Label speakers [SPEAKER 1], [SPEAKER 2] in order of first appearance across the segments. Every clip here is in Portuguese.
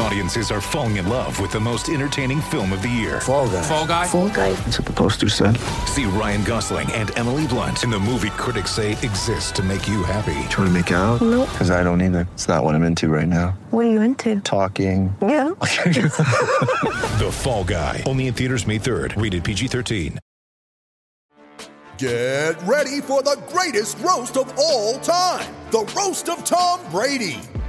[SPEAKER 1] Audiences are falling in love with the most entertaining film of the year.
[SPEAKER 2] Fall guy.
[SPEAKER 3] Fall guy.
[SPEAKER 4] Fall guy. That's what the poster said.
[SPEAKER 1] See Ryan Gosling and Emily Blunt in the movie critics say exists to make you happy.
[SPEAKER 4] Trying to make it out? Because I don't either. It's not what I'm into right now.
[SPEAKER 5] What are you into?
[SPEAKER 4] Talking.
[SPEAKER 5] Yeah.
[SPEAKER 1] The Fall Guy. Only in theaters May 3rd. Rated PG-13.
[SPEAKER 6] Get ready for the greatest roast of all time the Roast of Tom Brady,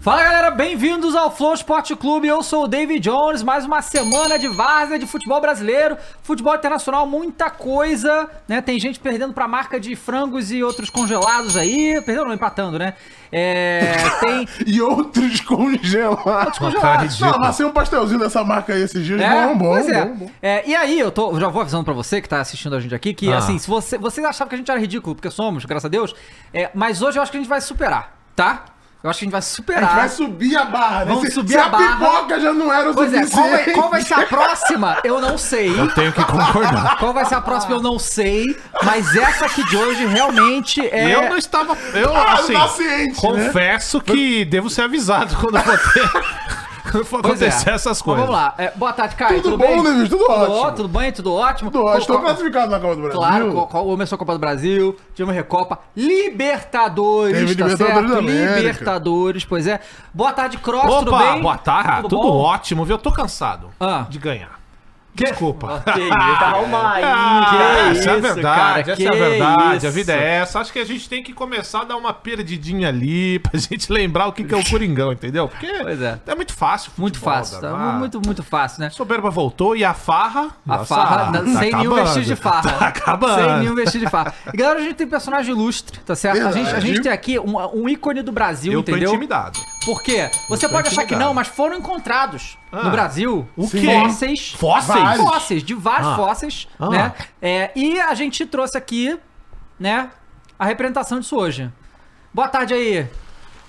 [SPEAKER 7] Fala galera, bem-vindos ao Flow Esporte Clube. Eu sou o David Jones. Mais uma semana de várzea de futebol brasileiro, futebol internacional, muita coisa, né? Tem gente perdendo pra marca de frangos e outros congelados aí. Perdeu não, empatando, né? É, tem.
[SPEAKER 8] e outros congelados.
[SPEAKER 7] congelados.
[SPEAKER 8] Não, nasceu um pastelzinho dessa marca aí esses dias.
[SPEAKER 7] É,
[SPEAKER 8] bom, bom,
[SPEAKER 7] pois é.
[SPEAKER 8] bom, bom.
[SPEAKER 7] É, E aí, eu tô, já vou avisando pra você que tá assistindo a gente aqui que, assim, se você, vocês achavam que a gente era ridículo, porque somos, graças a Deus, é, mas hoje eu acho que a gente vai superar, tá? Eu acho que a gente vai
[SPEAKER 8] A
[SPEAKER 7] superar.
[SPEAKER 8] gente vai subir a barra, né?
[SPEAKER 7] Tá. Vamos
[SPEAKER 8] se,
[SPEAKER 7] subir
[SPEAKER 8] se
[SPEAKER 7] a barra.
[SPEAKER 8] pipoca já não era o
[SPEAKER 7] Pois é,
[SPEAKER 8] suficiente.
[SPEAKER 7] qual vai, qual vai ser a próxima? Eu não sei.
[SPEAKER 3] Eu tenho que concordar.
[SPEAKER 7] Qual vai ser a próxima? Eu não sei. Mas essa aqui de hoje realmente é.
[SPEAKER 3] Eu não estava. Eu,
[SPEAKER 8] Ah,
[SPEAKER 3] assim,
[SPEAKER 8] tá ciente, né?
[SPEAKER 3] confesso que devo ser avisado quando eu for ter- quando for
[SPEAKER 7] Pois é.
[SPEAKER 3] acontecer essas
[SPEAKER 7] Mas
[SPEAKER 3] coisas.
[SPEAKER 7] Vamos lá. É, boa tarde, Caio.
[SPEAKER 8] Tudo bom,
[SPEAKER 7] bem?
[SPEAKER 8] Levi? Tudo ótimo.
[SPEAKER 7] Tudo bem? Tudo ótimo?
[SPEAKER 8] Tô,
[SPEAKER 7] Pô,
[SPEAKER 8] estou
[SPEAKER 7] qual-
[SPEAKER 8] classificado na Copa do Brasil.
[SPEAKER 7] Claro, co- co- começou a Copa do Brasil, tivemos Recopa, Libertadores,
[SPEAKER 8] Teve
[SPEAKER 7] tá
[SPEAKER 8] Libertadores
[SPEAKER 7] certo?
[SPEAKER 8] da América.
[SPEAKER 7] Libertadores, pois é. Boa tarde, Cross, tudo
[SPEAKER 3] Opa,
[SPEAKER 7] bem?
[SPEAKER 3] boa tarde. Tudo,
[SPEAKER 7] bom?
[SPEAKER 3] ótimo, viu? Eu tô cansado
[SPEAKER 7] Ah.
[SPEAKER 3] de ganhar. Desculpa. Ah,
[SPEAKER 7] Que isso, calma aí, que
[SPEAKER 3] essa é a
[SPEAKER 7] isso,
[SPEAKER 3] verdade,
[SPEAKER 7] cara,
[SPEAKER 3] essa é a
[SPEAKER 7] que
[SPEAKER 3] verdade. A
[SPEAKER 7] isso.
[SPEAKER 3] vida é essa. Acho que a gente tem que começar a dar uma perdidinha ali pra gente lembrar o que, que é o Coringão, entendeu? Porque
[SPEAKER 7] Pois é.
[SPEAKER 3] muito fácil.
[SPEAKER 7] Muito
[SPEAKER 3] futebol,
[SPEAKER 7] fácil, tá?
[SPEAKER 3] Damar.
[SPEAKER 7] Muito, muito fácil, né?
[SPEAKER 3] Soberba voltou e a farra.
[SPEAKER 7] A farra, na- sem nenhum vestígio de farra.
[SPEAKER 3] Tá acabando.
[SPEAKER 7] Sem nenhum vestígio de farra. E, Galera, a gente tem personagem ilustre, tá certo? A gente, a
[SPEAKER 8] Verdade.
[SPEAKER 7] gente tem aqui um, um ícone do Brasil,
[SPEAKER 3] Eu tô
[SPEAKER 7] entendeu?
[SPEAKER 3] intimidado.
[SPEAKER 7] Por quê? Você
[SPEAKER 3] tô
[SPEAKER 7] pode achar que
[SPEAKER 3] intimidado.
[SPEAKER 7] não, mas foram encontrados
[SPEAKER 3] Ah.
[SPEAKER 7] no Brasil
[SPEAKER 3] O
[SPEAKER 7] Sim.
[SPEAKER 3] quê?
[SPEAKER 7] fósseis.
[SPEAKER 3] Fósseis?
[SPEAKER 7] Vários. Fósseis, de vários
[SPEAKER 3] Ah.
[SPEAKER 7] fósseis,
[SPEAKER 3] Ah.
[SPEAKER 7] né? É, e a gente trouxe aqui, né, a representação disso hoje. Boa tarde aí,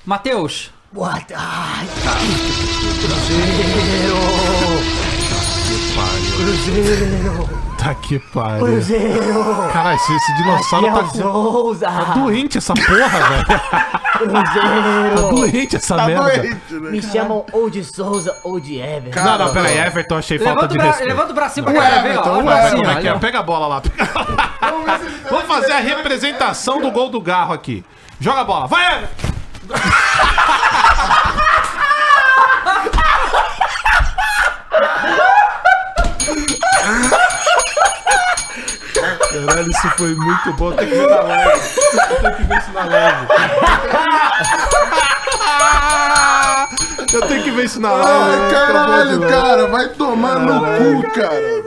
[SPEAKER 7] Matheus.
[SPEAKER 9] Boa tarde.
[SPEAKER 3] Tá que pariu. Caralho, esse, esse dinossauro tá, com-
[SPEAKER 9] Souza.
[SPEAKER 3] tá doente essa porra, velho. Tá doente essa
[SPEAKER 8] Tá
[SPEAKER 3] merda.
[SPEAKER 8] doente, né?
[SPEAKER 9] Me chamam ou de Souza ou de Ever.
[SPEAKER 3] Não, não, peraí, Everton, achei falta
[SPEAKER 7] Levanta o,
[SPEAKER 3] de
[SPEAKER 7] bra...
[SPEAKER 3] respeito.
[SPEAKER 7] Levanta o bracinho pra cara ver, ó.
[SPEAKER 8] Everton,
[SPEAKER 7] Olha o
[SPEAKER 8] o
[SPEAKER 7] bracinho,
[SPEAKER 3] Como é que é?
[SPEAKER 7] olha.
[SPEAKER 3] Pega a bola lá. pega a bola. Vamos fazer a representação do gol do Garro aqui. Joga a bola. Vai, Everton. Caralho, isso foi muito bom. Tem que ver na live. Tem que ver isso na live. Eu tenho que ver isso na live.
[SPEAKER 8] Ai, caralho, cara, vai tomar no cu, cara.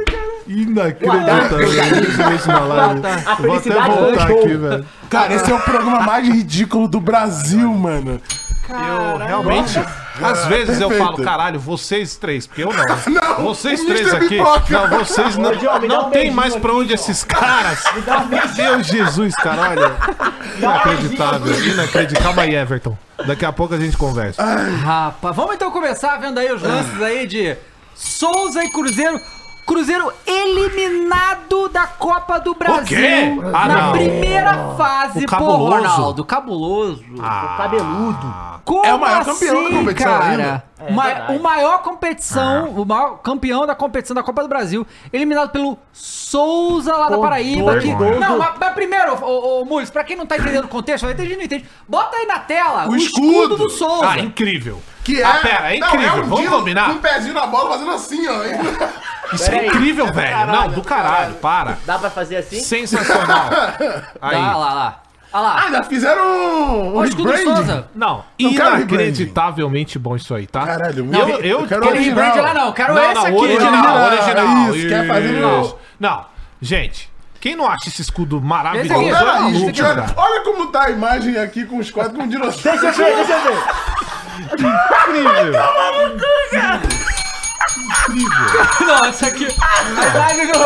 [SPEAKER 3] Inacreditável. Eu tenho que ver isso na live.
[SPEAKER 9] tá. A
[SPEAKER 3] Eu vou até
[SPEAKER 9] felicidade do
[SPEAKER 3] voltar
[SPEAKER 9] gol.
[SPEAKER 3] aqui, velho.
[SPEAKER 8] Cara, esse é o programa mais ridículo do Brasil, mano.
[SPEAKER 3] Eu realmente. Às vezes eu
[SPEAKER 8] perfeito.
[SPEAKER 3] falo, caralho, vocês três, porque eu não.
[SPEAKER 8] Não,
[SPEAKER 3] vocês
[SPEAKER 8] o
[SPEAKER 3] três
[SPEAKER 8] Mr.
[SPEAKER 3] aqui.
[SPEAKER 8] Pipoca.
[SPEAKER 3] Não, vocês não.
[SPEAKER 9] Ô, João, me dá
[SPEAKER 3] não
[SPEAKER 9] um
[SPEAKER 3] tem
[SPEAKER 9] beijinho
[SPEAKER 3] mais pra
[SPEAKER 9] aqui,
[SPEAKER 3] onde
[SPEAKER 9] ó.
[SPEAKER 3] esses caras.
[SPEAKER 9] Dá um
[SPEAKER 3] Meu
[SPEAKER 9] beijinho. um
[SPEAKER 3] Deus, Jesus, caralho. Inacreditável, inacreditável. Calma aí, Everton. Daqui a pouco a gente conversa.
[SPEAKER 8] Ah,
[SPEAKER 7] Rapaz, vamos então começar vendo aí os lances aí de Souza e Cruzeiro. Cruzeiro eliminado da Copa do Brasil
[SPEAKER 3] quê? Ah,
[SPEAKER 7] na
[SPEAKER 3] não.
[SPEAKER 7] primeira fase,
[SPEAKER 3] O cabuloso.
[SPEAKER 7] Ronaldo, cabuloso.
[SPEAKER 3] Ah,
[SPEAKER 9] Cabeludo.
[SPEAKER 7] Como
[SPEAKER 8] É o maior campeão da
[SPEAKER 7] assim,
[SPEAKER 8] competição
[SPEAKER 7] cara?
[SPEAKER 8] ainda.
[SPEAKER 7] Ma-
[SPEAKER 9] verdade.
[SPEAKER 7] o maior competição, o maior campeão da competição da Copa do Brasil, eliminado pelo Souza lá da Paraíba.
[SPEAKER 9] dois
[SPEAKER 7] Que...
[SPEAKER 9] gols
[SPEAKER 7] Não,
[SPEAKER 9] do-
[SPEAKER 7] mas, mas primeiro, ô, ô, Mules, pra quem não tá entendendo o contexto, vai entender, não entende. Bota aí na tela o, escudo
[SPEAKER 8] escudo.
[SPEAKER 7] do Souza.
[SPEAKER 3] Ah, incrível.
[SPEAKER 8] Que é.
[SPEAKER 3] Ah, pera, é
[SPEAKER 8] Não,
[SPEAKER 3] incrível.
[SPEAKER 8] um
[SPEAKER 3] Vamos
[SPEAKER 8] dino
[SPEAKER 3] combinar.
[SPEAKER 8] Com um pezinho na bola fazendo assim, ó.
[SPEAKER 3] Isso é incrível, velho. Não, do caralho, para.
[SPEAKER 9] Dá pra fazer assim?
[SPEAKER 8] é
[SPEAKER 3] Sensacional. Aí.
[SPEAKER 7] Lá, lá, lá. Olha lá.
[SPEAKER 8] Ah, ainda fizeram um, um
[SPEAKER 7] Ó, escudo
[SPEAKER 8] rebranding.
[SPEAKER 7] Souza.
[SPEAKER 3] Não,
[SPEAKER 8] Não quero
[SPEAKER 3] inacreditavelmente bom isso aí, tá?
[SPEAKER 8] Caralho,
[SPEAKER 3] não, eu,
[SPEAKER 8] eu-
[SPEAKER 3] eu,
[SPEAKER 8] eu quero
[SPEAKER 3] tenho-
[SPEAKER 8] original.
[SPEAKER 7] Brand lá não, quero esse aqui.
[SPEAKER 3] original,
[SPEAKER 8] original.
[SPEAKER 3] original.
[SPEAKER 8] Isso, quer fazer
[SPEAKER 3] não.
[SPEAKER 8] isso.
[SPEAKER 3] Não, gente, quem não acha esse escudo
[SPEAKER 7] Esse aqui,
[SPEAKER 3] maravilhoso?
[SPEAKER 7] olha
[SPEAKER 3] é
[SPEAKER 7] isso,
[SPEAKER 3] maluco,
[SPEAKER 7] esse aqui,
[SPEAKER 3] cara.
[SPEAKER 8] Olha, olha como tá a imagem aqui com os quadros com um dinossauro.
[SPEAKER 9] Deixa eu ver, deixa eu ver.
[SPEAKER 7] Não, essa aqui. A live do.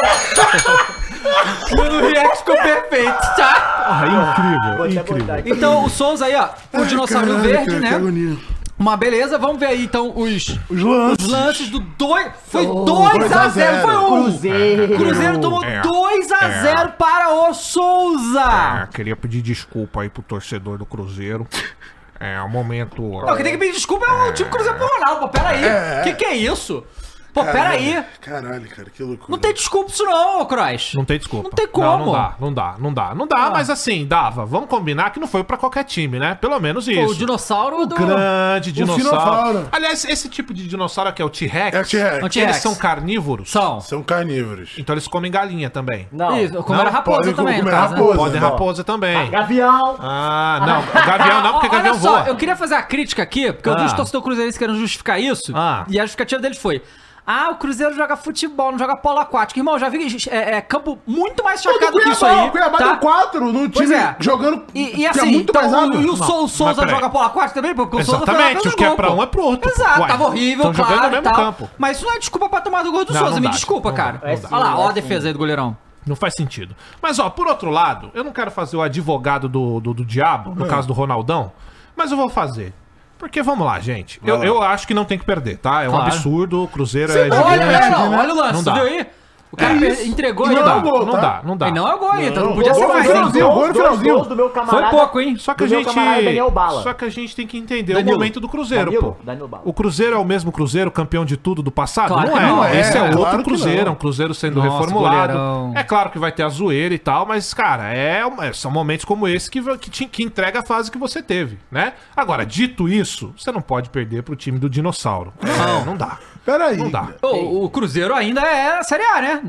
[SPEAKER 7] do react ficou perfeito, tá?
[SPEAKER 3] Ah, incrível,
[SPEAKER 9] Vou até botar
[SPEAKER 3] incrível.
[SPEAKER 9] aqui.
[SPEAKER 7] Então, o Souza aí, ó. O dinossauro
[SPEAKER 8] Caralho,
[SPEAKER 7] verde,
[SPEAKER 8] cara,
[SPEAKER 7] né?
[SPEAKER 8] que agonia.
[SPEAKER 7] Uma beleza, vamos ver aí então os,
[SPEAKER 8] Os lances. Oh,
[SPEAKER 7] os lances do 2. Foi
[SPEAKER 8] dois
[SPEAKER 7] 2
[SPEAKER 8] a
[SPEAKER 7] a 0 foi
[SPEAKER 8] zero.
[SPEAKER 7] um.
[SPEAKER 9] Cruzeiro.
[SPEAKER 7] Cruzeiro tomou
[SPEAKER 3] É.
[SPEAKER 7] 2 a
[SPEAKER 3] É.
[SPEAKER 7] 0 para o Souza.
[SPEAKER 3] Ah, queria pedir desculpa aí pro torcedor do Cruzeiro. É, um momento...
[SPEAKER 7] Não, quem tem que pedir desculpa é o time Cruzeiro pro Ronaldo, pô. Pera aí. Que que é isso? Pô, pera aí.
[SPEAKER 8] Caralho, cara, que loucura.
[SPEAKER 7] Não tem desculpa isso não, ô Croix.
[SPEAKER 3] Não tem desculpa.
[SPEAKER 7] Não tem
[SPEAKER 3] Não,
[SPEAKER 7] como.
[SPEAKER 3] dá, não dá, não dá. Não dá, mas assim, dava. Vamos combinar que não foi pra qualquer time, né? Pelo menos
[SPEAKER 7] Pô, o
[SPEAKER 3] isso.
[SPEAKER 7] dinossauro do...
[SPEAKER 3] grande dinossauro.
[SPEAKER 8] dinossauro.
[SPEAKER 3] Aliás, esse tipo de dinossauro aqui é o T-Rex.
[SPEAKER 8] É o T-Rex.
[SPEAKER 7] Não tinha
[SPEAKER 3] Eles
[SPEAKER 7] Rex.
[SPEAKER 3] são carnívoros?
[SPEAKER 7] São.
[SPEAKER 8] São carnívoros.
[SPEAKER 3] Então eles comem galinha também.
[SPEAKER 9] Não.
[SPEAKER 7] Isso, como
[SPEAKER 3] Não,
[SPEAKER 7] era raposa
[SPEAKER 8] podem
[SPEAKER 7] também, no
[SPEAKER 8] comer
[SPEAKER 7] caso. né?
[SPEAKER 8] raposa.
[SPEAKER 3] Podem
[SPEAKER 8] não.
[SPEAKER 3] raposa também.
[SPEAKER 9] Gavião.
[SPEAKER 3] Ah, não. Gavião não, porque
[SPEAKER 7] Ó,
[SPEAKER 3] gavião
[SPEAKER 7] Olha só,
[SPEAKER 3] voa.
[SPEAKER 7] eu queria fazer a crítica aqui, porque eu vi
[SPEAKER 3] Ah.
[SPEAKER 7] os torcedores cruzeirenses querendo justificar isso,
[SPEAKER 3] Ah.
[SPEAKER 7] e a justificativa deles foi... Ah, o Cruzeiro joga futebol, não joga polo aquático. Irmão, já vi é, é, campo muito mais
[SPEAKER 8] Todo
[SPEAKER 7] chacado que
[SPEAKER 3] é
[SPEAKER 7] isso aí.
[SPEAKER 8] O Cuiabá
[SPEAKER 7] tá?
[SPEAKER 8] deu 4 num
[SPEAKER 7] Pois
[SPEAKER 8] time
[SPEAKER 7] é.
[SPEAKER 8] jogando
[SPEAKER 7] E,
[SPEAKER 8] que
[SPEAKER 7] e
[SPEAKER 8] é
[SPEAKER 7] assim,
[SPEAKER 8] muito
[SPEAKER 7] então,
[SPEAKER 8] pesado.
[SPEAKER 7] o- e o, Sou- o Souza
[SPEAKER 3] peraí.
[SPEAKER 7] joga bola aquática também? Porque o Souza foi lá
[SPEAKER 3] Exatamente,
[SPEAKER 7] fez
[SPEAKER 3] o que é
[SPEAKER 7] gol,
[SPEAKER 3] pra
[SPEAKER 7] pô.
[SPEAKER 3] um é pro outro, pô.
[SPEAKER 7] Exato,
[SPEAKER 3] Uai,
[SPEAKER 7] tava horrível,
[SPEAKER 3] tão jogando
[SPEAKER 7] claro,
[SPEAKER 3] no mesmo
[SPEAKER 7] tal.
[SPEAKER 3] campo.
[SPEAKER 7] Mas isso não é desculpa pra tomar do gol do
[SPEAKER 3] Não,
[SPEAKER 7] Souza,
[SPEAKER 3] não
[SPEAKER 7] me
[SPEAKER 3] dá,
[SPEAKER 7] desculpa,
[SPEAKER 3] não
[SPEAKER 7] cara.
[SPEAKER 3] dá, não dá.
[SPEAKER 7] Olha lá, ó a defesa aí do goleirão.
[SPEAKER 3] Não faz sentido. Mas, ó, por outro lado, eu não quero fazer o advogado do, do, do diabo,
[SPEAKER 7] Hum.
[SPEAKER 3] no caso do Ronaldão, mas eu vou fazer. Porque, vamos lá, gente. Eu, eu acho que não tem que perder, tá? É um
[SPEAKER 7] Claro.
[SPEAKER 3] absurdo, o Cruzeiro é
[SPEAKER 7] Olha,
[SPEAKER 3] gigante.
[SPEAKER 7] olha, não, É olha o lance,
[SPEAKER 3] Não
[SPEAKER 7] tu
[SPEAKER 3] dá. É
[SPEAKER 7] viu aí? O cara per- entregou
[SPEAKER 8] E
[SPEAKER 7] aí,
[SPEAKER 8] não
[SPEAKER 3] Não dá,
[SPEAKER 8] é o gol,
[SPEAKER 3] não
[SPEAKER 8] tá?
[SPEAKER 3] dá, não dá.
[SPEAKER 7] E não é gol aí, então não podia
[SPEAKER 8] Gol
[SPEAKER 7] ser
[SPEAKER 8] no
[SPEAKER 7] mais.
[SPEAKER 8] finalzinho,
[SPEAKER 7] hein?
[SPEAKER 8] um gol no
[SPEAKER 9] Dois
[SPEAKER 8] finalzinho.
[SPEAKER 9] gols do meu camarada.
[SPEAKER 7] Foi pouco, hein?
[SPEAKER 3] Só que a
[SPEAKER 9] Do meu
[SPEAKER 3] gente.
[SPEAKER 9] camarada Daniel Bala.
[SPEAKER 3] Só que a gente tem que entender
[SPEAKER 9] Danilo.
[SPEAKER 3] o momento do Cruzeiro,
[SPEAKER 9] Danilo,
[SPEAKER 3] pô.
[SPEAKER 9] Danilo Bala.
[SPEAKER 3] O Cruzeiro é o mesmo Cruzeiro, campeão de tudo do passado?
[SPEAKER 7] Claro
[SPEAKER 3] não,
[SPEAKER 7] que
[SPEAKER 3] é.
[SPEAKER 7] não é,
[SPEAKER 3] Esse é outro
[SPEAKER 8] claro que
[SPEAKER 3] Cruzeiro,
[SPEAKER 8] não.
[SPEAKER 3] é um Cruzeiro sendo
[SPEAKER 7] Nossa,
[SPEAKER 3] reformulado.
[SPEAKER 7] goleirão.
[SPEAKER 3] É claro que vai ter a zoeira e tal, mas, cara, é, uma- são momentos como esse que, va- que, te- que entrega a fase que você teve, né? Agora, dito isso, você não pode perder pro time do dinossauro. Não, não dá.
[SPEAKER 8] Peraí.
[SPEAKER 3] Não
[SPEAKER 7] né?
[SPEAKER 3] dá.
[SPEAKER 7] Ô, O Cruzeiro ainda é a Série A, né?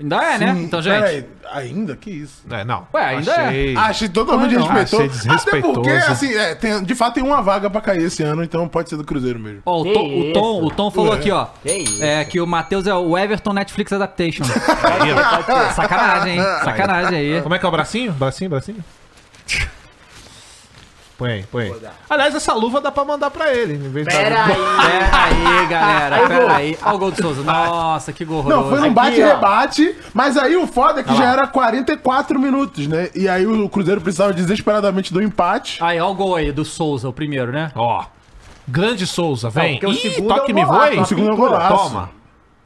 [SPEAKER 7] Ainda é, né? Então, gente.
[SPEAKER 8] Peraí, ainda? Que isso?
[SPEAKER 3] É, não.
[SPEAKER 7] Ué, ainda é.
[SPEAKER 3] Achei...
[SPEAKER 8] Achei totalmente
[SPEAKER 3] Olha, achei
[SPEAKER 8] respeitoso. Até
[SPEAKER 3] desrespeitoso.
[SPEAKER 8] porque, assim, é, tem- de fato tem uma vaga pra cair esse ano, então pode ser do Cruzeiro mesmo.
[SPEAKER 7] Ó, o,
[SPEAKER 9] Que
[SPEAKER 7] Tom, o, Tom,
[SPEAKER 9] isso?
[SPEAKER 7] o Tom falou aqui, ó.
[SPEAKER 9] Que isso?
[SPEAKER 7] É que o Matheus é o Everton Netflix Adaptation.
[SPEAKER 3] Aí,
[SPEAKER 7] Sacanagem, hein? Sacanagem aí.
[SPEAKER 3] Como é que é o bracinho? Bracinho, bracinho? Põe aí, põe aí. Aliás, essa luva dá pra mandar pra ele, em vez de
[SPEAKER 9] Pera aí.
[SPEAKER 7] Pera aí, galera. Pera aí. Olha o gol do Souza. Nossa, que gol
[SPEAKER 8] Não, foi
[SPEAKER 7] horroroso.
[SPEAKER 8] num
[SPEAKER 9] ó.
[SPEAKER 8] bate-rebate, mas aí o foda é que
[SPEAKER 7] Tá
[SPEAKER 3] Olha
[SPEAKER 8] já
[SPEAKER 3] lá.
[SPEAKER 8] era 44 minutos, né? E aí o Cruzeiro precisava desesperadamente do empate.
[SPEAKER 7] Aí, olha o gol aí do Souza, o primeiro, né?
[SPEAKER 3] Ó. Grande Souza, vem.
[SPEAKER 9] porque o segundo é um
[SPEAKER 3] me
[SPEAKER 9] golaço,
[SPEAKER 3] voe.
[SPEAKER 8] o segundo é um golaço.
[SPEAKER 3] Toma.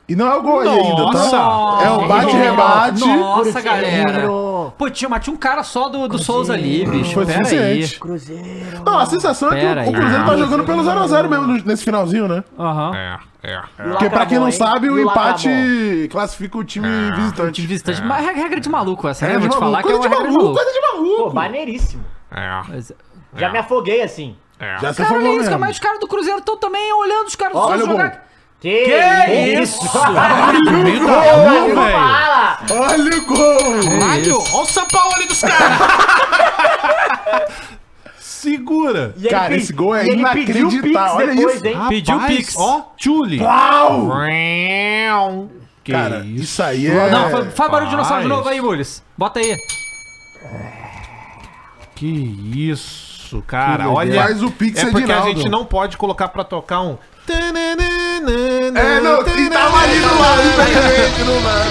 [SPEAKER 8] E não é o gol aí ainda, tá?
[SPEAKER 3] Nossa.
[SPEAKER 8] É o bate-rebate.
[SPEAKER 7] Nossa, galera.
[SPEAKER 9] Cruzeiro.
[SPEAKER 7] Pô, tinha, mas tinha um cara só do, do Souza ali, bicho.
[SPEAKER 8] Foi
[SPEAKER 7] Pera
[SPEAKER 8] suficiente.
[SPEAKER 7] aí.
[SPEAKER 9] Cruzeiro.
[SPEAKER 8] Não, a sensação é que
[SPEAKER 7] Pera
[SPEAKER 8] o-
[SPEAKER 7] aí.
[SPEAKER 8] o Cruzeiro tá jogando pelo 0x0 mesmo no- nesse finalzinho, né?
[SPEAKER 7] Aham.
[SPEAKER 3] É, é. é.
[SPEAKER 8] Porque pra quem não sabe, o
[SPEAKER 9] E o
[SPEAKER 8] empate
[SPEAKER 9] Lacramon?
[SPEAKER 8] classifica o time
[SPEAKER 7] De
[SPEAKER 8] visitante.
[SPEAKER 7] Ah, visitante. Mas é regra de maluco essa, né?
[SPEAKER 8] Regra
[SPEAKER 7] Vou
[SPEAKER 8] de
[SPEAKER 7] te falar
[SPEAKER 8] maluco,
[SPEAKER 7] que é
[SPEAKER 8] coisa
[SPEAKER 7] uma
[SPEAKER 8] de
[SPEAKER 7] regra de
[SPEAKER 8] maluco,
[SPEAKER 7] maluco.
[SPEAKER 8] coisa de
[SPEAKER 9] Pô,
[SPEAKER 8] maluco.
[SPEAKER 9] maneiríssimo.
[SPEAKER 7] Mas-
[SPEAKER 9] Já me afoguei assim.
[SPEAKER 3] É.
[SPEAKER 8] Já
[SPEAKER 3] Tá
[SPEAKER 8] se
[SPEAKER 7] Cara, olha
[SPEAKER 8] afogou
[SPEAKER 7] é isso, cara,
[SPEAKER 8] mesmo.
[SPEAKER 7] mas os caras do Cruzeiro estão também olhando os caras do
[SPEAKER 8] Olha
[SPEAKER 7] Souza
[SPEAKER 8] o gol.
[SPEAKER 7] jogar.
[SPEAKER 9] Que,
[SPEAKER 7] Que isso?
[SPEAKER 3] Meio da
[SPEAKER 8] Olha
[SPEAKER 3] rua, velho.
[SPEAKER 9] Fala!
[SPEAKER 8] Olha o
[SPEAKER 7] É.
[SPEAKER 8] gol!
[SPEAKER 3] Caralho, olha o Sampaoli dos caras. Segura.
[SPEAKER 9] E ele
[SPEAKER 8] Cara,
[SPEAKER 9] pe-
[SPEAKER 8] esse gol é
[SPEAKER 9] e ele pediu o Pix
[SPEAKER 8] inacreditável, olha
[SPEAKER 9] depois,
[SPEAKER 8] isso.
[SPEAKER 9] hein?
[SPEAKER 7] Pediu
[SPEAKER 3] Rapaz,
[SPEAKER 7] pix.
[SPEAKER 3] Ó, Tchuli.
[SPEAKER 8] Pau!
[SPEAKER 3] Que
[SPEAKER 8] Cara,
[SPEAKER 3] isso.
[SPEAKER 8] isso aí é...
[SPEAKER 7] Não, fa- faz barulho de dinossauro
[SPEAKER 3] Rapaz.
[SPEAKER 7] de novo aí, Mules. Bota aí.
[SPEAKER 3] Que isso, cara.
[SPEAKER 8] Que
[SPEAKER 3] Olha.
[SPEAKER 8] doideira. Faz o Pix,
[SPEAKER 3] é porque a
[SPEAKER 8] Edinaldo.
[SPEAKER 3] gente não pode colocar pra tocar um.
[SPEAKER 8] É, não, e tava ali no lado, infelizmente, não dá. né?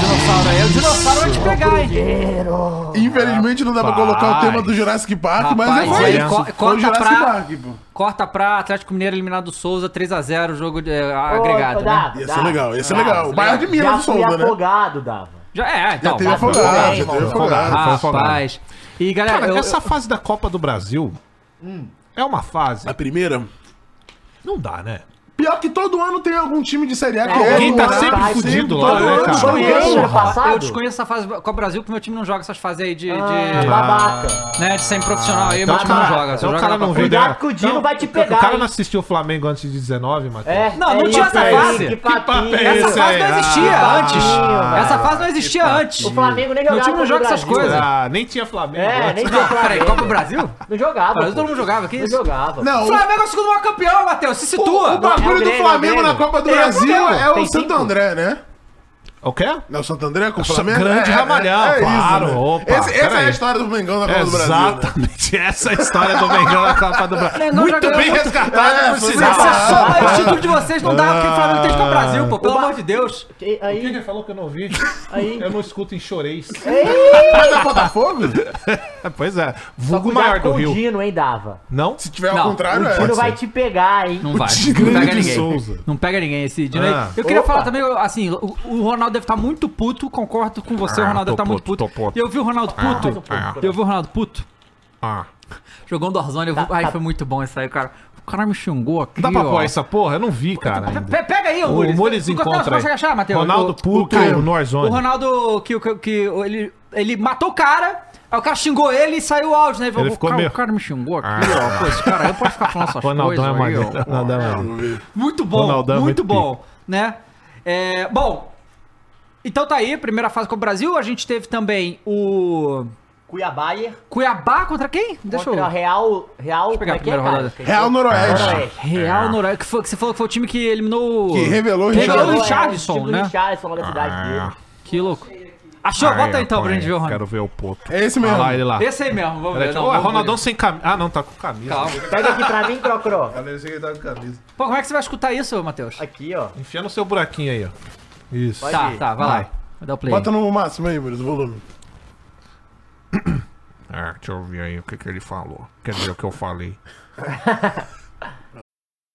[SPEAKER 7] Dinossauro aí. O dinossauro vai te pegar, hein?
[SPEAKER 8] Infelizmente não dá pra
[SPEAKER 3] Rapaz.
[SPEAKER 8] colocar o tema do Jurassic Park, mas
[SPEAKER 7] Rapaz,
[SPEAKER 8] é
[SPEAKER 7] aí,
[SPEAKER 8] foi isso.
[SPEAKER 7] co-
[SPEAKER 8] Foi
[SPEAKER 7] corta
[SPEAKER 8] o Jurassic
[SPEAKER 7] pra-
[SPEAKER 8] Park, pô.
[SPEAKER 7] Corta pra Atlético Mineiro eliminado do Souza, 3x0, jogo de, eh,
[SPEAKER 9] Ô,
[SPEAKER 7] agregado.
[SPEAKER 9] ô,
[SPEAKER 7] Né?
[SPEAKER 9] Dava,
[SPEAKER 8] Ia ser
[SPEAKER 9] Dava.
[SPEAKER 8] legal, ia ser
[SPEAKER 7] Ah,
[SPEAKER 8] legal.
[SPEAKER 7] isso
[SPEAKER 8] O Bayern de
[SPEAKER 9] Já
[SPEAKER 8] Minas
[SPEAKER 9] fui
[SPEAKER 8] solta, né?
[SPEAKER 9] afogado, Dava.
[SPEAKER 7] Já é, então.
[SPEAKER 8] Já teve
[SPEAKER 7] vai-
[SPEAKER 8] afogado,
[SPEAKER 9] bem,
[SPEAKER 8] já teve
[SPEAKER 9] mano.
[SPEAKER 8] afogado.
[SPEAKER 3] Foi afogado.
[SPEAKER 7] Rapaz. E galera,
[SPEAKER 3] Cara,
[SPEAKER 7] eu-
[SPEAKER 3] essa fase da
[SPEAKER 8] Hum.
[SPEAKER 3] Copa do Brasil é uma fase.
[SPEAKER 8] A primeira?
[SPEAKER 3] Não dá, né?
[SPEAKER 8] Pior que todo ano tem algum time de Série A que
[SPEAKER 9] É,
[SPEAKER 3] Alguém
[SPEAKER 8] erra
[SPEAKER 3] tá
[SPEAKER 8] um ano,
[SPEAKER 3] sempre
[SPEAKER 8] tá sempre,
[SPEAKER 3] fudido lá,
[SPEAKER 8] todo
[SPEAKER 3] né,
[SPEAKER 8] ano,
[SPEAKER 3] cara?
[SPEAKER 8] só
[SPEAKER 9] Desconheço,
[SPEAKER 8] ganha.
[SPEAKER 9] ano passado?
[SPEAKER 7] Eu desconheço essa fase da Copa Brasil porque meu time não joga essas fases aí de,
[SPEAKER 9] Ah,
[SPEAKER 7] de-
[SPEAKER 9] babaca.
[SPEAKER 7] né, de semi-profissional. Aí
[SPEAKER 3] Então,
[SPEAKER 7] meu time não
[SPEAKER 3] cara,
[SPEAKER 7] joga. Só
[SPEAKER 3] então
[SPEAKER 7] joga
[SPEAKER 3] o cara
[SPEAKER 7] lá pra
[SPEAKER 3] não vê
[SPEAKER 7] fora.
[SPEAKER 9] Cuidado
[SPEAKER 3] nada.
[SPEAKER 9] que o Dino vai te
[SPEAKER 3] O
[SPEAKER 9] pegar,
[SPEAKER 3] cara
[SPEAKER 9] hein?
[SPEAKER 3] não assistiu o Flamengo antes de 19, Matheus.
[SPEAKER 9] É,
[SPEAKER 7] Não, não
[SPEAKER 9] é
[SPEAKER 7] tinha
[SPEAKER 9] isso
[SPEAKER 7] essa
[SPEAKER 9] aí,
[SPEAKER 7] fase.
[SPEAKER 9] Que
[SPEAKER 7] Que
[SPEAKER 3] papo
[SPEAKER 9] papinho.
[SPEAKER 3] é
[SPEAKER 7] Essa
[SPEAKER 3] Esse
[SPEAKER 7] fase não
[SPEAKER 3] aí,
[SPEAKER 7] existia
[SPEAKER 3] ah,
[SPEAKER 7] antes.
[SPEAKER 9] velho.
[SPEAKER 7] Essa fase não existia antes.
[SPEAKER 9] O Flamengo nem
[SPEAKER 7] Meu
[SPEAKER 9] jogava
[SPEAKER 7] time não
[SPEAKER 9] contra o
[SPEAKER 7] joga essas
[SPEAKER 9] Brasil.
[SPEAKER 7] coisas.
[SPEAKER 3] Ah, nem tinha Flamengo.
[SPEAKER 9] É,
[SPEAKER 3] antes.
[SPEAKER 9] nem tinha
[SPEAKER 7] Não,
[SPEAKER 9] Flamengo.
[SPEAKER 7] peraí, Copa Brasil?
[SPEAKER 9] Não jogava.
[SPEAKER 7] Brasil
[SPEAKER 9] pô.
[SPEAKER 7] todo mundo jogava, que
[SPEAKER 9] Não
[SPEAKER 7] isso?
[SPEAKER 9] jogava.
[SPEAKER 8] Não,
[SPEAKER 7] O
[SPEAKER 8] o-
[SPEAKER 7] Flamengo é o segundo maior campeão, Matheus. Se situa.
[SPEAKER 8] o, bagulho
[SPEAKER 9] É o Grêmio,
[SPEAKER 8] do
[SPEAKER 9] é o
[SPEAKER 8] Flamengo
[SPEAKER 9] Grêmio.
[SPEAKER 8] na Copa do
[SPEAKER 7] É o
[SPEAKER 8] Brasil
[SPEAKER 7] Grêmio.
[SPEAKER 8] é o
[SPEAKER 9] Tem
[SPEAKER 8] Santo
[SPEAKER 9] cinco.
[SPEAKER 8] André, né?
[SPEAKER 3] O quê?
[SPEAKER 8] Não, o Santo André com o
[SPEAKER 3] Nossa,
[SPEAKER 8] Flamengo? é-
[SPEAKER 3] grande Ramalhão, claro,
[SPEAKER 8] né?
[SPEAKER 3] opa,
[SPEAKER 8] Esse- essa é
[SPEAKER 3] peraí.
[SPEAKER 8] a história do Mengão na Copa do Brasil. né?
[SPEAKER 3] Exatamente. Essa é a história do Mengão na Copa do
[SPEAKER 9] é
[SPEAKER 3] Brasil.
[SPEAKER 7] Mengão já
[SPEAKER 3] Muito
[SPEAKER 7] ganhou
[SPEAKER 3] bem Ah.
[SPEAKER 7] muito-
[SPEAKER 3] resgatada,
[SPEAKER 8] É,
[SPEAKER 3] por
[SPEAKER 8] foi
[SPEAKER 3] sinal.
[SPEAKER 8] sensacional.
[SPEAKER 7] Só o título de vocês não dá porque o Flamengo tem que ir pra Brasil,
[SPEAKER 3] Ah.
[SPEAKER 7] pô. Pelo amor de Deus.
[SPEAKER 9] E
[SPEAKER 3] O que
[SPEAKER 9] aí,
[SPEAKER 3] ele falou que eu não ouvi?
[SPEAKER 9] aí.
[SPEAKER 3] Eu não escuto em choreis. Ah,
[SPEAKER 8] Mas é Botafogo?
[SPEAKER 3] Pois é.
[SPEAKER 9] Só
[SPEAKER 3] Vulgo
[SPEAKER 9] cuidado
[SPEAKER 3] maior do
[SPEAKER 9] com
[SPEAKER 3] Rio.
[SPEAKER 9] O Dino, hein, dava.
[SPEAKER 3] Não?
[SPEAKER 8] Se tiver
[SPEAKER 7] Não,
[SPEAKER 8] ao contrário,
[SPEAKER 9] O Dino
[SPEAKER 8] é.
[SPEAKER 9] vai te pegar, hein?
[SPEAKER 7] Não vai.
[SPEAKER 3] Grande
[SPEAKER 7] Não pega ninguém.
[SPEAKER 3] Souza.
[SPEAKER 7] Não pega ninguém esse Dino aí.
[SPEAKER 3] Ah.
[SPEAKER 7] Eu queria
[SPEAKER 9] Opa.
[SPEAKER 7] falar também, assim, o, o Ronaldo deve estar muito puto, concordo com você, o
[SPEAKER 3] Ah,
[SPEAKER 7] Ronaldo deve
[SPEAKER 3] tô
[SPEAKER 7] estar muito
[SPEAKER 3] puto,
[SPEAKER 7] puto.
[SPEAKER 3] tô puto.
[SPEAKER 7] E eu vi o Ronaldo puto.
[SPEAKER 3] Ah.
[SPEAKER 7] Eu vi o Ronaldo puto. Tá,
[SPEAKER 3] Ah.
[SPEAKER 7] Jogando Warzone, eu vi- ai, foi muito bom isso aí, cara. O cara me xingou aqui,
[SPEAKER 3] Dá pra
[SPEAKER 7] ó.
[SPEAKER 3] pôr essa porra? Eu não vi, cara. ainda.
[SPEAKER 7] Pe- Pega aí, ô,
[SPEAKER 3] O
[SPEAKER 7] Mules.
[SPEAKER 3] Mules
[SPEAKER 7] Tu- tu- tu
[SPEAKER 3] encontra
[SPEAKER 7] consegue
[SPEAKER 3] aí.
[SPEAKER 7] achar, Matheus?
[SPEAKER 3] Ronaldo
[SPEAKER 7] O-
[SPEAKER 3] puto,
[SPEAKER 7] Caio.
[SPEAKER 3] no Warzone.
[SPEAKER 7] O Ronaldo, que, que, que ele, ele matou o cara, aí o cara xingou ele e saiu o áudio, né? Ele, falou,
[SPEAKER 3] ficou
[SPEAKER 7] cara,
[SPEAKER 3] meio-
[SPEAKER 7] O cara me xingou aqui,
[SPEAKER 3] Ah.
[SPEAKER 7] ó. Pô, esse cara, eu posso ficar falando essas
[SPEAKER 3] Ronaldão é
[SPEAKER 7] coisas aí,
[SPEAKER 3] maneiro.
[SPEAKER 7] ó.
[SPEAKER 3] Ronaldão é maneiro.
[SPEAKER 7] Muito bom,
[SPEAKER 3] Ronaldão é muito
[SPEAKER 7] muito, bom, né? É, bom, então tá aí, primeira fase com o Brasil. A gente teve também o
[SPEAKER 9] Cuiabá e
[SPEAKER 7] Cuiabá contra quem? Deixa
[SPEAKER 9] contra
[SPEAKER 7] eu...
[SPEAKER 9] Real. Real.
[SPEAKER 7] pegar
[SPEAKER 9] como é que é,
[SPEAKER 7] a primeira
[SPEAKER 9] cara?
[SPEAKER 7] rodada.
[SPEAKER 9] Esqueci.
[SPEAKER 8] Real Noroeste.
[SPEAKER 9] Noroeste.
[SPEAKER 3] É.
[SPEAKER 7] Real Noronha, que, foi- que você falou que foi o time que eliminou... o-
[SPEAKER 8] Que revelou o Richarlison.
[SPEAKER 7] Revelou o
[SPEAKER 9] Real,
[SPEAKER 7] Richarlison,
[SPEAKER 9] é, o time do
[SPEAKER 7] né?
[SPEAKER 9] Richarlison lá da cidade dele.
[SPEAKER 7] Que louco. Achou? Bota aí, então pra gente ver o
[SPEAKER 3] Quero
[SPEAKER 7] Ronaldo.
[SPEAKER 3] ver o poto.
[SPEAKER 8] É esse
[SPEAKER 3] Olha
[SPEAKER 8] mesmo.
[SPEAKER 3] lá, ele lá.
[SPEAKER 7] Esse aí mesmo, vamos
[SPEAKER 3] Peraí,
[SPEAKER 7] ver.
[SPEAKER 3] deixa-
[SPEAKER 7] não,
[SPEAKER 3] Ué,
[SPEAKER 7] vamos
[SPEAKER 3] Ronaldão
[SPEAKER 7] ver.
[SPEAKER 3] sem camisa. Ah, não, tá com camisa.
[SPEAKER 7] Calma.
[SPEAKER 9] Pega aqui pra mim, Crocro.
[SPEAKER 7] Pô, como é que você vai escutar isso, Matheus?
[SPEAKER 9] Aqui, ó.
[SPEAKER 3] tá Enfia no seu buraquinho aí, ó. Isso.
[SPEAKER 7] Tá, tá, vai lá. Vai dar o play.
[SPEAKER 8] Bota no máximo aí, Murilo, o volume.
[SPEAKER 3] Ah, deixa eu ver aí o que, que ele falou. Quer dizer, o que eu falei.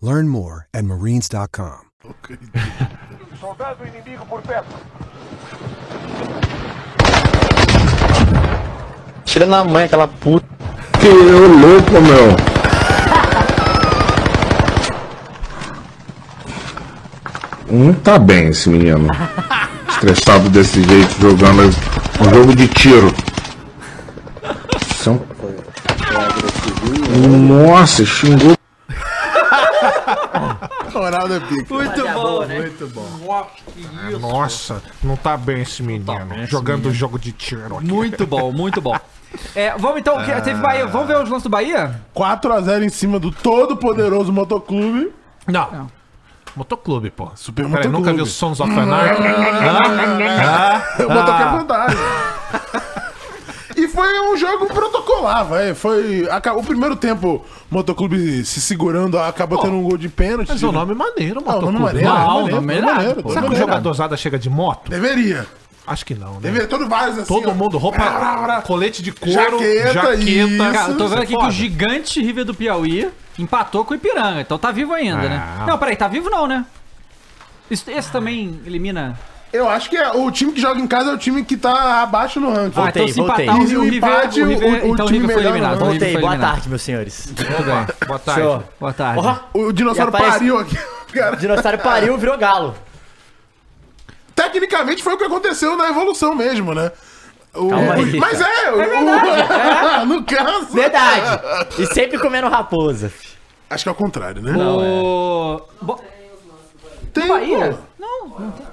[SPEAKER 5] Learn more at marines.com.
[SPEAKER 10] Tira na mãe aquela puta.
[SPEAKER 11] Não tá bem esse menino. Estressado desse jeito, jogando um jogo de tiro. São... Nossa, xingou.
[SPEAKER 8] Ronaldo é pica.
[SPEAKER 7] Muito bom, né?
[SPEAKER 3] Nossa, não tá bem esse menino. jogando jogo de tiro aqui.
[SPEAKER 7] Muito bom, muito bom. É, vamos então, que teve Bahia. Vamos ver os lances do Bahia?
[SPEAKER 8] 4x0 em cima do todo poderoso motoclube.
[SPEAKER 3] Não. Motoclube, pô. Super
[SPEAKER 8] Peraí,
[SPEAKER 3] Motoclube.
[SPEAKER 8] nunca
[SPEAKER 3] nunca
[SPEAKER 8] viu
[SPEAKER 3] viu Sons of Anarchy?
[SPEAKER 8] O motoqueiro é vantagem. E foi um jogo protocolar, vai. Foi. aca- O primeiro tempo, o motoclube se segurando, acabou tendo um gol de pênalti.
[SPEAKER 3] Mas é um nome maneiro, é
[SPEAKER 8] Ah, o
[SPEAKER 3] Motoclube. né?
[SPEAKER 8] nome maneiro,
[SPEAKER 7] Não,
[SPEAKER 8] maneiro,
[SPEAKER 7] nome
[SPEAKER 8] maneiro,
[SPEAKER 7] irado,
[SPEAKER 8] maneiro,
[SPEAKER 7] pô.
[SPEAKER 8] nome
[SPEAKER 3] Será que o
[SPEAKER 8] maneiro.
[SPEAKER 3] jogadorzada chega de moto?
[SPEAKER 8] Deveria.
[SPEAKER 3] Acho que não, né?
[SPEAKER 8] Deveria. Todo vários assim.
[SPEAKER 3] Todo
[SPEAKER 8] ó.
[SPEAKER 3] mundo, roupa, colete de couro,
[SPEAKER 8] Jaqueta,
[SPEAKER 3] jaqueta.
[SPEAKER 8] isso.
[SPEAKER 7] Cara, eu tô vendo aqui
[SPEAKER 3] Foda.
[SPEAKER 7] que o gigante River do Piauí empatou com o Ipiranga, então tá vivo ainda, né?
[SPEAKER 3] Ah.
[SPEAKER 7] Não, peraí, tá vivo não, né? Isso- esse também elimina.
[SPEAKER 8] Eu acho que é- o time que joga em casa é o time que tá abaixo no ranking.
[SPEAKER 7] Ah, então se empatar
[SPEAKER 8] voltei.
[SPEAKER 7] o, o
[SPEAKER 8] E o
[SPEAKER 7] River,
[SPEAKER 8] empate,
[SPEAKER 7] o River-
[SPEAKER 8] o- o
[SPEAKER 7] então o
[SPEAKER 8] time
[SPEAKER 7] River foi
[SPEAKER 8] melhor,
[SPEAKER 7] eliminado.
[SPEAKER 8] né?
[SPEAKER 7] o River
[SPEAKER 9] Voltei.
[SPEAKER 7] foi
[SPEAKER 9] Boa
[SPEAKER 7] eliminado.
[SPEAKER 9] tarde, meus senhores.
[SPEAKER 3] Boa tarde.
[SPEAKER 9] Senhor.
[SPEAKER 7] Boa tarde.
[SPEAKER 8] O dinossauro
[SPEAKER 9] E aparece-
[SPEAKER 8] pariu aqui. Cara,
[SPEAKER 9] O dinossauro pariu, virou galo.
[SPEAKER 8] tecnicamente foi o que aconteceu na evolução mesmo, né? O-
[SPEAKER 9] Calma
[SPEAKER 8] o-
[SPEAKER 9] aí,
[SPEAKER 8] mas é, o- o- no caso.
[SPEAKER 9] Verdade. E sempre comendo raposa.
[SPEAKER 8] Acho que é o contrário, né?
[SPEAKER 7] O... Bo-
[SPEAKER 8] Tem,
[SPEAKER 7] Bahia?
[SPEAKER 8] pô.
[SPEAKER 7] Não, não tem.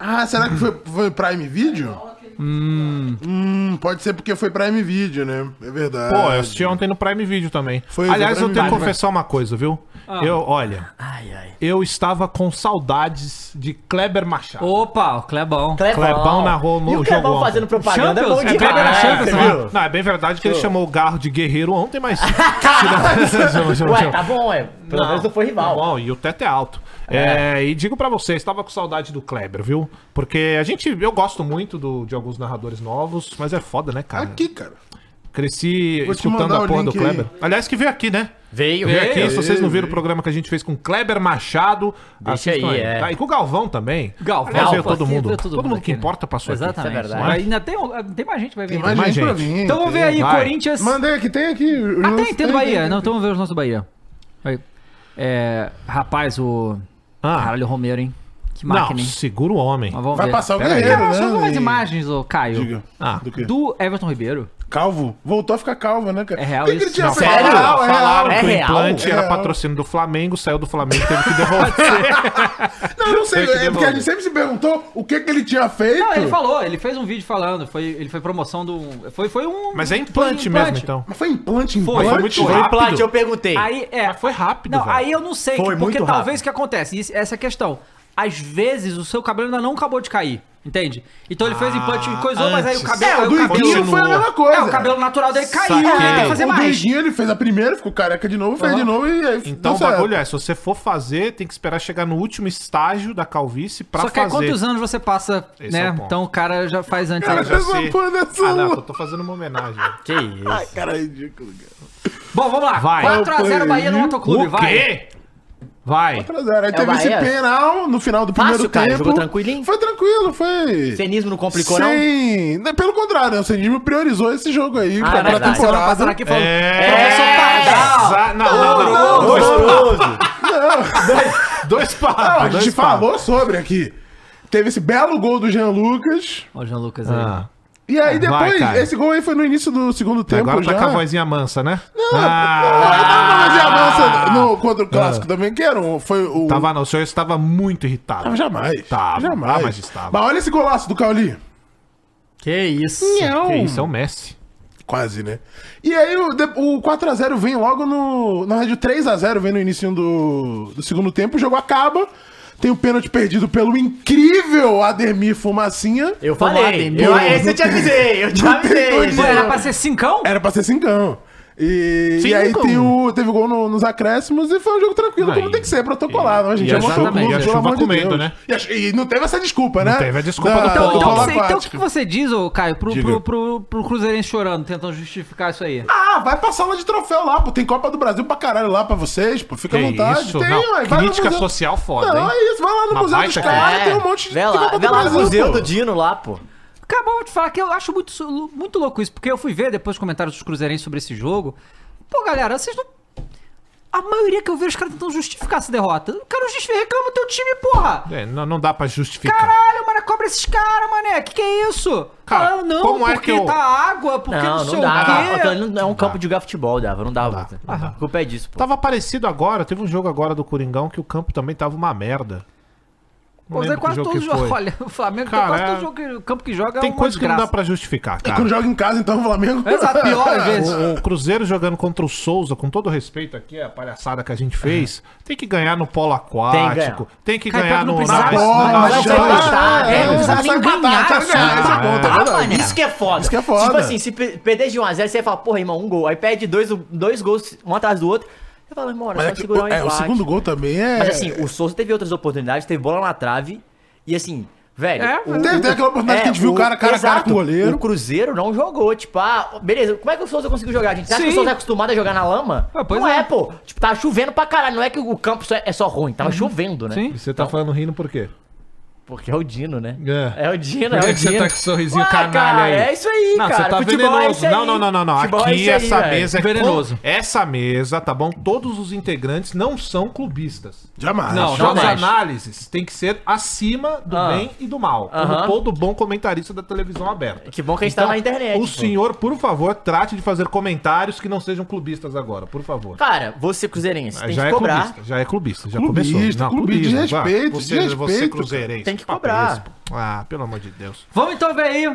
[SPEAKER 8] Ah, será que foi, foi Prime Video? Hum. Pode ser porque foi Prime Video, né? É verdade.
[SPEAKER 3] Pô, eu assisti ontem no Prime Video também.
[SPEAKER 8] Foi
[SPEAKER 3] Aliás, eu
[SPEAKER 8] Prime
[SPEAKER 3] tenho que
[SPEAKER 8] Video.
[SPEAKER 3] confessar uma coisa, viu?
[SPEAKER 8] Ah.
[SPEAKER 3] Eu, olha,
[SPEAKER 8] Ai, ai.
[SPEAKER 3] eu estava com saudades de Kleber Machado.
[SPEAKER 7] Opa, o Clebão.
[SPEAKER 3] Clebão, na rua no
[SPEAKER 9] E o
[SPEAKER 3] jogo
[SPEAKER 9] Clebão
[SPEAKER 3] ontem.
[SPEAKER 9] fazendo propaganda é bom
[SPEAKER 3] Champions?
[SPEAKER 9] demais,
[SPEAKER 3] bem verdade,
[SPEAKER 9] você
[SPEAKER 3] Champions,
[SPEAKER 9] viu?
[SPEAKER 3] né? Não, é bem verdade que ele
[SPEAKER 9] Show.
[SPEAKER 3] chamou o Garro de guerreiro ontem, mas...
[SPEAKER 9] Ué, tá bom, é. Pelo menos não foi rival.
[SPEAKER 3] Bom, e o teto é alto. É, e digo pra vocês, tava com saudade do Kleber, viu? Porque a gente, eu gosto muito do- de alguns narradores novos, mas é foda, né, cara?
[SPEAKER 8] Aqui, cara.
[SPEAKER 3] Cresci
[SPEAKER 8] Vou te
[SPEAKER 3] escutando
[SPEAKER 8] mandar
[SPEAKER 3] a
[SPEAKER 8] o
[SPEAKER 3] porra do
[SPEAKER 8] link aí.
[SPEAKER 3] Kleber. Aliás, que veio aqui, né?
[SPEAKER 9] Veio,
[SPEAKER 3] veio.
[SPEAKER 9] veio,
[SPEAKER 3] aqui. Se vocês
[SPEAKER 9] veio,
[SPEAKER 3] não viram o programa que a gente fez com Kleber Machado,
[SPEAKER 9] Deixa
[SPEAKER 3] assistam
[SPEAKER 9] aí, é.
[SPEAKER 3] tá? E com o Galvão também.
[SPEAKER 7] Galvão,
[SPEAKER 3] Aliás, veio
[SPEAKER 7] pô,
[SPEAKER 3] todo mundo.
[SPEAKER 7] veio
[SPEAKER 3] Todo,
[SPEAKER 7] todo
[SPEAKER 3] mundo,
[SPEAKER 7] mundo
[SPEAKER 3] que
[SPEAKER 9] né?
[SPEAKER 3] importa passou
[SPEAKER 7] Exatamente.
[SPEAKER 3] aqui.
[SPEAKER 7] Mas é Ainda tem, um, tem mais gente que vai vir.
[SPEAKER 3] Tem mais gente pra vir,
[SPEAKER 7] Então vamos ver aí,
[SPEAKER 3] tem. Vai.
[SPEAKER 7] Corinthians.
[SPEAKER 8] Mandei aqui, tem aqui. os
[SPEAKER 7] Ah, tem,
[SPEAKER 8] nossos-
[SPEAKER 7] tem
[SPEAKER 8] tem,
[SPEAKER 7] do Bahia.
[SPEAKER 8] tem,
[SPEAKER 7] Não,
[SPEAKER 8] tem.
[SPEAKER 7] então vamos ver os nossos do Bahia. Aí. É, rapaz, o. Caralho, o Romero, hein? Que
[SPEAKER 3] Ah, Não,
[SPEAKER 7] máquina, hein?
[SPEAKER 3] segura o homem.
[SPEAKER 7] Mas vamos
[SPEAKER 8] Ah. Vai
[SPEAKER 7] ver.
[SPEAKER 8] passar o
[SPEAKER 7] Pera aí.
[SPEAKER 8] Guerreiro,
[SPEAKER 7] Cara,
[SPEAKER 8] né?
[SPEAKER 7] Só umas
[SPEAKER 8] E-
[SPEAKER 7] imagens, ô Caio.
[SPEAKER 8] Diga.
[SPEAKER 3] Ah,
[SPEAKER 8] do quê?
[SPEAKER 7] Do Everton Ribeiro.
[SPEAKER 8] Calvo. Voltou a ficar calvo, né, cara?
[SPEAKER 7] É real
[SPEAKER 8] Por que que
[SPEAKER 7] isso?
[SPEAKER 8] ele tinha
[SPEAKER 7] Não,
[SPEAKER 8] feito?
[SPEAKER 7] sério?
[SPEAKER 8] Real, é
[SPEAKER 3] Falaram
[SPEAKER 8] real.
[SPEAKER 3] que o
[SPEAKER 8] É real.
[SPEAKER 3] implante
[SPEAKER 8] É
[SPEAKER 3] era
[SPEAKER 8] real.
[SPEAKER 3] patrocínio do Flamengo, saiu do Flamengo, teve que devolver.
[SPEAKER 8] Não, eu não sei.
[SPEAKER 3] Tem que
[SPEAKER 8] É porque a
[SPEAKER 3] devolver.
[SPEAKER 8] gente sempre se perguntou o que, que ele tinha feito.
[SPEAKER 7] Não, ele falou, ele fez um vídeo falando. Foi, ele foi promoção do. Foi, foi um.
[SPEAKER 3] Mas é
[SPEAKER 7] foi um
[SPEAKER 3] implante mesmo, então.
[SPEAKER 8] Mas foi implante,
[SPEAKER 7] Foi,
[SPEAKER 8] implante?
[SPEAKER 3] foi muito
[SPEAKER 9] Foi
[SPEAKER 3] rápido.
[SPEAKER 9] implante, eu perguntei.
[SPEAKER 7] Aí, é.
[SPEAKER 3] Mas foi rápido,
[SPEAKER 7] Não,
[SPEAKER 3] velho.
[SPEAKER 7] aí eu não sei,
[SPEAKER 9] Foi
[SPEAKER 7] porque
[SPEAKER 9] muito
[SPEAKER 7] talvez
[SPEAKER 9] rápido.
[SPEAKER 7] o que acontece, isso- essa é a questão. Às vezes o seu cabelo ainda não acabou de cair, entende? Então ele fez implante e coisou, mas aí o
[SPEAKER 3] Ah, antes.
[SPEAKER 7] cabelo.
[SPEAKER 8] É,
[SPEAKER 7] aí
[SPEAKER 8] o do
[SPEAKER 7] cabelo-
[SPEAKER 8] Iguinho foi a mesma coisa.
[SPEAKER 7] É, o cabelo natural dele caiu,
[SPEAKER 3] Saquei.
[SPEAKER 7] né? Tem que fazer
[SPEAKER 8] o do
[SPEAKER 7] mais.
[SPEAKER 8] Iguinho, ele fez a primeira, ficou careca de novo, fez de novo e aí
[SPEAKER 3] Então
[SPEAKER 8] deu
[SPEAKER 3] o
[SPEAKER 8] certo.
[SPEAKER 3] bagulho é, se você for fazer, tem que esperar chegar no último estágio da calvície é pra
[SPEAKER 7] Só que aí
[SPEAKER 3] fazer.
[SPEAKER 7] quantos anos você passa,
[SPEAKER 3] Esse é
[SPEAKER 7] né?
[SPEAKER 3] o ponto.
[SPEAKER 7] então o cara já faz antes.
[SPEAKER 3] Cara,
[SPEAKER 7] aí.
[SPEAKER 3] já
[SPEAKER 8] Essa
[SPEAKER 3] sei.
[SPEAKER 8] porra dessa
[SPEAKER 3] Ah, não,
[SPEAKER 8] lua.
[SPEAKER 3] eu tô fazendo uma homenagem.
[SPEAKER 9] Que isso.
[SPEAKER 8] Ai, cara, é ridículo, cara.
[SPEAKER 7] Bom, vamos lá.
[SPEAKER 3] Vai.
[SPEAKER 7] 4x0 Bahia no Motoclube,
[SPEAKER 3] O
[SPEAKER 7] vai.
[SPEAKER 3] quê? Vai.
[SPEAKER 8] 4x0. Aí
[SPEAKER 9] É o
[SPEAKER 8] teve esse
[SPEAKER 9] Bahia?
[SPEAKER 8] penal no final do
[SPEAKER 9] Fácil,
[SPEAKER 8] primeiro
[SPEAKER 9] cara,
[SPEAKER 8] tempo.
[SPEAKER 9] jogou tranquilinho?
[SPEAKER 8] Foi tranquilo, foi.
[SPEAKER 9] Cenismo não complicou, não?
[SPEAKER 8] Sem... não? Pelo contrário, né? o Cenismo priorizou esse jogo aí
[SPEAKER 9] Ah,
[SPEAKER 8] pra,
[SPEAKER 9] é
[SPEAKER 8] pra
[SPEAKER 9] verdade.
[SPEAKER 7] Semana
[SPEAKER 8] temporada.
[SPEAKER 7] passada aqui falou.
[SPEAKER 3] É.
[SPEAKER 7] Professor Pardal.
[SPEAKER 3] Exa- Não, não, não, não.
[SPEAKER 9] Horroroso.
[SPEAKER 3] Dois
[SPEAKER 8] Não, a
[SPEAKER 3] papos,
[SPEAKER 8] gente
[SPEAKER 3] dois papos.
[SPEAKER 8] falou sobre aqui. Teve esse belo gol do Jean Lucas.
[SPEAKER 7] Ó, o Jean Lucas aí.
[SPEAKER 3] Ah,
[SPEAKER 8] E aí
[SPEAKER 3] Vai,
[SPEAKER 8] depois,
[SPEAKER 3] cara.
[SPEAKER 8] esse gol aí foi no início do segundo tempo
[SPEAKER 3] agora
[SPEAKER 8] já.
[SPEAKER 3] tá com a vozinha mansa, né? Não,
[SPEAKER 8] Ah, mas e a avança no contra o clássico também, que era um, foi o.
[SPEAKER 3] Tava não, o senhor estava muito irritado.
[SPEAKER 8] Tava jamais.
[SPEAKER 3] Tava,
[SPEAKER 8] jamais.
[SPEAKER 3] ah, mas estava.
[SPEAKER 8] Mas olha esse golaço do Cauli.
[SPEAKER 7] Que isso.
[SPEAKER 3] Que isso, é o Messi.
[SPEAKER 8] Quase, né? E aí o, de- o 4x0 vem logo no. Na verdade, o 3x0 vem no início do, do segundo tempo, o jogo acaba. Tem o pênalti perdido pelo incrível Ademir Fumacinha.
[SPEAKER 9] Eu
[SPEAKER 7] Tomar
[SPEAKER 9] falei.
[SPEAKER 7] bem,
[SPEAKER 9] Eu,
[SPEAKER 7] pô.
[SPEAKER 9] esse eu te avisei, eu te
[SPEAKER 8] Não tem
[SPEAKER 9] avisei.
[SPEAKER 8] dois
[SPEAKER 7] Pô,
[SPEAKER 8] dias.
[SPEAKER 9] gente.
[SPEAKER 7] era pra ser cincão?
[SPEAKER 8] Era pra ser cincão. E, e
[SPEAKER 3] Cincão.
[SPEAKER 8] aí tem o, teve gol no- nos acréscimos e foi um jogo tranquilo, como
[SPEAKER 3] um. Aí.
[SPEAKER 8] tem que ser, protocolado. A gente
[SPEAKER 3] E
[SPEAKER 8] é
[SPEAKER 3] a chuva-
[SPEAKER 8] motoclube,
[SPEAKER 3] e a
[SPEAKER 8] pelo
[SPEAKER 3] chuva
[SPEAKER 8] amor de
[SPEAKER 3] comendo,
[SPEAKER 8] Deus.
[SPEAKER 3] né?
[SPEAKER 8] E, a- e não teve essa desculpa, né?
[SPEAKER 3] Não teve a desculpa do
[SPEAKER 7] Então,
[SPEAKER 3] Polo
[SPEAKER 7] então, você- então o que
[SPEAKER 8] aquático.
[SPEAKER 7] você diz, ô Caio, pro,
[SPEAKER 8] Diga.
[SPEAKER 7] pro, pro, pro Cruzeirense chorando, tentando justificar isso aí?
[SPEAKER 8] Ah, vai pra sala de troféu lá, pô. Tem Copa do Brasil pra caralho lá pra vocês, pô. Fica à
[SPEAKER 3] Que
[SPEAKER 8] vontade.
[SPEAKER 3] isso?
[SPEAKER 8] Tem,
[SPEAKER 3] Não,
[SPEAKER 8] ué, um-
[SPEAKER 3] crítica social foda,
[SPEAKER 8] Não,
[SPEAKER 3] hein?
[SPEAKER 8] é isso. Vai lá no
[SPEAKER 3] Uma
[SPEAKER 8] Museu dos
[SPEAKER 3] baita
[SPEAKER 8] Caras,
[SPEAKER 3] crítica.
[SPEAKER 8] tem um monte de
[SPEAKER 9] É. Vê lá,
[SPEAKER 8] Copa
[SPEAKER 9] vê
[SPEAKER 8] do
[SPEAKER 9] lá no
[SPEAKER 8] Brasil,
[SPEAKER 9] museu
[SPEAKER 8] pô.
[SPEAKER 9] do Dino lá, pô.
[SPEAKER 7] Acabou de falar que eu acho muito, su- muito louco isso, porque eu fui ver depois os comentários dos Cruzeirenses sobre esse jogo. Pô, galera, vocês não. A maioria que eu vejo os caras tentando justificar essa derrota. O cara não justifica, reclama do teu time, porra!
[SPEAKER 3] É, não, não dá pra justificar.
[SPEAKER 7] Caralho, mano, cobra esses caras, mané. Que que é isso?
[SPEAKER 3] Cara,
[SPEAKER 7] Falando, não,
[SPEAKER 3] como é
[SPEAKER 7] porque
[SPEAKER 3] que eu-
[SPEAKER 7] tá água, porque não,
[SPEAKER 9] Não,
[SPEAKER 7] sei
[SPEAKER 9] não dá.
[SPEAKER 7] o quê.
[SPEAKER 9] Aquilo ali não é um campo de jogar futebol, dava. Não dava. A culpa é disso, pô.
[SPEAKER 3] Tava parecido agora, teve um jogo agora do Coringão que o campo também tava uma merda. Não
[SPEAKER 7] Pô, Zé,
[SPEAKER 3] lembro que
[SPEAKER 7] quase
[SPEAKER 3] jogo
[SPEAKER 7] todo
[SPEAKER 3] que
[SPEAKER 7] jogo.
[SPEAKER 3] foi.
[SPEAKER 7] Olha, o Flamengo
[SPEAKER 3] Cara,
[SPEAKER 7] tem quase
[SPEAKER 3] é-
[SPEAKER 7] todo jogo que, o campo que joga. é
[SPEAKER 3] Tem
[SPEAKER 7] uma
[SPEAKER 3] coisa que não dá
[SPEAKER 7] desgraça.
[SPEAKER 3] pra justificar,
[SPEAKER 8] um E quando
[SPEAKER 3] cara.
[SPEAKER 8] joga em casa, então, o Flamengo...
[SPEAKER 7] Exato, pior às vezes.
[SPEAKER 3] O, o Cruzeiro jogando contra o Souza, com todo respeito aqui, a palhaçada que a gente fez, tem que ganhar no polo
[SPEAKER 9] Tem que ganhar.
[SPEAKER 3] aquático, tem que
[SPEAKER 7] Cara,
[SPEAKER 3] ganhar
[SPEAKER 7] pior que não
[SPEAKER 3] no...
[SPEAKER 7] precisava.
[SPEAKER 3] na-
[SPEAKER 7] Mas-
[SPEAKER 8] Bola,
[SPEAKER 7] mas-
[SPEAKER 8] mas-
[SPEAKER 7] mas-
[SPEAKER 9] tá,
[SPEAKER 8] é,
[SPEAKER 7] é,
[SPEAKER 8] é,
[SPEAKER 7] não precisa
[SPEAKER 8] essa
[SPEAKER 7] nem
[SPEAKER 8] é
[SPEAKER 7] ganhar,
[SPEAKER 8] batata,
[SPEAKER 7] assim,
[SPEAKER 8] né? Isso é bom, tá
[SPEAKER 9] Ah,
[SPEAKER 8] vendo?
[SPEAKER 9] mano, isso que é foda.
[SPEAKER 8] Isso que é foda.
[SPEAKER 9] Tipo assim, se pe- perder de 1x0, você fala, porra, irmão, um gol. Aí perde dois, dois gols, um atrás do outro. Você fala, irmão, era
[SPEAKER 8] Mas
[SPEAKER 9] só
[SPEAKER 8] é que-
[SPEAKER 9] segurar um
[SPEAKER 8] é, o
[SPEAKER 9] empate.
[SPEAKER 8] segundo gol também é...
[SPEAKER 9] Mas assim, o Souza teve outras oportunidades, teve bola na trave. E assim, velho.
[SPEAKER 7] É,
[SPEAKER 9] o- É,
[SPEAKER 8] teve- teve aquela oportunidade que a gente viu o cara cara a cara com o goleiro.
[SPEAKER 9] O Cruzeiro não jogou. Tipo, ah, beleza, como é que o Souza conseguiu jogar, gente? Você acha que o
[SPEAKER 7] Sim.
[SPEAKER 9] Souza é acostumado a jogar na lama?
[SPEAKER 7] Ah, pois
[SPEAKER 9] não
[SPEAKER 7] é.
[SPEAKER 9] é. pô. Tipo, tava chovendo pra caralho. Não é que o campo só é, é só ruim, tava chovendo, né?
[SPEAKER 8] tá
[SPEAKER 7] Sim.
[SPEAKER 3] E Você tá falando rindo por quê?
[SPEAKER 9] Porque é o Dino, né?
[SPEAKER 3] É.
[SPEAKER 9] o Dino,
[SPEAKER 3] Por
[SPEAKER 9] é
[SPEAKER 3] que
[SPEAKER 9] o
[SPEAKER 3] que você
[SPEAKER 9] Dino.
[SPEAKER 3] tá com esse sorrisinho
[SPEAKER 9] Ué,
[SPEAKER 3] canalha
[SPEAKER 9] cara,
[SPEAKER 3] aí?
[SPEAKER 9] É isso aí,
[SPEAKER 3] não,
[SPEAKER 9] cara.
[SPEAKER 3] Você tá
[SPEAKER 9] Futebol é
[SPEAKER 3] venenoso.
[SPEAKER 9] isso aí.
[SPEAKER 3] não, não, não, não, não.
[SPEAKER 9] Futebol é
[SPEAKER 3] Aqui
[SPEAKER 9] isso aí,
[SPEAKER 3] essa
[SPEAKER 9] velho.
[SPEAKER 3] mesa é
[SPEAKER 7] Venenoso.
[SPEAKER 3] com- Essa mesa, tá bom? Todos os integrantes não são clubistas.
[SPEAKER 8] Jamais.
[SPEAKER 3] Não,
[SPEAKER 8] Jamais.
[SPEAKER 3] as análises têm que ser acima do
[SPEAKER 9] Ah.
[SPEAKER 3] bem e do mal.
[SPEAKER 9] Aham.
[SPEAKER 3] Como todo bom comentarista da televisão aberta.
[SPEAKER 9] Que bom que a gente tá na internet,
[SPEAKER 3] Então,
[SPEAKER 9] pô.
[SPEAKER 3] O senhor, por favor, trate de fazer comentários que não sejam clubistas agora, por favor.
[SPEAKER 9] Cara, você cruzeirense, tem
[SPEAKER 3] já
[SPEAKER 9] que
[SPEAKER 3] é
[SPEAKER 9] cobrar.
[SPEAKER 3] clubista, já é clubista, já
[SPEAKER 8] Clubista,
[SPEAKER 3] começou.
[SPEAKER 8] clubista, de
[SPEAKER 3] vá.
[SPEAKER 8] respeito, de
[SPEAKER 3] você, você
[SPEAKER 8] respeito,
[SPEAKER 3] cruzeirense.
[SPEAKER 9] Tem que
[SPEAKER 3] papo é
[SPEAKER 9] cobrar.
[SPEAKER 3] esse, pô? Ah, pelo amor de Deus.
[SPEAKER 7] Vamos então ver aí.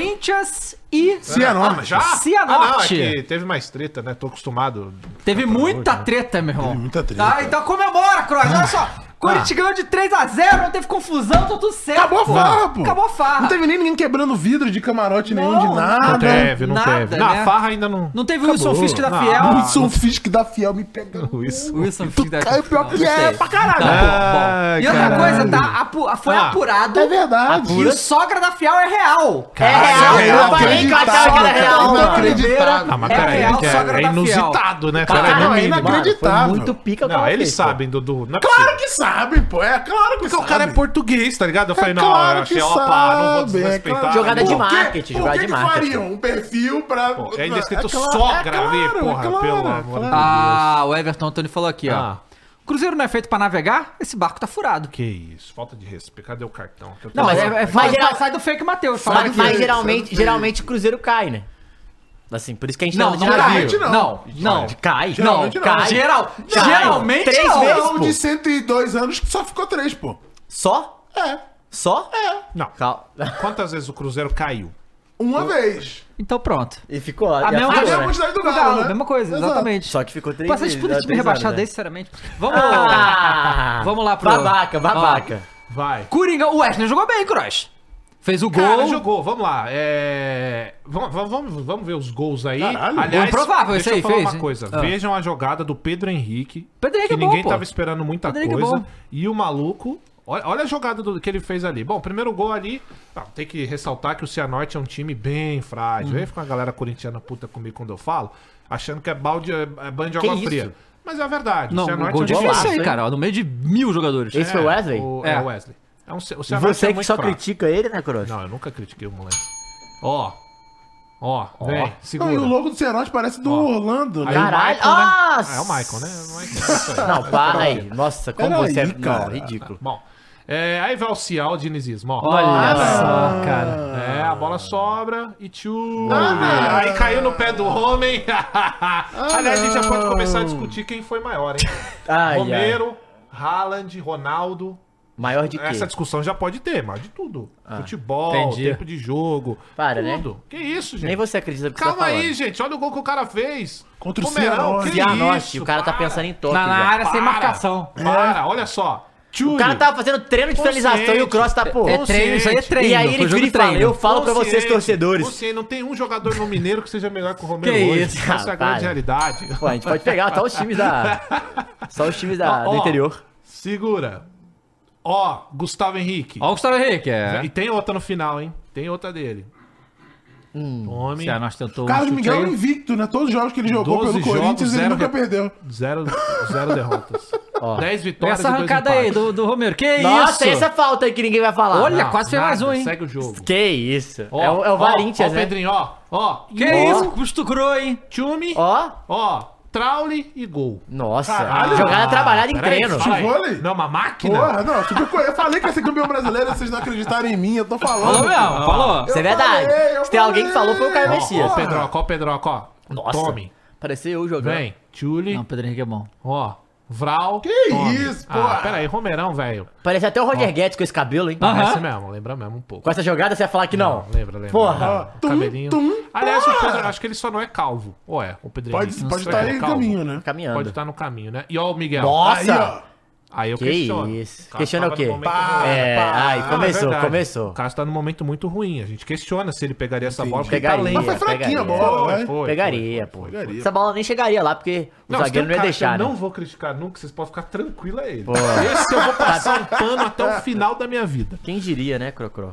[SPEAKER 7] Corinthians e.
[SPEAKER 3] Ah, já? Ah, não, é
[SPEAKER 7] Cianorte.
[SPEAKER 3] que teve mais treta, né? Tô acostumado.
[SPEAKER 7] Teve muita treta, meu irmão. Teve muita treta. Tá, então comemora, Croix. Olha só. Corinthians ganhou de 3x0, não teve confusão, tá tudo certo.
[SPEAKER 8] Acabou a farra, pô.
[SPEAKER 7] Acabou a farra.
[SPEAKER 8] Não teve nem ninguém quebrando vidro de camarote nenhum, de nada.
[SPEAKER 3] Não teve, Ah, não
[SPEAKER 7] nada,
[SPEAKER 3] teve. Na
[SPEAKER 7] né?
[SPEAKER 3] farra ainda não.
[SPEAKER 7] Não teve o Wilson
[SPEAKER 3] Acabou.
[SPEAKER 7] Fisk da
[SPEAKER 3] Não,
[SPEAKER 7] Fiel. Ah,
[SPEAKER 8] Ah, Wilson Fisk da Fiel me pegando.
[SPEAKER 3] Isso.
[SPEAKER 7] Wilson Fisk da
[SPEAKER 8] Caiu pior que é, pra caralho.
[SPEAKER 7] E outra coisa, tá? Apu- a- foi
[SPEAKER 3] Ah,
[SPEAKER 7] apurado
[SPEAKER 8] É verdade.
[SPEAKER 7] que o sogra da Fiel é real.
[SPEAKER 9] É real, eu parei de achar que era real,
[SPEAKER 8] Inacreditável,
[SPEAKER 9] mano.
[SPEAKER 8] Inacreditável.
[SPEAKER 3] Não, mas
[SPEAKER 7] É
[SPEAKER 3] peraí,
[SPEAKER 7] real,
[SPEAKER 3] que é,
[SPEAKER 7] sogra
[SPEAKER 3] é
[SPEAKER 7] da Fiel.
[SPEAKER 3] inusitado, né?
[SPEAKER 8] Cara,
[SPEAKER 3] Peraí,
[SPEAKER 8] não,
[SPEAKER 3] no
[SPEAKER 8] é
[SPEAKER 3] mínimo.
[SPEAKER 8] inacreditável.
[SPEAKER 9] Muito pica o que
[SPEAKER 3] Não,
[SPEAKER 9] ela
[SPEAKER 3] eles
[SPEAKER 9] fez, pô.
[SPEAKER 3] sabem, Dudu. Não é
[SPEAKER 8] Claro
[SPEAKER 3] possível.
[SPEAKER 8] que sabe, pô. É claro que É
[SPEAKER 3] Porque o cara é português, tá ligado? Eu falei, não,
[SPEAKER 8] claro
[SPEAKER 3] eu achei,
[SPEAKER 8] que
[SPEAKER 3] ó, pá, não
[SPEAKER 8] sabe,
[SPEAKER 3] vou
[SPEAKER 8] é
[SPEAKER 3] desrespeitar.
[SPEAKER 8] claro.
[SPEAKER 9] Jogada de
[SPEAKER 8] Por quê?
[SPEAKER 9] marketing,
[SPEAKER 8] Por
[SPEAKER 9] jogada
[SPEAKER 8] que
[SPEAKER 9] de
[SPEAKER 8] que
[SPEAKER 9] marketing.
[SPEAKER 8] fariam um perfil pra...
[SPEAKER 3] Pô, ainda
[SPEAKER 8] é
[SPEAKER 3] escrito
[SPEAKER 8] claro,
[SPEAKER 3] sogra
[SPEAKER 8] é claro,
[SPEAKER 3] ali, porra,
[SPEAKER 8] é claro,
[SPEAKER 3] pelo
[SPEAKER 8] é
[SPEAKER 3] amor de
[SPEAKER 8] claro.
[SPEAKER 3] Deus.
[SPEAKER 7] Ah, o Everton Antônio falou aqui,
[SPEAKER 3] Ah.
[SPEAKER 7] ó. Cruzeiro não é feito pra navegar? Esse barco tá furado.
[SPEAKER 3] Que isso, falta de respeito. Cadê o cartão? Que eu tô-
[SPEAKER 7] Não, mas é, é- faz-
[SPEAKER 9] geral-
[SPEAKER 7] sai do fake Matheus. fala
[SPEAKER 9] Mas,
[SPEAKER 7] aqui.
[SPEAKER 9] mas é-
[SPEAKER 8] Isso,
[SPEAKER 9] geralmente,
[SPEAKER 8] isso.
[SPEAKER 9] geralmente o Cruzeiro cai, né? Assim, por isso que a gente
[SPEAKER 7] Não,
[SPEAKER 9] tá
[SPEAKER 7] não
[SPEAKER 9] no
[SPEAKER 7] cai.
[SPEAKER 8] Geralmente não.
[SPEAKER 7] Não, não.
[SPEAKER 9] Cai.
[SPEAKER 7] Não,
[SPEAKER 8] Geralmente não.
[SPEAKER 7] cara,
[SPEAKER 9] cai.
[SPEAKER 7] geral,
[SPEAKER 9] Cai.
[SPEAKER 7] geralmente
[SPEAKER 9] Três
[SPEAKER 7] não.
[SPEAKER 9] vezes.
[SPEAKER 8] Não, É um de 102 anos que só ficou três, pô.
[SPEAKER 9] Só?
[SPEAKER 8] É,
[SPEAKER 9] Só? É.
[SPEAKER 3] Não.
[SPEAKER 9] Cal...
[SPEAKER 3] Quantas vezes o Cruzeiro caiu?
[SPEAKER 8] uma vez.
[SPEAKER 7] Então pronto.
[SPEAKER 9] E ficou.
[SPEAKER 7] A
[SPEAKER 9] e
[SPEAKER 7] mesma
[SPEAKER 9] afundou,
[SPEAKER 8] coisa.
[SPEAKER 9] né?
[SPEAKER 8] A mesma- quantidade do
[SPEAKER 7] Galo,
[SPEAKER 8] Galo, né?
[SPEAKER 7] mesma coisa,
[SPEAKER 8] Exato.
[SPEAKER 7] exatamente.
[SPEAKER 9] Só que ficou três
[SPEAKER 7] Pô, Vocês
[SPEAKER 9] vezes,
[SPEAKER 7] disputa de
[SPEAKER 9] dá
[SPEAKER 7] time
[SPEAKER 9] três
[SPEAKER 7] rebaixado
[SPEAKER 9] anos, né?
[SPEAKER 7] desse, sinceramente. Vamos.
[SPEAKER 9] Ah!
[SPEAKER 7] Vamos lá pro-
[SPEAKER 9] Babaca, babaca.
[SPEAKER 3] Vai.
[SPEAKER 7] Coringa, o Wesley jogou bem, Cross. Fez o gol.
[SPEAKER 3] Cara, jogou, vamos lá. É... Vamos, vamos, vamos ver os gols aí.
[SPEAKER 8] Caralho,
[SPEAKER 3] Aliás,
[SPEAKER 7] gol provável
[SPEAKER 3] deixa
[SPEAKER 7] esse aí
[SPEAKER 3] eu falar
[SPEAKER 7] fez,
[SPEAKER 3] uma
[SPEAKER 7] hein?
[SPEAKER 3] coisa.
[SPEAKER 7] Ah.
[SPEAKER 3] Vejam a jogada do Pedro Henrique.
[SPEAKER 7] Pedro Henrique
[SPEAKER 3] que
[SPEAKER 7] é bom,
[SPEAKER 3] ninguém
[SPEAKER 7] pô.
[SPEAKER 3] tava esperando muita
[SPEAKER 7] Pedro Henrique é
[SPEAKER 3] coisa.
[SPEAKER 7] bom.
[SPEAKER 3] e o maluco. Olha, olha a jogada do- que ele fez ali. Bom, primeiro gol ali. ah, tem que ressaltar que o Cianorte é um time bem
[SPEAKER 7] Hum.
[SPEAKER 3] frágil. Aí fica uma galera corintiana puta comigo quando eu falo, achando que é balde, é, é banho de
[SPEAKER 9] Que
[SPEAKER 3] água
[SPEAKER 9] isso?
[SPEAKER 3] fria. Mas é a verdade.
[SPEAKER 7] Não, o gol
[SPEAKER 3] é um time-
[SPEAKER 7] difícil aí,
[SPEAKER 9] hein?
[SPEAKER 7] cara. ó, No meio de mil jogadores.
[SPEAKER 9] Esse foi o Wesley?
[SPEAKER 3] O,
[SPEAKER 7] É.
[SPEAKER 3] é o Wesley. É um, o Cianorte
[SPEAKER 9] Você
[SPEAKER 3] é
[SPEAKER 9] que
[SPEAKER 3] muito
[SPEAKER 9] só
[SPEAKER 3] fraco.
[SPEAKER 9] critica ele, né, Cross?
[SPEAKER 3] Não, eu nunca critiquei o moleque. Ó. Ó, vem,
[SPEAKER 8] Não,
[SPEAKER 3] segura.
[SPEAKER 8] e o logo do Cerote parece do Orlando, né?
[SPEAKER 3] Aí o
[SPEAKER 9] Caralho,
[SPEAKER 3] Michael, né?
[SPEAKER 9] nossa!
[SPEAKER 3] Ah, É o Michael, né? O Michael, é isso aí.
[SPEAKER 9] Não, para aí. Nossa, como
[SPEAKER 8] Pera
[SPEAKER 9] você é.
[SPEAKER 8] aí,
[SPEAKER 9] Não,
[SPEAKER 8] cara.
[SPEAKER 9] ridículo.
[SPEAKER 3] Bom, é, aí vai o Cial dinizismo, ó.
[SPEAKER 7] Olha só, cara.
[SPEAKER 3] É, a bola sobra e tchu. Ah, aí caiu no pé do homem.
[SPEAKER 9] Ah,
[SPEAKER 3] Aliás, a gente já pode começar a discutir quem foi maior, hein?
[SPEAKER 9] Ai, ai.
[SPEAKER 3] Romero, Haaland, Ronaldo.
[SPEAKER 9] Maior de quê? Ah,
[SPEAKER 3] Essa discussão já pode ter, mas de tudo. Futebol,
[SPEAKER 9] entendi.
[SPEAKER 3] tempo de jogo.
[SPEAKER 9] Para, né?
[SPEAKER 3] é tudo. Que isso, gente?
[SPEAKER 9] Nem você acredita no que
[SPEAKER 3] Calma
[SPEAKER 9] você tá falando.
[SPEAKER 3] aí, gente. Olha o gol que o cara fez.
[SPEAKER 8] Contra o
[SPEAKER 3] Comerão,
[SPEAKER 8] Cianorte.
[SPEAKER 3] que
[SPEAKER 9] Cianorte,
[SPEAKER 3] isso,
[SPEAKER 9] o cara tá
[SPEAKER 3] para.
[SPEAKER 9] pensando em toque.
[SPEAKER 7] Na, na
[SPEAKER 9] já.
[SPEAKER 7] área sem
[SPEAKER 3] Para.
[SPEAKER 7] marcação.
[SPEAKER 3] Para, olha só.
[SPEAKER 9] É. O cara tá, tava fazendo treino de finalização e o Cross tá, pô.
[SPEAKER 7] É treino, isso aí é treino.
[SPEAKER 9] E aí ele
[SPEAKER 7] foi jogo
[SPEAKER 9] vira e
[SPEAKER 7] de treino.
[SPEAKER 9] fala, eu falo pra vocês, torcedores.
[SPEAKER 3] Você não tem um jogador no Mineiro que seja melhor que o Romero
[SPEAKER 7] Que
[SPEAKER 3] hoje.
[SPEAKER 7] isso,
[SPEAKER 3] Essa é a
[SPEAKER 9] rapaz.
[SPEAKER 3] grande realidade.
[SPEAKER 9] Pô, a gente pode pegar só os times da... Só os times da,
[SPEAKER 3] Ó,
[SPEAKER 9] do
[SPEAKER 3] ó.
[SPEAKER 9] interior.
[SPEAKER 3] Segura. Ó, Gustavo Henrique.
[SPEAKER 7] Ó o Gustavo Henrique, é.
[SPEAKER 3] E tem outra no final, hein? Tem outra dele.
[SPEAKER 9] Hum.
[SPEAKER 3] Tome.
[SPEAKER 7] Se a nós tentou um
[SPEAKER 8] Carlos
[SPEAKER 7] chute
[SPEAKER 8] Miguel é
[SPEAKER 7] aí.
[SPEAKER 8] invicto, né? Todos os jogos que ele jogou
[SPEAKER 3] 12
[SPEAKER 8] pelo Corinthians,
[SPEAKER 3] jogos,
[SPEAKER 8] ele
[SPEAKER 3] zero
[SPEAKER 8] nunca
[SPEAKER 3] re-
[SPEAKER 8] perdeu.
[SPEAKER 3] Zero, zero derrotas. 10
[SPEAKER 7] Olha
[SPEAKER 3] vitórias
[SPEAKER 7] Essa
[SPEAKER 3] e dois
[SPEAKER 7] arrancada aí
[SPEAKER 3] empates. Ah,
[SPEAKER 7] do, do Romero. Que
[SPEAKER 9] Nossa,
[SPEAKER 7] isso?
[SPEAKER 9] essa é falta aí que ninguém vai falar.
[SPEAKER 7] Olha,
[SPEAKER 9] Não.
[SPEAKER 7] quase fez mais
[SPEAKER 3] Nada,
[SPEAKER 7] um, hein?
[SPEAKER 3] Segue o jogo.
[SPEAKER 9] Que isso.
[SPEAKER 3] Ó,
[SPEAKER 9] é o, é o
[SPEAKER 3] ó,
[SPEAKER 9] Varinthians,
[SPEAKER 3] Ó,
[SPEAKER 9] né?
[SPEAKER 3] Pedrinho, ó. Ó.
[SPEAKER 7] Que
[SPEAKER 3] Ó,
[SPEAKER 7] isso? Custo cru, hein?
[SPEAKER 3] Tchume. Ó.
[SPEAKER 9] Ó.
[SPEAKER 3] Traule e gol.
[SPEAKER 9] Nossa.
[SPEAKER 3] Caralho.
[SPEAKER 9] Jogada trabalhada em
[SPEAKER 3] Ah, Peraí,
[SPEAKER 9] treino.
[SPEAKER 3] fala aí.
[SPEAKER 8] Vôlei?
[SPEAKER 3] Não, uma máquina?
[SPEAKER 8] Porra, não, super co- eu falei que ia ser campeão brasileiro, vocês não acreditaram em mim, eu tô
[SPEAKER 7] Falou
[SPEAKER 8] falando.
[SPEAKER 7] mesmo, falou.
[SPEAKER 9] Isso é
[SPEAKER 8] Eu
[SPEAKER 9] verdade.
[SPEAKER 8] falei, eu
[SPEAKER 9] Se tem alguém que falou, foi o Caio
[SPEAKER 3] Ó,
[SPEAKER 9] Messias.
[SPEAKER 3] Ó, Pedroca, ó, Pedroca, ó.
[SPEAKER 9] Nossa.
[SPEAKER 3] Tome.
[SPEAKER 9] Parecia eu jogando.
[SPEAKER 3] Vem. Tchule.
[SPEAKER 7] Não, Pedro Henrique é bom.
[SPEAKER 3] Ó. Vral.
[SPEAKER 8] Que isso,
[SPEAKER 3] Ah,
[SPEAKER 8] porra.
[SPEAKER 3] pera aí, Romerão, velho.
[SPEAKER 9] Parecia até o Roger Guedes com esse cabelo, hein?
[SPEAKER 3] Parece mesmo, lembra mesmo um pouco.
[SPEAKER 9] Com essa jogada, você ia falar que não.
[SPEAKER 3] Lembra, lembra.
[SPEAKER 9] é? Porra.
[SPEAKER 3] Ah,
[SPEAKER 8] Tum,
[SPEAKER 3] cabelinho.
[SPEAKER 8] tum,
[SPEAKER 3] Aliás, o
[SPEAKER 8] porra.
[SPEAKER 3] Pedro, acho que ele só não é calvo. Ou é? O Pedro
[SPEAKER 8] Pode
[SPEAKER 3] Henrique, não
[SPEAKER 8] pode
[SPEAKER 3] sei
[SPEAKER 8] estar
[SPEAKER 3] se é
[SPEAKER 8] aí no
[SPEAKER 3] calvo.
[SPEAKER 8] caminho, né?
[SPEAKER 9] Tá Caminhando.
[SPEAKER 3] Pode estar no caminho, né? E ó o Miguel.
[SPEAKER 8] Aí,
[SPEAKER 9] Nossa.
[SPEAKER 8] ó.
[SPEAKER 3] Aí eu
[SPEAKER 9] Que
[SPEAKER 3] questiono.
[SPEAKER 9] isso.
[SPEAKER 3] Cássio
[SPEAKER 9] Questiona
[SPEAKER 3] tava
[SPEAKER 9] o quê?
[SPEAKER 3] num momento
[SPEAKER 8] Pá,
[SPEAKER 3] ruim.
[SPEAKER 9] É,
[SPEAKER 8] Pá.
[SPEAKER 9] aí começou,
[SPEAKER 3] Ah, verdade.
[SPEAKER 9] começou.
[SPEAKER 3] O Cássio tá num momento muito ruim. A gente questiona se ele pegaria essa bola porque ele tá
[SPEAKER 9] Pegaria.
[SPEAKER 3] lento.
[SPEAKER 8] Mas foi fraquinha a bola, né?
[SPEAKER 3] Foi,
[SPEAKER 9] Pegaria, pô.
[SPEAKER 8] Pegaria.
[SPEAKER 9] Essa bola nem chegaria lá, porque o
[SPEAKER 3] Não, se tem um
[SPEAKER 9] zagueiro não ia
[SPEAKER 3] cara
[SPEAKER 9] deixar,
[SPEAKER 3] que eu
[SPEAKER 9] né?
[SPEAKER 3] não vou criticar nunca, vocês podem ficar tranquilo a ele. Esse eu vou passar um pano até o final da minha vida.
[SPEAKER 9] Quem diria, né, Crocro?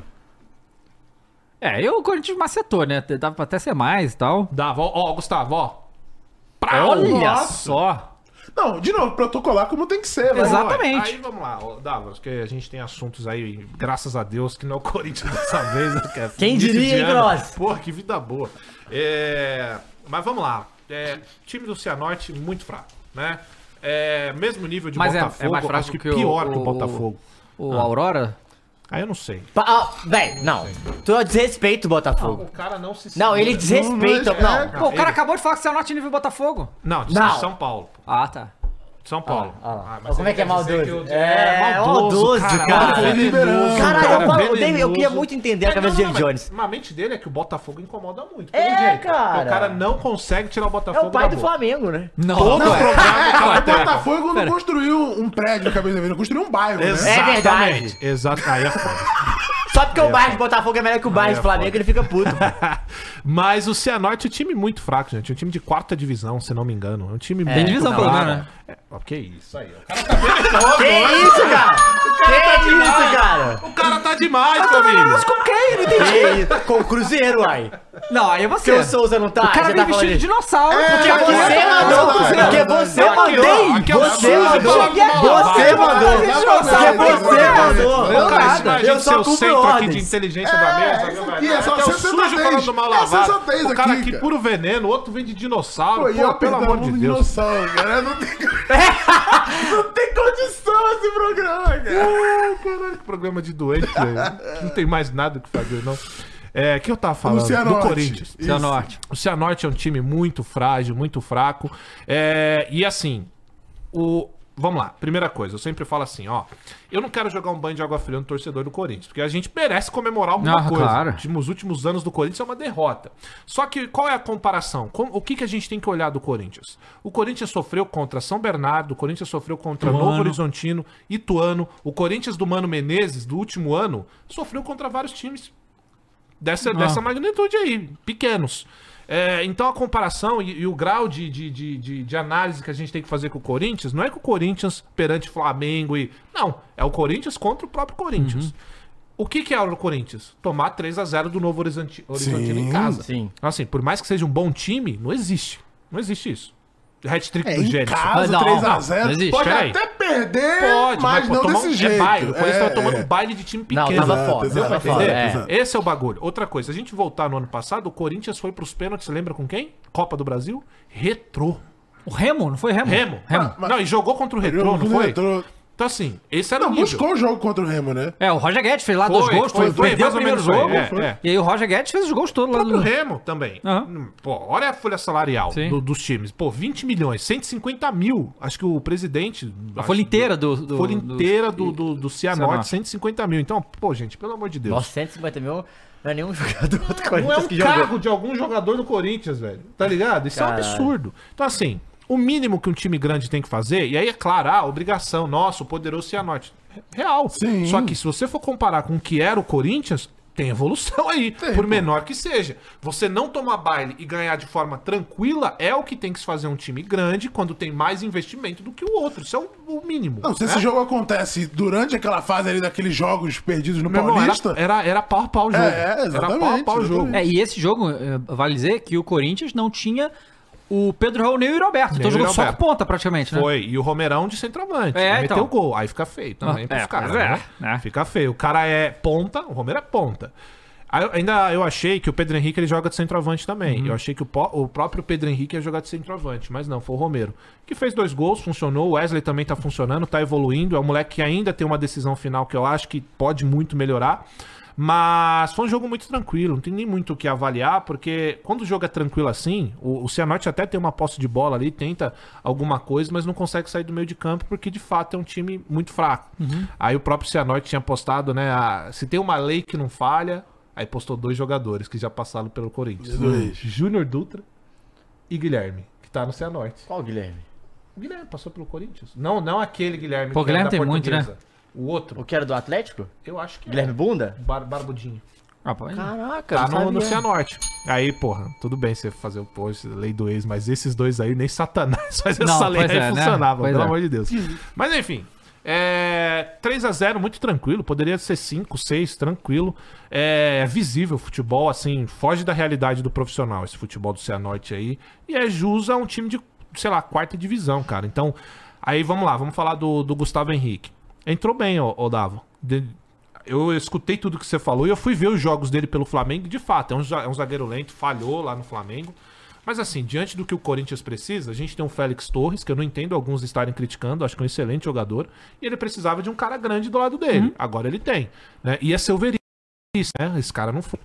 [SPEAKER 7] É, eu o Corinthians macetou, né? Dava pra até ser mais e tal.
[SPEAKER 3] Dava, ó, ó, Gustavo, ó. Pra
[SPEAKER 7] Olha
[SPEAKER 3] só.
[SPEAKER 8] Não, de novo, protocolar como tem que ser,
[SPEAKER 3] Então,
[SPEAKER 8] vai.
[SPEAKER 3] Aí vamos lá, ô, Davos, que a gente tem assuntos aí, graças a Deus, que não é o Corinthians dessa vez. né, que é
[SPEAKER 9] Quem
[SPEAKER 3] início
[SPEAKER 9] diria,
[SPEAKER 3] de
[SPEAKER 9] hein,
[SPEAKER 3] ano.
[SPEAKER 9] Gross?
[SPEAKER 3] Porra, que vida boa. É, Mas vamos lá. É, time do Cianorte muito fraco, né? É, mesmo nível de
[SPEAKER 7] Mas é- é
[SPEAKER 3] Botafogo,
[SPEAKER 7] mais fraco
[SPEAKER 3] acho que,
[SPEAKER 7] que o-
[SPEAKER 3] pior que
[SPEAKER 7] o-
[SPEAKER 3] o Botafogo.
[SPEAKER 7] o Aurora?
[SPEAKER 3] Ah, eu não sei.
[SPEAKER 9] Pa- ah, Véi, não. Tu é um desrespeito, Botafogo.
[SPEAKER 3] O cara não se
[SPEAKER 9] Não, ele desrespeita. Não,
[SPEAKER 7] Pô, o cara acabou de falar que você é norte nível Botafogo.
[SPEAKER 3] Não, de
[SPEAKER 9] Não.
[SPEAKER 3] São Paulo.
[SPEAKER 7] Ah, tá.
[SPEAKER 3] São Paulo. Ah, mas
[SPEAKER 9] Como é
[SPEAKER 3] ele
[SPEAKER 9] que é
[SPEAKER 3] quer dizer
[SPEAKER 9] maldoso?
[SPEAKER 3] que eu-
[SPEAKER 9] É, maldoso, cara.
[SPEAKER 3] venenoso,
[SPEAKER 9] Caralho, eu falo- eu
[SPEAKER 3] venenoso.
[SPEAKER 9] dei- eu queria muito entender a
[SPEAKER 3] É,
[SPEAKER 9] cabeça
[SPEAKER 3] não,
[SPEAKER 9] de
[SPEAKER 3] não,
[SPEAKER 9] David
[SPEAKER 3] mas
[SPEAKER 9] Jones.
[SPEAKER 3] A mente dele é que o Botafogo incomoda muito.
[SPEAKER 9] É,
[SPEAKER 3] pelo jeito.
[SPEAKER 9] cara.
[SPEAKER 3] O cara não consegue tirar o
[SPEAKER 9] É
[SPEAKER 3] Botafogo
[SPEAKER 9] o pai do
[SPEAKER 3] da boca.
[SPEAKER 9] Flamengo, né?
[SPEAKER 7] Não,
[SPEAKER 8] Todo
[SPEAKER 3] não é.
[SPEAKER 8] programa, cara, o
[SPEAKER 3] Pera.
[SPEAKER 8] Botafogo não
[SPEAKER 3] Pera.
[SPEAKER 8] construiu um prédio, cabeça de construiu um bairro, né?
[SPEAKER 9] É verdade.
[SPEAKER 3] Exatamente. Exato. Aí é foda.
[SPEAKER 9] Só porque o bairro do Botafogo é melhor que o bairro do Flamengo, ele fica puto.
[SPEAKER 3] Mas o Cianorte é um time muito fraco, gente. É um time de quarta divisão, se não me engano. É um time muito
[SPEAKER 7] divisão, pelo
[SPEAKER 3] fraco.
[SPEAKER 7] menos, né?
[SPEAKER 3] É, ó, que isso aí. ó.
[SPEAKER 9] que isso, cara?
[SPEAKER 3] tá
[SPEAKER 9] Que é
[SPEAKER 3] demais.
[SPEAKER 9] isso, cara?
[SPEAKER 3] O é cara tá demais,
[SPEAKER 9] Ah,
[SPEAKER 3] família.
[SPEAKER 7] com quem? Não
[SPEAKER 9] Que isso? Com o Cruzeiro, uai.
[SPEAKER 7] Não, aí é você.
[SPEAKER 9] Porque o Souza não tá?
[SPEAKER 7] O cara
[SPEAKER 9] Você
[SPEAKER 7] veio
[SPEAKER 9] tá
[SPEAKER 7] vestido de dinossauro.
[SPEAKER 9] Porque
[SPEAKER 7] Aqui
[SPEAKER 9] você
[SPEAKER 7] é-
[SPEAKER 9] mandou,
[SPEAKER 7] Aqui é-
[SPEAKER 9] porque você
[SPEAKER 7] Aqui, ó,
[SPEAKER 9] mandou.
[SPEAKER 3] aqui é o
[SPEAKER 9] Você
[SPEAKER 3] Souza
[SPEAKER 9] mandou.
[SPEAKER 3] falando mal da
[SPEAKER 7] é
[SPEAKER 9] Você é
[SPEAKER 3] Bahia.
[SPEAKER 9] mandou.
[SPEAKER 7] Não, não,
[SPEAKER 9] Porque
[SPEAKER 7] não, não, não,
[SPEAKER 9] você
[SPEAKER 7] não,
[SPEAKER 9] mandou.
[SPEAKER 3] Eu, cara,
[SPEAKER 9] Nada.
[SPEAKER 7] é
[SPEAKER 3] imagina
[SPEAKER 9] Eu só
[SPEAKER 3] seu
[SPEAKER 9] cumpro
[SPEAKER 3] centro aqui de
[SPEAKER 9] ordens.
[SPEAKER 3] inteligência da mesa.
[SPEAKER 8] isso
[SPEAKER 3] meu
[SPEAKER 8] aqui
[SPEAKER 3] velho.
[SPEAKER 8] é só
[SPEAKER 3] Até o
[SPEAKER 8] 63.
[SPEAKER 3] sujo falando mal
[SPEAKER 8] É
[SPEAKER 3] lavado.
[SPEAKER 8] 63
[SPEAKER 3] O cara
[SPEAKER 8] aqui,
[SPEAKER 3] aqui
[SPEAKER 8] cara.
[SPEAKER 3] puro veneno, o outro vem de dinossauro.
[SPEAKER 8] Pô, e
[SPEAKER 3] Pô,
[SPEAKER 8] eu
[SPEAKER 3] pelo amor de Deus.
[SPEAKER 8] Dinossauro, cara, não tem... não tem condição esse programa, cara.
[SPEAKER 3] Ai, Caralho, que programa de doente, velho. Não tem mais nada que fazer, não. É, o que eu tava falando? Do
[SPEAKER 8] Cianorte.
[SPEAKER 3] Corinthians.
[SPEAKER 8] Isso.
[SPEAKER 7] Norte.
[SPEAKER 3] O Cianorte é um time muito frágil, muito fraco. É, e assim, o. Vamos lá, primeira coisa, eu sempre falo assim, ó. Eu não quero jogar um banho de água fria no torcedor do Corinthians, porque a gente merece comemorar alguma
[SPEAKER 7] Ah,
[SPEAKER 3] coisa.
[SPEAKER 7] claro.
[SPEAKER 3] Tipo, Nos últimos anos do Corinthians é uma derrota. Só que qual é a comparação? Com- o que, que a gente tem que olhar do Corinthians? O Corinthians sofreu contra São Bernardo, o Corinthians sofreu contra Novo Horizontino, Ituano. O Corinthians do Mano Menezes, do último ano, sofreu contra vários times
[SPEAKER 8] Ah.
[SPEAKER 3] dessa, dessa magnitude aí, pequenos. É, então a comparação e, e o grau de, de, de, de- de análise que a gente tem que fazer com o Corinthians não é com o Corinthians perante Flamengo e. Não, é o Corinthians contra o próprio
[SPEAKER 8] Uhum.
[SPEAKER 3] Corinthians. O que, que é o Corinthians? Tomar 3 a 0 do Novo Horizonti- Horizontino em casa.
[SPEAKER 9] sim.
[SPEAKER 3] Assim, por mais que seja um bom time, não existe. Não existe isso. Hat-trick do
[SPEAKER 8] É, Em
[SPEAKER 3] Gerson.
[SPEAKER 7] Mas
[SPEAKER 8] casa,
[SPEAKER 7] não, não
[SPEAKER 8] 3x0.
[SPEAKER 7] existe,
[SPEAKER 8] Pode
[SPEAKER 3] peraí.
[SPEAKER 8] até perder,
[SPEAKER 3] Pode, mas,
[SPEAKER 8] mas,
[SPEAKER 3] pô,
[SPEAKER 8] não
[SPEAKER 3] tomar
[SPEAKER 8] desse
[SPEAKER 3] um é
[SPEAKER 8] jeito.
[SPEAKER 3] baile. O Corinthians tava tomando
[SPEAKER 8] é.
[SPEAKER 3] um baile de time pequeno.
[SPEAKER 9] Não, tava
[SPEAKER 8] Exato,
[SPEAKER 9] foda.
[SPEAKER 8] exato,
[SPEAKER 9] Tava
[SPEAKER 8] exato,
[SPEAKER 9] foda. é.
[SPEAKER 7] Ah.
[SPEAKER 8] exato.
[SPEAKER 3] Esse é o bagulho. Outra coisa, se a gente voltar no ano passado, o Corinthians foi pros pênaltis, lembra com quem? Copa do Brasil? Retrô.
[SPEAKER 7] O Remo? Não foi Remo?
[SPEAKER 3] Remo.
[SPEAKER 7] Hum. Remo.
[SPEAKER 3] Ah, não, e jogou contra o Retrô,
[SPEAKER 8] Jogou
[SPEAKER 3] não
[SPEAKER 8] contra o
[SPEAKER 3] foi?
[SPEAKER 8] Retrô.
[SPEAKER 3] Então assim, esse era
[SPEAKER 8] Não,
[SPEAKER 3] o nível.
[SPEAKER 8] buscou o jogo contra o Remo, né?
[SPEAKER 7] É, o Roger Guedes fez lá dois
[SPEAKER 3] Foi,
[SPEAKER 7] gols,
[SPEAKER 3] foi,
[SPEAKER 7] foi,
[SPEAKER 3] foi,
[SPEAKER 7] perdeu o
[SPEAKER 3] mais ou
[SPEAKER 7] primeiro
[SPEAKER 3] menos
[SPEAKER 7] jogo.
[SPEAKER 3] foi, é, é.
[SPEAKER 7] E aí o Roger Guedes fez os gols todos lá
[SPEAKER 3] O próprio
[SPEAKER 7] do...
[SPEAKER 3] Remo também. Hum,
[SPEAKER 7] Aham.
[SPEAKER 3] Pô, olha a folha salarial
[SPEAKER 7] Sim.
[SPEAKER 3] do- dos times. Pô, 20 milhões, 150 mil. Acho que o presidente.
[SPEAKER 7] A
[SPEAKER 3] acho
[SPEAKER 7] folha
[SPEAKER 3] que-
[SPEAKER 7] inteira do... do
[SPEAKER 3] folha
[SPEAKER 7] do-
[SPEAKER 3] inteira do, do, do Cianorte,
[SPEAKER 7] Cianorte.
[SPEAKER 3] 150 mil. Então, pô, gente, pelo amor de Deus.
[SPEAKER 9] Nossa, 150 mil não é nenhum jogador do Corinthians
[SPEAKER 3] Não é um
[SPEAKER 9] que jogou.
[SPEAKER 3] cargo de algum jogador do Corinthians, velho. Tá ligado? Isso é um absurdo. Então, assim, o mínimo que um time grande tem que fazer, e aí é claro, ah, obrigação, nossa, o poderoso Cianorte. Real.
[SPEAKER 8] Sim.
[SPEAKER 3] Só que se você for comparar com o que era o Corinthians, tem evolução aí, por menor que seja. Você não tomar baile e ganhar de forma tranquila é o que tem que se fazer um time grande quando tem mais investimento do que o outro. Isso é o, o mínimo.
[SPEAKER 8] Não, se
[SPEAKER 3] né?
[SPEAKER 8] esse jogo acontece durante aquela fase ali daqueles jogos perdidos no
[SPEAKER 3] Meu irmão,
[SPEAKER 8] Paulista...
[SPEAKER 3] era, era, era pau a pau o jogo.
[SPEAKER 8] É, é,
[SPEAKER 3] era pau a pau o
[SPEAKER 8] exatamente,
[SPEAKER 3] jogo.
[SPEAKER 7] É, e esse jogo, eh, vale dizer que o Corinthians não tinha o Pedro Raul nem o Roberto.
[SPEAKER 3] Nem o
[SPEAKER 7] Então jogou só
[SPEAKER 3] Roberto.
[SPEAKER 7] com ponta, praticamente, né?
[SPEAKER 3] Foi, e o Romerão de centroavante.
[SPEAKER 7] É,
[SPEAKER 3] meteu
[SPEAKER 7] então.
[SPEAKER 3] gol. Aí fica feio também
[SPEAKER 7] Ah,
[SPEAKER 3] pros
[SPEAKER 7] é,
[SPEAKER 3] caras.
[SPEAKER 7] pois é,
[SPEAKER 3] né?
[SPEAKER 7] né?
[SPEAKER 3] Fica feio. O cara é ponta, o Romero é ponta. Aí eu- ainda eu achei que o Pedro Henrique ele joga de centroavante também.
[SPEAKER 7] Uhum.
[SPEAKER 3] Eu achei que o, po- o próprio Pedro Henrique ia jogar de centroavante, mas não, foi o Romero. Que fez dois gols, funcionou. O Wesley também tá funcionando, tá evoluindo. É um moleque que ainda tem uma decisão final que eu acho que pode muito melhorar. Mas foi um jogo muito tranquilo, não tem nem muito o que avaliar, porque quando o jogo é tranquilo assim, o, o Cianorte até tem uma posse de bola ali, tenta alguma coisa, mas não consegue sair do meio de campo, porque de fato é um time muito fraco. Aí o próprio Cianorte tinha postado, né? a- se tem uma lei que não falha, aí postou dois jogadores que já passaram pelo Corinthians:
[SPEAKER 8] Dois.
[SPEAKER 3] Júnior Dutra e Guilherme, que tá no Cianorte.
[SPEAKER 9] Qual, Guilherme?
[SPEAKER 3] Guilherme passou pelo Corinthians? Não, não aquele Guilherme.
[SPEAKER 7] Pô,
[SPEAKER 3] que era
[SPEAKER 7] Guilherme
[SPEAKER 3] da
[SPEAKER 7] tem muito,
[SPEAKER 3] Portuguesa. O
[SPEAKER 9] O
[SPEAKER 3] outro,
[SPEAKER 9] que era do Atlético?
[SPEAKER 3] eu acho que
[SPEAKER 9] Guilherme
[SPEAKER 3] é.
[SPEAKER 9] Bunda?
[SPEAKER 3] Bar Barbudinho.
[SPEAKER 7] Ah, pô, aí-
[SPEAKER 9] Caraca,
[SPEAKER 3] Tá
[SPEAKER 9] não
[SPEAKER 3] no, no
[SPEAKER 9] sabia.
[SPEAKER 3] Cianorte. Aí, porra, tudo bem você fazer o post, lei do ex, mas esses dois aí, nem Satanás faz
[SPEAKER 7] Não,
[SPEAKER 3] essa lei
[SPEAKER 7] pois
[SPEAKER 3] aí
[SPEAKER 7] é, né?
[SPEAKER 3] funcionava,
[SPEAKER 7] Pois
[SPEAKER 3] pelo
[SPEAKER 7] é.
[SPEAKER 3] amor de Deus. Mas enfim, é, 3x0, muito tranquilo, poderia ser 5, 6, tranquilo. É, é visível o futebol, assim, foge da realidade do profissional esse futebol do Cianorte aí. E é jus a um time de sei lá, quarta divisão, cara. Então, aí vamos lá, vamos falar do, do Gustavo Henrique. Entrou bem, ô, ô Davo. De- eu escutei tudo que você falou e eu fui ver os jogos dele pelo Flamengo. e, De fato, é um, za- é um zagueiro lento, falhou lá no Flamengo. Mas assim, diante do que o Corinthians precisa, a gente tem um Félix Torres, que eu não entendo alguns estarem criticando, acho que é um excelente jogador, e ele precisava de um cara grande do lado
[SPEAKER 7] Uhum.
[SPEAKER 3] dele. Agora ele tem. Né? E é seu veríssimo, né? Esse cara não foi.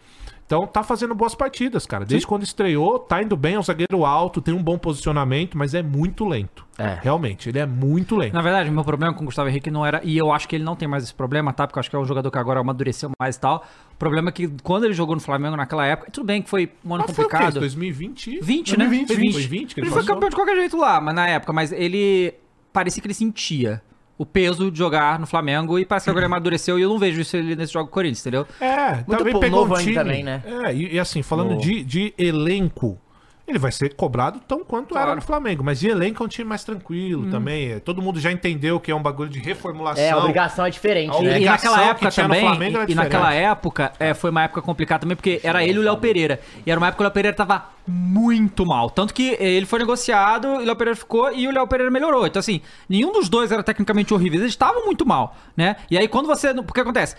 [SPEAKER 3] Então tá fazendo boas partidas, cara. Desde quando estreou, tá indo bem, é um zagueiro alto, tem um bom posicionamento, mas é muito lento. É. Realmente, ele é muito lento.
[SPEAKER 7] Na verdade, o meu problema com o Gustavo Henrique não era. E eu acho que ele não tem mais esse problema, tá? Porque eu acho que é um jogador que agora amadureceu mais e tal. O problema é que quando ele jogou no Flamengo naquela época. Tudo bem que foi um ano
[SPEAKER 3] Mas foi o quê?
[SPEAKER 7] complicado.
[SPEAKER 3] 2020?
[SPEAKER 7] 20, né?
[SPEAKER 3] 20,
[SPEAKER 7] Foi
[SPEAKER 3] 20. Foi 20 que
[SPEAKER 7] ele
[SPEAKER 3] ele
[SPEAKER 7] foi
[SPEAKER 3] passou?
[SPEAKER 7] campeão de qualquer jeito lá, mas na época. Mas ele. Parecia que ele sentia o peso de jogar no Flamengo e parece que agora ele amadureceu e eu não vejo isso ele nesse jogo do Corinthians, entendeu?
[SPEAKER 3] É, também pegou um time.
[SPEAKER 9] também, né?
[SPEAKER 3] É, e, e assim, falando
[SPEAKER 9] Novo.
[SPEAKER 3] de, de elenco, ele vai ser cobrado tão quanto era no Flamengo. Mas de elenco é um time mais tranquilo também. é, Todo mundo já entendeu que é um bagulho de reformulação.
[SPEAKER 9] Hum. É, a obrigação é diferente.
[SPEAKER 3] A
[SPEAKER 7] E- E,
[SPEAKER 3] obrigação
[SPEAKER 7] naquela
[SPEAKER 3] que
[SPEAKER 7] época
[SPEAKER 3] tinha no
[SPEAKER 7] também,
[SPEAKER 3] Flamengo era
[SPEAKER 7] e, e naquela
[SPEAKER 3] diferente.
[SPEAKER 7] época, é, foi uma época complicada também, porque era ele e o Léo Pereira. E era uma época que o Léo Pereira tava muito mal. Tanto que eh, ele foi negociado, e o Léo Pereira ficou e o Léo Pereira melhorou. Então, assim, nenhum dos dois era tecnicamente horrível. Eles estavam muito mal, né? E aí, quando você. Porque acontece?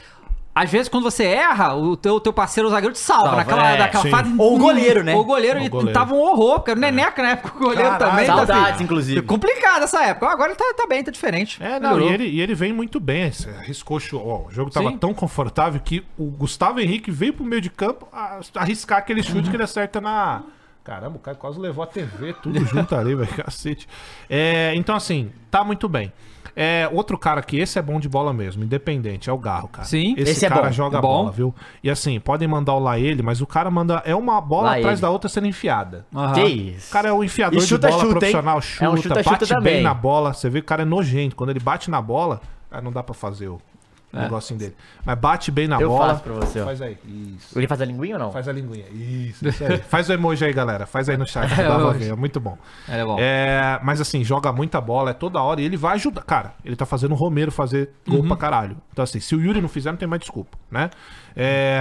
[SPEAKER 7] Às vezes, quando você erra, o teu, teu parceiro, o zagueiro, te salva.
[SPEAKER 9] Salva,
[SPEAKER 7] naquela
[SPEAKER 9] é,
[SPEAKER 7] naquela
[SPEAKER 9] sim.
[SPEAKER 7] fase.
[SPEAKER 9] Ou o goleiro, né?
[SPEAKER 7] Ou o goleiro,
[SPEAKER 9] Ou o
[SPEAKER 7] e
[SPEAKER 9] goleiro. É.
[SPEAKER 7] tava um horror, porque era o Neneca na época, o goleiro
[SPEAKER 9] Caralho,
[SPEAKER 3] tá
[SPEAKER 7] também. assim,
[SPEAKER 9] saudades, inclusive.
[SPEAKER 7] Complicada essa época. Agora tá, tá bem, tá diferente.
[SPEAKER 3] É, não,
[SPEAKER 7] Melhorou.
[SPEAKER 3] e ele, e ele vem muito bem. esse- Arriscou. chu- ó, o jogo tava
[SPEAKER 7] Sim.
[SPEAKER 3] tão confortável que o Gustavo Henrique veio pro meio de campo a- arriscar aquele
[SPEAKER 7] Uhum.
[SPEAKER 3] chute que ele acerta na. Caramba, o cara quase levou a TV, tudo junto ali, velho. Cacete. É, então, assim, tá muito bem. É, outro cara que esse é bom de bola mesmo, independente, é o Garro, cara.
[SPEAKER 7] Sim.
[SPEAKER 3] esse,
[SPEAKER 7] Esse é
[SPEAKER 3] cara
[SPEAKER 7] bom.
[SPEAKER 3] joga
[SPEAKER 7] É bom.
[SPEAKER 3] bola, viu? E assim, podem mandar o lá ele, mas o cara manda. É uma bola
[SPEAKER 9] Lá
[SPEAKER 3] atrás
[SPEAKER 9] ele.
[SPEAKER 3] da outra sendo enfiada.
[SPEAKER 7] Aham.
[SPEAKER 9] Que isso?
[SPEAKER 3] O cara é um enfiador
[SPEAKER 9] E chuta,
[SPEAKER 3] de bola
[SPEAKER 9] chuta, hein?
[SPEAKER 3] profissional,
[SPEAKER 9] É um
[SPEAKER 3] chuta,
[SPEAKER 9] chuta,
[SPEAKER 3] bate
[SPEAKER 9] chuta
[SPEAKER 3] bem
[SPEAKER 9] também.
[SPEAKER 3] na bola. Você vê que o cara é nojento. Quando ele bate na bola, ah, não dá pra fazer o negocinho dele. Mas bate bem na
[SPEAKER 9] É. Eu
[SPEAKER 3] é bola.
[SPEAKER 9] faço pra você, ó.
[SPEAKER 3] Faz aí. Isso.
[SPEAKER 9] Ele faz a linguinha ou não?
[SPEAKER 3] Faz a linguinha. Isso, isso aí. faz o emoji aí, galera. Faz aí no chat.
[SPEAKER 7] É,
[SPEAKER 3] dá pra
[SPEAKER 7] hoje.
[SPEAKER 3] ver. É muito bom.
[SPEAKER 7] Ele é bom.
[SPEAKER 3] É, mas assim, joga muita bola, é toda hora e ele vai ajudar. Cara, ele tá fazendo o Romero fazer gol
[SPEAKER 9] Uhum.
[SPEAKER 3] pra caralho. Então, assim, se o Yuri não fizer, não tem mais desculpa, né? É,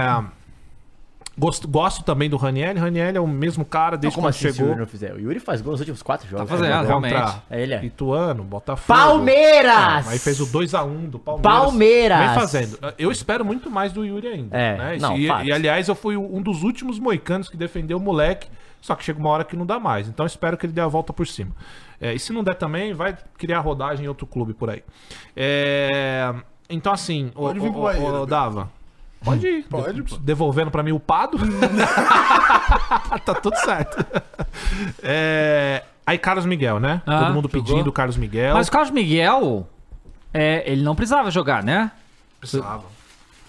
[SPEAKER 3] Gosto, gosto também do Raniel. Raniel é o mesmo cara
[SPEAKER 9] Não,
[SPEAKER 3] desde
[SPEAKER 9] como
[SPEAKER 3] quando
[SPEAKER 9] assim se o
[SPEAKER 3] chegou. Tá
[SPEAKER 9] Yuri não fizer? O Yuri faz gol nos últimos quatro jogos.
[SPEAKER 7] fazendo,
[SPEAKER 9] É,
[SPEAKER 7] realmente.
[SPEAKER 3] Contra
[SPEAKER 9] É ele, é.
[SPEAKER 3] Ituano, Botafogo.
[SPEAKER 9] Palmeiras!
[SPEAKER 3] Ah, aí fez o 2x1 do Palmeiras.
[SPEAKER 9] Palmeiras!
[SPEAKER 3] Vem fazendo. Eu espero muito mais do Yuri ainda.
[SPEAKER 9] É,
[SPEAKER 3] né?
[SPEAKER 9] não,
[SPEAKER 3] e,
[SPEAKER 9] fato.
[SPEAKER 3] e, aliás, eu fui um dos últimos moicanos que defendeu o moleque. Só que chega uma hora que não dá mais. Então espero que ele dê a volta por cima. É, e se não der também, vai criar rodagem em outro clube por aí. É, então, assim, o,
[SPEAKER 8] Pode vir pro
[SPEAKER 3] o- o-
[SPEAKER 8] Bahia,
[SPEAKER 3] o
[SPEAKER 8] né?
[SPEAKER 3] Dava. Pode ir.
[SPEAKER 8] Pode,
[SPEAKER 3] De-
[SPEAKER 8] pô.
[SPEAKER 3] Devolvendo pra mim o pado. tá tudo certo. É, Aí Carlos Miguel, né?
[SPEAKER 7] Ah,
[SPEAKER 3] Todo mundo
[SPEAKER 7] jogou.
[SPEAKER 3] pedindo É o Carlos Miguel.
[SPEAKER 7] Mas o Carlos Miguel, é, ele não precisava jogar, né?
[SPEAKER 3] precisava.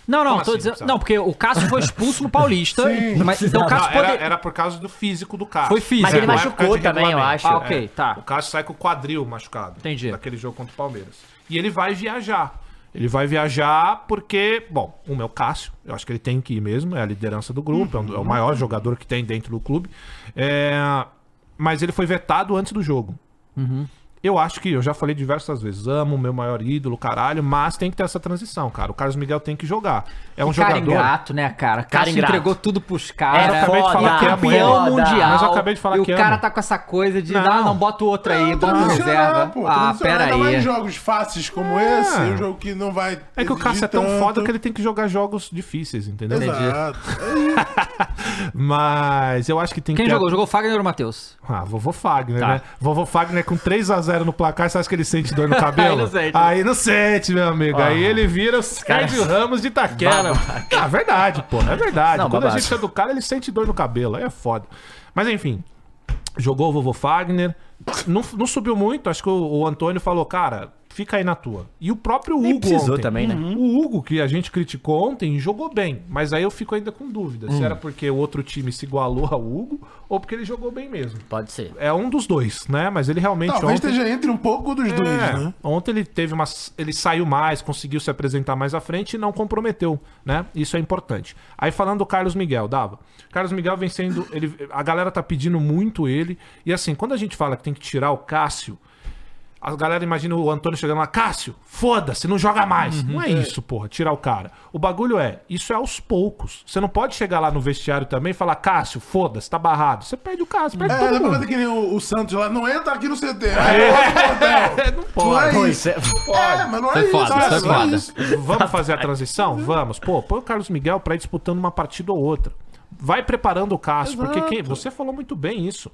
[SPEAKER 7] Não, não,
[SPEAKER 3] Como
[SPEAKER 7] tô
[SPEAKER 3] assim,
[SPEAKER 7] dizendo.
[SPEAKER 3] precisava?
[SPEAKER 7] Não, porque o Cássio foi expulso no Paulista.
[SPEAKER 8] Sim,
[SPEAKER 7] mas, então o Cássio
[SPEAKER 3] Não, era,
[SPEAKER 7] poder...
[SPEAKER 3] era por causa do físico do Cássio.
[SPEAKER 7] Foi físico.
[SPEAKER 9] Mas ele
[SPEAKER 3] Na
[SPEAKER 7] né?
[SPEAKER 9] machucou
[SPEAKER 3] é época de
[SPEAKER 9] também, eu
[SPEAKER 3] regulamento.
[SPEAKER 9] acho.
[SPEAKER 7] Ah, ok,
[SPEAKER 3] O
[SPEAKER 7] tá.
[SPEAKER 3] Cássio sai com o quadril machucado.
[SPEAKER 7] Entendi.
[SPEAKER 3] Daquele jogo contra o Palmeiras. E ele vai viajar. Ele vai viajar porque, bom, um é o Cássio, eu acho que ele tem que ir mesmo, é a liderança do grupo, é um- é
[SPEAKER 7] Uhum.
[SPEAKER 3] o maior jogador que tem dentro do clube. É, Mas ele foi vetado antes do jogo.
[SPEAKER 7] Uhum.
[SPEAKER 3] Eu acho que, eu já falei diversas vezes, amo o meu maior ídolo, caralho, mas tem que ter essa transição, cara. O Carlos Miguel tem que jogar. É um
[SPEAKER 7] Que cara
[SPEAKER 3] jogador.
[SPEAKER 7] ingrato, né, cara? O Cássio
[SPEAKER 9] ingrato.
[SPEAKER 7] entregou tudo pros caras.
[SPEAKER 9] Eu acabei de falar
[SPEAKER 7] e
[SPEAKER 9] que é
[SPEAKER 7] campeão
[SPEAKER 9] foda.
[SPEAKER 7] mundial.
[SPEAKER 3] Mas eu acabei de falar
[SPEAKER 7] e o
[SPEAKER 3] que
[SPEAKER 7] cara
[SPEAKER 3] amo.
[SPEAKER 7] tá com essa coisa de.
[SPEAKER 3] Não.
[SPEAKER 7] Ah, não, bota o outro aí, bota o reserva.
[SPEAKER 8] Transicionar, pô.
[SPEAKER 7] ah,
[SPEAKER 8] Transicionar,
[SPEAKER 7] pera
[SPEAKER 8] ainda mais em
[SPEAKER 7] aí.
[SPEAKER 8] jogos fáceis como esse, um jogo que não vai.
[SPEAKER 3] É que o
[SPEAKER 8] exigir
[SPEAKER 3] Cássio é tão
[SPEAKER 8] tanto.
[SPEAKER 3] foda que ele tem que jogar jogos difíceis, entendeu?
[SPEAKER 8] Exato.
[SPEAKER 3] Mas eu acho que tem
[SPEAKER 7] Quem
[SPEAKER 3] que. ter-
[SPEAKER 7] jogou? Jogou o Fagner ou o Matheus?
[SPEAKER 3] Ah, vovô Fagner,
[SPEAKER 7] Tá.
[SPEAKER 3] né? Vovô Fagner com 3x0 no placar, você acha que ele sente dor no cabelo?
[SPEAKER 7] Aí não sente.
[SPEAKER 3] Aí não sente, meu amigo. Aí
[SPEAKER 9] Ah,
[SPEAKER 3] ele vira o Sérgio Ramos de Itaquera. É verdade, pô, é verdade.
[SPEAKER 9] Não,
[SPEAKER 3] Quando a
[SPEAKER 9] babaca.
[SPEAKER 3] gente é do cara, ele sente dor no cabelo. Aí é foda. Mas enfim, jogou o vovô Fagner. Não, não subiu muito, acho que o, o Antônio falou, cara, fica aí na tua. E o próprio Hugo.
[SPEAKER 9] precisou
[SPEAKER 3] ontem.
[SPEAKER 9] também, né?
[SPEAKER 3] Uhum. O Hugo, que a gente criticou ontem, jogou bem. Mas aí eu fico ainda com dúvida
[SPEAKER 9] Hum.
[SPEAKER 3] se era porque o outro time se igualou ao Hugo ou porque ele jogou bem mesmo.
[SPEAKER 9] Pode ser.
[SPEAKER 3] É um dos dois, né? Mas ele realmente
[SPEAKER 8] Talvez
[SPEAKER 3] ontem...
[SPEAKER 8] esteja entre um pouco dos dois,
[SPEAKER 3] É,
[SPEAKER 8] né?
[SPEAKER 3] Ontem ele teve uma. Ele saiu mais, conseguiu se apresentar mais à frente e não comprometeu, né? Isso é importante. Aí falando do Carlos Miguel, dava. Carlos Miguel vem sendo. Ele, a galera tá pedindo muito ele. E assim, quando a gente fala que tem que tirar o Cássio, A galera imagina o Antônio chegando lá, Cássio, foda-se, não joga mais.
[SPEAKER 12] Uhum.
[SPEAKER 3] não é
[SPEAKER 12] É.
[SPEAKER 3] isso, porra, tirar o cara. O bagulho é, isso é aos poucos. Você não pode chegar lá no vestiário também e falar, Cássio, foda-se, tá barrado. Você perde o Cássio, perde
[SPEAKER 8] É,
[SPEAKER 3] todo
[SPEAKER 8] lembra
[SPEAKER 3] mundo.
[SPEAKER 8] quando que nem o, o Santos lá, não entra aqui no CT.
[SPEAKER 3] não
[SPEAKER 8] pode.
[SPEAKER 3] Pô,
[SPEAKER 8] isso. É, mas não é
[SPEAKER 3] Foi
[SPEAKER 8] isso.
[SPEAKER 3] foda,
[SPEAKER 8] cara,
[SPEAKER 3] foi
[SPEAKER 8] não é
[SPEAKER 3] foda.
[SPEAKER 8] isso.
[SPEAKER 3] Vamos fazer a transição? Vamos. Pô, põe o Carlos Miguel pra ir disputando uma partida ou outra. Vai preparando o Cássio, porque quem- você falou muito bem isso.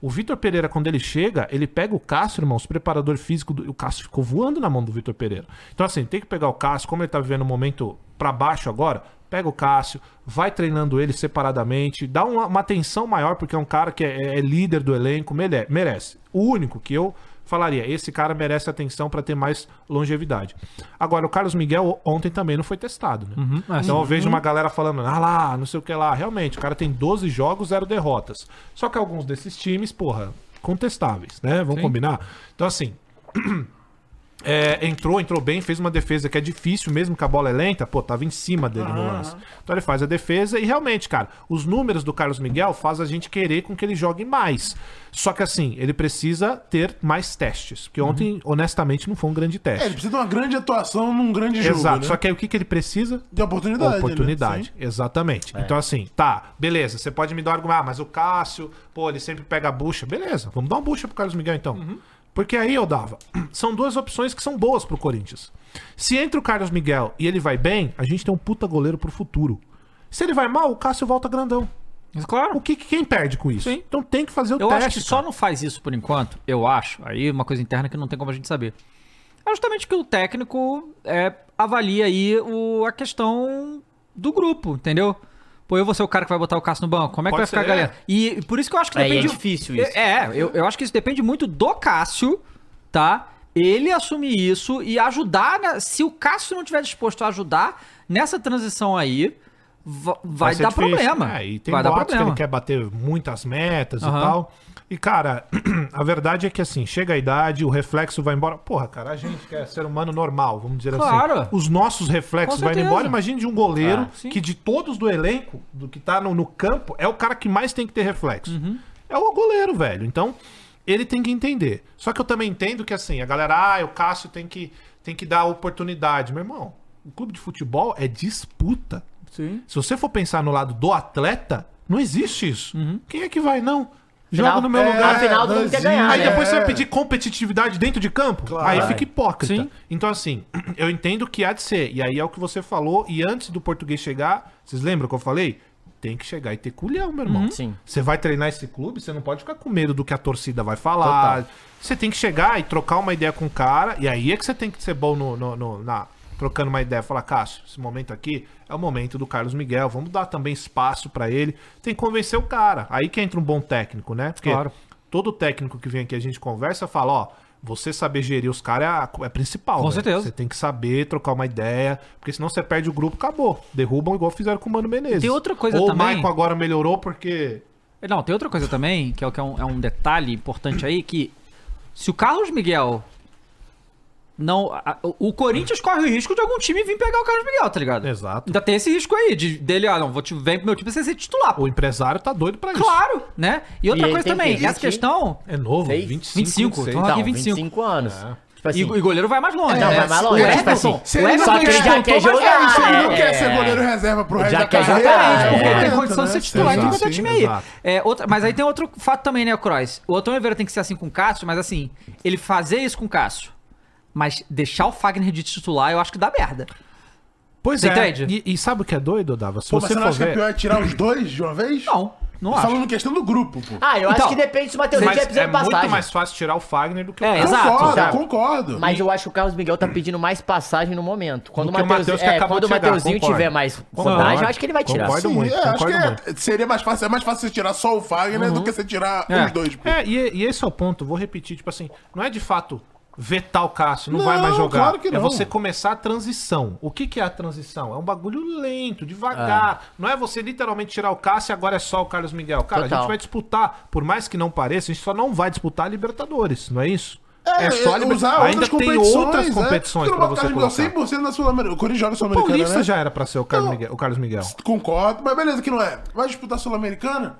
[SPEAKER 3] O Vitor Pereira, quando ele chega, ele pega o Cássio, irmãos, preparador físico. Do, o Cássio ficou voando na mão do Vitor Pereira. Então, assim, tem que pegar o Cássio, como ele tá vivendo um momento pra baixo agora, pega o Cássio, vai treinando ele separadamente, dá uma, uma atenção maior, porque é um cara que é, é líder do elenco, mele- merece. O único que eu falaria, esse cara merece atenção pra ter mais longevidade. Agora, o Carlos Miguel ontem também não foi testado, né?
[SPEAKER 12] é,
[SPEAKER 3] então eu
[SPEAKER 12] sim.
[SPEAKER 3] vejo uma galera falando, ah lá, não sei o que lá. Realmente, o cara tem 12 jogos, zero derrotas. Só que alguns desses times, porra, contestáveis, né? Vamos
[SPEAKER 12] Sim.
[SPEAKER 3] combinar? Então, assim, é, entrou, entrou bem, fez uma defesa que é difícil, mesmo que a bola é lenta, pô, tava em cima dele no lance. Então ele faz a defesa e realmente, cara, os números do Carlos Miguel faz a gente querer com que ele jogue mais. Só que assim, ele precisa ter mais testes, que ontem, honestamente, não foi um grande
[SPEAKER 8] Uhum. É, ele
[SPEAKER 3] teste.
[SPEAKER 8] precisa de uma grande atuação num grande jogo.
[SPEAKER 3] Exato,
[SPEAKER 8] né?
[SPEAKER 3] só que aí o que, que ele precisa?
[SPEAKER 8] De oportunidade. né?
[SPEAKER 3] Oportunidade, exatamente. Então, assim, tá, beleza, você pode me dar um argumento, ah, mas o Cássio, pô, ele sempre pega a bucha. Beleza, vamos dar uma bucha pro Carlos Miguel, então.
[SPEAKER 7] Uhum.
[SPEAKER 3] Porque aí eu dava. São duas opções que são boas pro Corinthians. Se entra o Carlos Miguel e ele vai bem, a gente tem um puta goleiro pro futuro. Se ele vai mal, o Cássio volta grandão.
[SPEAKER 7] Claro.
[SPEAKER 3] O que, que- quem perde com isso? Então tem que fazer o
[SPEAKER 7] Ah. Eu
[SPEAKER 3] teste.
[SPEAKER 7] acho que só não faz isso por enquanto, eu acho. Aí é uma coisa interna que não tem como a gente saber. É justamente que o técnico é, avalia aí o- a questão do grupo, entendeu? Pô, eu vou ser o cara que vai botar o Cássio no banco. Como é que
[SPEAKER 9] Pode
[SPEAKER 7] vai
[SPEAKER 9] ser,
[SPEAKER 7] ficar a galera? E por isso que eu acho que
[SPEAKER 9] Aí é
[SPEAKER 7] depende.
[SPEAKER 9] difícil isso.
[SPEAKER 7] É, eu, eu acho que isso depende muito do Cássio, tá? Ele assumir isso e ajudar. né? Se o Cássio não estiver disposto a ajudar nessa transição aí, va- vai,
[SPEAKER 3] ser
[SPEAKER 7] dar
[SPEAKER 3] difícil.
[SPEAKER 7] problema.
[SPEAKER 3] É, e tem
[SPEAKER 7] vai dar
[SPEAKER 3] boatos que
[SPEAKER 7] problema.
[SPEAKER 3] ele quer bater muitas metas
[SPEAKER 7] Aham.
[SPEAKER 3] e tal. E, cara, a verdade é que, assim, chega a idade, o reflexo vai embora. Porra, cara, a gente que é ser humano normal, vamos dizer assim.
[SPEAKER 12] Claro.
[SPEAKER 3] Os nossos
[SPEAKER 12] Com
[SPEAKER 3] reflexos vão indo
[SPEAKER 12] certeza.
[SPEAKER 3] embora. Imagina de um goleiro
[SPEAKER 12] Ah, sim.
[SPEAKER 3] que, de todos do elenco, do que tá no, no campo, é o cara que mais tem que ter reflexo.
[SPEAKER 12] Uhum.
[SPEAKER 3] É o goleiro, velho. Então, ele tem que entender. Só que eu também entendo que, assim, a galera, ah, o Cássio tem que, tem que dar oportunidade. Meu irmão, o clube de futebol é disputa.
[SPEAKER 7] Sim.
[SPEAKER 3] Se você for pensar no lado do atleta, não existe isso.
[SPEAKER 12] Uhum.
[SPEAKER 3] Quem é que vai, não?
[SPEAKER 9] Final-
[SPEAKER 3] Joga no meu
[SPEAKER 9] é,
[SPEAKER 3] lugar.
[SPEAKER 9] afinal, todo mundo quer ganhar,
[SPEAKER 3] Aí
[SPEAKER 9] né?
[SPEAKER 3] depois você
[SPEAKER 9] É.
[SPEAKER 3] vai pedir competitividade dentro de campo? Aí fica hipócrita. Então, assim, eu entendo que há de ser. E aí é o que você falou. E antes do português chegar, vocês lembram que eu falei? Tem que chegar e ter culhão, meu
[SPEAKER 9] Uhum.
[SPEAKER 3] irmão. Sim. Você vai treinar esse clube, você não pode ficar com medo do que a torcida vai falar.
[SPEAKER 12] Total.
[SPEAKER 3] Você tem que chegar e trocar uma ideia com o cara. E aí é que você tem que ser bom no, no- no- na, trocando uma ideia. Falar, Cássio, esse momento aqui é o momento do Carlos Miguel. Vamos dar também espaço pra ele. Tem que convencer o cara. Aí que entra um bom técnico, né? Porque
[SPEAKER 7] Claro.
[SPEAKER 3] todo técnico que vem aqui, a gente conversa, fala, ó, você saber gerir os caras é, a- é principal.
[SPEAKER 7] Com
[SPEAKER 3] né?
[SPEAKER 7] certeza.
[SPEAKER 3] Você tem que saber trocar uma ideia, porque senão você perde o grupo, acabou. Derrubam igual fizeram com o Mano Menezes.
[SPEAKER 7] Tem outra coisa
[SPEAKER 3] Ou
[SPEAKER 7] também-
[SPEAKER 3] o Maicon agora melhorou porque...
[SPEAKER 7] Não, tem outra coisa também, que é, o que é um, é um detalhe importante aí, que se o Carlos Miguel não... a- o o Corinthians corre o risco de algum time vir pegar o Carlos Miguel, tá ligado?
[SPEAKER 3] Exato.
[SPEAKER 7] Ainda tem esse risco aí, de, dele, ah, não, vou te, vem pro meu time pra você ser titular.
[SPEAKER 3] O empresário tá doido pra
[SPEAKER 7] isso. Claro, né? E outra
[SPEAKER 9] ele
[SPEAKER 7] coisa
[SPEAKER 9] tem Tipo
[SPEAKER 7] também,
[SPEAKER 9] que
[SPEAKER 7] essa
[SPEAKER 9] existir.
[SPEAKER 7] questão...
[SPEAKER 3] É novo,
[SPEAKER 9] 25,
[SPEAKER 7] 25,
[SPEAKER 9] 26.
[SPEAKER 7] então aqui
[SPEAKER 9] Então,
[SPEAKER 7] 25.
[SPEAKER 9] 25 anos. Tipo
[SPEAKER 7] E, o goleiro vai mais longe,
[SPEAKER 9] Não,
[SPEAKER 7] né?
[SPEAKER 9] vai mais longe,
[SPEAKER 7] O
[SPEAKER 9] tipo
[SPEAKER 7] Everton,
[SPEAKER 9] assim,
[SPEAKER 7] o
[SPEAKER 8] ele
[SPEAKER 7] Everton
[SPEAKER 8] não quer-
[SPEAKER 7] despontou,
[SPEAKER 8] já quer
[SPEAKER 7] mas vai,
[SPEAKER 8] jogar,
[SPEAKER 7] se ele não
[SPEAKER 8] é.
[SPEAKER 7] quer ser
[SPEAKER 8] goleiro reserva pro resto
[SPEAKER 7] Já
[SPEAKER 8] da
[SPEAKER 7] quer
[SPEAKER 8] carreira,
[SPEAKER 7] Exatamente,
[SPEAKER 8] é.
[SPEAKER 7] porque ele tem
[SPEAKER 8] Exato,
[SPEAKER 7] condição de
[SPEAKER 8] né?
[SPEAKER 7] ser titular em
[SPEAKER 8] Exato,
[SPEAKER 7] qualquer
[SPEAKER 8] sim,
[SPEAKER 7] time aí.
[SPEAKER 8] exato.
[SPEAKER 7] É, outra, mas aí tem outro fato também, né, Cross? O Antônio Oliveira tem que ser assim com o Cássio, mas assim, ele fazer isso com o Cássio, mas deixar o Fagner de titular, eu acho que dá merda.
[SPEAKER 3] Pois
[SPEAKER 7] Você
[SPEAKER 3] é.
[SPEAKER 7] entende?
[SPEAKER 3] E, e sabe o que é doido, Dava? Se
[SPEAKER 8] Pô, mas você
[SPEAKER 3] você
[SPEAKER 8] não
[SPEAKER 3] for
[SPEAKER 8] acha que é
[SPEAKER 3] ver...
[SPEAKER 8] pior é tirar os dois de uma vez?
[SPEAKER 7] Não, não
[SPEAKER 8] acho.
[SPEAKER 7] acho.
[SPEAKER 8] Falando questão do grupo, pô.
[SPEAKER 9] Ah, eu acho que depende se o Matheus Henrique
[SPEAKER 3] Então, Mas
[SPEAKER 9] é
[SPEAKER 3] é
[SPEAKER 9] precisando passagem.
[SPEAKER 3] muito mais fácil tirar o Fagner do que o
[SPEAKER 9] É,
[SPEAKER 3] Cássio,
[SPEAKER 9] exato.
[SPEAKER 3] sabe?
[SPEAKER 9] sabe?
[SPEAKER 8] concordo.
[SPEAKER 9] Mas eu acho que o Carlos Miguel tá pedindo mais passagem no momento. Quando o,
[SPEAKER 3] Do que o
[SPEAKER 9] Mateus,
[SPEAKER 3] Matheus que
[SPEAKER 9] é,
[SPEAKER 3] acabou
[SPEAKER 9] quando
[SPEAKER 3] de
[SPEAKER 9] o
[SPEAKER 3] chegar,
[SPEAKER 9] Mateuzinho
[SPEAKER 3] concordo.
[SPEAKER 9] tiver mais
[SPEAKER 3] Concordo.
[SPEAKER 9] rodagem, eu acho que ele vai tirar.
[SPEAKER 3] Concordo muito,
[SPEAKER 8] é, acho que
[SPEAKER 3] concordo
[SPEAKER 8] é- seria mais fácil, é mais fácil você tirar só o Fagner né, do que você tirar os dois. pô.
[SPEAKER 3] É, e, e esse é o ponto, vou repetir, tipo assim, não é de fato vetar o Cássio, não,
[SPEAKER 8] Não,
[SPEAKER 3] vai mais jogar.
[SPEAKER 8] claro que
[SPEAKER 3] É
[SPEAKER 8] não.
[SPEAKER 3] você começar a transição. O que, que é a transição? É um bagulho lento, devagar. Não é você literalmente tirar o Cássio e agora é só o Carlos Miguel. Cara, a
[SPEAKER 12] Total.
[SPEAKER 3] gente vai disputar, por mais que não pareça, a gente só não vai disputar a Libertadores, não é isso?
[SPEAKER 8] É,
[SPEAKER 3] só Liber-
[SPEAKER 8] usar
[SPEAKER 3] Ainda
[SPEAKER 8] outras
[SPEAKER 3] tem
[SPEAKER 8] competições,
[SPEAKER 3] outras
[SPEAKER 8] é.
[SPEAKER 3] competições
[SPEAKER 8] Tu não
[SPEAKER 3] pra você
[SPEAKER 8] bota o Carlos
[SPEAKER 3] colocar.
[SPEAKER 8] Miguel 100% na Sul-Americana. O Corinthians joga
[SPEAKER 3] O
[SPEAKER 8] Sul-Americana,
[SPEAKER 3] Paulista
[SPEAKER 8] né?
[SPEAKER 3] já era pra ser o Carlos Miguel. O Carlos Miguel.
[SPEAKER 8] Concordo, mas beleza que não é. Vai disputar Sul-Americana?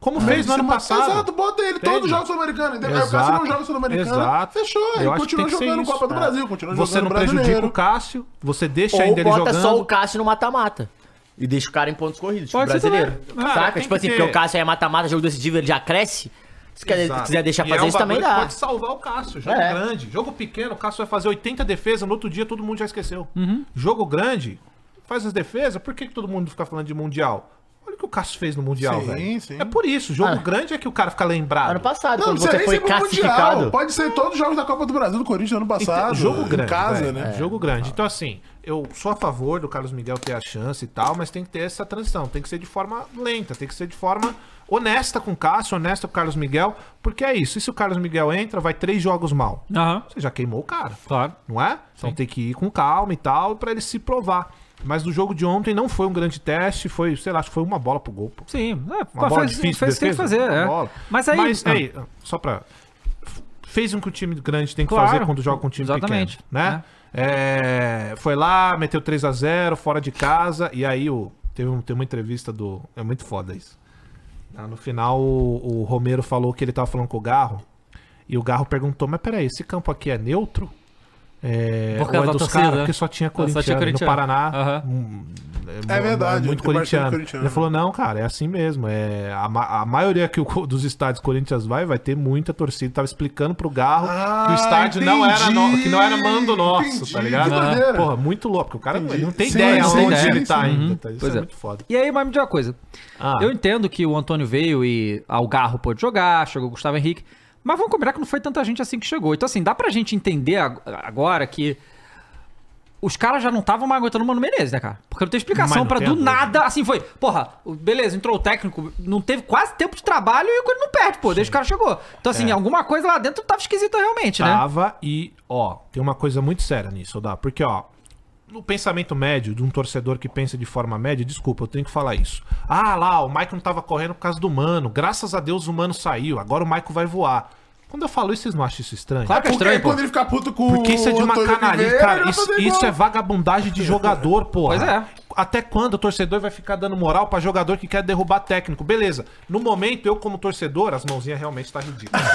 [SPEAKER 3] Como fez no ano passado.
[SPEAKER 8] Exato, bota ele. Todos
[SPEAKER 3] Entende?
[SPEAKER 8] os jogos sul-americanos. entendeu? É, O
[SPEAKER 3] Exato,
[SPEAKER 8] Cássio não joga sul-americano.
[SPEAKER 3] Exato.
[SPEAKER 8] Fechou.
[SPEAKER 3] Eu
[SPEAKER 8] Ele
[SPEAKER 3] acho que
[SPEAKER 8] continua
[SPEAKER 3] tem que ser
[SPEAKER 8] jogando
[SPEAKER 3] isso,
[SPEAKER 8] Copa do
[SPEAKER 3] é.
[SPEAKER 8] Brasil. Continua
[SPEAKER 3] Você
[SPEAKER 8] jogando
[SPEAKER 3] não prejudica
[SPEAKER 8] brasileiro.
[SPEAKER 3] o Cássio, você deixa
[SPEAKER 9] Ou
[SPEAKER 3] ainda ele
[SPEAKER 9] bota
[SPEAKER 3] jogando.
[SPEAKER 9] só o Cássio no mata-mata. E deixa o cara em pontos corridos, tipo
[SPEAKER 3] Pode ser
[SPEAKER 9] brasileiro.
[SPEAKER 3] também. Ah,
[SPEAKER 9] Saca?
[SPEAKER 3] tem
[SPEAKER 9] Tipo
[SPEAKER 3] que
[SPEAKER 9] assim,
[SPEAKER 3] ter.
[SPEAKER 9] porque o Cássio é mata-mata, jogo decisivo, ele já cresce. Se quer-
[SPEAKER 3] Exato.
[SPEAKER 9] quiser deixar
[SPEAKER 3] E
[SPEAKER 9] fazer
[SPEAKER 3] é um
[SPEAKER 9] isso, também
[SPEAKER 3] bagulho que
[SPEAKER 9] dá.
[SPEAKER 3] Pode salvar o Cássio. Jogo
[SPEAKER 9] É.
[SPEAKER 3] grande. Jogo pequeno, o Cássio vai fazer 80 defesas, no outro dia todo mundo já esqueceu.
[SPEAKER 8] Uhum.
[SPEAKER 3] Jogo grande, faz as defesas, por que, que todo mundo fica falando de Mundial? Olha o que o Cássio fez no Mundial,
[SPEAKER 8] Sim, Ah.
[SPEAKER 3] velho. É por isso, jogo grande é que o cara fica lembrado. Ano
[SPEAKER 9] passado,
[SPEAKER 8] Não, não precisa
[SPEAKER 9] é
[SPEAKER 8] nem ser pro Mundial. Pode ser todos os jogos da Copa do Brasil do Corinthians ano passado.
[SPEAKER 3] Então, jogo
[SPEAKER 8] em
[SPEAKER 3] grande.
[SPEAKER 8] casa,
[SPEAKER 3] velho.
[SPEAKER 8] né?
[SPEAKER 3] Jogo grande. Então, assim, eu sou a favor do Carlos Miguel ter a chance e tal, mas tem que ter essa transição. Tem que ser de forma lenta, tem que ser de forma honesta com o Cássio, honesta com o Carlos Miguel, porque é isso. E se o Carlos Miguel entra, vai três jogos mal. Você já queimou o cara. Claro. Não é? Então tem que ir com calma e tal, pra ele se provar. Mas no jogo de ontem não foi um grande teste, foi, sei lá, acho que foi uma bola pro gol. Pô.
[SPEAKER 7] Sim, é,
[SPEAKER 3] Uma bola
[SPEAKER 7] fez,
[SPEAKER 3] difícil
[SPEAKER 7] fez
[SPEAKER 3] de
[SPEAKER 7] o que tem que
[SPEAKER 3] defesa,
[SPEAKER 7] fazer.
[SPEAKER 3] uma
[SPEAKER 7] é.
[SPEAKER 3] bola.
[SPEAKER 7] Mas aí. Ah.
[SPEAKER 3] aí, só pra. Fez o que o time grande tem que
[SPEAKER 7] Claro.
[SPEAKER 3] fazer quando joga com um time
[SPEAKER 7] Exatamente.
[SPEAKER 3] pequeno, né? É, foi lá, meteu 3 a 0 fora de casa, e aí o, teve, um- teve uma entrevista do... É muito foda isso. Ah, No final, o, o Romero falou que ele tava falando com o Garro, e o Garro perguntou, mas peraí, esse campo aqui é neutro? É,
[SPEAKER 7] Por
[SPEAKER 3] ou
[SPEAKER 7] causa
[SPEAKER 3] é
[SPEAKER 7] da
[SPEAKER 3] dos
[SPEAKER 7] torcida?
[SPEAKER 3] caras? Porque só tinha
[SPEAKER 7] Ah, só
[SPEAKER 3] corintiano. E
[SPEAKER 7] tinha
[SPEAKER 3] No
[SPEAKER 7] corintiano.
[SPEAKER 3] Paraná,
[SPEAKER 7] Aham.
[SPEAKER 3] hum,
[SPEAKER 8] É verdade,
[SPEAKER 3] muito
[SPEAKER 8] tem bastante
[SPEAKER 3] corintiano.
[SPEAKER 8] corintiano.
[SPEAKER 3] Ele falou, não, cara, é assim mesmo. É, a, ma- a maioria que o, co- dos estádios Corinthians vai, vai ter muita torcida. Tava explicando pro Garro que o estádio não era no- que não era mando nosso, tá ligado?
[SPEAKER 7] Ah, que maneira.
[SPEAKER 3] Porra, muito louco. Porque o cara ele não tem
[SPEAKER 7] Sim,
[SPEAKER 3] ideia
[SPEAKER 7] não tem
[SPEAKER 3] onde
[SPEAKER 7] ideia.
[SPEAKER 3] ele tá
[SPEAKER 7] Sim, sim.
[SPEAKER 3] ainda. tá? Isso
[SPEAKER 7] Pois
[SPEAKER 3] é,
[SPEAKER 7] é.
[SPEAKER 3] muito foda.
[SPEAKER 7] E aí, mas me diz uma coisa.
[SPEAKER 9] Ah.
[SPEAKER 7] Eu entendo que o Antônio veio e ah, o Garro pôde jogar, chegou o Gustavo Henrique. Mas vamos combinar que não foi tanta gente assim que chegou. Então, assim, dá pra gente entender ag- agora que os caras já não estavam mais aguentando o Mano Menezes, né, cara? Porque não tem
[SPEAKER 3] Mas
[SPEAKER 7] explicação
[SPEAKER 3] não
[SPEAKER 7] pra
[SPEAKER 3] tem
[SPEAKER 7] do
[SPEAKER 3] a dúvida.
[SPEAKER 7] nada. Assim, foi, porra, o- beleza, entrou o técnico, não teve quase tempo de trabalho e o Corinthians não perde, pô, desde que o cara chegou. Então, assim,
[SPEAKER 3] É.
[SPEAKER 7] alguma coisa lá dentro tava esquisita realmente, né?
[SPEAKER 3] Tava e, ó, tem uma coisa muito séria nisso, Dá, porque, ó, no pensamento médio de um torcedor que pensa de forma média, desculpa, eu tenho que falar isso. Ah, lá, o Maicon tava correndo por causa do Mano, graças a Deus o Mano saiu, agora o Maicon vai voar. Quando eu falo isso, vocês não acham isso estranho?
[SPEAKER 8] É porque quando ele fica puto com
[SPEAKER 3] Porque isso é de
[SPEAKER 8] o
[SPEAKER 3] uma
[SPEAKER 8] Antônio
[SPEAKER 3] canalha.
[SPEAKER 8] Oliveira, ele
[SPEAKER 3] Cara,
[SPEAKER 8] vai
[SPEAKER 3] isso,
[SPEAKER 8] fazer igual.
[SPEAKER 3] isso é vagabundagem de jogador, porra.
[SPEAKER 7] Pois é.
[SPEAKER 3] Até quando o torcedor vai ficar dando moral pra jogador que quer derrubar técnico? Beleza. No momento, eu como torcedor, as mãozinhas realmente tá ridículas.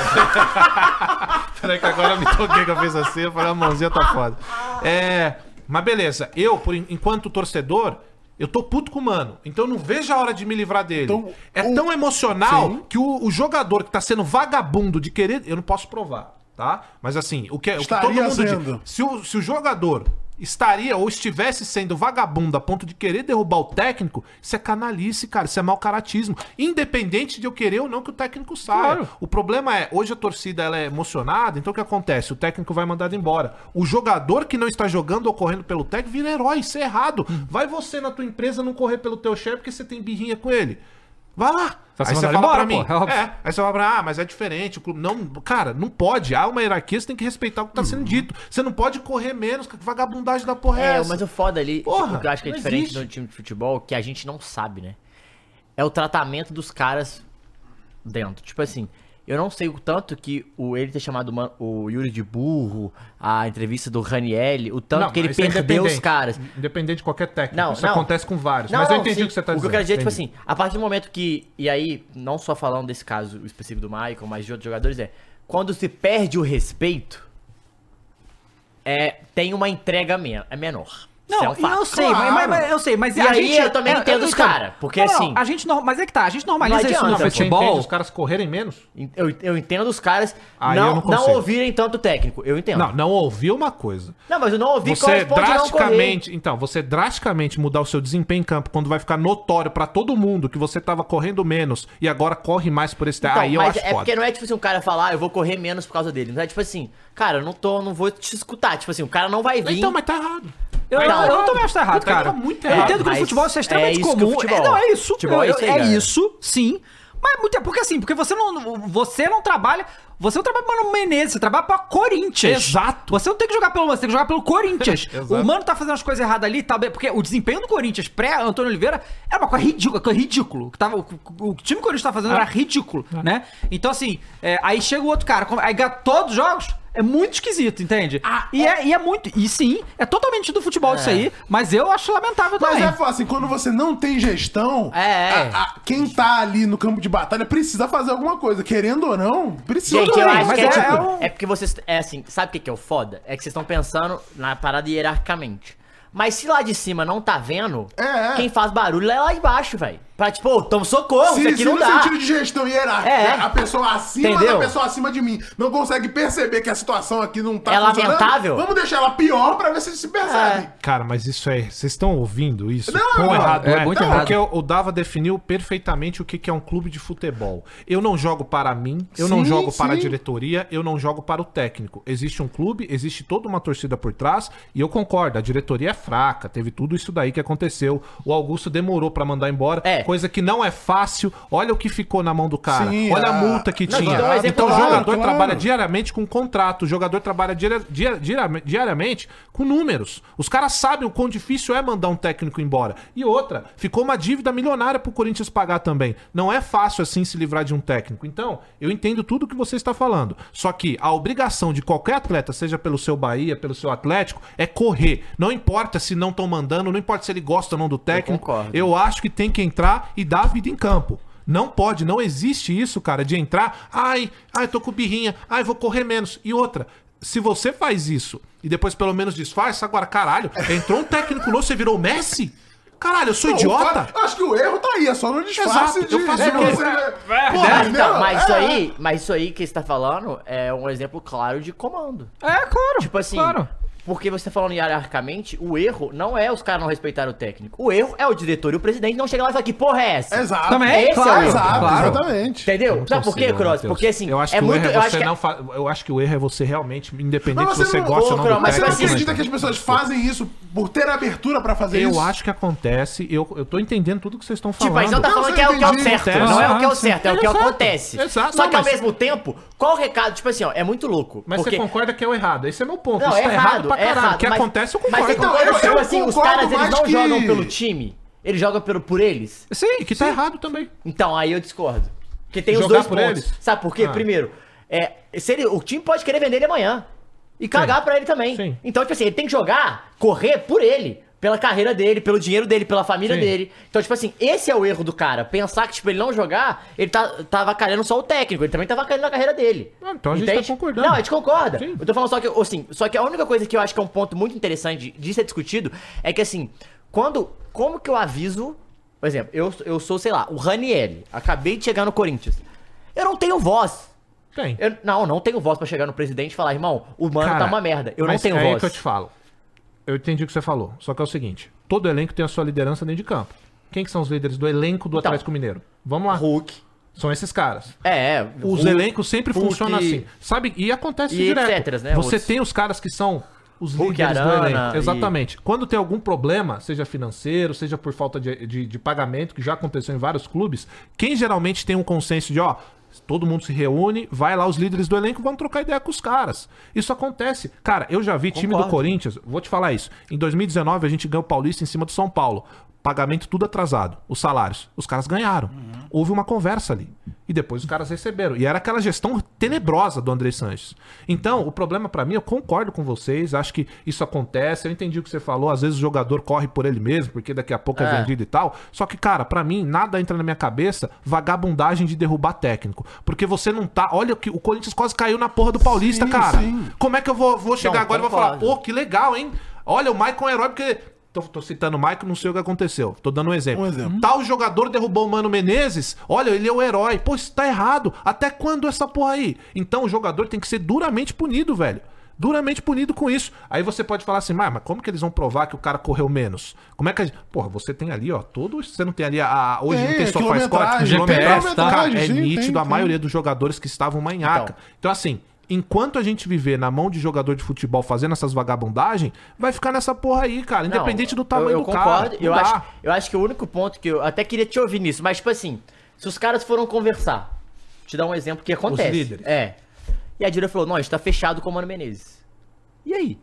[SPEAKER 3] Peraí que agora eu me toquei que eu fiz assim, eu falei, a mãozinha tá foda. É, mas beleza. Eu, por en- enquanto torcedor... Eu tô puto com o mano, então eu não vejo a hora de me livrar dele. é tão emocional
[SPEAKER 8] Então, Sim.
[SPEAKER 3] que o, o jogador que tá sendo vagabundo de querer. Eu não posso provar, tá? Mas assim, o que, o que todo
[SPEAKER 8] Estaria
[SPEAKER 3] mundo diz-
[SPEAKER 8] sendo.
[SPEAKER 3] se o, se o jogador estaria ou estivesse sendo vagabundo a ponto de querer derrubar o técnico, isso é canalice, cara, isso é mau caratismo. Independente de eu querer ou não que o técnico saia. O problema é, hoje a torcida ela é emocionada, então o que acontece? O técnico vai mandado embora. O jogador que não está jogando ou correndo pelo técnico vira herói, isso é errado.
[SPEAKER 7] Hum.
[SPEAKER 3] Vai você na tua empresa não correr pelo teu chefe porque você tem birrinha com ele. Vai lá.
[SPEAKER 7] Vai ser
[SPEAKER 3] Aí você fala
[SPEAKER 7] mandado
[SPEAKER 3] pra mim,
[SPEAKER 7] embora, pô, é óbvio.
[SPEAKER 3] é, Aí você fala, pra, ah, mas é diferente. O clube. Não, cara, não pode. Há uma hierarquia, você tem que respeitar o que tá
[SPEAKER 9] Uhum.
[SPEAKER 3] sendo dito. Você não pode correr menos, que vagabundagem da porra é,
[SPEAKER 9] É,
[SPEAKER 3] essa.
[SPEAKER 9] mas o foda ali,
[SPEAKER 3] Porra,
[SPEAKER 9] o que eu acho que é
[SPEAKER 3] não
[SPEAKER 9] diferente
[SPEAKER 3] existe.
[SPEAKER 9] do time de futebol, que a gente não sabe, né? É o tratamento dos caras dentro. Tipo assim, eu não sei o tanto que o, ele ter chamado o Man- o Yuri de burro, a entrevista do Ranielli, o tanto
[SPEAKER 3] Não,
[SPEAKER 9] que ele
[SPEAKER 3] isso é
[SPEAKER 9] perdeu os
[SPEAKER 3] independente.
[SPEAKER 9] caras.
[SPEAKER 3] Independente de qualquer técnico.
[SPEAKER 9] Não,
[SPEAKER 3] isso
[SPEAKER 9] não.
[SPEAKER 3] acontece com vários.
[SPEAKER 9] Não,
[SPEAKER 3] mas eu
[SPEAKER 9] não,
[SPEAKER 3] entendi
[SPEAKER 9] sim.
[SPEAKER 3] o que você tá
[SPEAKER 9] O
[SPEAKER 3] dizendo.
[SPEAKER 9] que eu quero dizer é, tipo
[SPEAKER 3] entendi.
[SPEAKER 9] assim, a partir do momento que. E aí, não só falando desse caso específico do Michael, mas de outros jogadores, é. Quando se perde o respeito, é, tem uma entrega men é menor. Isso é um
[SPEAKER 7] Não,
[SPEAKER 9] fato.
[SPEAKER 7] eu sei, mas- mas, mas eu sei, mas
[SPEAKER 9] E
[SPEAKER 7] a
[SPEAKER 9] aí
[SPEAKER 7] gente
[SPEAKER 9] eu também
[SPEAKER 7] eu-
[SPEAKER 9] entendo
[SPEAKER 7] eu
[SPEAKER 9] os cara, porque
[SPEAKER 7] Não, não,
[SPEAKER 9] assim-
[SPEAKER 7] a gente norma- mas é que tá, a gente normaliza
[SPEAKER 9] Não
[SPEAKER 7] isso no
[SPEAKER 9] adianta,
[SPEAKER 3] Você
[SPEAKER 7] futebol.
[SPEAKER 3] entende os caras correrem menos?
[SPEAKER 9] Eu, eu entendo os caras
[SPEAKER 3] Aí Ah, eu
[SPEAKER 9] não,
[SPEAKER 3] não
[SPEAKER 9] não,
[SPEAKER 3] consigo.
[SPEAKER 9] ouvirem tanto o técnico. Eu entendo.
[SPEAKER 3] Não,
[SPEAKER 9] Não,
[SPEAKER 3] não ouvi uma coisa.
[SPEAKER 9] mas eu não ouvi
[SPEAKER 3] Você
[SPEAKER 9] a não correr.
[SPEAKER 3] drasticamente, então, você drasticamente mudar o seu desempenho em campo quando vai ficar notório pra todo mundo que você tava correndo menos e agora corre mais por esse técnico.
[SPEAKER 9] Então,
[SPEAKER 3] Aí eu
[SPEAKER 9] mas
[SPEAKER 3] acho
[SPEAKER 9] é
[SPEAKER 3] foda.
[SPEAKER 9] porque não é tipo assim, um cara falar, "Ah, eu vou correr menos por causa dele. Não é tipo assim, cara, eu não tô, não vou te escutar. Tipo assim, o cara não vai vir.
[SPEAKER 3] Então, mas tá errado.
[SPEAKER 7] Eu,
[SPEAKER 9] Não,
[SPEAKER 7] eu também acho que tá errado,
[SPEAKER 3] Puta,
[SPEAKER 7] cara.
[SPEAKER 3] tá muito
[SPEAKER 7] Eu
[SPEAKER 3] errado.
[SPEAKER 7] entendo que no
[SPEAKER 3] Mas
[SPEAKER 7] futebol isso é extremamente
[SPEAKER 9] é isso que o
[SPEAKER 7] comum.
[SPEAKER 9] futebol-
[SPEAKER 7] É, não, é isso.
[SPEAKER 9] futebol é
[SPEAKER 7] eu-
[SPEAKER 9] isso aí,
[SPEAKER 7] é
[SPEAKER 9] galera.
[SPEAKER 7] isso, sim. Mas muito é porque assim, porque você não, você não trabalha. Você não trabalha pro Mano Menezes, você trabalha pra Corinthians.
[SPEAKER 3] Exato.
[SPEAKER 7] Você não tem que jogar pelo Mano, você tem que jogar pelo Corinthians.
[SPEAKER 3] Exato.
[SPEAKER 7] o Mano tá fazendo as coisas erradas ali, tá, bem- porque o desempenho do Corinthians pré-Antônio Oliveira era uma coisa ridícula. coisa ridículo. Que tava, o, o- o time que o Corinthians tá fazendo era ridículo, né? Então, assim, é, aí chega o outro cara, como- aí ganha todos os jogos. É muito esquisito, entende? e, é. e é muito. E sim, é totalmente do futebol isso aí, mas eu acho lamentável
[SPEAKER 8] Mas
[SPEAKER 7] também.
[SPEAKER 8] é fácil, quando você não tem gestão,
[SPEAKER 7] É, é.
[SPEAKER 8] a- a- quem tá ali no campo de batalha precisa fazer alguma coisa, querendo ou não, precisa.
[SPEAKER 9] Gente,
[SPEAKER 8] Tudo
[SPEAKER 9] eu
[SPEAKER 8] bem,
[SPEAKER 9] acho
[SPEAKER 8] mas
[SPEAKER 9] que é,
[SPEAKER 8] é-
[SPEAKER 9] tipo,
[SPEAKER 8] é um-
[SPEAKER 9] é porque vocês. É assim, sabe o que que é o foda? É que vocês estão pensando na parada hierarquicamente. Mas se lá de cima não tá vendo,
[SPEAKER 8] É,
[SPEAKER 9] quem faz barulho é lá embaixo, velho. Pra tipo, ô, toma socorro,
[SPEAKER 8] Se,
[SPEAKER 9] isso aqui
[SPEAKER 8] se
[SPEAKER 9] não
[SPEAKER 8] no
[SPEAKER 9] dá.
[SPEAKER 8] sentido de gestão hierárquica,
[SPEAKER 9] É.
[SPEAKER 8] a pessoa acima
[SPEAKER 9] Entendeu?
[SPEAKER 8] da pessoa acima de mim não consegue perceber que a situação aqui não tá
[SPEAKER 9] É
[SPEAKER 8] funcionando,
[SPEAKER 9] lamentável?
[SPEAKER 8] Vamos deixar ela pior pra ver se se percebe.
[SPEAKER 3] Cara, mas isso é. Vocês estão ouvindo isso?
[SPEAKER 8] Não,
[SPEAKER 3] Quão
[SPEAKER 8] não,
[SPEAKER 3] errado
[SPEAKER 8] é
[SPEAKER 3] é,
[SPEAKER 8] muito errado.
[SPEAKER 3] Porque o o Dava definiu perfeitamente o que que é um clube de futebol. Eu não jogo para mim, eu não
[SPEAKER 8] Sim,
[SPEAKER 3] jogo para a
[SPEAKER 8] sim.
[SPEAKER 3] diretoria, eu não jogo para o técnico. Existe um clube, existe toda uma torcida por trás, e eu concordo, a diretoria é fraca, teve tudo isso daí que aconteceu. O Augusto demorou pra mandar embora, coisa que não é fácil. Olha o que ficou na mão do cara,
[SPEAKER 8] Sim,
[SPEAKER 3] olha a
[SPEAKER 8] a-
[SPEAKER 3] multa que
[SPEAKER 8] Não,
[SPEAKER 3] tinha.
[SPEAKER 8] então, mas é
[SPEAKER 3] então o
[SPEAKER 8] claro,
[SPEAKER 3] jogador
[SPEAKER 8] claro.
[SPEAKER 3] trabalha diariamente com contrato. O jogador trabalha diaria- dia- diariame- diariamente com números. Os caras sabem o quão difícil é mandar um técnico embora. E outra, ficou uma dívida milionária pro Corinthians pagar também. Não é fácil assim se livrar de um técnico. Então, eu entendo tudo que você está falando. Só que a obrigação de qualquer atleta, seja pelo seu Bahia, pelo seu Atlético, é correr. Não importa se não estão mandando, não importa se ele gosta ou não do técnico.
[SPEAKER 9] concordo.
[SPEAKER 3] Eu acho que tem que entrar e dar a vida em campo. Não pode, não existe isso, cara, de entrar, ai, ai, tô com birrinha, ai, vou correr menos. E outra, se você faz isso e depois pelo menos disfarça, agora, caralho, entrou um técnico novo, você virou o Messi? Caralho, eu sou
[SPEAKER 8] Não,
[SPEAKER 3] idiota?
[SPEAKER 8] o fa- Acho que o erro tá aí, é só no disfarce
[SPEAKER 3] Exato, eu faço
[SPEAKER 8] de
[SPEAKER 3] o quê?
[SPEAKER 8] você-
[SPEAKER 3] É,
[SPEAKER 8] Porra,
[SPEAKER 9] Mas, então,
[SPEAKER 8] entendeu?
[SPEAKER 9] mas isso
[SPEAKER 8] É.
[SPEAKER 9] aí, mas isso aí que você tá falando é um exemplo claro de comando.
[SPEAKER 7] É, claro.
[SPEAKER 9] Tipo assim,
[SPEAKER 7] claro.
[SPEAKER 9] porque você tá falando hierarquicamente, o erro não é os caras não respeitarem o técnico. O erro é o diretor e o presidente não chegar lá e falar que porra é essa?
[SPEAKER 8] Exato.
[SPEAKER 3] Também,
[SPEAKER 9] Esse
[SPEAKER 3] claro,
[SPEAKER 9] é o erro.
[SPEAKER 3] exato,
[SPEAKER 9] Claro.
[SPEAKER 3] exatamente.
[SPEAKER 9] Entendeu? Sabe por quê,
[SPEAKER 3] Consigo,
[SPEAKER 9] Cross?
[SPEAKER 3] Matheus.
[SPEAKER 9] porque assim,
[SPEAKER 3] eu acho
[SPEAKER 9] é
[SPEAKER 3] que o
[SPEAKER 9] muito.
[SPEAKER 3] erro é
[SPEAKER 9] eu
[SPEAKER 3] você
[SPEAKER 9] acho que é-
[SPEAKER 3] não fa- eu acho que o erro é você realmente, independente
[SPEAKER 8] Mas
[SPEAKER 3] se você
[SPEAKER 8] não-
[SPEAKER 3] gosta
[SPEAKER 8] Ô,
[SPEAKER 3] ou não
[SPEAKER 8] Crow,
[SPEAKER 3] do
[SPEAKER 8] Mas você não
[SPEAKER 3] técnico,
[SPEAKER 8] acredita
[SPEAKER 3] né?
[SPEAKER 8] que as pessoas fazem isso por ter abertura pra fazer
[SPEAKER 3] Eu
[SPEAKER 8] isso?
[SPEAKER 3] acho que acontece, eu, eu tô entendendo tudo que vocês estão falando.
[SPEAKER 9] Tipo, a gente não tá falando que é o que é o certo. Não é o que é o certo, é o que
[SPEAKER 3] Exato.
[SPEAKER 9] acontece.
[SPEAKER 3] Exato.
[SPEAKER 9] Só
[SPEAKER 3] Não,
[SPEAKER 9] que ao
[SPEAKER 3] mas-
[SPEAKER 9] mesmo tempo, qual o recado? Tipo assim, ó, é muito louco.
[SPEAKER 3] Mas
[SPEAKER 9] porque-
[SPEAKER 3] você concorda que é o errado. Esse é meu ponto.
[SPEAKER 9] Não,
[SPEAKER 3] Isso
[SPEAKER 9] é
[SPEAKER 3] tá
[SPEAKER 9] errado,
[SPEAKER 3] pra
[SPEAKER 9] é
[SPEAKER 3] caralho.
[SPEAKER 9] errado.
[SPEAKER 3] o que
[SPEAKER 9] mas-
[SPEAKER 3] acontece, eu concordo.
[SPEAKER 9] Mas
[SPEAKER 3] Então,
[SPEAKER 9] então, eu,
[SPEAKER 3] eu- eu
[SPEAKER 9] assim, os
[SPEAKER 3] concordo
[SPEAKER 9] caras, eles
[SPEAKER 3] mais
[SPEAKER 9] não
[SPEAKER 3] que-
[SPEAKER 9] jogam pelo time, eles jogam pelo, por eles.
[SPEAKER 7] Sim,
[SPEAKER 3] que tá errado também.
[SPEAKER 9] Então, aí eu discordo. Porque tem os
[SPEAKER 3] Jogar
[SPEAKER 9] dois
[SPEAKER 3] por
[SPEAKER 9] pontos.
[SPEAKER 3] eles?
[SPEAKER 9] Sabe por quê?
[SPEAKER 3] Ah.
[SPEAKER 9] Primeiro, é, se ele- o time pode querer vender ele amanhã. E cagar pra ele também. Então, tipo assim, ele tem que jogar, correr por ele. Pela carreira dele, pelo dinheiro dele, pela família
[SPEAKER 3] Sim.
[SPEAKER 9] dele. Então, tipo assim, esse é o erro do cara. Pensar que, tipo, ele não jogar, ele tá, tá avacalhando só o técnico. Ele também tá avacalhando a carreira dele.
[SPEAKER 3] então a gente tá concordando.
[SPEAKER 9] Não, a gente concorda. Eu tô falando só que, assim, só que a única coisa que eu acho que é um ponto muito interessante de ser discutido é que, assim, quando, como que eu aviso, por exemplo, eu, eu sou, sei lá, o Raniel, acabei de chegar no Corinthians. Eu não tenho voz.
[SPEAKER 3] Tem.
[SPEAKER 9] Eu, não, não tenho voz pra chegar no presidente e falar, irmão, o mano
[SPEAKER 3] Cara,
[SPEAKER 9] tá uma merda. Eu não
[SPEAKER 3] mas
[SPEAKER 9] tenho
[SPEAKER 3] é aí
[SPEAKER 9] voz.
[SPEAKER 3] que eu te falo. Eu entendi o que você falou. Só que é o seguinte: todo elenco tem a sua liderança dentro de campo. Quem que são os líderes do elenco
[SPEAKER 9] Então,
[SPEAKER 3] do Atlético Mineiro? Vamos lá.
[SPEAKER 9] Hulk.
[SPEAKER 3] São esses caras.
[SPEAKER 9] É, é.
[SPEAKER 3] Os
[SPEAKER 9] Hulk,
[SPEAKER 3] elencos sempre
[SPEAKER 9] Hulk,
[SPEAKER 3] funcionam assim. Sabe? E acontece
[SPEAKER 9] E
[SPEAKER 3] direto.
[SPEAKER 9] etcéteras, né,
[SPEAKER 3] Você
[SPEAKER 9] outros.
[SPEAKER 3] tem os caras que são os
[SPEAKER 9] Hulk,
[SPEAKER 3] líderes do
[SPEAKER 9] Arana,
[SPEAKER 3] elenco.
[SPEAKER 9] e-
[SPEAKER 3] Exatamente. Quando tem algum problema, seja financeiro, seja por falta de, de, de pagamento, que já aconteceu em vários clubes, quem geralmente tem um consenso de, ó, todo mundo se reúne, vai lá os líderes do elenco, vão trocar ideia com os caras. Isso acontece. Cara, eu já vi time do
[SPEAKER 9] Concordo.
[SPEAKER 3] Corinthians, vou te falar isso. Em 2019 a gente ganhou o Paulista em cima do São Paulo. Pagamento tudo atrasado, os salários. Os caras ganharam. Houve uma conversa ali. E depois os caras receberam. E era aquela gestão tenebrosa do André Sanches. Então, o problema pra mim, eu concordo com vocês, acho que isso acontece. Eu entendi o que você falou, às vezes o jogador corre por ele mesmo, porque daqui a pouco é,
[SPEAKER 9] É.
[SPEAKER 3] vendido e tal. Só que, cara, pra mim, nada entra na minha cabeça vagabundagem de derrubar técnico. Porque você não tá. Olha que o Corinthians quase caiu na porra do Paulista,
[SPEAKER 8] Sim,
[SPEAKER 3] cara.
[SPEAKER 8] sim.
[SPEAKER 3] Como é que eu vou, vou chegar
[SPEAKER 9] Não,
[SPEAKER 3] agora e vou falar,
[SPEAKER 9] concordo.
[SPEAKER 3] pô, que legal, hein? Olha, o Maicon é um herói, porque. Tô, tô citando o Maicon, não sei o que aconteceu. Tô dando um exemplo. Tal jogador derrubou o Mano Menezes, olha, ele é o herói. Pô, isso tá errado. Até quando essa porra aí? Então o jogador tem que ser duramente punido, velho. Duramente punido com isso. Aí você pode falar assim, mas, mas como que eles vão provar que o cara correu menos? Como é que a gente... Porra, você tem ali, ó, todo. Você não tem ali a. a- hoje não
[SPEAKER 8] Tem,
[SPEAKER 3] tem sofá
[SPEAKER 8] quilometragem,
[SPEAKER 3] escote,
[SPEAKER 8] GPS, tá?
[SPEAKER 3] Cara, é
[SPEAKER 8] Sim, tem,
[SPEAKER 3] nítido a
[SPEAKER 8] tem.
[SPEAKER 3] maioria dos jogadores que estavam manhaca. Então, assim, enquanto a gente viver na mão de jogador de futebol fazendo essas vagabundagens, vai ficar nessa porra aí, cara.
[SPEAKER 9] Não,
[SPEAKER 3] Independente do tamanho
[SPEAKER 9] eu, eu
[SPEAKER 3] do
[SPEAKER 9] concordo,
[SPEAKER 3] cara. Não
[SPEAKER 9] Eu
[SPEAKER 3] dá.
[SPEAKER 9] acho, eu acho que o único ponto que eu até queria te ouvir nisso, mas tipo assim, se os caras foram conversar, te dar um exemplo que acontece.
[SPEAKER 3] líderes.
[SPEAKER 9] É. E a Dira falou: não, a gente tá fechado com o Mano Menezes. E aí?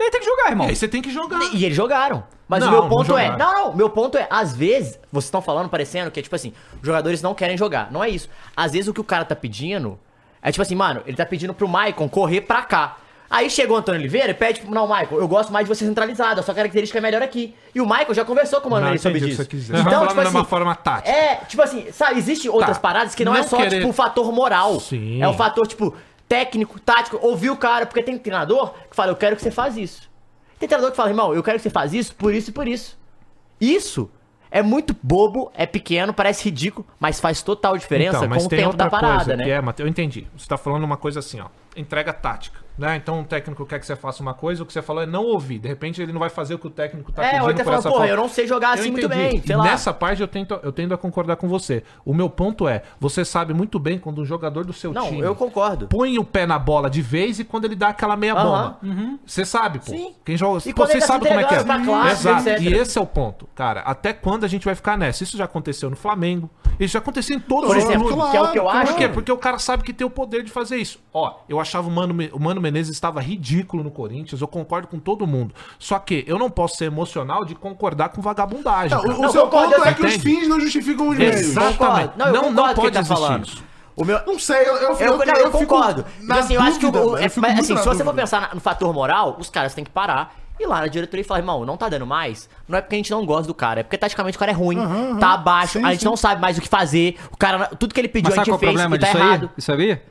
[SPEAKER 7] E aí tem que jogar, irmão.
[SPEAKER 3] E aí você tem que jogar.
[SPEAKER 9] E eles jogaram. Mas
[SPEAKER 3] Não,
[SPEAKER 9] o meu
[SPEAKER 3] não
[SPEAKER 9] ponto é.
[SPEAKER 3] jogaram.
[SPEAKER 9] Não, não. Meu ponto é, às vezes, vocês estão falando parecendo que é tipo assim, os jogadores não querem jogar. Não é isso. Às vezes o que o cara tá pedindo Aí, tipo assim, mano, ele tá pedindo pro Maicon correr pra cá. Aí chegou o Antônio Oliveira e pede, não, Maicon, eu gosto mais de você centralizado, a sua característica é melhor aqui. E o Maicon já conversou com o Mano
[SPEAKER 3] Não,
[SPEAKER 9] Menezes sobre
[SPEAKER 3] entendi o
[SPEAKER 9] isso. Então, tipo
[SPEAKER 3] que você quis dizer. Você tá falando de uma forma tática. Tá.
[SPEAKER 9] É, tipo assim, sabe, existem outras paradas que não, é
[SPEAKER 3] Não
[SPEAKER 9] só,
[SPEAKER 3] querer-
[SPEAKER 9] tipo, o fator moral.
[SPEAKER 3] Sim.
[SPEAKER 9] É o fator, tipo, técnico, tático, ouvir o cara, porque tem treinador que fala, eu quero que você faça isso. Tem treinador que fala, irmão, eu quero que você faça isso, por isso e por isso. Isso é muito bobo, é pequeno, parece ridículo, mas faz total diferença
[SPEAKER 3] Então, mas
[SPEAKER 9] com o
[SPEAKER 3] tem
[SPEAKER 9] tempo
[SPEAKER 3] outra
[SPEAKER 9] da parada,
[SPEAKER 3] coisa
[SPEAKER 9] né?
[SPEAKER 3] que é, Matheus, eu entendi. Você tá falando uma coisa assim, ó. Entrega tática. Né? Então o técnico quer que você faça uma coisa, o que você falou é não ouvir. De repente ele não vai fazer o que o técnico tá
[SPEAKER 9] É, ou ele tá
[SPEAKER 3] por
[SPEAKER 9] falando,
[SPEAKER 3] essa
[SPEAKER 9] "Porra,
[SPEAKER 3] falta."
[SPEAKER 9] eu não sei jogar assim muito
[SPEAKER 3] entendi.
[SPEAKER 9] bem, sei
[SPEAKER 3] E
[SPEAKER 9] lá.
[SPEAKER 3] Nessa parte eu tento, eu tendo a concordar com você. O meu ponto é, você sabe muito bem quando um jogador do seu
[SPEAKER 9] Não,
[SPEAKER 3] time
[SPEAKER 9] eu concordo.
[SPEAKER 3] põe o pé na bola de vez e quando ele dá aquela meia
[SPEAKER 9] Aham.
[SPEAKER 3] bomba. Você sabe, pô.
[SPEAKER 9] Sim.
[SPEAKER 3] Quem joga,
[SPEAKER 9] E
[SPEAKER 3] pô,
[SPEAKER 9] quando
[SPEAKER 3] você
[SPEAKER 9] ele tá se
[SPEAKER 3] sabe como é que é.
[SPEAKER 9] entregando pra classe,
[SPEAKER 3] Exato.
[SPEAKER 9] etc.
[SPEAKER 3] E esse é o ponto, cara. Até quando a gente vai ficar nessa? Isso já aconteceu no Flamengo. Isso já aconteceu em todos
[SPEAKER 9] Por
[SPEAKER 3] os
[SPEAKER 9] exemplo,
[SPEAKER 3] clubes.
[SPEAKER 9] que é o que eu
[SPEAKER 3] Claro,
[SPEAKER 9] acho.
[SPEAKER 3] Por quê? Porque o cara sabe que tem o poder de fazer isso. Ó, eu achava o Mano, Me- o Mano Menezes estava ridículo no Corinthians, eu concordo com todo mundo. Só que eu não posso ser emocional de concordar com vagabundagem.
[SPEAKER 8] Não, o-
[SPEAKER 3] cara.
[SPEAKER 8] o seu
[SPEAKER 9] concordo,
[SPEAKER 8] ponto
[SPEAKER 9] eu
[SPEAKER 8] é que os
[SPEAKER 3] entendo.
[SPEAKER 8] fins não justificam os meios.
[SPEAKER 3] Exato. Exatamente.
[SPEAKER 9] Não, eu
[SPEAKER 3] Não-
[SPEAKER 9] concordo
[SPEAKER 3] não
[SPEAKER 9] com o que
[SPEAKER 3] pode
[SPEAKER 9] ele tá
[SPEAKER 3] existir
[SPEAKER 9] falando.
[SPEAKER 3] isso.
[SPEAKER 9] É O meu,
[SPEAKER 8] Não sei, eu, eu,
[SPEAKER 9] Eu, eu, eu
[SPEAKER 8] fico
[SPEAKER 9] concordo.
[SPEAKER 8] na
[SPEAKER 9] Mas assim, eu acho que.
[SPEAKER 8] dúvida,
[SPEAKER 9] O,
[SPEAKER 8] mano,
[SPEAKER 9] é-
[SPEAKER 8] eu fico
[SPEAKER 9] mas,
[SPEAKER 8] muito
[SPEAKER 9] assim,
[SPEAKER 8] na
[SPEAKER 9] se você
[SPEAKER 8] dúvida.
[SPEAKER 9] for pensar na- no fator moral, os caras têm que parar. E lá na diretoria e falar, irmão, não tá dando mais. Não é porque a gente não gosta do cara, é porque taticamente o cara é ruim, tá abaixo,
[SPEAKER 8] Sim,
[SPEAKER 9] a gente
[SPEAKER 8] sim.
[SPEAKER 9] não sabe mais o que fazer. O cara, tudo que ele pediu
[SPEAKER 7] Mas
[SPEAKER 9] a
[SPEAKER 7] sabe
[SPEAKER 9] gente
[SPEAKER 7] qual é o
[SPEAKER 9] fez
[SPEAKER 7] problema
[SPEAKER 9] e tá
[SPEAKER 7] disso
[SPEAKER 9] errado.
[SPEAKER 7] aí? Isso aí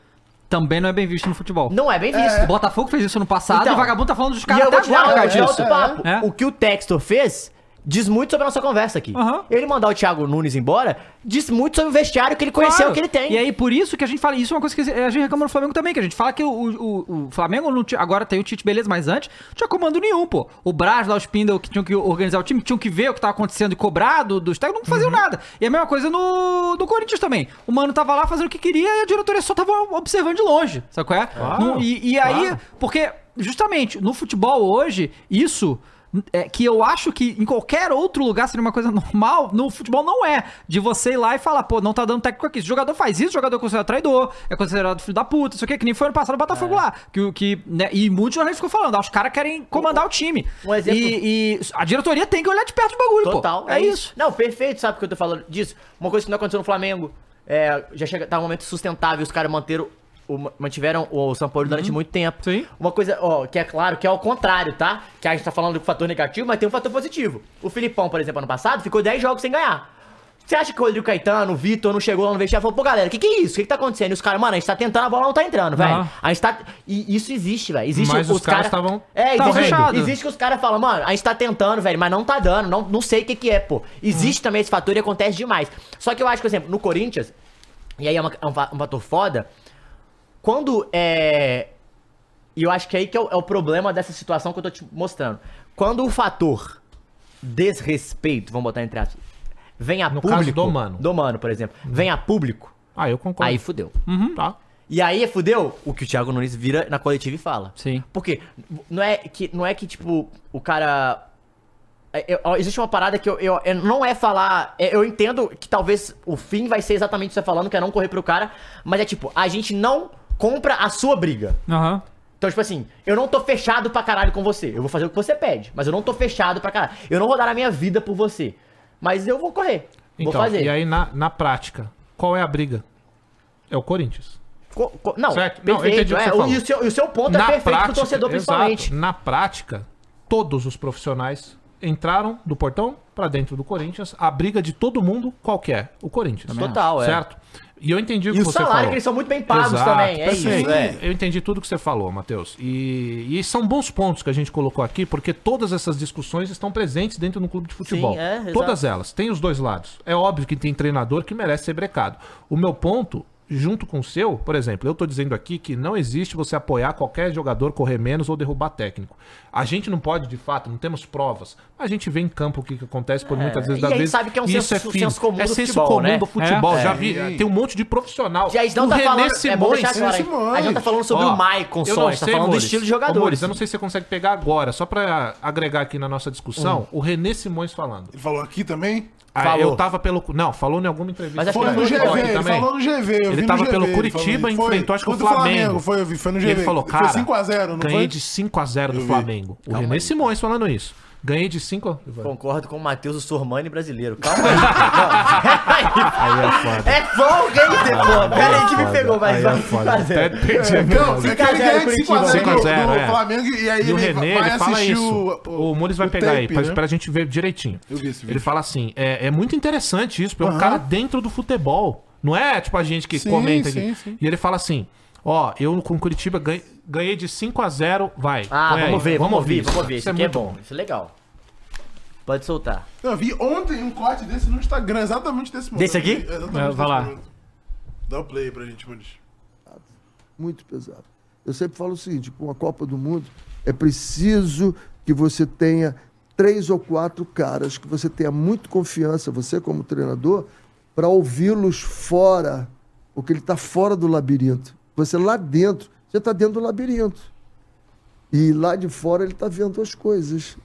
[SPEAKER 7] também não é bem visto no futebol.
[SPEAKER 9] Não é bem visto.
[SPEAKER 7] O Botafogo fez isso no passado
[SPEAKER 9] Então,
[SPEAKER 7] e o vagabundo tá falando dos
[SPEAKER 9] E
[SPEAKER 7] caras
[SPEAKER 9] eu
[SPEAKER 7] até
[SPEAKER 9] vou te dar
[SPEAKER 7] agora por
[SPEAKER 9] um-
[SPEAKER 7] causa
[SPEAKER 9] te dar
[SPEAKER 7] disso.
[SPEAKER 9] outro papo.
[SPEAKER 7] É.
[SPEAKER 9] O que o Textor fez diz muito sobre a nossa conversa aqui.
[SPEAKER 7] Aham.
[SPEAKER 9] Ele mandar o Thiago Nunes embora diz muito sobre o vestiário que ele conheceu,
[SPEAKER 7] Claro.
[SPEAKER 9] que ele tem.
[SPEAKER 7] E aí, por isso que a gente fala, isso é uma coisa que a gente reclama no Flamengo também, que a gente fala que o, o, o Flamengo não tinha- agora tem o Tite, beleza, mas antes não tinha comando nenhum, pô. O Braz lá, o Spindle, que tinham que organizar o time, tinham que ver o que tava acontecendo e cobrar do- dos técnicos, não faziam nada. E a mesma coisa no, no Corinthians também. O Mano tava lá fazendo o que queria e a diretoria só tava observando de longe, sabe qual é? Não- e, e aí, porque, justamente, no futebol hoje, isso... É, que eu acho que em qualquer outro lugar seria uma coisa normal, no futebol não é. De você ir lá e falar, pô, não tá dando técnico aqui. Se o jogador faz isso, o jogador é considerado traidor, é considerado filho da puta, isso aqui, que nem foi ano passado no
[SPEAKER 9] É.
[SPEAKER 7] Botafogo lá. Que, o- que, né, e muitos jornalistas ficam falando, ah, os caras querem comandar o time.
[SPEAKER 9] Um exemplo-
[SPEAKER 7] E, e a diretoria tem que olhar de perto o bagulho,
[SPEAKER 9] Total.
[SPEAKER 7] pô. É, isso.
[SPEAKER 9] Não, perfeito, sabe por que eu tô falando disso? Uma coisa que não aconteceu no Flamengo. É, já chega, tá um momento sustentável, os caras manteram. o- mantiveram o São Paulo durante muito tempo.
[SPEAKER 7] Uhum. Sim.
[SPEAKER 9] Uma coisa, ó, que é claro, que é ao contrário, tá? Que a gente tá falando do fator negativo, mas tem um fator positivo. O Filipão, por exemplo, ano passado, ficou 10 jogos sem ganhar. Você acha que o Rodrigo Caetano, o Vitor, não chegou lá no vestiário e falou, pô, galera, que que é isso? O que que tá acontecendo? E os caras, mano, a gente tá tentando, a bola não tá entrando, velho.
[SPEAKER 7] Aham.
[SPEAKER 9] A gente tá... E isso existe, velho. Existe
[SPEAKER 3] Mas os caras tavam-
[SPEAKER 9] É,
[SPEAKER 7] Tavam
[SPEAKER 9] existe,
[SPEAKER 7] fechados.
[SPEAKER 9] existe que os caras falam, mano, a gente tá tentando, velho, mas não tá dando, não, não sei o que que é, pô. Existe
[SPEAKER 3] Uhum.
[SPEAKER 9] também esse fator e acontece demais. Só que eu acho que, por exemplo, no Corinthians, e aí é, uma- é um, fa- um fator foda, quando é... E eu acho que aí que é o, é o problema dessa situação que eu tô te mostrando. Quando o fator desrespeito, vamos botar entre aspas, vem a
[SPEAKER 3] No caso
[SPEAKER 9] público...
[SPEAKER 3] do Mano.
[SPEAKER 9] Do Mano, por exemplo. Vem a público,
[SPEAKER 3] Ah, eu concordo.
[SPEAKER 9] aí fudeu.
[SPEAKER 3] Tá.
[SPEAKER 9] E aí, é fudeu o que o Thiago Nunes vira na coletiva e fala.
[SPEAKER 7] Sim.
[SPEAKER 9] Porque não é que, não é que tipo, o cara. é, é, ó, existe uma parada que eu, eu- é, não é falar. é, eu entendo que talvez o fim vai ser exatamente você falando, que é não correr pro cara, mas é tipo, a gente não compra a sua briga.
[SPEAKER 7] Aham.
[SPEAKER 9] Então, tipo assim, eu não tô fechado pra caralho com você. Eu vou fazer o que você pede, mas eu não tô fechado pra caralho. Eu não vou dar a minha vida por você. Mas eu vou correr.
[SPEAKER 3] Então,
[SPEAKER 9] vou fazer.
[SPEAKER 3] e aí na, na prática, qual é a briga? É o Corinthians.
[SPEAKER 9] Co- co- não,
[SPEAKER 3] Certo. Não, eu
[SPEAKER 9] perfeito.
[SPEAKER 3] entendi o
[SPEAKER 9] é,
[SPEAKER 3] que você
[SPEAKER 9] o-
[SPEAKER 3] falou.
[SPEAKER 9] e, o seu, e o seu ponto é perfeito pro torcedor,
[SPEAKER 3] exato.
[SPEAKER 9] principalmente.
[SPEAKER 3] Na prática, todos os profissionais entraram do portão pra dentro do Corinthians. A briga de todo mundo, qual que é? O Corinthians.
[SPEAKER 9] Total, é.
[SPEAKER 3] Certo? E eu entendi o que
[SPEAKER 9] E o
[SPEAKER 3] você
[SPEAKER 9] salário,
[SPEAKER 3] falou.
[SPEAKER 9] que eles são muito bem pagos
[SPEAKER 3] Exato,
[SPEAKER 9] também. É isso,
[SPEAKER 3] perfeito.
[SPEAKER 9] é.
[SPEAKER 3] Eu entendi tudo que você falou, Matheus. E, e são bons pontos que a gente colocou aqui, porque todas essas discussões estão presentes dentro do clube de futebol.
[SPEAKER 9] Sim, é, exato.
[SPEAKER 3] todas elas. Tem os dois lados. É óbvio que tem treinador que merece ser brecado. O meu ponto, junto com o seu, por exemplo, eu tô dizendo aqui que não existe você apoiar qualquer jogador correr menos ou derrubar técnico. A gente não pode, de fato, não temos provas. Mas a gente vê em campo o que, que acontece por muitas vezes
[SPEAKER 9] e
[SPEAKER 3] da
[SPEAKER 9] a gente
[SPEAKER 3] vez.
[SPEAKER 9] sabe que é um
[SPEAKER 3] e isso
[SPEAKER 9] senso-
[SPEAKER 3] é fino.
[SPEAKER 9] senso comum
[SPEAKER 3] é
[SPEAKER 9] do
[SPEAKER 3] senso
[SPEAKER 9] futebol,
[SPEAKER 3] comum
[SPEAKER 9] né?
[SPEAKER 3] do futebol.
[SPEAKER 7] É.
[SPEAKER 3] Já vi, tem um monte de profissional.
[SPEAKER 9] E a gente não
[SPEAKER 3] O
[SPEAKER 9] tá
[SPEAKER 3] René
[SPEAKER 9] falando. É bom
[SPEAKER 3] Simões.
[SPEAKER 9] deixar claro aí.
[SPEAKER 8] Simões.
[SPEAKER 9] A gente tá falando sobre
[SPEAKER 3] Ó,
[SPEAKER 9] o Maicon
[SPEAKER 3] eu
[SPEAKER 9] só,
[SPEAKER 3] não
[SPEAKER 9] a gente tá
[SPEAKER 3] sei,
[SPEAKER 9] falando
[SPEAKER 3] Maurício.
[SPEAKER 9] do estilo de
[SPEAKER 3] Ô,
[SPEAKER 9] jogadores.
[SPEAKER 3] Maurício, eu não sei se você consegue pegar agora, só pra agregar aqui na nossa discussão, o René Simões falando.
[SPEAKER 8] Ele falou aqui também?
[SPEAKER 3] Ah,
[SPEAKER 9] Falou.
[SPEAKER 3] eu tava pelo. Não, falou em alguma entrevista.
[SPEAKER 9] Mas acho que
[SPEAKER 8] Foi
[SPEAKER 9] Ele
[SPEAKER 8] no
[SPEAKER 9] falou de
[SPEAKER 8] GV,
[SPEAKER 3] Aqui
[SPEAKER 9] hockey
[SPEAKER 8] ele
[SPEAKER 3] também.
[SPEAKER 8] falou no GV. eu
[SPEAKER 3] Ele
[SPEAKER 8] vi no
[SPEAKER 3] tava
[SPEAKER 8] GV,
[SPEAKER 3] pelo
[SPEAKER 8] ele
[SPEAKER 3] Curitiba,
[SPEAKER 8] falou isso.
[SPEAKER 3] enfrentou acho que o
[SPEAKER 8] Contra
[SPEAKER 3] Flamengo.
[SPEAKER 8] Foi, eu vi, foi no
[SPEAKER 3] E
[SPEAKER 8] GV.
[SPEAKER 3] ele falou, cara.
[SPEAKER 8] Foi 5x0, não
[SPEAKER 3] ganhei
[SPEAKER 8] foi?
[SPEAKER 3] de 5x0 do
[SPEAKER 8] vi.
[SPEAKER 3] Flamengo. O René Simões falando isso. Ganhei de 5
[SPEAKER 9] Concordo com o Matheus, o Sormani brasileiro. Calma aí. Não, peraí.
[SPEAKER 3] foda.
[SPEAKER 9] É folga, hein, Depô? Pera aí que me pegou, vai,
[SPEAKER 3] Aí
[SPEAKER 9] vai.
[SPEAKER 3] é foda. Até perdi a
[SPEAKER 8] Não,
[SPEAKER 3] memória.
[SPEAKER 8] é que ele ganha de 5x0 do,
[SPEAKER 3] 5x0,
[SPEAKER 8] do
[SPEAKER 3] é.
[SPEAKER 8] Flamengo e aí
[SPEAKER 3] E o
[SPEAKER 8] ele
[SPEAKER 3] René,
[SPEAKER 8] vai
[SPEAKER 3] ele fala
[SPEAKER 8] assistir
[SPEAKER 3] isso.
[SPEAKER 8] o...
[SPEAKER 3] O, Mures vai
[SPEAKER 8] o
[SPEAKER 3] pegar aí,
[SPEAKER 8] tape,
[SPEAKER 3] pra,
[SPEAKER 8] né?
[SPEAKER 3] pra gente ver direitinho.
[SPEAKER 8] Eu vi esse vídeo.
[SPEAKER 3] Ele fala assim, é, é muito interessante isso, porque é um
[SPEAKER 8] Aham.
[SPEAKER 3] cara dentro do futebol. Não é, tipo, a gente que
[SPEAKER 8] Sim,
[SPEAKER 3] comenta
[SPEAKER 8] sim,
[SPEAKER 3] aqui.
[SPEAKER 8] sim.
[SPEAKER 3] E ele fala assim, ó, eu com o Curitiba ganhei, ganhei de 5x0, vai.
[SPEAKER 9] Ah,
[SPEAKER 3] põe
[SPEAKER 9] vamos
[SPEAKER 3] aí,
[SPEAKER 9] ver, vamos ouvir,
[SPEAKER 3] isso.
[SPEAKER 9] vamos ouvir.
[SPEAKER 3] Isso
[SPEAKER 9] Isso aqui é
[SPEAKER 3] muito
[SPEAKER 9] bom, isso é legal. Pode soltar.
[SPEAKER 8] Eu vi ontem um corte desse no Instagram, exatamente desse momento.
[SPEAKER 9] Desse aqui?
[SPEAKER 8] Exatamente
[SPEAKER 9] É, vai
[SPEAKER 8] desse
[SPEAKER 9] lá.
[SPEAKER 8] momento. Dá o play pra gente, Muniz.
[SPEAKER 12] muito pesado. Eu sempre falo o seguinte: com a Copa do Mundo, é preciso que você tenha três ou quatro caras que você tenha muito confiança, você como treinador, para ouvi-los fora, porque ele está fora do labirinto. Você lá dentro, você está dentro do labirinto. E lá de fora ele está vendo as coisas.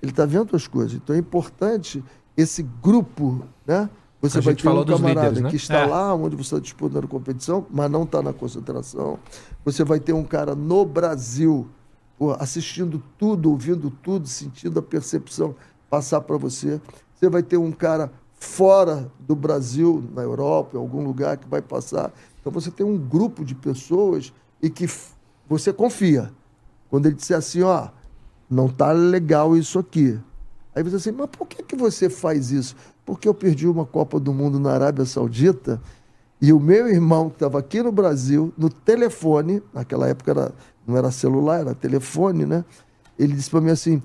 [SPEAKER 12] Ele está vendo as coisas. Então é importante esse grupo, né? Você
[SPEAKER 3] A
[SPEAKER 12] vai
[SPEAKER 3] gente
[SPEAKER 12] ter um
[SPEAKER 3] falou dos
[SPEAKER 12] camarada
[SPEAKER 3] líderes, né?
[SPEAKER 12] que está
[SPEAKER 3] É.
[SPEAKER 12] lá onde você está disputando competição, mas não está na concentração. Você vai ter um cara no Brasil pô, assistindo tudo, ouvindo tudo, sentindo a percepção passar para você. Você vai ter um cara fora do Brasil, na Europa, em algum lugar que vai passar. Então você tem um grupo de pessoas e que f- você confia. Quando ele disser assim, ó, não tá legal isso aqui. Aí você assim, mas por que, que você faz isso? Porque eu perdi uma Copa do Mundo na Arábia Saudita e o meu irmão que estava aqui no Brasil, no telefone, naquela época era- não era celular, era telefone, né? Ele disse para mim assim,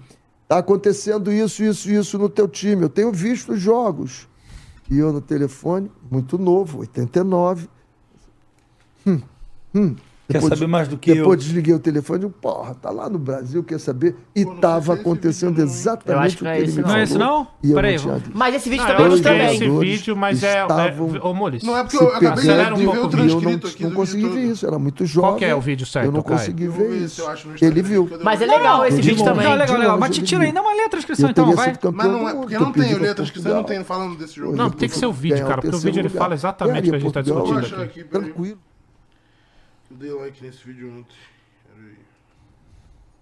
[SPEAKER 12] tá acontecendo isso, isso, isso no teu time, eu tenho visto os jogos. E eu no telefone, muito novo, 89. Hum, hum.
[SPEAKER 13] Quer saber mais do que eu?
[SPEAKER 12] depois Depois desliguei o telefone e digo, porra, tá lá no Brasil, quer saber? E tava acontecendo
[SPEAKER 9] Eu acho
[SPEAKER 12] exatamente
[SPEAKER 9] que
[SPEAKER 12] o que
[SPEAKER 9] não é
[SPEAKER 12] ele
[SPEAKER 9] esse
[SPEAKER 12] me
[SPEAKER 9] não.
[SPEAKER 12] falou.
[SPEAKER 9] Não é esse não?
[SPEAKER 12] e eu
[SPEAKER 9] Peraí,
[SPEAKER 12] não tinha
[SPEAKER 9] vamos-
[SPEAKER 12] visto.
[SPEAKER 9] Mas esse vídeo
[SPEAKER 12] Ah,
[SPEAKER 9] também
[SPEAKER 12] eu
[SPEAKER 9] não
[SPEAKER 12] vi
[SPEAKER 9] tem.
[SPEAKER 12] Esse
[SPEAKER 3] vídeo, mas é- é-
[SPEAKER 12] estavam
[SPEAKER 3] ô, Mules,
[SPEAKER 12] Não é porque
[SPEAKER 3] se
[SPEAKER 12] eu acabei
[SPEAKER 3] pegando,
[SPEAKER 12] de ver
[SPEAKER 3] eu
[SPEAKER 12] o
[SPEAKER 3] não-
[SPEAKER 12] transcrito aqui. Eu não consegui ver isso, era muito jovem.
[SPEAKER 3] um que é o vídeo certo,
[SPEAKER 12] Eu não
[SPEAKER 3] Caio?
[SPEAKER 12] consegui
[SPEAKER 3] Eu
[SPEAKER 12] ver isso. Ele viu.
[SPEAKER 9] Mas é legal esse vídeo também.
[SPEAKER 7] Não, legal, legal. Mas te tira aí, não uma letra a inscrição então, vai.
[SPEAKER 8] Mas não é, porque não tem letra, acho que você não tem falando desse jogo.
[SPEAKER 3] Não, tem que ser o vídeo, cara, porque o vídeo ele fala exatamente o que a gente tá
[SPEAKER 8] Vou
[SPEAKER 3] discutindo
[SPEAKER 8] achar
[SPEAKER 3] aqui.
[SPEAKER 8] aqui, peraí.
[SPEAKER 12] Tranquilo.
[SPEAKER 8] Eu dei like nesse vídeo ontem. Peraí.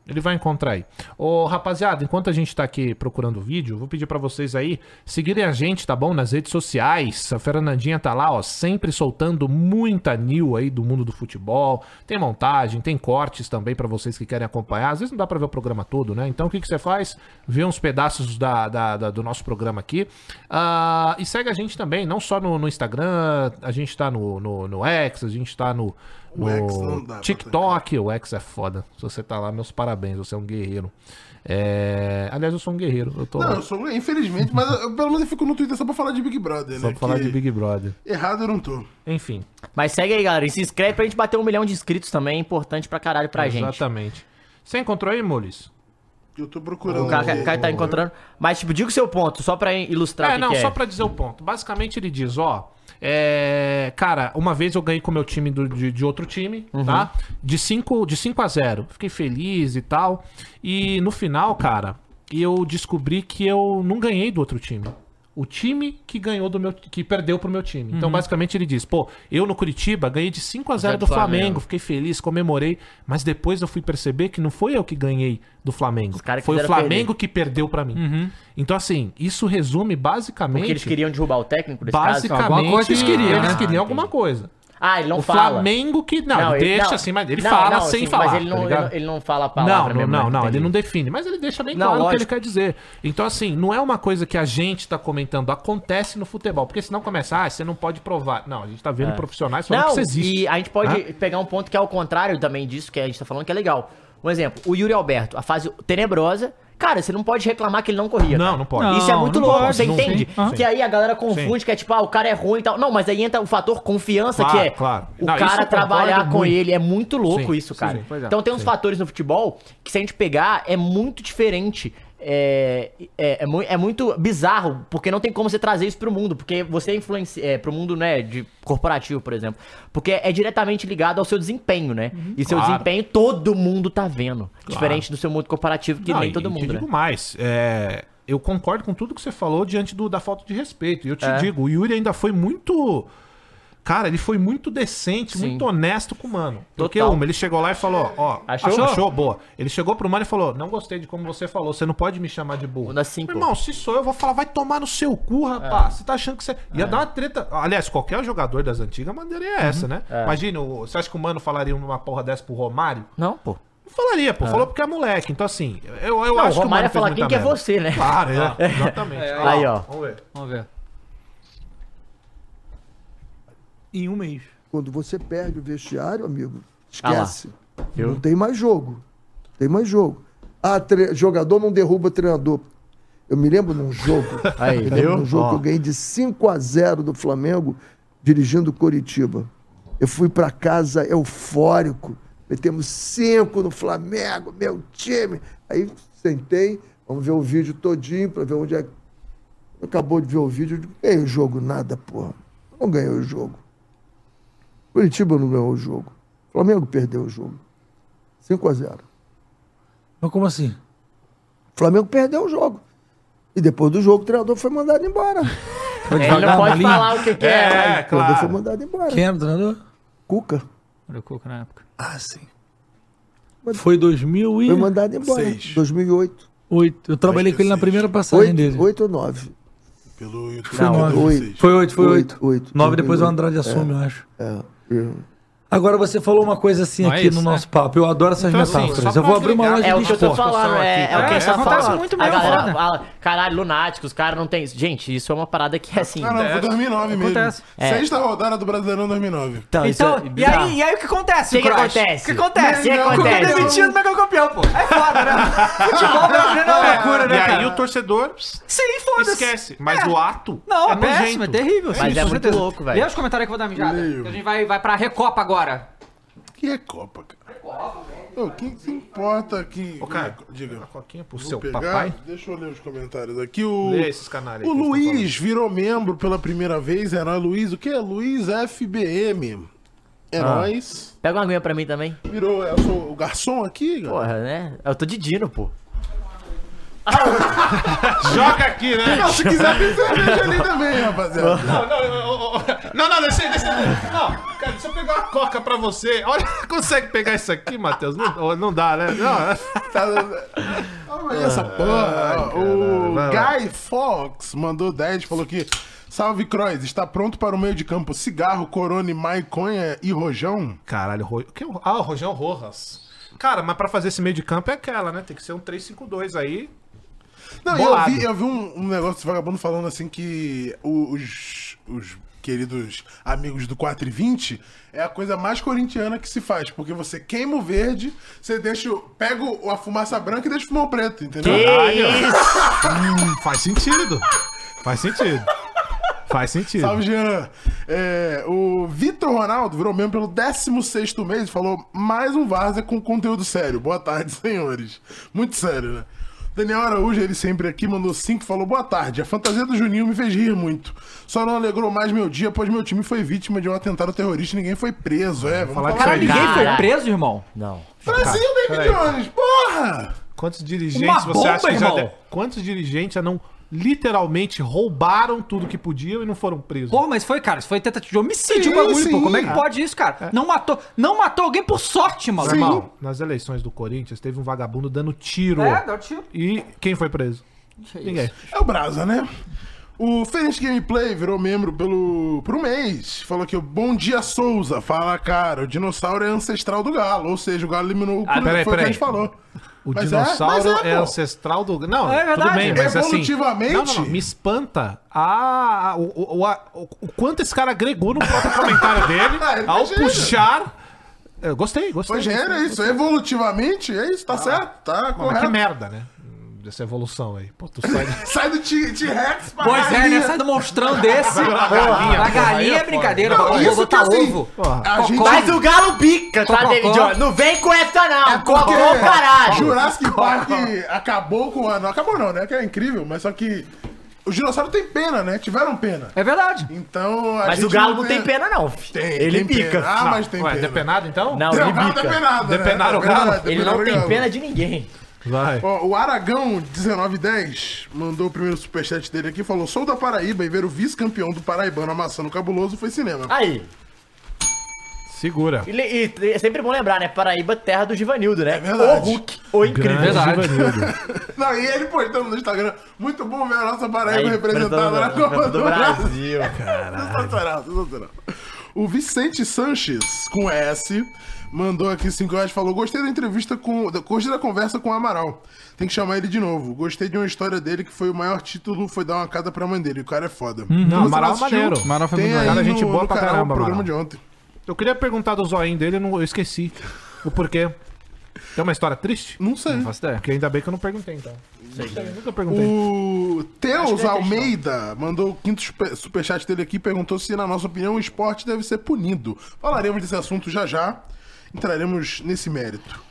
[SPEAKER 3] Ele vai encontrar aí. Ô, rapaziada, enquanto a gente tá aqui procurando o vídeo, eu vou pedir pra vocês aí seguirem a gente, tá bom? Nas redes sociais. A Fernandinha tá lá, ó, sempre soltando muita new aí do mundo do futebol. Tem montagem, tem cortes também pra vocês que querem acompanhar. Às vezes não dá pra ver o programa todo, né? Então o que, que você faz? Vê uns pedaços da- da- da- do nosso programa aqui. Ah, e segue a gente também, não só no, no Instagram, a gente tá no, no, no X, a gente tá no, no
[SPEAKER 8] X não dá pra
[SPEAKER 3] TikTok, o X é foda. Se você tá lá, meus parabéns, você é um guerreiro. É, Aliás, eu sou um guerreiro. Eu tô
[SPEAKER 8] Não,
[SPEAKER 3] lá
[SPEAKER 8] eu sou, infelizmente, mas eu- pelo menos eu fico no Twitter só pra falar de Big Brother,
[SPEAKER 3] só
[SPEAKER 8] né?
[SPEAKER 3] pra falar
[SPEAKER 8] que
[SPEAKER 3] de Big Brother.
[SPEAKER 8] Errado eu não tô.
[SPEAKER 3] Enfim.
[SPEAKER 9] Mas segue aí, galera. E se inscreve pra gente bater um milhão de inscritos também. É importante pra caralho pra gente.
[SPEAKER 3] Exatamente. Você encontrou aí, Mules?
[SPEAKER 8] Eu tô procurando.
[SPEAKER 9] O cara,
[SPEAKER 8] aqui.
[SPEAKER 9] cara tá encontrando. Mas, tipo, diga o seu ponto, só pra ilustrar
[SPEAKER 3] É,
[SPEAKER 9] o que
[SPEAKER 3] não,
[SPEAKER 9] que
[SPEAKER 3] só pra dizer o ponto. Basicamente ele diz, ó. é, cara, uma vez eu ganhei com o meu time do- de, de outro time, tá? De 5 de cinco a 0. Fiquei feliz e tal. E no final, cara, eu descobri que eu não ganhei do outro time. O time que ganhou do meu que perdeu pro meu time. Então,
[SPEAKER 13] Uhum.
[SPEAKER 3] basicamente ele diz: "Pô, eu no Curitiba ganhei de 5 a 0
[SPEAKER 13] Zero
[SPEAKER 3] do
[SPEAKER 13] do Flamengo.
[SPEAKER 3] Flamengo, fiquei feliz, comemorei, mas depois eu fui perceber que não foi eu que ganhei do Flamengo.
[SPEAKER 9] caras
[SPEAKER 3] Foi o
[SPEAKER 9] quiseram
[SPEAKER 3] Flamengo
[SPEAKER 9] perder.
[SPEAKER 3] que perdeu pra mim". Então, assim, isso resume basicamente.
[SPEAKER 9] Porque eles queriam derrubar o técnico nesse caso?
[SPEAKER 3] Basicamente, eles queriam, eles queriam alguma coisa.
[SPEAKER 9] Ah, ele não
[SPEAKER 3] o
[SPEAKER 9] fala.
[SPEAKER 3] Flamengo que. Não, ele deixa assim, mas ele
[SPEAKER 9] não,
[SPEAKER 3] fala
[SPEAKER 9] não,
[SPEAKER 3] sem
[SPEAKER 9] sim,
[SPEAKER 3] falar.
[SPEAKER 9] Mas ele
[SPEAKER 3] tá
[SPEAKER 9] não,
[SPEAKER 3] ligado?
[SPEAKER 9] ele, ele não fala a palavra.
[SPEAKER 3] não,
[SPEAKER 9] mesmo,
[SPEAKER 3] não,
[SPEAKER 9] né?
[SPEAKER 3] não,
[SPEAKER 9] Entendi.
[SPEAKER 3] ele não define, mas ele deixa bem
[SPEAKER 9] Não,
[SPEAKER 3] claro o que ele
[SPEAKER 9] lógico.
[SPEAKER 3] quer dizer. Então, assim, não é uma coisa que a gente tá comentando, acontece no futebol, porque senão começa, ah, você não pode provar. Não, a gente tá vendo
[SPEAKER 9] É.
[SPEAKER 3] profissionais falando
[SPEAKER 9] Não,
[SPEAKER 3] que isso existe.
[SPEAKER 9] e a gente pode
[SPEAKER 3] né?
[SPEAKER 9] pegar um ponto que é ao contrário também disso que a gente tá falando, que é legal. Um exemplo, o Yuri Alberto, a fase tenebrosa. Cara, você não pode reclamar que ele não corria.
[SPEAKER 3] Não,
[SPEAKER 9] cara.
[SPEAKER 3] não pode.
[SPEAKER 9] Isso é
[SPEAKER 3] Não,
[SPEAKER 9] muito
[SPEAKER 3] não
[SPEAKER 9] louco,
[SPEAKER 3] pode,
[SPEAKER 9] você
[SPEAKER 3] não,
[SPEAKER 9] entende?
[SPEAKER 3] sim, aham.
[SPEAKER 9] Que aí a galera confunde, que é tipo, ah, o cara é ruim e tal. Não, mas aí entra o fator confiança,
[SPEAKER 3] Claro,
[SPEAKER 9] que é
[SPEAKER 3] claro.
[SPEAKER 9] o
[SPEAKER 3] Não, isso
[SPEAKER 9] cara
[SPEAKER 3] eu concordo
[SPEAKER 9] trabalhar com
[SPEAKER 3] muito.
[SPEAKER 9] ele. É muito louco
[SPEAKER 3] Sim,
[SPEAKER 9] isso,
[SPEAKER 3] sim,
[SPEAKER 9] cara.
[SPEAKER 3] sim, pois é.
[SPEAKER 9] então tem uns
[SPEAKER 3] Sim.
[SPEAKER 9] fatores no futebol que se a gente pegar, é muito diferente. É, é, é mu- é muito bizarro, porque não tem como você trazer isso pro mundo, porque você influencia é, pro mundo, né, de corporativo, por exemplo. Porque é diretamente ligado ao seu desempenho, né? E seu
[SPEAKER 3] Claro.
[SPEAKER 9] desempenho todo mundo tá vendo. Diferente do seu mundo corporativo, que
[SPEAKER 3] Não,
[SPEAKER 9] nem
[SPEAKER 3] e-
[SPEAKER 9] todo
[SPEAKER 3] e
[SPEAKER 9] mundo,
[SPEAKER 3] Te
[SPEAKER 9] né?
[SPEAKER 3] digo mais, é, eu concordo com tudo que você falou diante do- da falta de respeito. E eu te
[SPEAKER 9] É.
[SPEAKER 3] digo, o Yuri ainda foi muito. Cara, ele foi muito decente, muito honesto com o mano. Porque
[SPEAKER 8] Total.
[SPEAKER 3] uma, ele chegou lá e falou, ó,
[SPEAKER 8] Achou?
[SPEAKER 3] achou? boa. Ele chegou pro mano e falou, não gostei de como você falou, você não pode me chamar de burro. Meu Irmão, se sou eu, eu vou falar, vai tomar no seu cu,
[SPEAKER 9] É.
[SPEAKER 3] rapaz. Você tá achando que você... Ia dar uma treta... Aliás, qualquer jogador das antigas, a maneira é essa, né?
[SPEAKER 9] É.
[SPEAKER 3] Imagina, o- você acha que o mano falaria uma porra dessa pro Romário?
[SPEAKER 9] Não, pô.
[SPEAKER 3] Não falaria, pô.
[SPEAKER 9] É.
[SPEAKER 3] Falou porque é moleque. Então, assim, eu, eu
[SPEAKER 9] Não,
[SPEAKER 3] acho
[SPEAKER 9] o Romário ia
[SPEAKER 3] fez
[SPEAKER 9] falar
[SPEAKER 3] muita
[SPEAKER 9] quem que é
[SPEAKER 3] merda.
[SPEAKER 9] você, né?
[SPEAKER 3] Claro, é,
[SPEAKER 9] É.
[SPEAKER 3] exatamente.
[SPEAKER 9] É, aí, ó.
[SPEAKER 3] Vamos ver.
[SPEAKER 7] Vamos ver. Em um mês.
[SPEAKER 12] Quando você perde o vestiário, amigo,
[SPEAKER 9] Tá
[SPEAKER 12] Ah lá. esquece. Viu? Não tem mais jogo. Tem mais jogo. Ah, tre- jogador não derruba treinador. Eu me lembro num jogo.
[SPEAKER 9] Aí,
[SPEAKER 12] eu me
[SPEAKER 9] viu?
[SPEAKER 12] lembro num jogo
[SPEAKER 9] Ó.
[SPEAKER 12] que eu ganhei de 5 a 0 do Flamengo, dirigindo Curitiba. Eu fui pra casa eufórico. Metemos cinco no Flamengo, meu time. Aí sentei, vamos ver o vídeo todinho pra ver onde é. Acabou de ver o vídeo, eu digo, ganhei o jogo nada, porra. Não ganhou o jogo. Curitiba não ganhou o jogo. Flamengo perdeu o jogo. 5 a 0
[SPEAKER 13] Mas como assim?
[SPEAKER 12] Flamengo perdeu o jogo. E depois do jogo, o treinador foi mandado embora.
[SPEAKER 13] Foi Ele não devagar pode na linha? falar o que que é, É, né?
[SPEAKER 12] O treinador
[SPEAKER 13] claro.
[SPEAKER 12] foi mandado embora.
[SPEAKER 13] Quem era o treinador?
[SPEAKER 12] Cuca.
[SPEAKER 7] Era o Cuca na época.
[SPEAKER 13] Ah, sim. Foi 2000 e...
[SPEAKER 12] Foi mandado embora. 2008.
[SPEAKER 13] Oito. Eu trabalhei com ele na primeira passagem dele.
[SPEAKER 12] 8 ou 9?
[SPEAKER 8] Pelo YouTube.
[SPEAKER 13] Foi
[SPEAKER 12] Não,
[SPEAKER 13] nove.
[SPEAKER 12] oito.
[SPEAKER 13] Foi oito, foi
[SPEAKER 12] Oito,
[SPEAKER 13] oito.
[SPEAKER 12] oito.
[SPEAKER 13] Nove depois o
[SPEAKER 12] Oito.
[SPEAKER 13] Andrade assume,
[SPEAKER 12] É.
[SPEAKER 13] eu acho.
[SPEAKER 12] É.
[SPEAKER 13] Agora você falou uma coisa assim
[SPEAKER 9] Não é
[SPEAKER 13] aqui
[SPEAKER 9] isso,
[SPEAKER 13] no
[SPEAKER 9] né?
[SPEAKER 13] nosso papo. Eu adoro essas
[SPEAKER 9] Então, assim,
[SPEAKER 13] metáforas.
[SPEAKER 9] só
[SPEAKER 13] eu vou
[SPEAKER 9] pra
[SPEAKER 13] abrir uma
[SPEAKER 9] explicar,
[SPEAKER 13] loja
[SPEAKER 9] É o
[SPEAKER 13] de
[SPEAKER 9] que eu tô
[SPEAKER 13] esporte.
[SPEAKER 9] falando, é, é o que
[SPEAKER 7] É,
[SPEAKER 9] eu tô
[SPEAKER 7] acontece
[SPEAKER 9] falando.
[SPEAKER 7] muito
[SPEAKER 9] a
[SPEAKER 7] mesmo,
[SPEAKER 9] galera
[SPEAKER 7] foda.
[SPEAKER 9] fala, caralho, lunáticos, os caras não tem isso. Gente, isso é uma parada que é assim.
[SPEAKER 8] Ah, não, foi 2009 mesmo.
[SPEAKER 9] Acontece. É.
[SPEAKER 8] Sexta rodada do Brasileirão 2009.
[SPEAKER 9] Então,
[SPEAKER 13] é
[SPEAKER 7] Então, e, aí, e aí o que acontece,
[SPEAKER 8] O que que
[SPEAKER 7] Cross?
[SPEAKER 8] acontece?
[SPEAKER 7] O que acontece?
[SPEAKER 8] O que que
[SPEAKER 7] O Cuca
[SPEAKER 8] acontece?
[SPEAKER 7] demitido, mas é o campeão, pô. É foda, né? Futebol brasileiro é uma loucura, né,
[SPEAKER 3] E aí
[SPEAKER 7] cara?
[SPEAKER 3] o torcedor
[SPEAKER 7] Sim, foda-se.
[SPEAKER 3] esquece. Mas
[SPEAKER 7] É.
[SPEAKER 3] o ato
[SPEAKER 7] Não, é,
[SPEAKER 3] é nojento.
[SPEAKER 7] péssimo, é terrível.
[SPEAKER 3] Mas é
[SPEAKER 7] com
[SPEAKER 3] muito
[SPEAKER 7] certeza.
[SPEAKER 3] louco, velho.
[SPEAKER 7] Lê os comentários que eu vou dar mijada.
[SPEAKER 8] Leio.
[SPEAKER 7] que A gente vai, vai pra Recopa agora.
[SPEAKER 8] Que é Copa, cara? Ô, quem se importa aqui?
[SPEAKER 3] Ô, cara,
[SPEAKER 8] diga. A
[SPEAKER 3] coquinha pro
[SPEAKER 8] Vou
[SPEAKER 3] seu
[SPEAKER 8] pegar,
[SPEAKER 3] papai?
[SPEAKER 8] Deixa eu ler os comentários aqui. O,
[SPEAKER 3] Lê esses canalha
[SPEAKER 8] o
[SPEAKER 3] aí que
[SPEAKER 8] Luiz virou membro pela primeira vez. Herói Luiz. O que é Luiz FBM?
[SPEAKER 3] Ah.
[SPEAKER 8] Heróis.
[SPEAKER 9] Pega uma aguinha pra mim também.
[SPEAKER 8] É Virou, é, eu sou o garçom aqui, cara.
[SPEAKER 9] Porra, né? Eu tô de Dino, pô.
[SPEAKER 3] Joga aqui, né?
[SPEAKER 8] Não, se quiser, tem
[SPEAKER 3] é.
[SPEAKER 8] cerveja ali também, rapaziada.
[SPEAKER 3] Não, não, ô, ô, ô. não, não, deixa aí, deixa aí. Não, cara, deixa eu pegar uma coca pra você. Olha, consegue pegar isso aqui, Matheus? Não, ô, não dá, né?
[SPEAKER 8] é, tá,
[SPEAKER 3] Não,
[SPEAKER 8] Olha essa porra. o Guy Fox mandou 10, falou que. Salve, Croix. Está pronto para o meio de campo cigarro, corone, maiconha e rojão?
[SPEAKER 3] Caralho, ro... que... Ah, o Rojão Rojas. Cara, mas pra fazer esse meio de campo é aquela, né? Tem que ser um 3-5-2 aí.
[SPEAKER 8] Não, e eu
[SPEAKER 3] Bolado.
[SPEAKER 8] vi, eu vi um, um negócio desse vagabundo falando assim que o- os, os queridos amigos do 4 e 20 é a coisa mais corintiana que se faz, porque você queima o verde, você deixa, o- pega o- a fumaça branca e deixa o fumão preto, entendeu?
[SPEAKER 3] Caralho. Hum, faz sentido. Faz sentido. Faz sentido.
[SPEAKER 8] Salve, Jean. É, o Vitor Ronaldo virou membro pelo 16 mês e falou mais um Varza com conteúdo sério. Boa tarde, senhores. Muito sério, né? Daniel Araújo, ele sempre aqui, mandou 5 falou boa tarde. A fantasia do Juninho me fez rir muito. Só não alegrou mais meu dia, pois meu time foi vítima de um atentado terrorista e ninguém foi preso. É, vamos falar,
[SPEAKER 7] Caralho, ninguém foi preso, irmão?
[SPEAKER 9] Não.
[SPEAKER 8] Brasil, David
[SPEAKER 3] Peraí.
[SPEAKER 8] Jones, porra!
[SPEAKER 3] Quantos dirigentes
[SPEAKER 8] Uma
[SPEAKER 3] você
[SPEAKER 8] bomba,
[SPEAKER 3] acha que
[SPEAKER 8] irmão.
[SPEAKER 3] já de... Quantos dirigentes já não literalmente roubaram tudo que podiam e não foram presos?
[SPEAKER 7] Pô, mas foi, cara, isso foi tentativa de homicídio
[SPEAKER 3] Sim,
[SPEAKER 7] o bagulho,
[SPEAKER 3] sim.
[SPEAKER 7] pô. Como é que
[SPEAKER 3] É.
[SPEAKER 7] pode isso, cara? Não matou, não matou alguém por sorte, mano.
[SPEAKER 3] Irmão, nas eleições do Corinthians teve um vagabundo dando tiro.
[SPEAKER 7] É, dá o tiro.
[SPEAKER 3] E quem foi preso? Ninguém.
[SPEAKER 8] É o Brasa, né? O Fênix Gameplay virou membro pelo por um mês. Falou que o Bom Dia Souza. Fala, cara, o dinossauro é ancestral do galo. Ou seja, o galo eliminou o
[SPEAKER 3] Ah,
[SPEAKER 8] Coringa,
[SPEAKER 3] peraí,
[SPEAKER 8] foi o que a
[SPEAKER 3] peraí.
[SPEAKER 8] gente falou.
[SPEAKER 3] O
[SPEAKER 8] Mas é,
[SPEAKER 3] dinossauro
[SPEAKER 8] mas
[SPEAKER 3] é,
[SPEAKER 8] é, pô.
[SPEAKER 3] ancestral do. Não,
[SPEAKER 8] É
[SPEAKER 3] tudo
[SPEAKER 8] verdade.
[SPEAKER 3] bem, mas assim.
[SPEAKER 8] Evolutivamente-
[SPEAKER 3] Não, não, não, me espanta a, a- o, o- a- o- o quanto esse cara agregou no próprio comentário dele
[SPEAKER 8] Ah, ele
[SPEAKER 3] ao
[SPEAKER 8] tá gênio.
[SPEAKER 3] puxar. Eu gostei, gostei.
[SPEAKER 8] Foi gênero, é
[SPEAKER 3] gostei,
[SPEAKER 8] isso.
[SPEAKER 3] gostei.
[SPEAKER 8] Evolutivamente, é isso. Tá certo, tá
[SPEAKER 3] Mas
[SPEAKER 8] correto.
[SPEAKER 3] que merda, né? Dessa evolução aí. Pô, tu sai.
[SPEAKER 8] Sai do T- T-Rex pra
[SPEAKER 7] Pois é, né?
[SPEAKER 8] galinha.
[SPEAKER 7] Sai do monstrão desse.
[SPEAKER 3] Vai pra galinha,
[SPEAKER 7] Porra, a
[SPEAKER 3] porra,
[SPEAKER 7] galinha
[SPEAKER 3] aí
[SPEAKER 7] é
[SPEAKER 3] é
[SPEAKER 7] brincadeira,
[SPEAKER 3] foda.
[SPEAKER 7] pô.
[SPEAKER 3] Não,
[SPEAKER 7] Vou
[SPEAKER 3] isso que
[SPEAKER 7] botar
[SPEAKER 3] assim,
[SPEAKER 7] ovo.
[SPEAKER 3] porra.
[SPEAKER 8] A gente-
[SPEAKER 7] Cocó.
[SPEAKER 8] Mas
[SPEAKER 9] o galo bica, tá,
[SPEAKER 7] Cocó.
[SPEAKER 9] David Jones? Não vem com essa, não.
[SPEAKER 8] Porque
[SPEAKER 9] Cocô, caralho.
[SPEAKER 8] Jurassic Park acabou com a. Não acabou, não, né? Que é incrível, mas só que. Os dinossauros têm pena, né? Tiveram pena.
[SPEAKER 7] É verdade.
[SPEAKER 8] Então. a
[SPEAKER 9] Mas o
[SPEAKER 8] gente
[SPEAKER 9] galo não tem pena, não. fi.
[SPEAKER 8] Tem,
[SPEAKER 9] Ele
[SPEAKER 8] tem
[SPEAKER 9] bica.
[SPEAKER 8] pena. Ah,
[SPEAKER 9] Não.
[SPEAKER 8] mas tem
[SPEAKER 3] Ué,
[SPEAKER 8] pena.
[SPEAKER 3] depenado então?
[SPEAKER 9] Não,
[SPEAKER 8] Não,
[SPEAKER 9] ele
[SPEAKER 8] o galo
[SPEAKER 9] bica.
[SPEAKER 8] depenado, né?
[SPEAKER 9] Depenaram o
[SPEAKER 8] Depenado,
[SPEAKER 9] galo? Ele
[SPEAKER 8] depenaram
[SPEAKER 9] não
[SPEAKER 8] o
[SPEAKER 9] tem
[SPEAKER 8] galo.
[SPEAKER 9] pena de ninguém.
[SPEAKER 3] Vai.
[SPEAKER 8] Ó, o Aragão1910 mandou o primeiro superchat dele aqui falou: Sou da Paraíba e ver o vice-campeão do Paraibano amassando o cabuloso foi cinema.
[SPEAKER 9] Aí.
[SPEAKER 3] Segura.
[SPEAKER 9] E, le- e- e é sempre bom lembrar, né? Paraíba, terra do Givanildo, né? É
[SPEAKER 8] verdade.
[SPEAKER 9] O Hulk, o incrível.
[SPEAKER 8] Grande Verdade.
[SPEAKER 3] Givanildo.
[SPEAKER 8] Não, e ele postando no Instagram: Muito bom ver a nossa Paraíba
[SPEAKER 9] Aí,
[SPEAKER 8] representada na Copa do, Brasil.
[SPEAKER 9] cara.
[SPEAKER 8] Sensacional, sensacional. O Vicente Sanches, com S, mandou aqui 5 reais e falou: Gostei da entrevista com. da- Gostei da conversa com o Amaral. Tem que chamar ele de novo. Gostei de uma história dele que foi o maior título, foi dar uma casa pra mãe dele. O cara é foda.
[SPEAKER 3] Uhum. Não, Amaral é maneiro.
[SPEAKER 8] Amaral
[SPEAKER 3] Amaral
[SPEAKER 8] foi
[SPEAKER 3] foi
[SPEAKER 8] Tem
[SPEAKER 3] muito
[SPEAKER 8] aí
[SPEAKER 3] maneiro.
[SPEAKER 8] no,
[SPEAKER 3] Cara, gente boa
[SPEAKER 8] no
[SPEAKER 3] pra
[SPEAKER 8] canal o
[SPEAKER 3] caramba,
[SPEAKER 8] programa
[SPEAKER 3] Amaral.
[SPEAKER 8] de ontem.
[SPEAKER 3] Eu queria perguntar do zoinho dele, eu não- eu esqueci. O porquê. Tem uma história triste?
[SPEAKER 8] Não sei.
[SPEAKER 3] Não faço ideia. Porque ainda bem que eu não perguntei, então. Nunca perguntei.
[SPEAKER 8] O
[SPEAKER 3] Acho
[SPEAKER 8] Teus
[SPEAKER 3] que é
[SPEAKER 8] Almeida mandou o quinto super- superchat dele aqui perguntou se, na nossa opinião, o esporte deve ser punido. Falaremos desse assunto já já. Entraremos nesse mérito.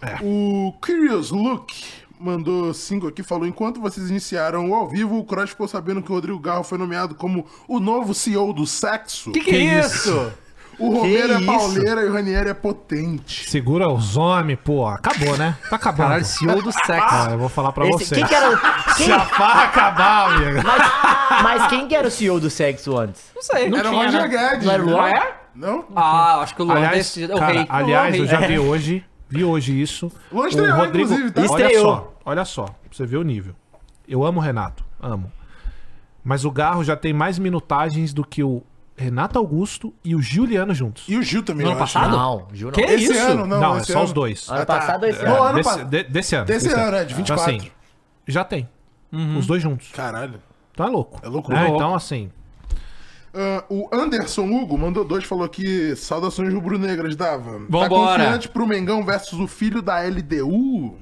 [SPEAKER 3] É.
[SPEAKER 8] O Curious Look mandou cinco aqui falou: enquanto vocês iniciaram o ao vivo, o Cross ficou sabendo que o Rodrigo Garro foi nomeado como o novo CEO do sexo.
[SPEAKER 7] Que que é isso?
[SPEAKER 8] O
[SPEAKER 7] Que
[SPEAKER 8] Romero é
[SPEAKER 7] isso?
[SPEAKER 8] pauleira e o Ranieri é potente.
[SPEAKER 3] Segura os homens, pô. Acabou, né? Tá acabando.
[SPEAKER 8] Caralho, CEO do sexo.
[SPEAKER 3] Ah, eu vou falar pra
[SPEAKER 9] Esse-
[SPEAKER 3] você.
[SPEAKER 9] quem que era o-
[SPEAKER 3] Se a farra acabar, amigo.
[SPEAKER 9] Mas, mas quem que era o CEO do sexo antes?
[SPEAKER 7] Não sei.
[SPEAKER 8] Era o
[SPEAKER 3] né?
[SPEAKER 8] Roger Guedes.
[SPEAKER 3] é
[SPEAKER 8] né?
[SPEAKER 9] Não era o Luan?
[SPEAKER 8] Não?
[SPEAKER 7] Ah, acho que o Luan
[SPEAKER 3] aliás,
[SPEAKER 7] desse- o
[SPEAKER 3] cara,
[SPEAKER 7] rei.
[SPEAKER 3] aliás,
[SPEAKER 7] O Luan
[SPEAKER 3] eu já
[SPEAKER 7] rei. É,
[SPEAKER 3] vi hoje, vi hoje isso.
[SPEAKER 8] Luan estreou, inclusive, tá?
[SPEAKER 3] Olha
[SPEAKER 8] Estreou.
[SPEAKER 3] só, olha só, pra você ver o nível. Eu amo o Renato, amo. Mas o Garro já tem mais minutagens do que o Renato Augusto e o Giuliano juntos.
[SPEAKER 8] E o Gil também,
[SPEAKER 3] No
[SPEAKER 8] eu
[SPEAKER 3] ano
[SPEAKER 8] acho.
[SPEAKER 3] passado?
[SPEAKER 8] Ah, Não,
[SPEAKER 9] Gil
[SPEAKER 8] não. Esse ano, não,
[SPEAKER 3] Não, é
[SPEAKER 8] esse
[SPEAKER 3] só
[SPEAKER 8] ano.
[SPEAKER 3] os dois.
[SPEAKER 8] Ano Ah, tá. passado, esse
[SPEAKER 3] É,
[SPEAKER 8] ano. No ano
[SPEAKER 3] desse,
[SPEAKER 8] passado.
[SPEAKER 3] de- desse ano.
[SPEAKER 8] Desse ano, é, de 24.
[SPEAKER 3] Então, assim, já tem.
[SPEAKER 7] Uhum.
[SPEAKER 3] Os dois juntos.
[SPEAKER 8] Caralho.
[SPEAKER 3] Tá louco.
[SPEAKER 8] É louco,
[SPEAKER 3] né?
[SPEAKER 8] louco.
[SPEAKER 3] Então, assim,
[SPEAKER 8] Ah, o Anderson Hugo mandou dois, falou que saudações rubro-negras, Dava. Tá
[SPEAKER 7] Vambora.
[SPEAKER 8] confiante pro Mengão versus o filho da LDU?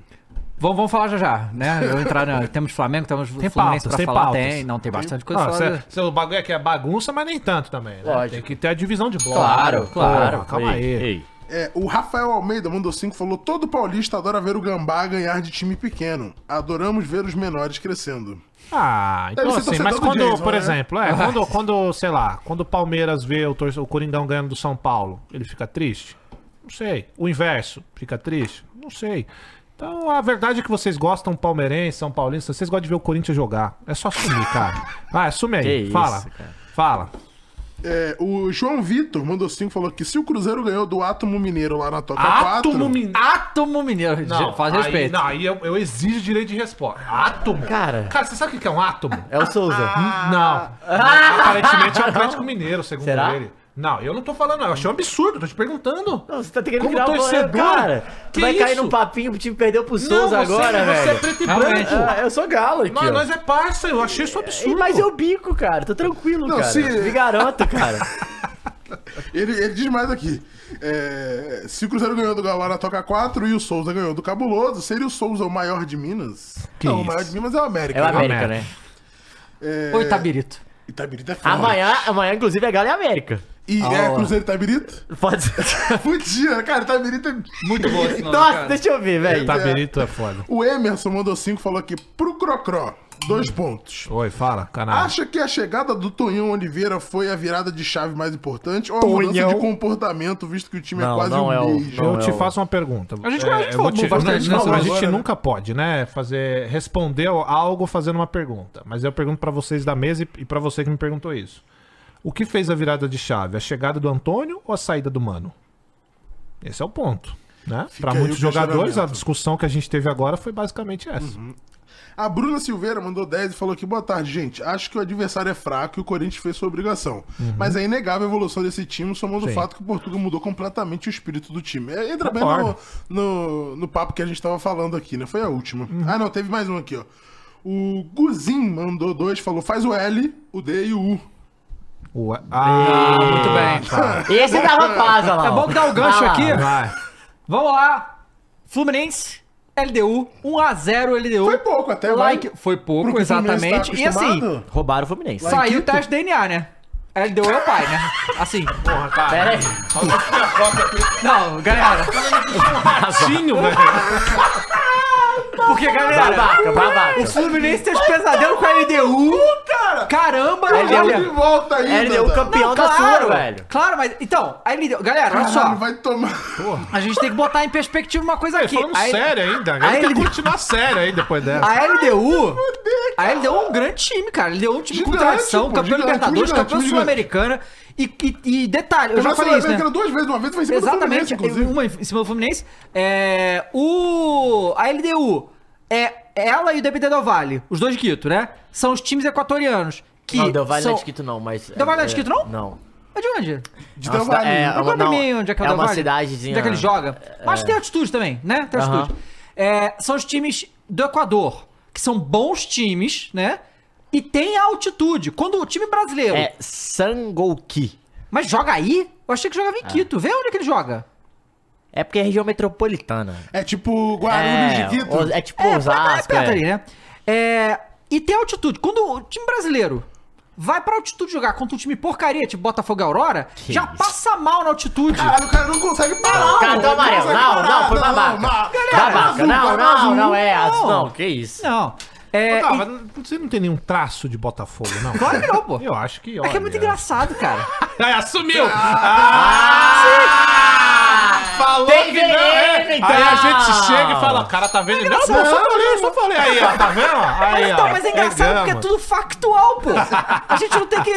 [SPEAKER 7] Vamos, vamos falar já já, né? Eu entrar na... Temos Flamengo, temos
[SPEAKER 3] Tem pautas,
[SPEAKER 7] Fluminense pra
[SPEAKER 3] tem
[SPEAKER 7] falar.
[SPEAKER 3] pautas.
[SPEAKER 7] Tem, não, tem bastante coisa
[SPEAKER 3] Ah,
[SPEAKER 7] pra falar.
[SPEAKER 3] cê- cê- o bagulho aqui é bagunça, mas nem tanto também, né?
[SPEAKER 7] Lógico.
[SPEAKER 3] Tem que ter a divisão de blocos.
[SPEAKER 7] Claro,
[SPEAKER 3] Pô,
[SPEAKER 7] claro.
[SPEAKER 3] calma
[SPEAKER 7] Ei,
[SPEAKER 3] aí.
[SPEAKER 8] É, o Rafael Almeida mandou cinco, falou todo paulista adora ver o Gambá ganhar de time pequeno. Adoramos ver os menores crescendo.
[SPEAKER 3] Ah, então
[SPEAKER 8] Deve ser
[SPEAKER 3] assim,
[SPEAKER 8] torcedor
[SPEAKER 3] mas
[SPEAKER 8] do
[SPEAKER 3] quando,
[SPEAKER 8] Jason,
[SPEAKER 3] por
[SPEAKER 8] né?
[SPEAKER 3] exemplo, é, quando, quando, sei lá, quando o Palmeiras vê o, torce- o Coringão ganhando do São Paulo, ele fica triste? Não sei. O inverso, fica triste? Não sei. Então, a verdade é que vocês gostam palmeirense, são paulista, vocês gostam de ver o Corinthians jogar. É só assumir, cara. Vai, assume aí.
[SPEAKER 9] Que
[SPEAKER 3] fala.
[SPEAKER 9] isso, cara.
[SPEAKER 3] Fala.
[SPEAKER 8] É, o João Vitor mandou cinco, falou que se o Cruzeiro ganhou do Átomo Mineiro lá na Toca 4...
[SPEAKER 3] Átomo Mineiro.
[SPEAKER 7] Átomo um Mineiro. faz
[SPEAKER 3] aí-
[SPEAKER 7] respeito.
[SPEAKER 3] não, aí eu, eu exijo direito de resposta. Átomo?
[SPEAKER 9] Cara.
[SPEAKER 3] Cara, você sabe o que que é um átomo?
[SPEAKER 9] É o Souza.
[SPEAKER 3] Ah. Não. Aparentemente é o Atlético Mineiro, segundo
[SPEAKER 9] Será?
[SPEAKER 3] ele. Não, eu não tô falando, eu achei um absurdo, tô te perguntando.
[SPEAKER 9] Não, você tá querendo
[SPEAKER 3] Como
[SPEAKER 9] criar um-
[SPEAKER 3] torcedor,
[SPEAKER 9] Cara, tu
[SPEAKER 3] que
[SPEAKER 9] vai cair
[SPEAKER 3] isso?
[SPEAKER 9] num papinho pro time perdeu pro Souza
[SPEAKER 3] você-
[SPEAKER 9] agora,
[SPEAKER 3] você
[SPEAKER 9] velho.
[SPEAKER 3] é preto e
[SPEAKER 9] Realmente.
[SPEAKER 3] branco.
[SPEAKER 9] Ah, eu sou galo aqui,
[SPEAKER 3] Nós,
[SPEAKER 9] ó.
[SPEAKER 3] nós é parça, eu achei isso um absurdo.
[SPEAKER 9] Mas eu bico, cara. Tô tranquilo,
[SPEAKER 8] Não,
[SPEAKER 9] cara.
[SPEAKER 8] se-
[SPEAKER 9] Me garanto, cara.
[SPEAKER 8] Ele, ele diz mais aqui. É, se o Cruzeiro ganhou do Galo na Toca 4 e o Souza ganhou do Cabuloso, seria o Souza o maior de Minas?
[SPEAKER 3] Que
[SPEAKER 8] não, o
[SPEAKER 3] isso.
[SPEAKER 8] maior de Minas é o América.
[SPEAKER 9] É o
[SPEAKER 8] né?
[SPEAKER 9] América, né?
[SPEAKER 8] É,
[SPEAKER 7] Ou Itabirito.
[SPEAKER 8] Itabirito é foda.
[SPEAKER 9] Amanhã, amanhã, inclusive, é Galo e América.
[SPEAKER 8] E
[SPEAKER 3] Ah,
[SPEAKER 8] é Cruzeiro e Itabirito?
[SPEAKER 9] Pode ser.
[SPEAKER 8] Fudia, cara, Itabirito é...
[SPEAKER 7] Muito bom esse
[SPEAKER 9] Nossa, deixa eu ver, velho.
[SPEAKER 3] Taberito é foda.
[SPEAKER 8] O Emerson mandou 5 e falou aqui, pro Crocró, dois pontos.
[SPEAKER 3] Oi, fala, canal.
[SPEAKER 8] Acha que a chegada do Tonhão Oliveira foi a virada de chave mais importante ou a mudança
[SPEAKER 3] Tonhão?
[SPEAKER 8] de comportamento, visto que o time é
[SPEAKER 3] Não,
[SPEAKER 8] quase
[SPEAKER 3] não
[SPEAKER 8] um
[SPEAKER 3] é o-
[SPEAKER 8] beijo?
[SPEAKER 3] eu te faço uma pergunta.
[SPEAKER 8] A gente-
[SPEAKER 3] É,
[SPEAKER 8] a gente
[SPEAKER 3] eu
[SPEAKER 8] falou
[SPEAKER 3] vou te-
[SPEAKER 8] bastante
[SPEAKER 3] não,
[SPEAKER 8] disso
[SPEAKER 3] a gente
[SPEAKER 8] agora, né?
[SPEAKER 3] nunca pode, né, fazer responder algo fazendo uma pergunta. Mas eu pergunto pra vocês da mesa e, e pra você que me perguntou isso. O que fez a virada de chave? A chegada do Antônio ou a saída do Mano? Esse é o ponto, né? Pra
[SPEAKER 8] aí
[SPEAKER 3] muitos
[SPEAKER 8] o
[SPEAKER 3] jogadores, a
[SPEAKER 8] questionamento.
[SPEAKER 3] discussão que a gente teve agora foi basicamente essa.
[SPEAKER 8] A Bruna Silveira mandou 10 e falou que boa tarde, gente. Acho que o adversário é fraco e o Corinthians fez sua obrigação.
[SPEAKER 7] Uhum.
[SPEAKER 8] Mas é inegável a evolução desse time, somando o
[SPEAKER 3] Sim.
[SPEAKER 8] fato que o Portugal mudou completamente o espírito do time. É, Entra bem no,
[SPEAKER 3] Concordo.
[SPEAKER 8] no, no papo que a gente tava falando aqui, né? Foi a última.
[SPEAKER 7] Uhum.
[SPEAKER 8] Ah, não, teve mais um aqui, ó. O Guzin mandou dois, falou: faz o L, o D e o U.
[SPEAKER 3] O- Ah, muito tá.
[SPEAKER 7] bem.
[SPEAKER 9] Esse dava paz, olha lá.
[SPEAKER 7] É
[SPEAKER 9] ó.
[SPEAKER 7] bom que dá o gancho
[SPEAKER 9] Vai lá.
[SPEAKER 7] aqui.
[SPEAKER 3] Vai.
[SPEAKER 7] Vamos lá. Fluminense, LDU, 1x0 LDU. Foi
[SPEAKER 8] pouco até,
[SPEAKER 7] like, Foi
[SPEAKER 9] Pro
[SPEAKER 7] pouco,
[SPEAKER 9] que o Fluminense
[SPEAKER 7] exatamente.
[SPEAKER 9] tá
[SPEAKER 7] e assim,
[SPEAKER 9] acostumado. roubaram o Fluminense.
[SPEAKER 7] saiu o teste de DNA, né? LDU é o pai, né? Assim.
[SPEAKER 3] Porra, cara.
[SPEAKER 7] Pera aí. Não, galera.
[SPEAKER 3] Ratinho, velho.
[SPEAKER 7] Porque, galera,
[SPEAKER 9] Babaca, babaca.
[SPEAKER 7] o Fluminense tem os pesadelos com a LDU. Caramba,
[SPEAKER 8] Caramba, de volta ainda,
[SPEAKER 9] LDU
[SPEAKER 8] Dada.
[SPEAKER 9] é campeão
[SPEAKER 7] Não,
[SPEAKER 9] da
[SPEAKER 7] claro,
[SPEAKER 9] velho.
[SPEAKER 7] Claro, mas. Então, aí ele deu. Galera, olha só.
[SPEAKER 8] Caralho, Ah, vai tomar.
[SPEAKER 7] A gente tem que botar em perspectiva uma coisa aqui.
[SPEAKER 3] Falando
[SPEAKER 7] A-
[SPEAKER 3] sério ainda.
[SPEAKER 7] a
[SPEAKER 3] Ele quer
[SPEAKER 7] LDU
[SPEAKER 3] continuar sério aí depois dessa.
[SPEAKER 7] A LDU. A LDU é um grande time, cara. Ele deu um time com
[SPEAKER 8] Gigante,
[SPEAKER 7] tradição,
[SPEAKER 8] pô,
[SPEAKER 7] campeão
[SPEAKER 8] gigante,
[SPEAKER 7] Libertadores,
[SPEAKER 8] gigante,
[SPEAKER 7] campeão
[SPEAKER 8] gigante.
[SPEAKER 7] Sul-Americana. E, e- e detalhe, eu
[SPEAKER 8] Pegou
[SPEAKER 7] já
[SPEAKER 8] a
[SPEAKER 7] falei isso, né?
[SPEAKER 8] Sul-Americana duas vezes, uma vez foi em cima do
[SPEAKER 7] Exatamente,
[SPEAKER 8] é Fluminense, inclusive.
[SPEAKER 7] uma em cima do Fluminense. É, o, a LDU, é, ela e o DPD do Vale, os dois de Quito, né? São os times equatorianos. Que
[SPEAKER 9] Não, Del Valle
[SPEAKER 7] são...
[SPEAKER 9] não é de Quito, não, mas.
[SPEAKER 7] Del Valle não é de Quito, não?
[SPEAKER 9] Não.
[SPEAKER 7] É de onde?
[SPEAKER 9] De É uma Del cida- Valle. é
[SPEAKER 7] Eu
[SPEAKER 9] uma-
[SPEAKER 7] não,
[SPEAKER 9] não,
[SPEAKER 7] onde é que é
[SPEAKER 9] é
[SPEAKER 7] o Del
[SPEAKER 9] uma
[SPEAKER 7] Valle.
[SPEAKER 9] cidadezinha-
[SPEAKER 7] Onde é que ele joga. Mas
[SPEAKER 9] é.
[SPEAKER 7] tem altitude também, né? Tem
[SPEAKER 9] Aham.
[SPEAKER 7] altitude. É, são os times do Equador, que são bons times, né? E tem altitude. Quando o time brasileiro...
[SPEAKER 9] É Sangolqui.
[SPEAKER 7] Mas joga aí? Eu achei que jogava em Quito. Vê onde é que ele joga.
[SPEAKER 9] É porque é região metropolitana.
[SPEAKER 8] É tipo
[SPEAKER 9] É, o- é tipo Osasco,
[SPEAKER 7] É, perto
[SPEAKER 9] é.
[SPEAKER 7] ali, né? É, e tem altitude. Quando o time brasileiro vai pra altitude jogar contra um time porcaria, tipo Botafogo e Aurora, já passa mal na altitude.
[SPEAKER 8] Caralho, o cara não consegue parar.
[SPEAKER 9] Cara,
[SPEAKER 8] mano.
[SPEAKER 9] deu amarelo.
[SPEAKER 8] consegue
[SPEAKER 9] Não,
[SPEAKER 8] parar.
[SPEAKER 9] não, foi babaca.
[SPEAKER 8] não.
[SPEAKER 9] Babaca, não,
[SPEAKER 8] cara,
[SPEAKER 9] não,
[SPEAKER 8] azul.
[SPEAKER 9] não, é azul. Não, que isso.
[SPEAKER 7] Não. É,
[SPEAKER 3] Ô,
[SPEAKER 7] e-
[SPEAKER 3] Dava, Você não tem nenhum traço de Botafogo, não?
[SPEAKER 7] Claro que não, pô.
[SPEAKER 3] Eu acho que,
[SPEAKER 7] É que é muito
[SPEAKER 3] olha.
[SPEAKER 7] engraçado, cara.
[SPEAKER 3] Aí, assumiu!
[SPEAKER 7] Ah,
[SPEAKER 3] Ah! Falou
[SPEAKER 9] Tem
[SPEAKER 3] que não, é.
[SPEAKER 9] veneno, então.
[SPEAKER 3] Aí a gente chega e fala, o cara tá
[SPEAKER 9] é
[SPEAKER 3] vendo? não, pô,
[SPEAKER 7] engraçado.
[SPEAKER 3] só falei, só falei aí, ó, tá vendo? Aí,
[SPEAKER 7] mas,
[SPEAKER 3] ó,
[SPEAKER 7] então, mas é engraçado
[SPEAKER 3] pegamos.
[SPEAKER 7] porque é tudo factual, pô. A gente não tem que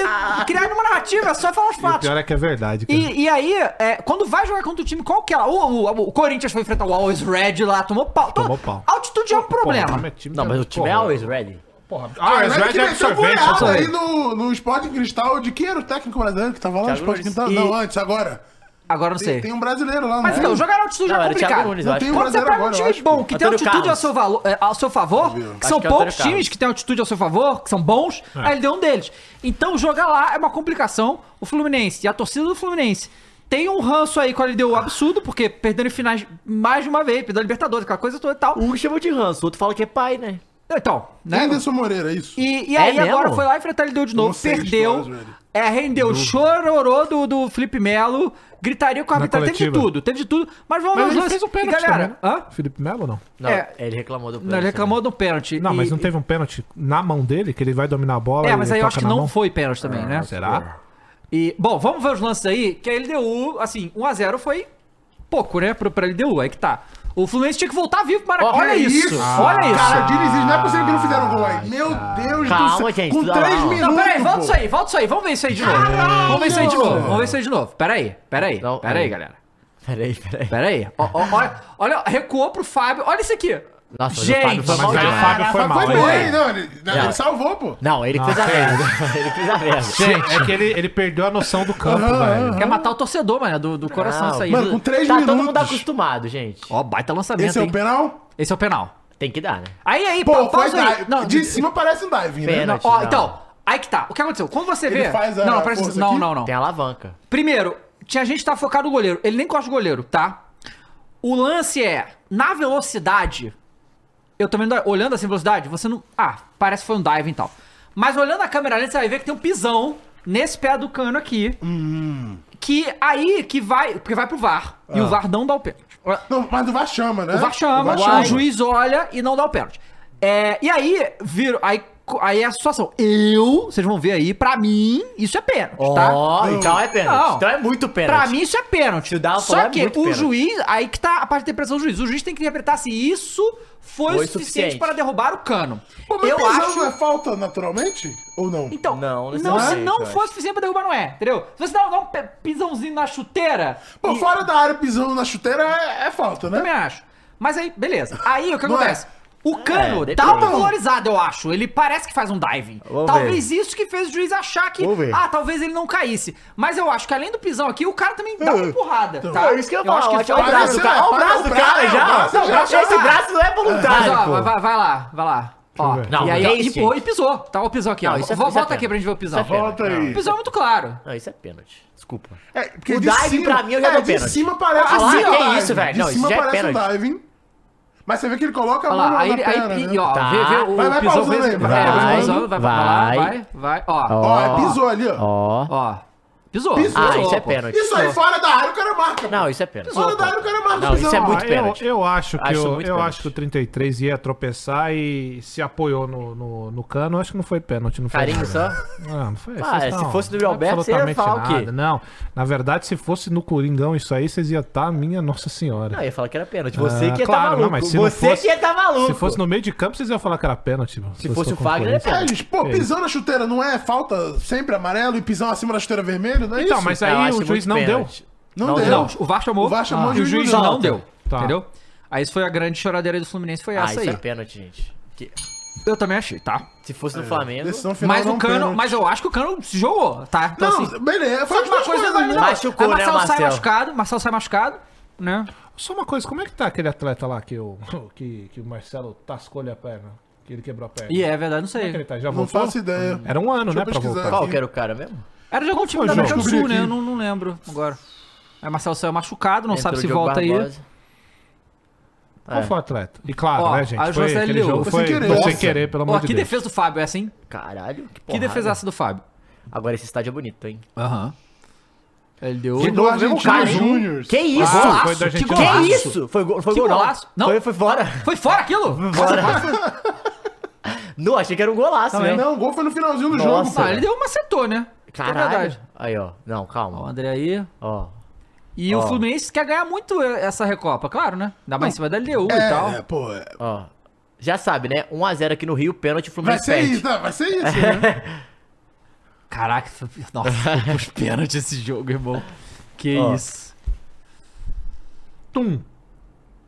[SPEAKER 7] criar uma narrativa, é só falar os
[SPEAKER 3] E o
[SPEAKER 7] fatos.
[SPEAKER 3] pior é que é verdade, cara.
[SPEAKER 7] E, e aí, é, quando vai jogar contra o time qualquer lá, o, o, o Corinthians foi enfrentar o Always Red lá, tomou pau. Tomou
[SPEAKER 3] pau.
[SPEAKER 7] Altitude é um problema.
[SPEAKER 9] Não, mas o time é always ready.
[SPEAKER 3] Porra,
[SPEAKER 8] Ah,
[SPEAKER 3] Always ready
[SPEAKER 8] que
[SPEAKER 3] é
[SPEAKER 8] meteu
[SPEAKER 3] absorvente,
[SPEAKER 8] goleada
[SPEAKER 3] absorvente.
[SPEAKER 8] aí no, no Sport Cristal de quem era o técnico brasileiro que tava lá no
[SPEAKER 9] Thiago
[SPEAKER 8] Sport
[SPEAKER 9] Nunes.
[SPEAKER 8] Cristal?
[SPEAKER 9] E-
[SPEAKER 8] Não, antes, agora.
[SPEAKER 7] Agora não
[SPEAKER 8] Tem-
[SPEAKER 7] sei.
[SPEAKER 8] Tem um brasileiro lá,
[SPEAKER 7] Mas
[SPEAKER 8] não
[SPEAKER 7] então,
[SPEAKER 8] tem?
[SPEAKER 7] jogar na altitude
[SPEAKER 9] Não,
[SPEAKER 7] já é
[SPEAKER 9] era Thiago
[SPEAKER 7] complicado.
[SPEAKER 9] Nunes,
[SPEAKER 8] eu
[SPEAKER 7] não
[SPEAKER 8] acho.
[SPEAKER 7] tem um Quando você
[SPEAKER 8] brasileiro
[SPEAKER 7] pega um
[SPEAKER 8] agora, eu
[SPEAKER 7] time
[SPEAKER 8] acho,
[SPEAKER 7] bom,
[SPEAKER 8] pô.
[SPEAKER 7] que tem
[SPEAKER 9] Antônio
[SPEAKER 7] altitude ao
[SPEAKER 9] Carlos.
[SPEAKER 7] seu, valo- é, ao seu favor, que
[SPEAKER 9] Acho
[SPEAKER 7] são
[SPEAKER 9] que é Antônio
[SPEAKER 7] poucos
[SPEAKER 9] Carlos.
[SPEAKER 7] times que têm altitude ao seu favor, que são bons,
[SPEAKER 3] É.
[SPEAKER 7] aí ele deu um deles. Então, jogar lá é uma complicação. O Fluminense e a torcida do Fluminense tem um ranço aí com a LDU absurdo, porque perdendo em finais mais de uma vez, perdendo a Libertadores, aquela coisa toda e tal.
[SPEAKER 9] Um chama de ranço, o outro fala que é pai, né?
[SPEAKER 7] Então, né?
[SPEAKER 8] Anderson Moreira, é isso.
[SPEAKER 7] E, e
[SPEAKER 9] É
[SPEAKER 7] aí agora
[SPEAKER 9] mesmo?
[SPEAKER 7] foi lá e enfrentar ele deu de
[SPEAKER 8] Não
[SPEAKER 7] novo,
[SPEAKER 8] sei
[SPEAKER 7] perdeu.
[SPEAKER 8] histórias, velho.
[SPEAKER 7] É, rendeu o chororô do, do Felipe Melo, gritaria com a
[SPEAKER 3] Na
[SPEAKER 7] arbitragem, teve de
[SPEAKER 3] coletiva.
[SPEAKER 7] tudo, teve de tudo. Mas vamos ver
[SPEAKER 3] Mas
[SPEAKER 7] os
[SPEAKER 3] ele
[SPEAKER 7] lances.
[SPEAKER 3] fez um
[SPEAKER 7] E,
[SPEAKER 3] pênalti
[SPEAKER 7] galera,
[SPEAKER 3] também,
[SPEAKER 7] hã?
[SPEAKER 3] Felipe Melo, não?
[SPEAKER 9] Não,
[SPEAKER 7] É.
[SPEAKER 9] ele reclamou do pênalti.
[SPEAKER 7] Não, ele reclamou do pênalti.
[SPEAKER 3] Não, mas
[SPEAKER 7] E-
[SPEAKER 3] não teve um pênalti na mão dele, que ele vai dominar a bola
[SPEAKER 7] É,
[SPEAKER 3] e
[SPEAKER 7] mas aí eu
[SPEAKER 3] toca
[SPEAKER 7] acho que
[SPEAKER 3] na
[SPEAKER 7] não
[SPEAKER 3] mão? Tá.
[SPEAKER 7] foi pênalti
[SPEAKER 9] Ah,
[SPEAKER 7] também, né?
[SPEAKER 3] Será?
[SPEAKER 7] E, bom, vamos ver os lances aí, que a LDU, assim, 1x0 foi pouco, né, pro- pra LDU, aí que tá. O Fluminense tinha que voltar vivo para Maracanã. Olha isso! Olha isso!
[SPEAKER 8] Cara, Diniz, não é possível que não fizeram gol aí. Meu Deus do céu.
[SPEAKER 9] Calma, gente,
[SPEAKER 8] Com
[SPEAKER 9] dá
[SPEAKER 8] três
[SPEAKER 9] lá, ó.
[SPEAKER 8] minutos.
[SPEAKER 7] Não, peraí, volta
[SPEAKER 8] pô.
[SPEAKER 7] isso aí, volta isso aí, vamos ver isso aí de novo. Vamos ver isso aí de novo, vamos ver isso aí de novo. Peraí, peraí, peraí,
[SPEAKER 9] é.
[SPEAKER 7] galera.
[SPEAKER 9] Peraí, peraí.
[SPEAKER 7] Peraí, ó, ó, olha, olha, recuou pro Fábio, olha isso aqui.
[SPEAKER 9] Nossa, mas o
[SPEAKER 7] gente,
[SPEAKER 9] Fábio foi mal
[SPEAKER 7] cara,
[SPEAKER 9] demais.
[SPEAKER 3] Fábio foi mal,
[SPEAKER 8] Foi
[SPEAKER 3] hein?
[SPEAKER 8] bem, não, ele, não,
[SPEAKER 9] Já.
[SPEAKER 8] ele salvou, pô.
[SPEAKER 9] Não, ele que fez a merda.
[SPEAKER 7] é.
[SPEAKER 9] ele que fez a merda.
[SPEAKER 3] Gente, é que ele, ele perdeu a noção do campo, velho.
[SPEAKER 7] quer matar o torcedor, mano, do, do coração
[SPEAKER 9] Não,
[SPEAKER 7] isso aí.
[SPEAKER 8] mano, com três
[SPEAKER 9] tá todo
[SPEAKER 8] minutos.
[SPEAKER 9] mundo acostumado, gente.
[SPEAKER 7] Ó, baita lançamento,
[SPEAKER 8] Esse é o
[SPEAKER 7] hein?
[SPEAKER 8] penal?
[SPEAKER 7] Esse é o penal.
[SPEAKER 9] Tem que dar, né?
[SPEAKER 7] Aí, aí,
[SPEAKER 8] Pô,
[SPEAKER 7] pa-
[SPEAKER 8] foi
[SPEAKER 7] pausa Então, aí.
[SPEAKER 8] dive.
[SPEAKER 7] Não,
[SPEAKER 8] De cima parece um diving, né?
[SPEAKER 9] Pênalti,
[SPEAKER 7] ó,
[SPEAKER 9] não.
[SPEAKER 7] então, aí que tá. O que aconteceu? Quando você
[SPEAKER 8] Ele
[SPEAKER 7] vê...
[SPEAKER 8] faz a
[SPEAKER 7] não, presta
[SPEAKER 8] força
[SPEAKER 7] Não,
[SPEAKER 8] aqui?
[SPEAKER 7] não, não.
[SPEAKER 9] Tem alavanca.
[SPEAKER 7] Primeiro, tinha gente que tá focado no goleiro. Ele nem gosta do goleiro, tá? O lance é, na velocidade, eu também não- olhando assim, velocidade, você não... Ah, parece que foi um dive e tal. Mas olhando a câmera lenta, você vai ver que tem um pisão nesse pé do cano aqui.
[SPEAKER 8] Hum.
[SPEAKER 7] Que aí, que vai... Porque vai pro VAR. E
[SPEAKER 8] Ah.
[SPEAKER 7] o VAR não dá o pênalti.
[SPEAKER 8] Não, mas o VAR chama, né?
[SPEAKER 7] O VAR chama,
[SPEAKER 8] O
[SPEAKER 7] o, juiz olha e não dá o pênalti. É, e aí, viram, aí, aí é a situação. Eu, vocês vão ver aí, pra mim, isso é pênalti, tá?
[SPEAKER 9] Ó, então é pênalti.
[SPEAKER 7] Não.
[SPEAKER 9] Então é muito pênalti.
[SPEAKER 7] Pra mim, isso é pênalti.
[SPEAKER 9] Se dá,
[SPEAKER 7] Só
[SPEAKER 9] falar, é
[SPEAKER 7] que
[SPEAKER 9] muito
[SPEAKER 7] o
[SPEAKER 9] pênalti.
[SPEAKER 7] juiz, aí que tá a parte da interpretação do juiz. O juiz tem que interpretar se isso foi, o
[SPEAKER 9] Foi
[SPEAKER 7] suficiente,
[SPEAKER 9] suficiente.
[SPEAKER 7] para derrubar o cano.
[SPEAKER 8] Pô, mas
[SPEAKER 7] eu
[SPEAKER 8] pisão
[SPEAKER 7] acho.
[SPEAKER 8] não é falta naturalmente? Ou não?
[SPEAKER 7] Então,
[SPEAKER 9] Não,
[SPEAKER 7] não, se
[SPEAKER 9] necessariamente,
[SPEAKER 7] não
[SPEAKER 9] eu
[SPEAKER 7] for suficiente pra derrubar, não é, entendeu? Se você dá, dá um pe- pisãozinho na chuteira,
[SPEAKER 8] Pô, fora da área, pisão na chuteira é, é falta, né?
[SPEAKER 7] Também acho. Mas aí, beleza. Aí o que
[SPEAKER 8] Não
[SPEAKER 7] acontece?
[SPEAKER 8] é?
[SPEAKER 7] O cano
[SPEAKER 9] depende.
[SPEAKER 7] tá valorizado, eu acho. Ele parece que faz um diving.
[SPEAKER 9] Vamos
[SPEAKER 7] talvez isso que fez o juiz achar que.
[SPEAKER 9] Vamos ver.
[SPEAKER 7] Ah, talvez ele não caísse. Mas eu acho que além do pisão aqui, o cara também dá uma empurrada. Tá?
[SPEAKER 9] Tá, isso que eu, falo.
[SPEAKER 7] acho que
[SPEAKER 9] Olha
[SPEAKER 7] foi-
[SPEAKER 9] o braço do
[SPEAKER 8] Parece, né?
[SPEAKER 9] cara. Olha o braço do
[SPEAKER 8] Parece o
[SPEAKER 9] cara
[SPEAKER 8] braço, o braço
[SPEAKER 9] já. Não,
[SPEAKER 8] já-
[SPEAKER 9] Esse braço não é
[SPEAKER 7] Mas
[SPEAKER 9] voluntário,
[SPEAKER 7] ó,
[SPEAKER 9] pô.
[SPEAKER 7] vai, vai lá, vai lá. Ó,
[SPEAKER 9] ver. Não,
[SPEAKER 7] e aí,
[SPEAKER 9] que
[SPEAKER 7] ó,
[SPEAKER 9] isso,
[SPEAKER 7] empurrou e
[SPEAKER 9] gente?
[SPEAKER 7] pisou. Tá o pisão aqui, ó.
[SPEAKER 9] Não, isso é-
[SPEAKER 7] Volta
[SPEAKER 9] isso é
[SPEAKER 7] aqui
[SPEAKER 9] pena.
[SPEAKER 7] pra gente ver o pisão.
[SPEAKER 9] Isso é pena.
[SPEAKER 8] Volta aí.
[SPEAKER 7] O pisão é muito claro.
[SPEAKER 9] Não, isso é pênalti. Desculpa.
[SPEAKER 8] É, porque
[SPEAKER 9] O
[SPEAKER 8] de
[SPEAKER 9] diving,
[SPEAKER 8] cima-
[SPEAKER 9] pra mim, eu já
[SPEAKER 8] é,
[SPEAKER 9] dou
[SPEAKER 8] de
[SPEAKER 9] pênalti.
[SPEAKER 8] cima parece
[SPEAKER 9] Ah,
[SPEAKER 8] um
[SPEAKER 9] que
[SPEAKER 8] diving.
[SPEAKER 9] isso, velho? Não,
[SPEAKER 8] De
[SPEAKER 9] isso
[SPEAKER 8] cima
[SPEAKER 9] já é
[SPEAKER 8] parece um
[SPEAKER 9] pênalti.
[SPEAKER 8] diving. Mas você vê que ele coloca a
[SPEAKER 7] Olha
[SPEAKER 8] mão
[SPEAKER 7] lá,
[SPEAKER 8] na
[SPEAKER 7] aí,
[SPEAKER 8] perna,
[SPEAKER 7] aí,
[SPEAKER 8] né?
[SPEAKER 7] e, ó,
[SPEAKER 9] Tá.
[SPEAKER 7] vê, vê o
[SPEAKER 8] Vai, vai
[SPEAKER 7] pisão.
[SPEAKER 8] pausando
[SPEAKER 7] fez-
[SPEAKER 8] aí,
[SPEAKER 7] é,
[SPEAKER 8] vai,
[SPEAKER 7] vai,
[SPEAKER 9] vai,
[SPEAKER 7] pausando, vai, vai, vai,
[SPEAKER 9] vai.
[SPEAKER 7] vai, vai, ó,
[SPEAKER 8] é, Ó, pisou ali, ó.
[SPEAKER 9] Ó.
[SPEAKER 7] ó. Pisou.
[SPEAKER 9] é Pisou, Ah, isso é pênalti.
[SPEAKER 8] Isso aí, fora da área, o cara marca.
[SPEAKER 9] Não, isso é pênalti.
[SPEAKER 8] Fora da área, o cara marca.
[SPEAKER 9] Não, isso é
[SPEAKER 3] Ah,
[SPEAKER 9] muito
[SPEAKER 3] eu-
[SPEAKER 9] pênalti.
[SPEAKER 3] Eu, acho que
[SPEAKER 9] Acho
[SPEAKER 3] o-
[SPEAKER 9] muito
[SPEAKER 3] eu
[SPEAKER 9] pênalti.
[SPEAKER 3] acho que o 33 ia tropeçar e se apoiou no, no, no cano. Acho que não foi pênalti, não foi.
[SPEAKER 9] Carinho
[SPEAKER 3] nada.
[SPEAKER 9] só?
[SPEAKER 3] Não, não foi.
[SPEAKER 9] Ah,
[SPEAKER 3] vocês
[SPEAKER 9] se
[SPEAKER 3] não-
[SPEAKER 9] fosse do Yuri Alberto, você ia
[SPEAKER 3] absolutamente
[SPEAKER 9] falar o
[SPEAKER 3] nada.
[SPEAKER 9] quê?
[SPEAKER 3] Não, na verdade, se fosse no Coringão isso aí, vocês iam estar, minha Nossa Senhora.
[SPEAKER 9] Não, é eu ia falar que era pênalti. Você
[SPEAKER 3] Ah,
[SPEAKER 9] que ia
[SPEAKER 3] claro,
[SPEAKER 9] tá
[SPEAKER 3] não,
[SPEAKER 9] maluco.
[SPEAKER 3] mas se não
[SPEAKER 9] você
[SPEAKER 3] fosse-
[SPEAKER 9] que ia tá maluco.
[SPEAKER 3] Se fosse no meio de campo, vocês iam falar que era pênalti. mano.
[SPEAKER 9] Se fosse
[SPEAKER 3] eu
[SPEAKER 9] o
[SPEAKER 3] for
[SPEAKER 9] Fagner,
[SPEAKER 3] com
[SPEAKER 9] é
[SPEAKER 3] isso.
[SPEAKER 8] É, gente, pô,
[SPEAKER 3] É.
[SPEAKER 8] pisão na chuteira não é falta sempre amarelo e pisão acima da chuteira vermelho, não é
[SPEAKER 3] Então,
[SPEAKER 8] isso?
[SPEAKER 3] mas aí o juiz não deu.
[SPEAKER 8] Não,
[SPEAKER 7] Não,
[SPEAKER 8] deu.
[SPEAKER 7] não, o VAR chamou.
[SPEAKER 8] O VAR chamou
[SPEAKER 7] Ah.
[SPEAKER 8] e o juiz
[SPEAKER 7] não,
[SPEAKER 8] não.
[SPEAKER 7] deu.
[SPEAKER 8] Tá.
[SPEAKER 7] Entendeu? Aí isso foi a grande choradeira do Fluminense, foi
[SPEAKER 9] Ah,
[SPEAKER 7] essa
[SPEAKER 9] isso
[SPEAKER 7] aí.
[SPEAKER 9] é pênalti, gente. Que-
[SPEAKER 7] Eu também achei, tá?
[SPEAKER 9] Se fosse no Flamengo.
[SPEAKER 7] mas o Cano, mas eu acho que o Cano se jogou, tá? Então,
[SPEAKER 8] Não, beleza, foi as
[SPEAKER 7] só que uma
[SPEAKER 8] duas
[SPEAKER 7] coisa
[SPEAKER 8] coisas,
[SPEAKER 7] não,
[SPEAKER 8] né?
[SPEAKER 7] não.
[SPEAKER 9] Machucou,
[SPEAKER 7] Aí
[SPEAKER 9] né,
[SPEAKER 7] Marcelo sai
[SPEAKER 9] Marcelo?
[SPEAKER 7] machucado, Marcelo sai machucado, né?
[SPEAKER 3] Só uma coisa, como é que tá aquele atleta lá que o, que, que o Marcelo tascou-lhe a perna? Que ele quebrou a perna.
[SPEAKER 7] E é verdade, não sei.
[SPEAKER 3] Como é que ele tá? Já
[SPEAKER 7] Não
[SPEAKER 3] voltou?
[SPEAKER 7] faço ideia.
[SPEAKER 3] Era um ano,
[SPEAKER 7] Deixa eu
[SPEAKER 3] né, pra
[SPEAKER 7] pesquisar
[SPEAKER 3] voltar.
[SPEAKER 7] aqui. Qual que
[SPEAKER 9] Era o cara mesmo?
[SPEAKER 7] Era de algum time
[SPEAKER 3] foi o
[SPEAKER 7] da América do
[SPEAKER 3] jogo?
[SPEAKER 7] Sul,
[SPEAKER 3] Descobri
[SPEAKER 7] né? Eu
[SPEAKER 3] aqui.
[SPEAKER 7] não, não lembro agora. Aí Marcelo saiu machucado, não
[SPEAKER 3] Entrou
[SPEAKER 7] sabe se
[SPEAKER 3] o Diogo
[SPEAKER 7] volta aí.
[SPEAKER 3] Barbosa. Qual foi o atleta? E claro,
[SPEAKER 7] Ó,
[SPEAKER 3] né, gente?
[SPEAKER 7] aí o
[SPEAKER 3] Foi
[SPEAKER 7] José
[SPEAKER 3] aquele
[SPEAKER 7] Leo.
[SPEAKER 3] jogo, foi, foi sem querer,
[SPEAKER 7] Nossa.
[SPEAKER 3] pelo
[SPEAKER 7] Ó,
[SPEAKER 3] amor de
[SPEAKER 7] que
[SPEAKER 3] Deus.
[SPEAKER 7] defesa do Fábio essa, hein?
[SPEAKER 9] Caralho, que
[SPEAKER 7] Que
[SPEAKER 9] porrada.
[SPEAKER 7] defesaça do Fábio.
[SPEAKER 9] Agora esse estádio é bonito, hein?
[SPEAKER 7] Aham. Ele deu. um
[SPEAKER 9] Que gol, mesmo cara, hein? Que isso?
[SPEAKER 7] Golaço,
[SPEAKER 9] Foi do
[SPEAKER 7] que
[SPEAKER 9] argentino.
[SPEAKER 7] golaço.
[SPEAKER 9] Que isso? Foi go- foi
[SPEAKER 7] Que
[SPEAKER 9] gol, não.
[SPEAKER 7] golaço. Não? Ah.
[SPEAKER 9] Foi- foi fora.
[SPEAKER 7] Foi fora aquilo?
[SPEAKER 9] Bora. não, achei que era um golaço,
[SPEAKER 7] Também.
[SPEAKER 9] né?
[SPEAKER 8] Não, é o gol foi no finalzinho do
[SPEAKER 9] Nossa,
[SPEAKER 8] jogo.
[SPEAKER 7] Ah,
[SPEAKER 8] pô.
[SPEAKER 7] ele deu uma setor, né? É
[SPEAKER 9] Caralho.
[SPEAKER 7] verdade.
[SPEAKER 9] Aí, ó. Não, calma.
[SPEAKER 7] Ó, André aí.
[SPEAKER 9] Ó.
[SPEAKER 7] E
[SPEAKER 9] Ó.
[SPEAKER 7] o Fluminense quer ganhar muito essa Recopa, claro, né? Dá mais em cima da LDU e
[SPEAKER 8] É,
[SPEAKER 7] tal.
[SPEAKER 8] é, pô. é.
[SPEAKER 9] Ó. Já sabe, né? 1x0 aqui no Rio, pênalti, o
[SPEAKER 8] Vai
[SPEAKER 9] Fluminense
[SPEAKER 8] ser
[SPEAKER 9] perde.
[SPEAKER 8] isso, né? Vai ser isso,
[SPEAKER 7] É.
[SPEAKER 8] né?
[SPEAKER 7] Caraca, nossa, os pênaltis esse jogo, irmão. Que
[SPEAKER 9] Ó.
[SPEAKER 7] isso.
[SPEAKER 3] Tum.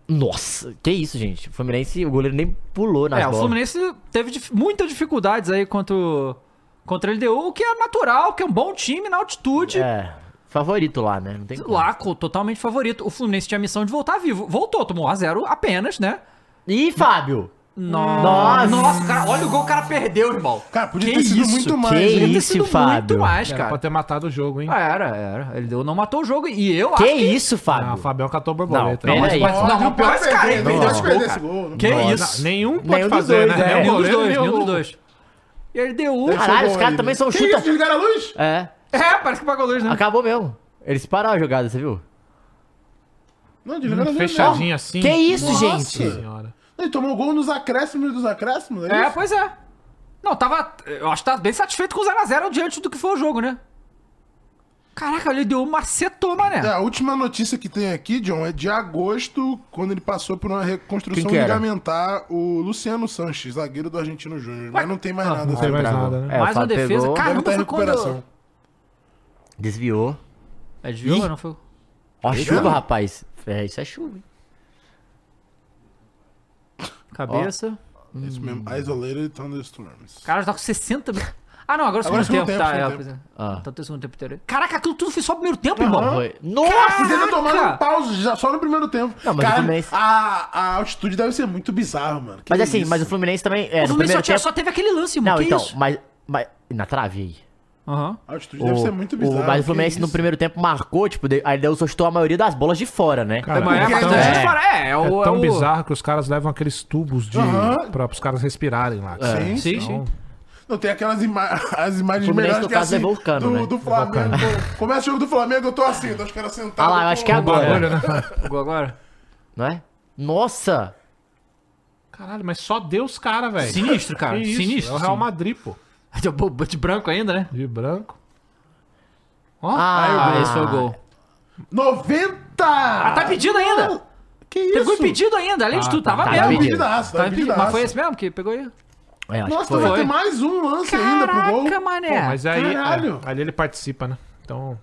[SPEAKER 9] Nossa, que isso, gente. O Fluminense, o goleiro nem pulou na
[SPEAKER 7] é, o
[SPEAKER 9] bola.
[SPEAKER 7] Fluminense teve dif- muitas dificuldades aí contra, o- contra a LDU, o que é natural, que é um bom time na altitude.
[SPEAKER 9] É, favorito lá, né? Não tem como.
[SPEAKER 7] Lá, co- totalmente favorito. O Fluminense tinha a missão de voltar vivo. Voltou, tomou 1x0 apenas, né?
[SPEAKER 9] Ih, Fábio!
[SPEAKER 7] Nossa, nossa cara, olha o gol que o cara perdeu, irmão.
[SPEAKER 8] Cara, podia
[SPEAKER 7] Que
[SPEAKER 8] ter sido
[SPEAKER 7] isso?
[SPEAKER 8] muito
[SPEAKER 7] Que
[SPEAKER 8] mais.
[SPEAKER 9] Que
[SPEAKER 8] hein?
[SPEAKER 7] isso,
[SPEAKER 9] isso, Fábio?
[SPEAKER 7] Muito mais,
[SPEAKER 3] Era pra
[SPEAKER 7] cara.
[SPEAKER 3] ter matado o jogo, hein?
[SPEAKER 7] Ah, Era, era. Ele deu, não matou o jogo. E eu
[SPEAKER 9] Que
[SPEAKER 7] acho que...
[SPEAKER 9] isso, Fábio?
[SPEAKER 3] Ah, o Fabião catou
[SPEAKER 9] Não,
[SPEAKER 3] borboleta.
[SPEAKER 9] pera aí.
[SPEAKER 7] Não, não,
[SPEAKER 8] Não
[SPEAKER 7] pior é esse
[SPEAKER 8] pode
[SPEAKER 7] cara,
[SPEAKER 8] perder,
[SPEAKER 7] ele
[SPEAKER 8] não
[SPEAKER 7] perdeu
[SPEAKER 8] pode
[SPEAKER 7] esse gol,
[SPEAKER 8] perder esse
[SPEAKER 7] cara.
[SPEAKER 8] gol, não
[SPEAKER 7] Que
[SPEAKER 8] pode.
[SPEAKER 7] isso?
[SPEAKER 3] Não, nenhum pode
[SPEAKER 9] Nenhum dos
[SPEAKER 3] fazer,
[SPEAKER 9] dois,
[SPEAKER 3] né?
[SPEAKER 9] é.
[SPEAKER 3] Nem o
[SPEAKER 7] Nenhum dos
[SPEAKER 3] goleiro,
[SPEAKER 7] dois,
[SPEAKER 3] nem o-
[SPEAKER 7] nenhum dos dois. E ele deu um.
[SPEAKER 8] Deixa eu
[SPEAKER 9] Caralho,
[SPEAKER 8] gol
[SPEAKER 9] os caras
[SPEAKER 8] aí,
[SPEAKER 9] também
[SPEAKER 8] né?
[SPEAKER 9] são
[SPEAKER 8] Que
[SPEAKER 9] chuta-
[SPEAKER 8] isso, desligaram a luz?
[SPEAKER 9] É,
[SPEAKER 7] É, parece que pagou a luz, né?
[SPEAKER 9] acabou mesmo. Eles pararam a jogada, você viu?
[SPEAKER 8] Não, desligaram a
[SPEAKER 7] Hum,
[SPEAKER 8] luz. não.
[SPEAKER 3] Fechadinho assim.
[SPEAKER 9] Que isso,
[SPEAKER 8] Nossa.
[SPEAKER 9] gente?
[SPEAKER 3] Senhora.
[SPEAKER 8] Ele tomou gol nos acréscimos dos acréscimos,
[SPEAKER 3] Ah,
[SPEAKER 8] é
[SPEAKER 7] É,
[SPEAKER 8] isso?
[SPEAKER 7] pois é. Não, tava. Eu acho que tá bem satisfeito com o 0x0 diante do que foi o jogo, né? Caraca, ele deu um macetou,
[SPEAKER 8] É,
[SPEAKER 7] mané.
[SPEAKER 8] a última notícia que tem aqui, John, é de agosto, quando ele passou por uma reconstrução
[SPEAKER 9] Quem que era?
[SPEAKER 8] ligamentar, o Luciano Sanches, zagueiro do Argentino Júnior. Mas não tem mais nada.
[SPEAKER 3] Não tem mais nada, né?
[SPEAKER 9] É, o
[SPEAKER 7] Ah, Mais uma
[SPEAKER 9] Fábio
[SPEAKER 7] defesa.
[SPEAKER 9] pegou,
[SPEAKER 8] Deve
[SPEAKER 7] Cara- Caramba,
[SPEAKER 8] estar em
[SPEAKER 7] foi quando-
[SPEAKER 8] recuperação.
[SPEAKER 9] desviou.
[SPEAKER 7] É desviou, mas não foi.
[SPEAKER 9] Ó, a chuva, rapaz. É, isso é chuva, hein?
[SPEAKER 7] Cabeça.
[SPEAKER 8] é Isso mesmo.
[SPEAKER 7] Hum.
[SPEAKER 8] Isolated Thunderstorms.
[SPEAKER 7] O cara já tá com 60. mil- Ah, não, agora é o
[SPEAKER 8] Agora
[SPEAKER 7] segundo tempo,
[SPEAKER 8] é o segundo
[SPEAKER 7] tá?
[SPEAKER 8] tempo,
[SPEAKER 7] é,
[SPEAKER 8] segundo
[SPEAKER 7] pois é.
[SPEAKER 9] Ah. é,
[SPEAKER 7] Tá o segundo tempo inteiro. Caraca, aquilo tudo foi só o primeiro tempo, irmão.
[SPEAKER 9] Foi. Nossa!
[SPEAKER 8] Podia ter tomado
[SPEAKER 7] Caraca!
[SPEAKER 8] um pause já só no primeiro tempo.
[SPEAKER 9] Não, mas o
[SPEAKER 8] cara,
[SPEAKER 9] Fluminense-
[SPEAKER 8] a, a altitude deve ser muito bizarra, mano. Que
[SPEAKER 9] Mas assim,
[SPEAKER 8] isso?
[SPEAKER 9] mas o Fluminense também. É,
[SPEAKER 7] O
[SPEAKER 9] no
[SPEAKER 7] Fluminense só,
[SPEAKER 9] primeiro
[SPEAKER 7] tinha,
[SPEAKER 9] tempo.
[SPEAKER 7] só um teve aquele lance, irmão.
[SPEAKER 9] Não,
[SPEAKER 7] que
[SPEAKER 9] então,
[SPEAKER 7] isso?
[SPEAKER 9] mas, mas. Na trave aí.
[SPEAKER 7] Aham.
[SPEAKER 8] A altitude deve ser muito bizarra.
[SPEAKER 9] o, mas
[SPEAKER 8] que
[SPEAKER 9] o Fluminense no
[SPEAKER 8] isso?
[SPEAKER 9] primeiro tempo marcou, tipo, de- aí deu soltou a maioria das bolas de fora, né?
[SPEAKER 3] Cara,
[SPEAKER 7] Mas é,
[SPEAKER 3] porque
[SPEAKER 7] mas
[SPEAKER 3] é-
[SPEAKER 7] a gente fala, é, é
[SPEAKER 3] É
[SPEAKER 7] o.
[SPEAKER 3] tão
[SPEAKER 7] é o-
[SPEAKER 3] bizarro que os caras levam aqueles tubos de.
[SPEAKER 8] Aham.
[SPEAKER 3] pra os caras respirarem lá.
[SPEAKER 8] Sim,
[SPEAKER 7] Sim,
[SPEAKER 3] Então,
[SPEAKER 7] sim.
[SPEAKER 8] Não, tem aquelas ima as imagens
[SPEAKER 9] O Fluminense,
[SPEAKER 8] melhores
[SPEAKER 9] no
[SPEAKER 8] que é
[SPEAKER 9] caso,
[SPEAKER 8] assim,
[SPEAKER 9] é vulcano,
[SPEAKER 8] do,
[SPEAKER 9] né?
[SPEAKER 8] do Flamengo. Começa o jogo do Flamengo, eu tô assim, tá os caras sentados.
[SPEAKER 9] Ah lá, eu
[SPEAKER 8] com-
[SPEAKER 9] acho que é
[SPEAKER 3] o bagulho,
[SPEAKER 9] agora.
[SPEAKER 3] né?
[SPEAKER 7] O gol agora?
[SPEAKER 9] Não é? Nossa!
[SPEAKER 3] Caralho, mas só deu os caras, velho.
[SPEAKER 7] Sinistro, cara,
[SPEAKER 3] Que isso,
[SPEAKER 7] sinistro,
[SPEAKER 3] É o Real
[SPEAKER 7] sim.
[SPEAKER 3] Madrid, pô.
[SPEAKER 7] Deu bo- De branco ainda, né?
[SPEAKER 3] De branco. Ó,
[SPEAKER 9] Ah,
[SPEAKER 7] Ah, esse foi o gol.
[SPEAKER 8] 90! Ah,
[SPEAKER 7] Tá pedido ainda!
[SPEAKER 8] Que isso?
[SPEAKER 7] Teve gol impedido ainda, além de tudo, tava
[SPEAKER 9] tá
[SPEAKER 8] Tá
[SPEAKER 7] mesmo.
[SPEAKER 9] impedido.
[SPEAKER 8] impedidaço, tá
[SPEAKER 7] Tava impedido, mas
[SPEAKER 8] impedidaço.
[SPEAKER 7] foi esse mesmo que pegou aí?
[SPEAKER 9] É, acho
[SPEAKER 8] Nossa,
[SPEAKER 9] que foi.
[SPEAKER 8] vai ter mais um lance ainda pro gol.
[SPEAKER 7] Caraca, mané.
[SPEAKER 3] Pô, mas aí.
[SPEAKER 8] Caralho.
[SPEAKER 3] é, ali ele participa, né? Então.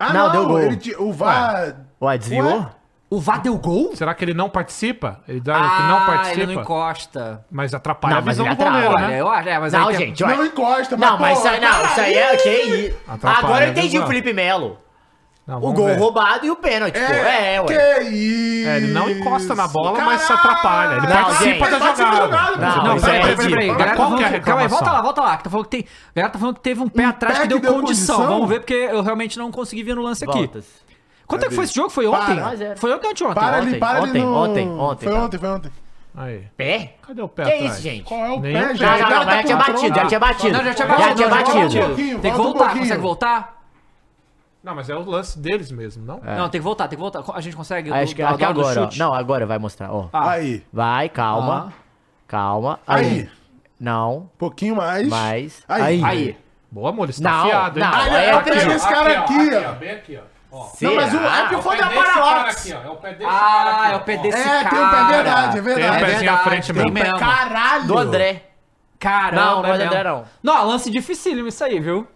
[SPEAKER 8] Ah,
[SPEAKER 9] Não,
[SPEAKER 8] não,
[SPEAKER 9] deu gol.
[SPEAKER 8] ele ti- o VAR...
[SPEAKER 9] Ué, desviou?
[SPEAKER 8] Ué?
[SPEAKER 7] O VAR deu gol?
[SPEAKER 3] Será que ele não participa? Ele dá que não
[SPEAKER 7] Ah,
[SPEAKER 3] participa.
[SPEAKER 7] ele não encosta.
[SPEAKER 3] mas atrapalha
[SPEAKER 9] Não,
[SPEAKER 3] a
[SPEAKER 9] mas
[SPEAKER 3] visão
[SPEAKER 9] ele
[SPEAKER 3] do goleiro,
[SPEAKER 9] atrapalha,
[SPEAKER 3] né?
[SPEAKER 7] Olha, eu acho, é, mas
[SPEAKER 9] Não,
[SPEAKER 7] aí tem-
[SPEAKER 9] gente, olha.
[SPEAKER 8] Não encosta,
[SPEAKER 9] Não, mas isso
[SPEAKER 8] porra,
[SPEAKER 9] aí, não, isso aí é que isso.
[SPEAKER 3] Atrapalha,
[SPEAKER 9] Agora eu
[SPEAKER 3] viu,
[SPEAKER 9] entendi o
[SPEAKER 3] mano?
[SPEAKER 9] Felipe Melo.
[SPEAKER 3] Não,
[SPEAKER 9] O
[SPEAKER 3] vamos
[SPEAKER 9] gol
[SPEAKER 3] ver.
[SPEAKER 9] roubado e o pênalti, pô. É, ué.
[SPEAKER 8] Que isso?
[SPEAKER 3] É, ele não encosta na bola, mas se atrapalha. Ele
[SPEAKER 9] Não,
[SPEAKER 3] participa
[SPEAKER 9] gente,
[SPEAKER 3] da
[SPEAKER 8] participa da jogada,
[SPEAKER 3] jogada.
[SPEAKER 8] Não,
[SPEAKER 7] Não,
[SPEAKER 9] Mas
[SPEAKER 7] peraí,
[SPEAKER 9] é
[SPEAKER 7] peraí, peraí, peraí.
[SPEAKER 9] ridículo.
[SPEAKER 7] Galera tá
[SPEAKER 3] Qual que é a
[SPEAKER 7] falando que- Calma aí, volta
[SPEAKER 3] reclamação?
[SPEAKER 7] lá, volta lá. Que tá falando que tem... a Galera tá falando que teve um pé atrás
[SPEAKER 8] pé
[SPEAKER 7] que deu, condição. Vamos ver,
[SPEAKER 8] condição?
[SPEAKER 7] porque eu realmente não consegui ver no lance aqui.
[SPEAKER 9] Voltas.
[SPEAKER 7] Quanto é que foi esse jogo? Foi ontem?
[SPEAKER 8] Para.
[SPEAKER 9] Mas é.
[SPEAKER 7] Foi ontem ou anteontem?
[SPEAKER 8] Para
[SPEAKER 9] ontem,
[SPEAKER 8] ali, para ali
[SPEAKER 9] ontem,
[SPEAKER 8] no...
[SPEAKER 9] ontem, ontem,
[SPEAKER 8] Foi
[SPEAKER 9] tá.
[SPEAKER 8] ontem, foi ontem.
[SPEAKER 3] Aí.
[SPEAKER 9] Pé?
[SPEAKER 3] Cadê o pé
[SPEAKER 9] Que
[SPEAKER 3] atrás?
[SPEAKER 9] isso, gente?
[SPEAKER 8] Qual é o
[SPEAKER 3] Nenhum.
[SPEAKER 8] pé, gente?
[SPEAKER 3] Não,
[SPEAKER 9] Não, não, não,
[SPEAKER 8] Cara,
[SPEAKER 9] mas já tinha
[SPEAKER 8] tá com
[SPEAKER 9] batido, já tinha batido.
[SPEAKER 7] Não, já tinha batido.
[SPEAKER 9] Já tinha
[SPEAKER 7] não, já tinha
[SPEAKER 9] batido.
[SPEAKER 7] batido.
[SPEAKER 8] Pouquinho,
[SPEAKER 7] Tem que
[SPEAKER 8] volta um
[SPEAKER 7] voltar.
[SPEAKER 8] pouquinho.
[SPEAKER 7] Consegue voltar?
[SPEAKER 3] Não, mas é o lance deles mesmo, não?
[SPEAKER 7] Não, tem que voltar, tem que voltar. A gente consegue?
[SPEAKER 9] É. Acho que é aqui agora, ó. Não, agora vai mostrar, ó.
[SPEAKER 7] Ah.
[SPEAKER 8] Aí.
[SPEAKER 9] Vai, calma. Calma. Aí. Não.
[SPEAKER 8] Pouquinho mais.
[SPEAKER 9] Mais.
[SPEAKER 8] Aí.
[SPEAKER 9] Aí.
[SPEAKER 3] Boa, amor, você
[SPEAKER 9] Não,
[SPEAKER 3] tá afiado, hein?
[SPEAKER 9] não,
[SPEAKER 3] Olha,
[SPEAKER 9] é
[SPEAKER 3] olha
[SPEAKER 9] aqui, ó.
[SPEAKER 3] esse cara aqui, ó. Bem aqui, ó. Ó.
[SPEAKER 8] Não, mas o
[SPEAKER 3] Ah,
[SPEAKER 8] app
[SPEAKER 3] é o
[SPEAKER 8] foi
[SPEAKER 3] pé
[SPEAKER 8] da
[SPEAKER 3] desse cara
[SPEAKER 8] Paralax.
[SPEAKER 3] aqui, ó. É o pé desse cara
[SPEAKER 7] Ah,
[SPEAKER 3] aqui,
[SPEAKER 7] é
[SPEAKER 3] ó.
[SPEAKER 7] o pé desse
[SPEAKER 8] É,
[SPEAKER 7] cara.
[SPEAKER 8] tem o pé verdade, é verdade.
[SPEAKER 3] Tem o pezinho à frente
[SPEAKER 7] tem
[SPEAKER 3] mesmo.
[SPEAKER 7] mesmo.
[SPEAKER 8] Caralho.
[SPEAKER 9] Do André.
[SPEAKER 7] Caramba,
[SPEAKER 9] Não, não é do
[SPEAKER 7] mesmo.
[SPEAKER 9] André, não.
[SPEAKER 7] Não, lance dificílimo isso aí, viu?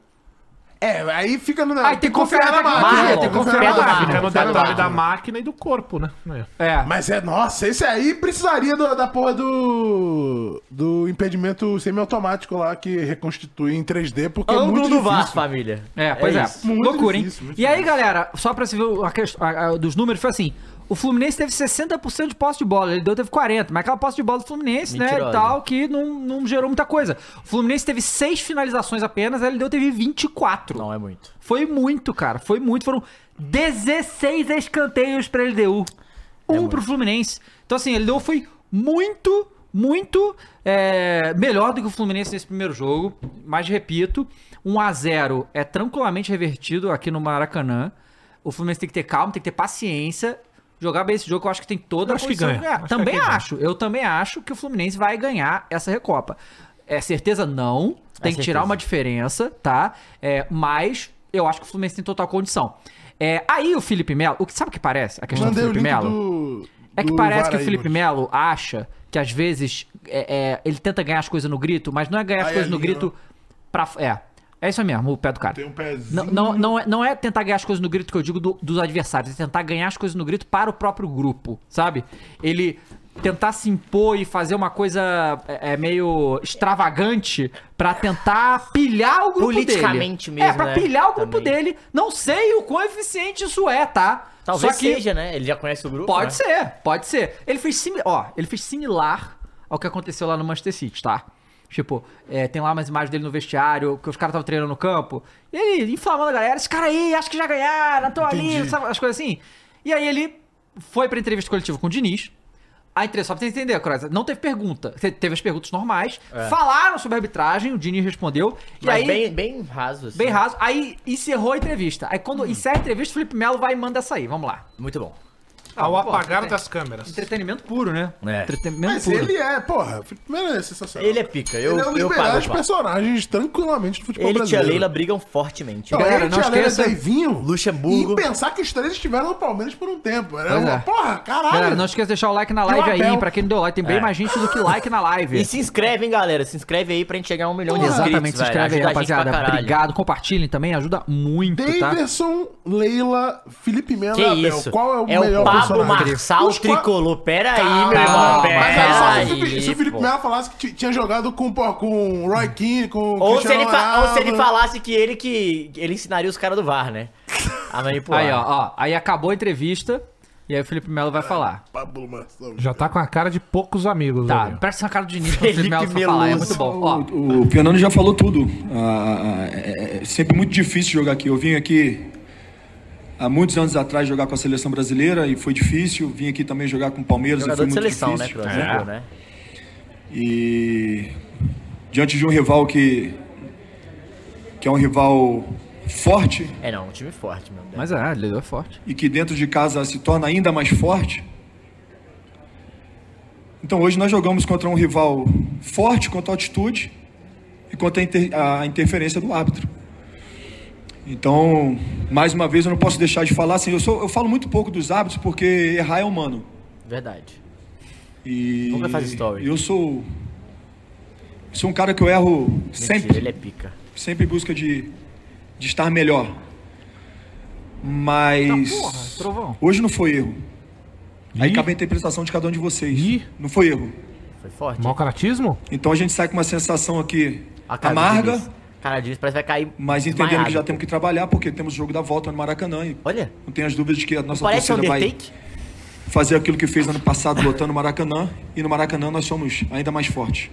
[SPEAKER 8] É, aí fica no.
[SPEAKER 7] Aí tem que confiar na máquina. Tem que confiar na máquina.
[SPEAKER 3] Fica no
[SPEAKER 8] Pé do
[SPEAKER 3] detalhe
[SPEAKER 8] Marlon.
[SPEAKER 3] da máquina e do corpo, né?
[SPEAKER 7] É.
[SPEAKER 8] Mas é, nossa, esse aí precisaria do- da porra do. do impedimento semiautomático lá que reconstitui em 3D, porque é muito
[SPEAKER 9] Ângulo do
[SPEAKER 8] difícil.
[SPEAKER 9] VAR, família.
[SPEAKER 7] É, pois é.
[SPEAKER 9] isso.
[SPEAKER 7] Loucura,
[SPEAKER 8] difícil,
[SPEAKER 7] hein? E aí, galera, só pra se ver o- a quest- a- a- dos números, foi assim: o Fluminense teve 60% de posse de bola, ele deu, teve 40%, mas aquela posse de bola do Fluminense, né, e
[SPEAKER 9] Mentirosa.
[SPEAKER 7] tal, que não, não gerou muita coisa. O Fluminense teve 6 finalizações apenas, ele deu teve 24.
[SPEAKER 9] Não é muito.
[SPEAKER 7] Foi muito, cara, foi muito. Foram 16 escanteios pra LDU,
[SPEAKER 3] É
[SPEAKER 7] um pro Fluminense. Então, assim, ele deu foi muito, muito é, melhor do que o Fluminense nesse primeiro jogo. Mas repito, 1 a 0 é tranquilamente revertido aqui no Maracanã. O Fluminense tem que ter calma, tem que ter paciência. Jogar bem esse jogo, eu acho que tem toda
[SPEAKER 3] Acho
[SPEAKER 7] a
[SPEAKER 3] que
[SPEAKER 7] condição de
[SPEAKER 3] ganha.
[SPEAKER 7] ganhar.
[SPEAKER 3] Acho
[SPEAKER 7] também
[SPEAKER 3] que ganha.
[SPEAKER 7] acho. Eu também acho que o Fluminense vai ganhar essa Recopa. É certeza não. Tem que tirar
[SPEAKER 9] certeza.
[SPEAKER 7] uma diferença, tá? É, mas eu acho que o Fluminense tem total condição. É, aí o Felipe Melo, o que sabe o que parece? A questão
[SPEAKER 8] Mandei
[SPEAKER 7] do
[SPEAKER 8] o
[SPEAKER 7] Felipe
[SPEAKER 8] link
[SPEAKER 7] Melo.
[SPEAKER 8] do.
[SPEAKER 7] É que
[SPEAKER 8] do
[SPEAKER 7] parece
[SPEAKER 8] VAR
[SPEAKER 7] que o
[SPEAKER 8] aí,
[SPEAKER 7] Felipe
[SPEAKER 8] Boris.
[SPEAKER 7] Melo acha que às vezes é, é, ele tenta ganhar as coisas no grito, mas não é ganhar as
[SPEAKER 8] Aí é
[SPEAKER 7] coisas no
[SPEAKER 8] lindo,
[SPEAKER 7] grito pra. É. É isso mesmo, o pé do cara.
[SPEAKER 8] Tem um pezinho.
[SPEAKER 7] Não, não, não, é, não é tentar ganhar as coisas no grito que eu digo do- dos adversários, é tentar ganhar as coisas no grito para o próprio grupo, sabe? Ele tentar se impor e fazer uma coisa é, é, meio extravagante pra tentar pilhar o grupo
[SPEAKER 9] Politicamente
[SPEAKER 7] dele.
[SPEAKER 9] mesmo,
[SPEAKER 7] É, pra
[SPEAKER 9] né?
[SPEAKER 7] pilhar o grupo
[SPEAKER 9] Também.
[SPEAKER 7] dele. Não sei o quão eficiente isso é, tá?
[SPEAKER 9] Talvez
[SPEAKER 7] Só que
[SPEAKER 9] seja, né? Ele já conhece o grupo.
[SPEAKER 7] Pode
[SPEAKER 9] né?
[SPEAKER 7] ser, pode ser. Ele fez similar, ó, ele fez similar ao que aconteceu lá no Manchester City, tá? Tipo, é, tem lá umas imagens dele no vestiário, que os caras estavam treinando no campo. E ele inflamando a galera, esses caras aí, acho que já ganharam, tô ali,
[SPEAKER 8] Entendi.
[SPEAKER 7] sabe, as coisas assim. E aí ele foi pra entrevista coletiva com o Diniz. A entrevista, só pra você entender, Croza, não teve pergunta. Te- Teve as perguntas normais, falaram sobre a arbitragem, o Diniz respondeu. E
[SPEAKER 9] Mas
[SPEAKER 7] aí,
[SPEAKER 9] bem, bem raso, assim.
[SPEAKER 7] bem raso. Aí encerrou a entrevista. Aí quando
[SPEAKER 9] Hum.
[SPEAKER 7] encerra a entrevista, o Felipe Melo vai e manda essa aí, vamos lá.
[SPEAKER 9] Muito bom.
[SPEAKER 3] Ao
[SPEAKER 7] pô,
[SPEAKER 3] apagar
[SPEAKER 7] tem-
[SPEAKER 3] das câmeras.
[SPEAKER 7] Entretenimento puro, né?
[SPEAKER 9] É.
[SPEAKER 7] Entretenimento
[SPEAKER 8] Mas
[SPEAKER 7] puro.
[SPEAKER 8] ele é, porra. o Felipe Melo é sensacional.
[SPEAKER 9] Ele é pica. Eu,
[SPEAKER 8] ele é um dos
[SPEAKER 9] eu
[SPEAKER 8] melhores
[SPEAKER 9] pago. pau.
[SPEAKER 8] personagens tranquilamente do futebol
[SPEAKER 9] Ele e Tia
[SPEAKER 8] brasileiro.
[SPEAKER 9] Leila brigam fortemente.
[SPEAKER 8] Não,
[SPEAKER 7] Galera,
[SPEAKER 8] ele,
[SPEAKER 7] não
[SPEAKER 8] Tia Leila,
[SPEAKER 7] esqueça-
[SPEAKER 8] Davinho,
[SPEAKER 9] Luxemburgo.
[SPEAKER 8] E pensar que os três estiveram no Palmeiras por um tempo. Era
[SPEAKER 7] Pois
[SPEAKER 8] uma,
[SPEAKER 7] é.
[SPEAKER 8] Porra, caralho.
[SPEAKER 7] Galera, não esqueça de deixar o like na
[SPEAKER 8] o
[SPEAKER 7] live aí,
[SPEAKER 8] Abel?
[SPEAKER 7] hein? pra quem não deu like. Tem bem
[SPEAKER 9] É.
[SPEAKER 7] mais gente do que like na live.
[SPEAKER 9] E se inscreve, hein, galera. Se inscreve aí pra gente chegar a um milhão de inscritos,
[SPEAKER 7] Exatamente, se
[SPEAKER 9] velho.
[SPEAKER 7] inscreve aí,
[SPEAKER 9] Ajuda a gente pra
[SPEAKER 7] rapaziada.
[SPEAKER 9] caralho.
[SPEAKER 7] Obrigado, compartilhem também, ajuda muito, tá?
[SPEAKER 8] Daverson, Leila, Felipe Melo
[SPEAKER 9] Que
[SPEAKER 8] e Abel.
[SPEAKER 9] isso?
[SPEAKER 8] Qual é o melhor
[SPEAKER 9] Pablo
[SPEAKER 8] personagem?
[SPEAKER 9] Marçal
[SPEAKER 8] Os qua-
[SPEAKER 9] tricolor. Pera aí,
[SPEAKER 8] Calma,
[SPEAKER 9] meu irmão. Pera
[SPEAKER 8] Mas aí, só se o
[SPEAKER 9] aí,
[SPEAKER 8] Felipe, se o Felipe
[SPEAKER 9] pô.
[SPEAKER 8] Melo falasse que ti- tinha jogado com, pô, com o Roy Keane, com o
[SPEAKER 9] Ou se, ele fa-
[SPEAKER 14] é
[SPEAKER 9] ou se ele
[SPEAKER 8] Ronaldo.
[SPEAKER 9] falasse que ele que ele ensinaria os caras do VAR, né? A manipular.
[SPEAKER 7] Aí, ó,
[SPEAKER 14] é
[SPEAKER 7] ó, aí acabou a entrevista e aí o Felipe Melo vai falar.
[SPEAKER 8] Pablo Marçal.
[SPEAKER 3] Já tá com a cara de poucos amigos,
[SPEAKER 7] Tá,
[SPEAKER 3] olha.
[SPEAKER 7] presta na cara do Diniz pra o Felipe
[SPEAKER 9] Felipe
[SPEAKER 7] Melo falar, é
[SPEAKER 9] Meloso.
[SPEAKER 7] muito bom. Ó,
[SPEAKER 14] O Fernando já falou tudo. Ah, é, é sempre muito difícil jogar aqui. Eu vim aqui há muitos anos atrás jogar com a seleção brasileira e foi difícil. Vim aqui também jogar com o Palmeiras e
[SPEAKER 9] Jogador
[SPEAKER 14] foi
[SPEAKER 9] de
[SPEAKER 14] um muito
[SPEAKER 9] seleção, né,
[SPEAKER 14] difícil.
[SPEAKER 9] Cruz?
[SPEAKER 14] né?
[SPEAKER 9] Jogou, né?
[SPEAKER 14] E diante de um rival que que é um rival forte
[SPEAKER 9] É, não, um time forte, meu. Deus.
[SPEAKER 7] mas é, ele é forte.
[SPEAKER 14] e que dentro de casa se torna ainda mais forte. Então hoje nós jogamos contra um rival forte, contra a altitude e contra a, inter- a interferência do árbitro. Então, mais uma vez, eu não posso deixar de falar assim. Eu, sou, eu falo muito pouco dos árbitros porque errar é humano.
[SPEAKER 9] Verdade.
[SPEAKER 14] E
[SPEAKER 9] Nunca faz story.
[SPEAKER 14] eu sou, sou um cara que eu erro sempre
[SPEAKER 9] Mentira, ele é pica.
[SPEAKER 14] sempre em busca de, de estar melhor. Mas.
[SPEAKER 7] Tá, porra, trovão.
[SPEAKER 14] hoje não foi erro. Aí
[SPEAKER 3] Ih.
[SPEAKER 14] cabe a interpretação de cada um de vocês.
[SPEAKER 3] Ih.
[SPEAKER 14] Não foi erro.
[SPEAKER 9] Foi forte.
[SPEAKER 3] Mau caratismo?
[SPEAKER 14] Então a gente sai com uma sensação aqui
[SPEAKER 9] A cara do
[SPEAKER 14] amarga,
[SPEAKER 9] Diniz. Cara, Diniz parece que vai cair.
[SPEAKER 14] mas entendendo
[SPEAKER 9] desmaiado.
[SPEAKER 14] que já temos que trabalhar, porque temos o jogo da volta no Maracanã. E
[SPEAKER 9] Olha,
[SPEAKER 14] não tenho as dúvidas de que a nossa
[SPEAKER 9] parece
[SPEAKER 14] torcida vai
[SPEAKER 9] Undertake.
[SPEAKER 14] fazer aquilo que fez ano passado, lotando o Maracanã. E no Maracanã nós somos ainda mais fortes.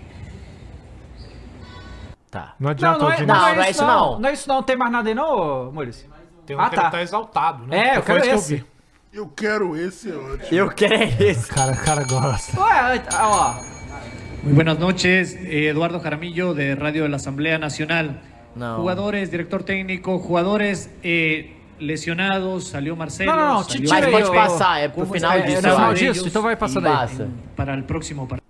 [SPEAKER 9] Tá.
[SPEAKER 3] Não adianta o Diniz.
[SPEAKER 9] não é isso não.
[SPEAKER 7] Não é isso não, tem mais nada aí não, ô, Maurício?
[SPEAKER 3] Tem um
[SPEAKER 7] Ah,
[SPEAKER 3] que ele
[SPEAKER 7] tá.
[SPEAKER 3] tá exaltado, né?
[SPEAKER 7] É, eu
[SPEAKER 3] Foi
[SPEAKER 7] quero
[SPEAKER 3] isso
[SPEAKER 7] esse.
[SPEAKER 3] vi.
[SPEAKER 8] Eu quero esse, é ótimo.
[SPEAKER 9] Eu quero é esse.
[SPEAKER 3] Cara, cara gosta.
[SPEAKER 7] Ué, tá, ó,
[SPEAKER 15] Muy buenas noches, eh, Eduardo Jaramillo de Radio de la Asamblea Nacional.
[SPEAKER 9] Não.
[SPEAKER 15] Jugadores, director técnico, jugadores, eh, lesionado, salió Marcelo.
[SPEAKER 7] No, no, no,
[SPEAKER 15] salió-
[SPEAKER 7] tira aí,
[SPEAKER 9] pode
[SPEAKER 7] ô-
[SPEAKER 9] passar,
[SPEAKER 7] eh,
[SPEAKER 9] é pro
[SPEAKER 15] Como
[SPEAKER 9] final disso,
[SPEAKER 15] era
[SPEAKER 9] eu
[SPEAKER 15] um
[SPEAKER 9] acho.
[SPEAKER 15] deles
[SPEAKER 9] disso, então vai passar
[SPEAKER 15] em-
[SPEAKER 9] daí.
[SPEAKER 15] em- Para el próximo partido.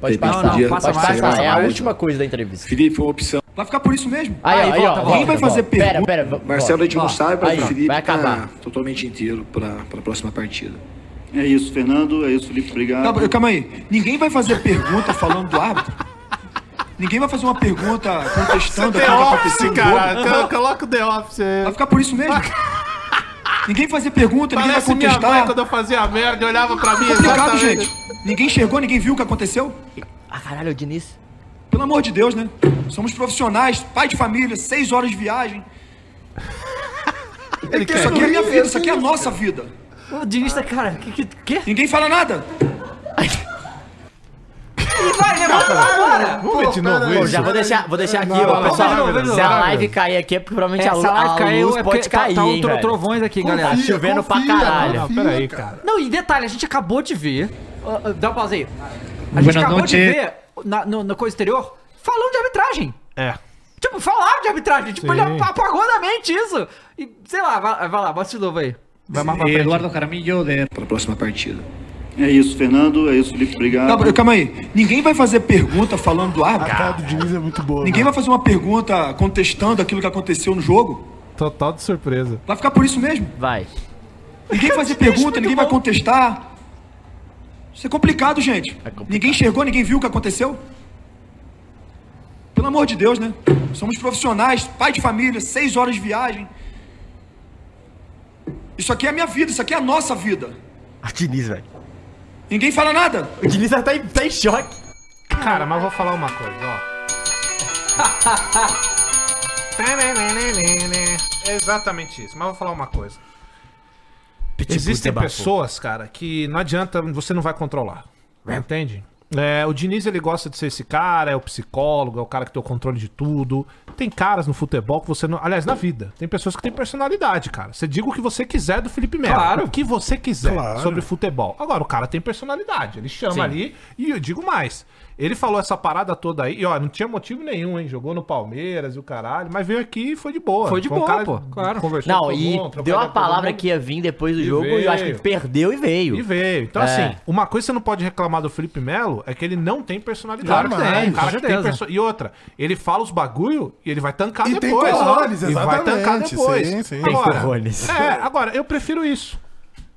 [SPEAKER 9] Pode passar,
[SPEAKER 15] Não, não,
[SPEAKER 9] pode
[SPEAKER 15] passa mais,
[SPEAKER 9] passar.
[SPEAKER 15] passa
[SPEAKER 9] É a
[SPEAKER 15] mais.
[SPEAKER 9] última coisa da entrevista.
[SPEAKER 14] Felipe, foi uma opção. Vai ficar por isso mesmo?
[SPEAKER 9] Aí, aí, ó, volta,
[SPEAKER 14] Quem vai fazer
[SPEAKER 9] volta. Pera,
[SPEAKER 14] pergunta?
[SPEAKER 9] pera, vo-
[SPEAKER 14] Marcelo
[SPEAKER 9] volta.
[SPEAKER 14] a gente não
[SPEAKER 9] Volta.
[SPEAKER 14] sabe,
[SPEAKER 9] Aí,
[SPEAKER 14] mas o Felipe
[SPEAKER 9] vai acabar.
[SPEAKER 14] tá totalmente inteiro para a próxima partida.
[SPEAKER 16] É isso, Fernando. É isso, Felipe. Obrigado.
[SPEAKER 14] Calma, calma aí. Ninguém vai fazer pergunta falando do árbitro? Ninguém vai fazer uma pergunta contestando
[SPEAKER 3] The
[SPEAKER 14] aquilo que
[SPEAKER 3] Office,
[SPEAKER 14] aconteceu no
[SPEAKER 3] cara.
[SPEAKER 14] jogo?
[SPEAKER 3] Colo- Coloca o The Office aí.
[SPEAKER 14] Vai ficar por isso mesmo? Ninguém fazer pergunta, ninguém vai
[SPEAKER 3] um Parece minha
[SPEAKER 14] contestar.
[SPEAKER 3] mãe quando eu fazia merda, olhava pra mim
[SPEAKER 14] complicado,
[SPEAKER 3] exatamente.
[SPEAKER 14] gente. Ninguém enxergou, ninguém viu o que aconteceu?
[SPEAKER 9] Ah, caralho, o Diniz.
[SPEAKER 14] Pelo amor de Deus, né? Somos profissionais, pai de família, seis horas de viagem. Ele
[SPEAKER 7] quer
[SPEAKER 14] isso aqui é minha
[SPEAKER 7] rir,
[SPEAKER 14] vida, isso aqui é a nossa vida.
[SPEAKER 7] O Diniz tá, cara, que, que, que?
[SPEAKER 14] Ninguém fala nada.
[SPEAKER 7] Ele vai levantar agora!
[SPEAKER 3] Vamos ver de novo
[SPEAKER 9] Pô,
[SPEAKER 3] isso.
[SPEAKER 9] já vou deixar, vou deixar aqui,
[SPEAKER 3] Não,
[SPEAKER 9] ó,
[SPEAKER 3] não,
[SPEAKER 9] pessoal.
[SPEAKER 3] não, não, não,
[SPEAKER 9] se a
[SPEAKER 3] não,
[SPEAKER 9] live
[SPEAKER 3] não.
[SPEAKER 9] cair aqui é porque provavelmente
[SPEAKER 7] É,
[SPEAKER 9] a, lu
[SPEAKER 7] se a live
[SPEAKER 9] a
[SPEAKER 7] caiu,
[SPEAKER 9] luz
[SPEAKER 7] é porque
[SPEAKER 9] pode
[SPEAKER 7] tá-
[SPEAKER 9] cair,
[SPEAKER 7] tá o
[SPEAKER 9] hein,
[SPEAKER 7] tro-
[SPEAKER 9] velho.
[SPEAKER 7] trovões aqui, galera.
[SPEAKER 9] Tá chovendo pra caralho.
[SPEAKER 7] Não,
[SPEAKER 3] peraí, cara.
[SPEAKER 7] Não, e detalhe, a gente acabou de ver. ó, ó, dá uma pausa aí. A gente
[SPEAKER 15] Buenas
[SPEAKER 7] acabou de
[SPEAKER 15] noches.
[SPEAKER 7] ver na, no- na coisa exterior falando de arbitragem.
[SPEAKER 3] É.
[SPEAKER 7] Tipo, falaram de arbitragem. Tipo,
[SPEAKER 15] Sim.
[SPEAKER 7] ele apagou da mente isso. E sei lá, vai, vai lá, bota de novo aí. Vai mais pra frente.
[SPEAKER 15] Eduardo Jaramillo de
[SPEAKER 14] Para a próxima partida.
[SPEAKER 16] É isso, Fernando. É isso, Felipe. Obrigado.
[SPEAKER 14] Não, calma aí. Ninguém vai fazer pergunta falando do árbitro.
[SPEAKER 8] A cara do Diniz é muito boa.
[SPEAKER 14] Ninguém vai fazer uma pergunta contestando aquilo que aconteceu no jogo?
[SPEAKER 3] Total de surpresa.
[SPEAKER 14] Vai ficar por isso mesmo?
[SPEAKER 9] Vai.
[SPEAKER 14] Ninguém vai
[SPEAKER 7] é
[SPEAKER 14] fazer pergunta, ninguém vai contestar. Isso é complicado, gente. Ninguém enxergou, ninguém viu o que aconteceu? Pelo amor de Deus, né? Somos profissionais, pai de família, seis horas de viagem. Isso aqui é a minha vida, isso aqui é a nossa vida.
[SPEAKER 9] A Diniz, velho.
[SPEAKER 14] Ninguém fala nada.
[SPEAKER 9] O Diniz já tá em, tá em choque.
[SPEAKER 3] Cara, mas vou falar uma coisa, ó. É Exatamente isso, mas vou falar uma coisa. Existem
[SPEAKER 9] desabafou.
[SPEAKER 3] pessoas, cara, que não adianta, você não vai controlar. Entende? É, o Diniz, ele gosta de ser esse cara, é o psicólogo, é o cara que tem o controle de tudo. Tem caras no futebol que você não. Aliás, na vida. Tem pessoas que têm personalidade, cara. Você diga o que você quiser do Felipe Melo.
[SPEAKER 8] Claro.
[SPEAKER 3] O que você quiser
[SPEAKER 8] Claro.
[SPEAKER 3] sobre futebol. Agora, o cara tem personalidade. Ele chama
[SPEAKER 8] Sim.
[SPEAKER 3] ali. E eu digo mais. Ele falou essa parada toda aí. E, ó, não tinha motivo nenhum, hein? Jogou no Palmeiras e o caralho. Mas veio aqui e foi de boa.
[SPEAKER 7] Foi de
[SPEAKER 3] um
[SPEAKER 7] boa,
[SPEAKER 3] cara
[SPEAKER 7] pô, claro.
[SPEAKER 3] Conversou com
[SPEAKER 9] Não,
[SPEAKER 3] todo
[SPEAKER 9] e
[SPEAKER 3] mundo, trocou
[SPEAKER 9] deu
[SPEAKER 3] ideia
[SPEAKER 9] a
[SPEAKER 3] com todo
[SPEAKER 9] palavra
[SPEAKER 3] mundo.
[SPEAKER 9] que ia vir depois do
[SPEAKER 3] E
[SPEAKER 9] jogo e eu acho que
[SPEAKER 3] veio.
[SPEAKER 9] perdeu e veio.
[SPEAKER 3] E veio. Então,
[SPEAKER 9] É.
[SPEAKER 3] assim, uma coisa que você não pode reclamar do Felipe Melo é que ele não tem personalidade.
[SPEAKER 8] Claro que tem,
[SPEAKER 3] um cara
[SPEAKER 8] com
[SPEAKER 3] que tem
[SPEAKER 8] certeza.
[SPEAKER 3] perso... E outra, ele fala os bagulho e ele vai tancar
[SPEAKER 8] E tem
[SPEAKER 3] depois.
[SPEAKER 8] torrones,
[SPEAKER 3] e vai tancar
[SPEAKER 8] exatamente,
[SPEAKER 3] depois.
[SPEAKER 8] sim, sim. Tem
[SPEAKER 3] Agora,
[SPEAKER 8] torrones.
[SPEAKER 3] É, agora, eu prefiro isso.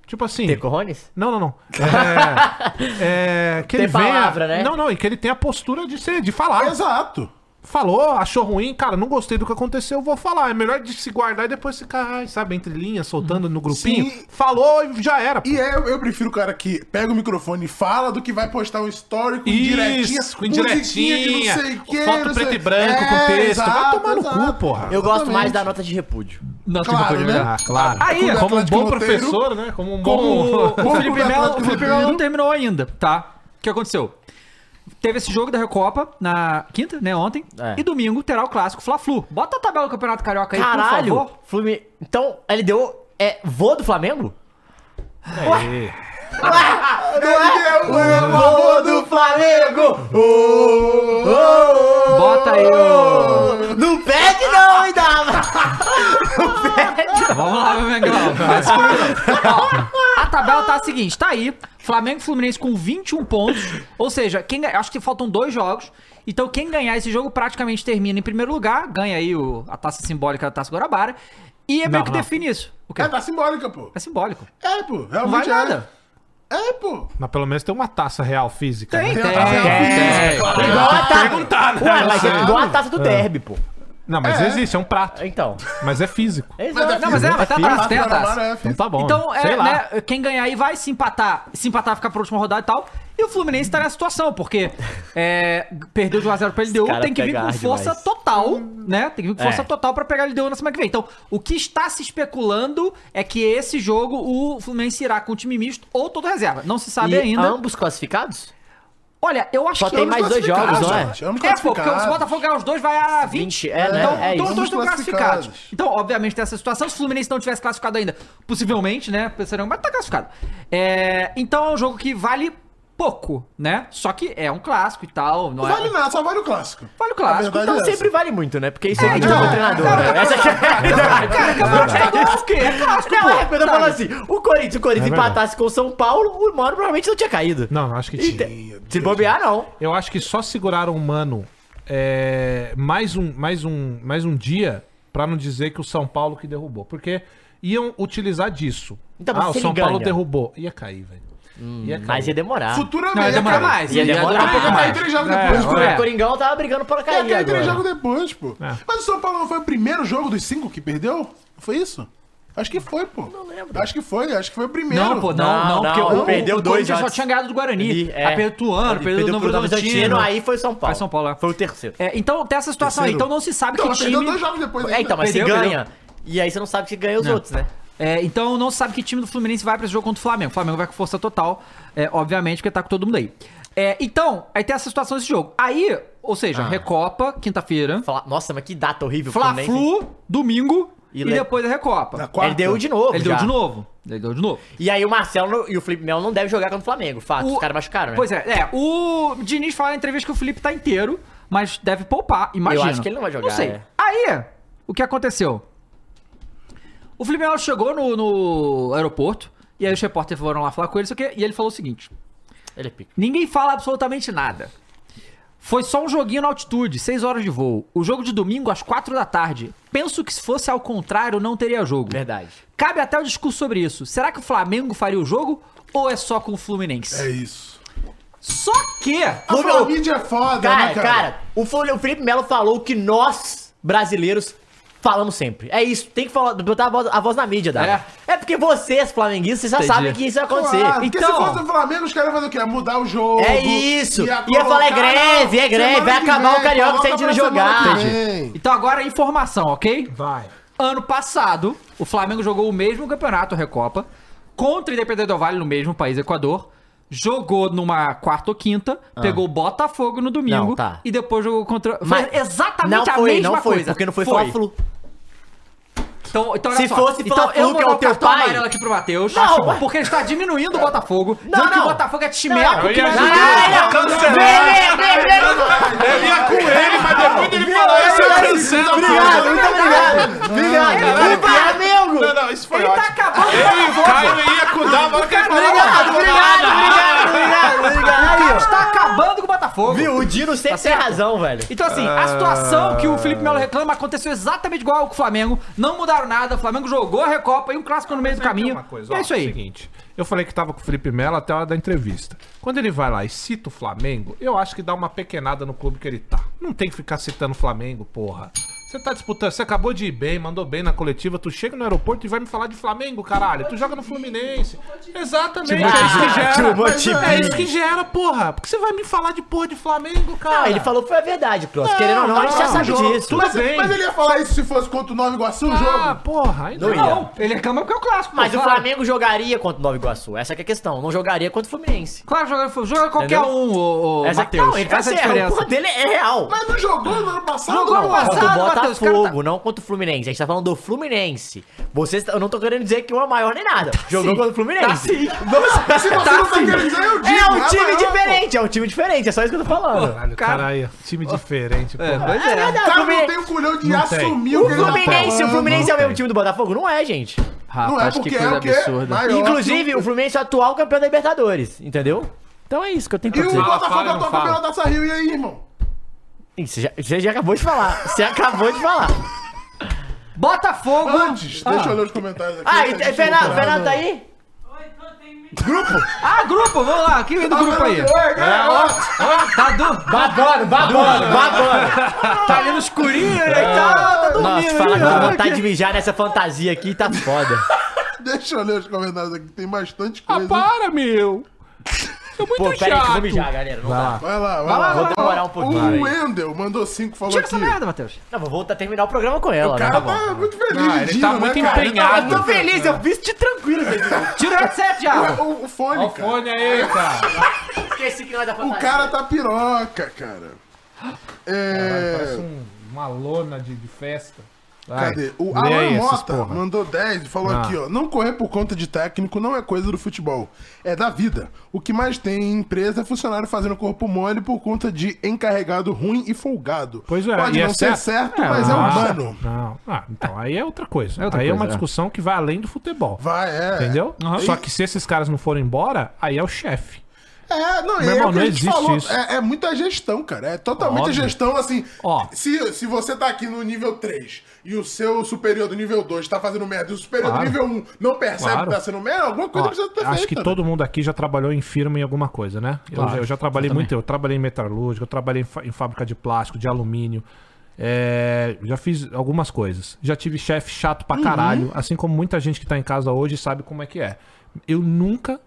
[SPEAKER 3] Tipo assim. Tem
[SPEAKER 9] corrones?
[SPEAKER 3] Não, não, não. É, é, que
[SPEAKER 9] Tem
[SPEAKER 3] ele venha.
[SPEAKER 9] palavra, né?
[SPEAKER 3] Não, não, e que ele tem a postura de ser, de falar.
[SPEAKER 8] Exato.
[SPEAKER 3] Falou, achou ruim, cara, não gostei do que aconteceu, vou falar. É melhor de se guardar e depois ficar, ai, sabe, entre linhas, soltando no grupinho.
[SPEAKER 8] Sim.
[SPEAKER 3] Falou e já era.
[SPEAKER 8] E é, eu, eu prefiro o cara que pega o microfone e fala do que vai postar um story com indiretinha,
[SPEAKER 3] Isso, com
[SPEAKER 8] musiquinha
[SPEAKER 3] indiretinha,
[SPEAKER 8] de não sei o quê,
[SPEAKER 3] foto
[SPEAKER 8] não
[SPEAKER 3] preto
[SPEAKER 8] sei-
[SPEAKER 3] e branco
[SPEAKER 8] É,
[SPEAKER 3] com texto. vai
[SPEAKER 8] exato,
[SPEAKER 3] tomar no
[SPEAKER 8] exato.
[SPEAKER 3] cu, porra.
[SPEAKER 9] Eu gosto mais
[SPEAKER 8] Exatamente.
[SPEAKER 9] da nota de repúdio.
[SPEAKER 7] Nota
[SPEAKER 8] Claro, de repúdio, né? né?
[SPEAKER 3] Ah, claro.
[SPEAKER 7] Aí,
[SPEAKER 3] como um
[SPEAKER 7] Atlético
[SPEAKER 3] bom
[SPEAKER 7] Monteiro,
[SPEAKER 3] professor, né? Como um
[SPEAKER 7] Como
[SPEAKER 3] bom...
[SPEAKER 7] o Felipe Melo, o Felipe Melo não terminou ainda, tá? O que aconteceu? Teve esse jogo da Recopa na quinta, né, ontem.
[SPEAKER 9] É.
[SPEAKER 7] E domingo terá o clássico Fla-Flu. Bota a tabela do Campeonato Carioca aí, por
[SPEAKER 9] Caralho.
[SPEAKER 7] favor.
[SPEAKER 9] Flumin... Então, ele deu. É, voo do Flamengo?
[SPEAKER 3] Aí.
[SPEAKER 9] Voo do Flamengo!
[SPEAKER 7] Bota aí o...
[SPEAKER 9] Não pede não, hein, Dava?
[SPEAKER 7] Vamos lá, meu Mengão. Vai se comendo. Ó, A tabela tá a seguinte, tá aí. Flamengo e Fluminense com 21 pontos. Ou seja, quem, ganha- acho que faltam dois jogos. Então quem ganhar esse jogo praticamente termina em primeiro lugar. Ganha aí o- a taça simbólica da Taça Guarabara. E é meio
[SPEAKER 8] Não,
[SPEAKER 7] que
[SPEAKER 8] não.
[SPEAKER 7] define isso. O quê?
[SPEAKER 8] É, tá simbólica, pô.
[SPEAKER 7] É simbólico.
[SPEAKER 8] É, pô.
[SPEAKER 7] Não
[SPEAKER 8] Realmente
[SPEAKER 7] vale
[SPEAKER 8] é.
[SPEAKER 7] nada.
[SPEAKER 8] É, pô.
[SPEAKER 3] Mas pelo menos tem uma taça real física.
[SPEAKER 7] Tem,
[SPEAKER 3] né?
[SPEAKER 7] tem, tem.
[SPEAKER 3] Tem
[SPEAKER 8] Ah,
[SPEAKER 9] Igual a
[SPEAKER 8] tá.
[SPEAKER 3] que
[SPEAKER 9] taça.
[SPEAKER 3] perguntar, né?
[SPEAKER 9] Ué, mas é igual a taça do
[SPEAKER 3] É.
[SPEAKER 9] derby, pô.
[SPEAKER 3] Não, mas
[SPEAKER 9] É.
[SPEAKER 3] existe, é um prato.
[SPEAKER 9] Então.
[SPEAKER 3] Mas é físico.
[SPEAKER 9] Exato.
[SPEAKER 7] Não, mas é, mas tem a taça, tem a taça.
[SPEAKER 3] Então tá bom.
[SPEAKER 7] Então,
[SPEAKER 3] sei
[SPEAKER 7] é,
[SPEAKER 3] lá.
[SPEAKER 7] né, quem ganhar aí vai se empatar, se empatar ficar pra última rodada e tal. E o Fluminense tá nessa situação, porque é, perdeu de 1x0 pra LDU,
[SPEAKER 9] cara
[SPEAKER 7] tem que vir
[SPEAKER 9] pega
[SPEAKER 7] com
[SPEAKER 9] hard
[SPEAKER 7] força
[SPEAKER 9] demais.
[SPEAKER 7] total, né? Tem que vir com força
[SPEAKER 9] É.
[SPEAKER 7] total pra pegar a LDU na semana que vem. Então, o que está se especulando é que esse jogo o Fluminense irá com time misto ou todo reserva. Não se sabe
[SPEAKER 9] E
[SPEAKER 7] ainda.
[SPEAKER 9] Ambos classificados?
[SPEAKER 7] Olha, eu acho
[SPEAKER 9] Só
[SPEAKER 7] que
[SPEAKER 9] tem
[SPEAKER 7] ambos
[SPEAKER 9] mais dois
[SPEAKER 7] classificados,
[SPEAKER 9] jogos, não é?
[SPEAKER 7] gente.
[SPEAKER 9] Ambos
[SPEAKER 7] É, pô, porque
[SPEAKER 9] classificados.
[SPEAKER 7] se o Botafogo ganhar os dois, vai a 20.
[SPEAKER 9] 20, é, né?
[SPEAKER 7] Então,
[SPEAKER 9] É
[SPEAKER 7] então
[SPEAKER 9] isso.
[SPEAKER 7] os dois estão
[SPEAKER 9] Ambos
[SPEAKER 7] classificados.
[SPEAKER 9] classificados.
[SPEAKER 7] Então, obviamente, tem essa situação. Se o Fluminense não tivesse classificado ainda, possivelmente, né? Pensariam, mas tá classificado. É, então é um jogo que vale pouco, né? Só que é um clássico e tal. Não
[SPEAKER 8] Vale
[SPEAKER 7] é...
[SPEAKER 8] nada, só vale o clássico.
[SPEAKER 7] Vale o clássico.
[SPEAKER 8] A verdade
[SPEAKER 7] então
[SPEAKER 8] é essa.
[SPEAKER 7] sempre
[SPEAKER 9] vale muito, né? Porque isso é,
[SPEAKER 7] é
[SPEAKER 9] que é o treinador. né? Essa aqui é a realidade.
[SPEAKER 7] Cara, campeonato estadual é o quê? É clássico,
[SPEAKER 9] Não,
[SPEAKER 7] pô,
[SPEAKER 9] é, quando eu falo assim,
[SPEAKER 7] sabe?
[SPEAKER 9] o Corinthians, o Corinthians
[SPEAKER 3] É verdade.
[SPEAKER 9] empatasse com o São Paulo, o Mauro provavelmente não tinha caído.
[SPEAKER 3] Não, acho que tinha.
[SPEAKER 9] Se bobear, não.
[SPEAKER 3] Eu acho que só seguraram o Mano é, mais, um, mais, um, mais um dia pra não dizer que o São Paulo que derrubou. Porque iam utilizar disso.
[SPEAKER 9] Então, mas
[SPEAKER 3] ah, o
[SPEAKER 9] se ele
[SPEAKER 3] São Paulo
[SPEAKER 9] ganha? Hum,
[SPEAKER 3] derrubou. Ia cair, velho. Ia cair.
[SPEAKER 9] Mas ia demorar.
[SPEAKER 8] Futuramente
[SPEAKER 3] Não, ia
[SPEAKER 8] ia
[SPEAKER 3] demorar.
[SPEAKER 8] cair mais.
[SPEAKER 9] Ia demorar.
[SPEAKER 8] Daqui a pouco cai três jogos
[SPEAKER 9] É,
[SPEAKER 8] depois, pô.
[SPEAKER 9] O Coringão tava brigando né? pra
[SPEAKER 8] Ia
[SPEAKER 9] cair
[SPEAKER 8] cair três jogos
[SPEAKER 9] agora.
[SPEAKER 8] depois, pô. Mas o São Paulo não foi o primeiro jogo dos cinco que perdeu? Foi isso? Acho que foi, pô. Não lembro. Acho que foi, acho que foi o primeiro.
[SPEAKER 7] Não, pô, não, não, porque o,
[SPEAKER 9] perdeu
[SPEAKER 7] o
[SPEAKER 9] dois
[SPEAKER 7] Corinthians só
[SPEAKER 9] antes.
[SPEAKER 7] tinha ganhado do Guarani.
[SPEAKER 9] Ele- é.
[SPEAKER 7] É. Perdeu do Tuano,
[SPEAKER 9] Ele
[SPEAKER 7] perdeu do
[SPEAKER 9] perdeu
[SPEAKER 7] Novo
[SPEAKER 9] pro Horizontino,
[SPEAKER 7] Horizontino.
[SPEAKER 9] aí foi São Paulo.
[SPEAKER 7] Foi São Paulo, é.
[SPEAKER 9] Foi o terceiro.
[SPEAKER 7] É, então tem essa situação aí.
[SPEAKER 9] Terceiro.
[SPEAKER 7] Então não se sabe
[SPEAKER 9] Então,
[SPEAKER 7] que
[SPEAKER 9] mas
[SPEAKER 7] time...
[SPEAKER 9] perdeu dois jogos
[SPEAKER 8] depois
[SPEAKER 9] É, então, mas se
[SPEAKER 7] Perdeu,
[SPEAKER 9] ganha.
[SPEAKER 7] perdeu.
[SPEAKER 9] E aí você não sabe se ganha os
[SPEAKER 7] Não.
[SPEAKER 9] outros, né?
[SPEAKER 7] É, então não se sabe que time do Fluminense vai pra esse jogo contra o Flamengo. O Flamengo vai com força total, é, obviamente, porque tá com todo mundo aí. É, então, aí tem essa situação desse jogo. Aí, ou seja,
[SPEAKER 9] Ah.
[SPEAKER 7] Recopa, quinta-feira.
[SPEAKER 9] Nossa, mas que data horrível.
[SPEAKER 7] Fla-Flu, domingo e,
[SPEAKER 9] le-
[SPEAKER 7] depois a Recopa.
[SPEAKER 9] Ele deu de novo.
[SPEAKER 7] Ele
[SPEAKER 9] já.
[SPEAKER 7] deu de novo. Ele deu de novo.
[SPEAKER 9] E aí o Marcelo não- e o Felipe Melo não devem jogar contra o Flamengo. Fato, os caras machucaram, né?
[SPEAKER 7] Pois é, é, o Diniz fala na entrevista que o Felipe tá inteiro, mas deve poupar, imagina.
[SPEAKER 9] acho que ele não vai jogar,
[SPEAKER 7] Não sei.
[SPEAKER 9] é.
[SPEAKER 7] Aí, o que aconteceu? O Felipe Melo chegou no, no aeroporto, e aí os repórteres foram lá falar com ele, não sei o quê, e ele falou o seguinte.
[SPEAKER 9] Ele é pica.
[SPEAKER 7] Ninguém fala absolutamente nada. Foi só um joguinho na altitude, 6 horas de voo. O jogo de domingo às 4 da tarde. Penso que se fosse ao contrário, não teria jogo.
[SPEAKER 9] Verdade.
[SPEAKER 7] Cabe até o discurso sobre isso. Será que o Flamengo faria o jogo ou é só com o Fluminense?
[SPEAKER 8] É isso.
[SPEAKER 7] Só que.
[SPEAKER 8] A mídia é foda,
[SPEAKER 9] Cara,
[SPEAKER 8] né,
[SPEAKER 9] cara,
[SPEAKER 8] cara?
[SPEAKER 9] o Fol- o Felipe Melo falou o que nós, brasileiros, falamos sempre. É isso, tem que falar, botar a voz, a voz na mídia, Dava. É. porque vocês, flamenguistas, vocês já
[SPEAKER 7] Entendi.
[SPEAKER 9] sabem que isso vai acontecer.
[SPEAKER 8] Claro, porque se
[SPEAKER 9] então,
[SPEAKER 8] fosse o Flamengo, os caras iam fazer o quê? Ia Mudar o jogo.
[SPEAKER 9] É isso. Ia
[SPEAKER 8] colocar,
[SPEAKER 9] falar, é greve,
[SPEAKER 8] não,
[SPEAKER 9] é greve,
[SPEAKER 8] semana
[SPEAKER 9] vai
[SPEAKER 8] que
[SPEAKER 9] acabar o Carioca
[SPEAKER 8] coloca
[SPEAKER 9] sem time
[SPEAKER 8] pra semana
[SPEAKER 9] jogar.
[SPEAKER 8] que vem.
[SPEAKER 7] Então agora a informação, ok?
[SPEAKER 3] Vai.
[SPEAKER 7] Ano passado, o Flamengo jogou o mesmo campeonato, a Recopa, contra o Independente do Vale no mesmo país, Equador. Jogou numa quarta ou quinta,
[SPEAKER 9] Ah.
[SPEAKER 7] pegou o Botafogo no domingo
[SPEAKER 9] Não, tá.
[SPEAKER 7] e depois jogou contra. Foi
[SPEAKER 9] Mas-
[SPEAKER 7] exatamente
[SPEAKER 9] não
[SPEAKER 7] a
[SPEAKER 9] foi,
[SPEAKER 7] mesma
[SPEAKER 9] não foi,
[SPEAKER 7] coisa.
[SPEAKER 9] porque não foi Fla-Flu.
[SPEAKER 7] Então, então olha
[SPEAKER 9] Se
[SPEAKER 7] só.
[SPEAKER 9] fosse
[SPEAKER 7] então,
[SPEAKER 9] Fla-Flu,
[SPEAKER 7] eu vou
[SPEAKER 9] que é
[SPEAKER 7] dar
[SPEAKER 9] o
[SPEAKER 7] um
[SPEAKER 9] teu
[SPEAKER 7] cartão
[SPEAKER 9] pai.
[SPEAKER 7] amarelo aqui pro Matheus.
[SPEAKER 9] Não.
[SPEAKER 7] Porque ele está diminuindo o Botafogo.
[SPEAKER 9] Não,
[SPEAKER 7] dizendo que
[SPEAKER 9] não.
[SPEAKER 7] o Botafogo é
[SPEAKER 9] Não,
[SPEAKER 7] timeco.
[SPEAKER 9] eu
[SPEAKER 7] que
[SPEAKER 9] ia
[SPEAKER 7] não é
[SPEAKER 9] ajudar.
[SPEAKER 7] nada.
[SPEAKER 9] Ele ia cancelar.
[SPEAKER 3] Ele ia com ele, mas depois ele é falou isso, eu cancelo.
[SPEAKER 9] Obrigado, muito obrigado. Obrigado.
[SPEAKER 3] Caralho,
[SPEAKER 9] O Flamengo.
[SPEAKER 3] Não, não, isso foi
[SPEAKER 9] Ele tá
[SPEAKER 3] ótimo.
[SPEAKER 9] acabando
[SPEAKER 3] Ele
[SPEAKER 9] com a
[SPEAKER 3] e o
[SPEAKER 9] voz.
[SPEAKER 3] Caio ia com o Dava, a hora que ele falou.
[SPEAKER 9] Obrigado,
[SPEAKER 3] "Dava,
[SPEAKER 9] obrigado,
[SPEAKER 3] Dava,
[SPEAKER 9] obrigado, obrigado, obrigado.
[SPEAKER 7] O cara está tá acabando com o Botafogo.
[SPEAKER 9] Viu, o Dino sempre é tem
[SPEAKER 7] certo?
[SPEAKER 9] razão, velho.
[SPEAKER 7] Então, assim, a situação que o Felipe Melo reclama aconteceu exatamente igual ao que o Flamengo. Não mudaram nada. O Flamengo jogou a Recopa e um clássico no meio do caminho.
[SPEAKER 3] uma coisa,
[SPEAKER 7] E
[SPEAKER 3] ó,
[SPEAKER 7] é isso aí.
[SPEAKER 3] Seguinte, eu falei que tava com o Felipe Melo até a hora da entrevista. Quando ele vai lá e cita o Flamengo, eu acho que dá uma pequenada no clube que ele tá. Não tem que ficar citando o Flamengo, porra. Você tá disputando, você acabou de ir bem, mandou bem na coletiva, tu chega no aeroporto e vai me falar de Flamengo, caralho. Tu joga no Fluminense. Exatamente, é isso que
[SPEAKER 9] Ah,
[SPEAKER 3] gera.
[SPEAKER 9] too much
[SPEAKER 3] Mas é- É
[SPEAKER 9] beef.
[SPEAKER 3] isso que gera, porra. Por que você vai me falar de porra de Flamengo, cara?
[SPEAKER 9] Ah, ele falou que foi a verdade, Cross. Querendo ou não, a gente já
[SPEAKER 3] não,
[SPEAKER 9] sabe
[SPEAKER 3] jogo,
[SPEAKER 9] disso.
[SPEAKER 3] tudo
[SPEAKER 8] Mas,
[SPEAKER 3] bem.
[SPEAKER 8] mas ele ia falar isso se fosse contra o Nova Iguaçu o
[SPEAKER 3] Ah,
[SPEAKER 8] jogo.
[SPEAKER 3] porra, ainda
[SPEAKER 9] Não ia.
[SPEAKER 7] ele reclama porque é o clássico.
[SPEAKER 9] Mas
[SPEAKER 7] pô,
[SPEAKER 9] o
[SPEAKER 7] claro.
[SPEAKER 9] Flamengo jogaria congar contra o Nova Iguaçu. Essa que é a questão. Não jogaria contra o Fluminense.
[SPEAKER 7] Claro, joga, joga qualquer
[SPEAKER 9] Entendeu?
[SPEAKER 7] um, ô, ô,
[SPEAKER 9] Essa
[SPEAKER 7] Matheus.
[SPEAKER 9] não, ele tá
[SPEAKER 7] Essa é a
[SPEAKER 9] certo.
[SPEAKER 7] diferença.
[SPEAKER 9] O ponto dele é real.
[SPEAKER 8] Mas não jogou no ano passado,
[SPEAKER 7] Jogou
[SPEAKER 8] pô.
[SPEAKER 7] no passado.
[SPEAKER 9] Ah, Contra o
[SPEAKER 7] Matheus, o cara
[SPEAKER 9] Botafogo, não contra o Fluminense. A gente tá falando do Fluminense. Vocês, eu não tô querendo dizer que um é maior nem nada. Jogou contra o Fluminense.
[SPEAKER 7] Tá sim.
[SPEAKER 9] Nossa,
[SPEAKER 8] Se você
[SPEAKER 9] tá
[SPEAKER 8] não tá
[SPEAKER 9] sim.
[SPEAKER 8] querendo dizer, eu digo,
[SPEAKER 9] É um
[SPEAKER 8] é
[SPEAKER 9] time
[SPEAKER 8] maior,
[SPEAKER 9] diferente, é um time diferente. É só isso que eu tô falando.
[SPEAKER 3] Caralho, caralho, time diferente, porra.
[SPEAKER 7] tá- pois
[SPEAKER 9] É
[SPEAKER 8] O
[SPEAKER 9] verdade. o
[SPEAKER 8] cara não
[SPEAKER 9] Fluminense-
[SPEAKER 8] tem o culhão de
[SPEAKER 3] Não
[SPEAKER 8] assumir
[SPEAKER 9] O
[SPEAKER 8] que ele tá
[SPEAKER 9] Fluminense, o
[SPEAKER 8] falando.
[SPEAKER 9] Fluminense é o mesmo time do Botafogo? Não é, gente.
[SPEAKER 8] Não é porque é o quê? Maior que
[SPEAKER 9] Inclusive, o Fluminense é o atual campeão da Libertadores, entendeu? Então é isso que eu tenho
[SPEAKER 8] E
[SPEAKER 9] pra
[SPEAKER 8] o
[SPEAKER 9] dizer.
[SPEAKER 8] Botafogo
[SPEAKER 3] fala,
[SPEAKER 8] é
[SPEAKER 3] não
[SPEAKER 8] o
[SPEAKER 3] fala.
[SPEAKER 8] campeão da Taça Rio, e aí, irmão?
[SPEAKER 9] Ih, Você já, você já acabou de falar. Você acabou de falar.
[SPEAKER 8] Ah.
[SPEAKER 7] Botafogo.
[SPEAKER 8] Antes, deixa eu ler os comentários aqui.
[SPEAKER 9] Ah, e,
[SPEAKER 8] que a gente
[SPEAKER 9] e Fernando,
[SPEAKER 8] não
[SPEAKER 9] Fernando tá aí?
[SPEAKER 7] Ah, grupo, vamos lá. Quem é do grupo aí?
[SPEAKER 8] né?
[SPEAKER 7] É,
[SPEAKER 8] Ah.
[SPEAKER 7] Tá do...
[SPEAKER 9] Babando, babando, babando.
[SPEAKER 7] Tá ali no escurinho, né? Tá, tá dormindo.
[SPEAKER 9] Nossa, fala com vontade de mijar nessa fantasia aqui, tá foda.
[SPEAKER 8] Deixa eu ler os comentários aqui, tem bastante
[SPEAKER 3] Ah,
[SPEAKER 8] coisa.
[SPEAKER 3] para, meu. Tô muito
[SPEAKER 9] É. Pô, pera aí que eu vou
[SPEAKER 3] chato.
[SPEAKER 9] mijar, galera. Não dá.
[SPEAKER 8] Vai lá,
[SPEAKER 9] Vai
[SPEAKER 8] vai
[SPEAKER 9] lá,
[SPEAKER 8] lá. Uh,
[SPEAKER 9] vou demorar um pouquinho.
[SPEAKER 8] O Wendel mandou cinco, falou
[SPEAKER 7] Tira
[SPEAKER 8] aqui.
[SPEAKER 7] essa merda, Matheus.
[SPEAKER 9] Não, vou voltar a terminar o programa com ela,
[SPEAKER 8] O
[SPEAKER 9] né?
[SPEAKER 8] cara
[SPEAKER 9] Tá
[SPEAKER 8] tá,
[SPEAKER 9] bom. Ah,
[SPEAKER 8] muito feliz, né,
[SPEAKER 3] Ah, ele tá muito empenhado.
[SPEAKER 9] Eu tô feliz, eu fiz de tranquilo, velho.
[SPEAKER 7] Tira o headset, Thiago.
[SPEAKER 8] O, o fone,
[SPEAKER 3] Olha o
[SPEAKER 8] cara.
[SPEAKER 3] fone aí, cara.
[SPEAKER 9] Esqueci que não é da
[SPEAKER 8] O
[SPEAKER 9] fantasia.
[SPEAKER 8] cara tá piroca, cara. É...
[SPEAKER 3] Parece um- uma lona de, de festa. Vai.
[SPEAKER 8] Cadê? O
[SPEAKER 3] Lê
[SPEAKER 8] Alan
[SPEAKER 3] aí essas
[SPEAKER 8] Mota
[SPEAKER 3] porra.
[SPEAKER 8] mandou 10 e falou
[SPEAKER 3] Ah.
[SPEAKER 8] aqui, ó. Não correr por conta de técnico não é coisa do futebol. É da vida. O que mais tem em empresa é funcionário fazendo corpo mole por conta de encarregado ruim e folgado. Pois
[SPEAKER 3] é,
[SPEAKER 8] Pode
[SPEAKER 3] e
[SPEAKER 8] não
[SPEAKER 3] é
[SPEAKER 8] ser
[SPEAKER 3] certo.
[SPEAKER 8] certo,
[SPEAKER 3] É,
[SPEAKER 8] mas é
[SPEAKER 3] não.
[SPEAKER 8] humano.
[SPEAKER 3] Não. Ah, então aí é outra coisa.
[SPEAKER 8] É outra
[SPEAKER 3] aí é
[SPEAKER 8] coisa,
[SPEAKER 3] uma
[SPEAKER 8] é.
[SPEAKER 3] discussão que vai além do futebol.
[SPEAKER 8] Vai, é.
[SPEAKER 3] Entendeu?
[SPEAKER 8] Aham.
[SPEAKER 3] Só que se esses caras não forem embora, aí é o chefe.
[SPEAKER 8] É, não,
[SPEAKER 3] Meu
[SPEAKER 8] é
[SPEAKER 3] irmão,
[SPEAKER 8] o que
[SPEAKER 3] não
[SPEAKER 8] a gente
[SPEAKER 3] existe
[SPEAKER 8] falou.
[SPEAKER 3] isso.
[SPEAKER 8] É, é muita gestão, cara. É totalmente
[SPEAKER 3] Óbvio.
[SPEAKER 8] a gestão, assim. Se, se você tá aqui no nível 3 e o seu superior do nível 2 tá fazendo merda e o superior
[SPEAKER 3] Claro.
[SPEAKER 8] do nível 1 não percebe
[SPEAKER 3] Claro.
[SPEAKER 8] que tá sendo merda, alguma coisa
[SPEAKER 3] Ó,
[SPEAKER 8] precisa ter
[SPEAKER 3] acho
[SPEAKER 8] feito,
[SPEAKER 3] que
[SPEAKER 8] né?
[SPEAKER 3] todo mundo aqui já trabalhou em firma em alguma coisa, né? Eu-
[SPEAKER 8] Claro,
[SPEAKER 3] eu, já trabalhei
[SPEAKER 8] eu também.
[SPEAKER 3] muito, eu trabalhei em metalúrgica, eu trabalhei em, fa- em fábrica de plástico, de alumínio. é, já fiz algumas coisas. Já tive chefe chato pra
[SPEAKER 8] Uhum.
[SPEAKER 3] caralho, assim como muita gente que tá em casa hoje sabe como é que é. Eu nunca,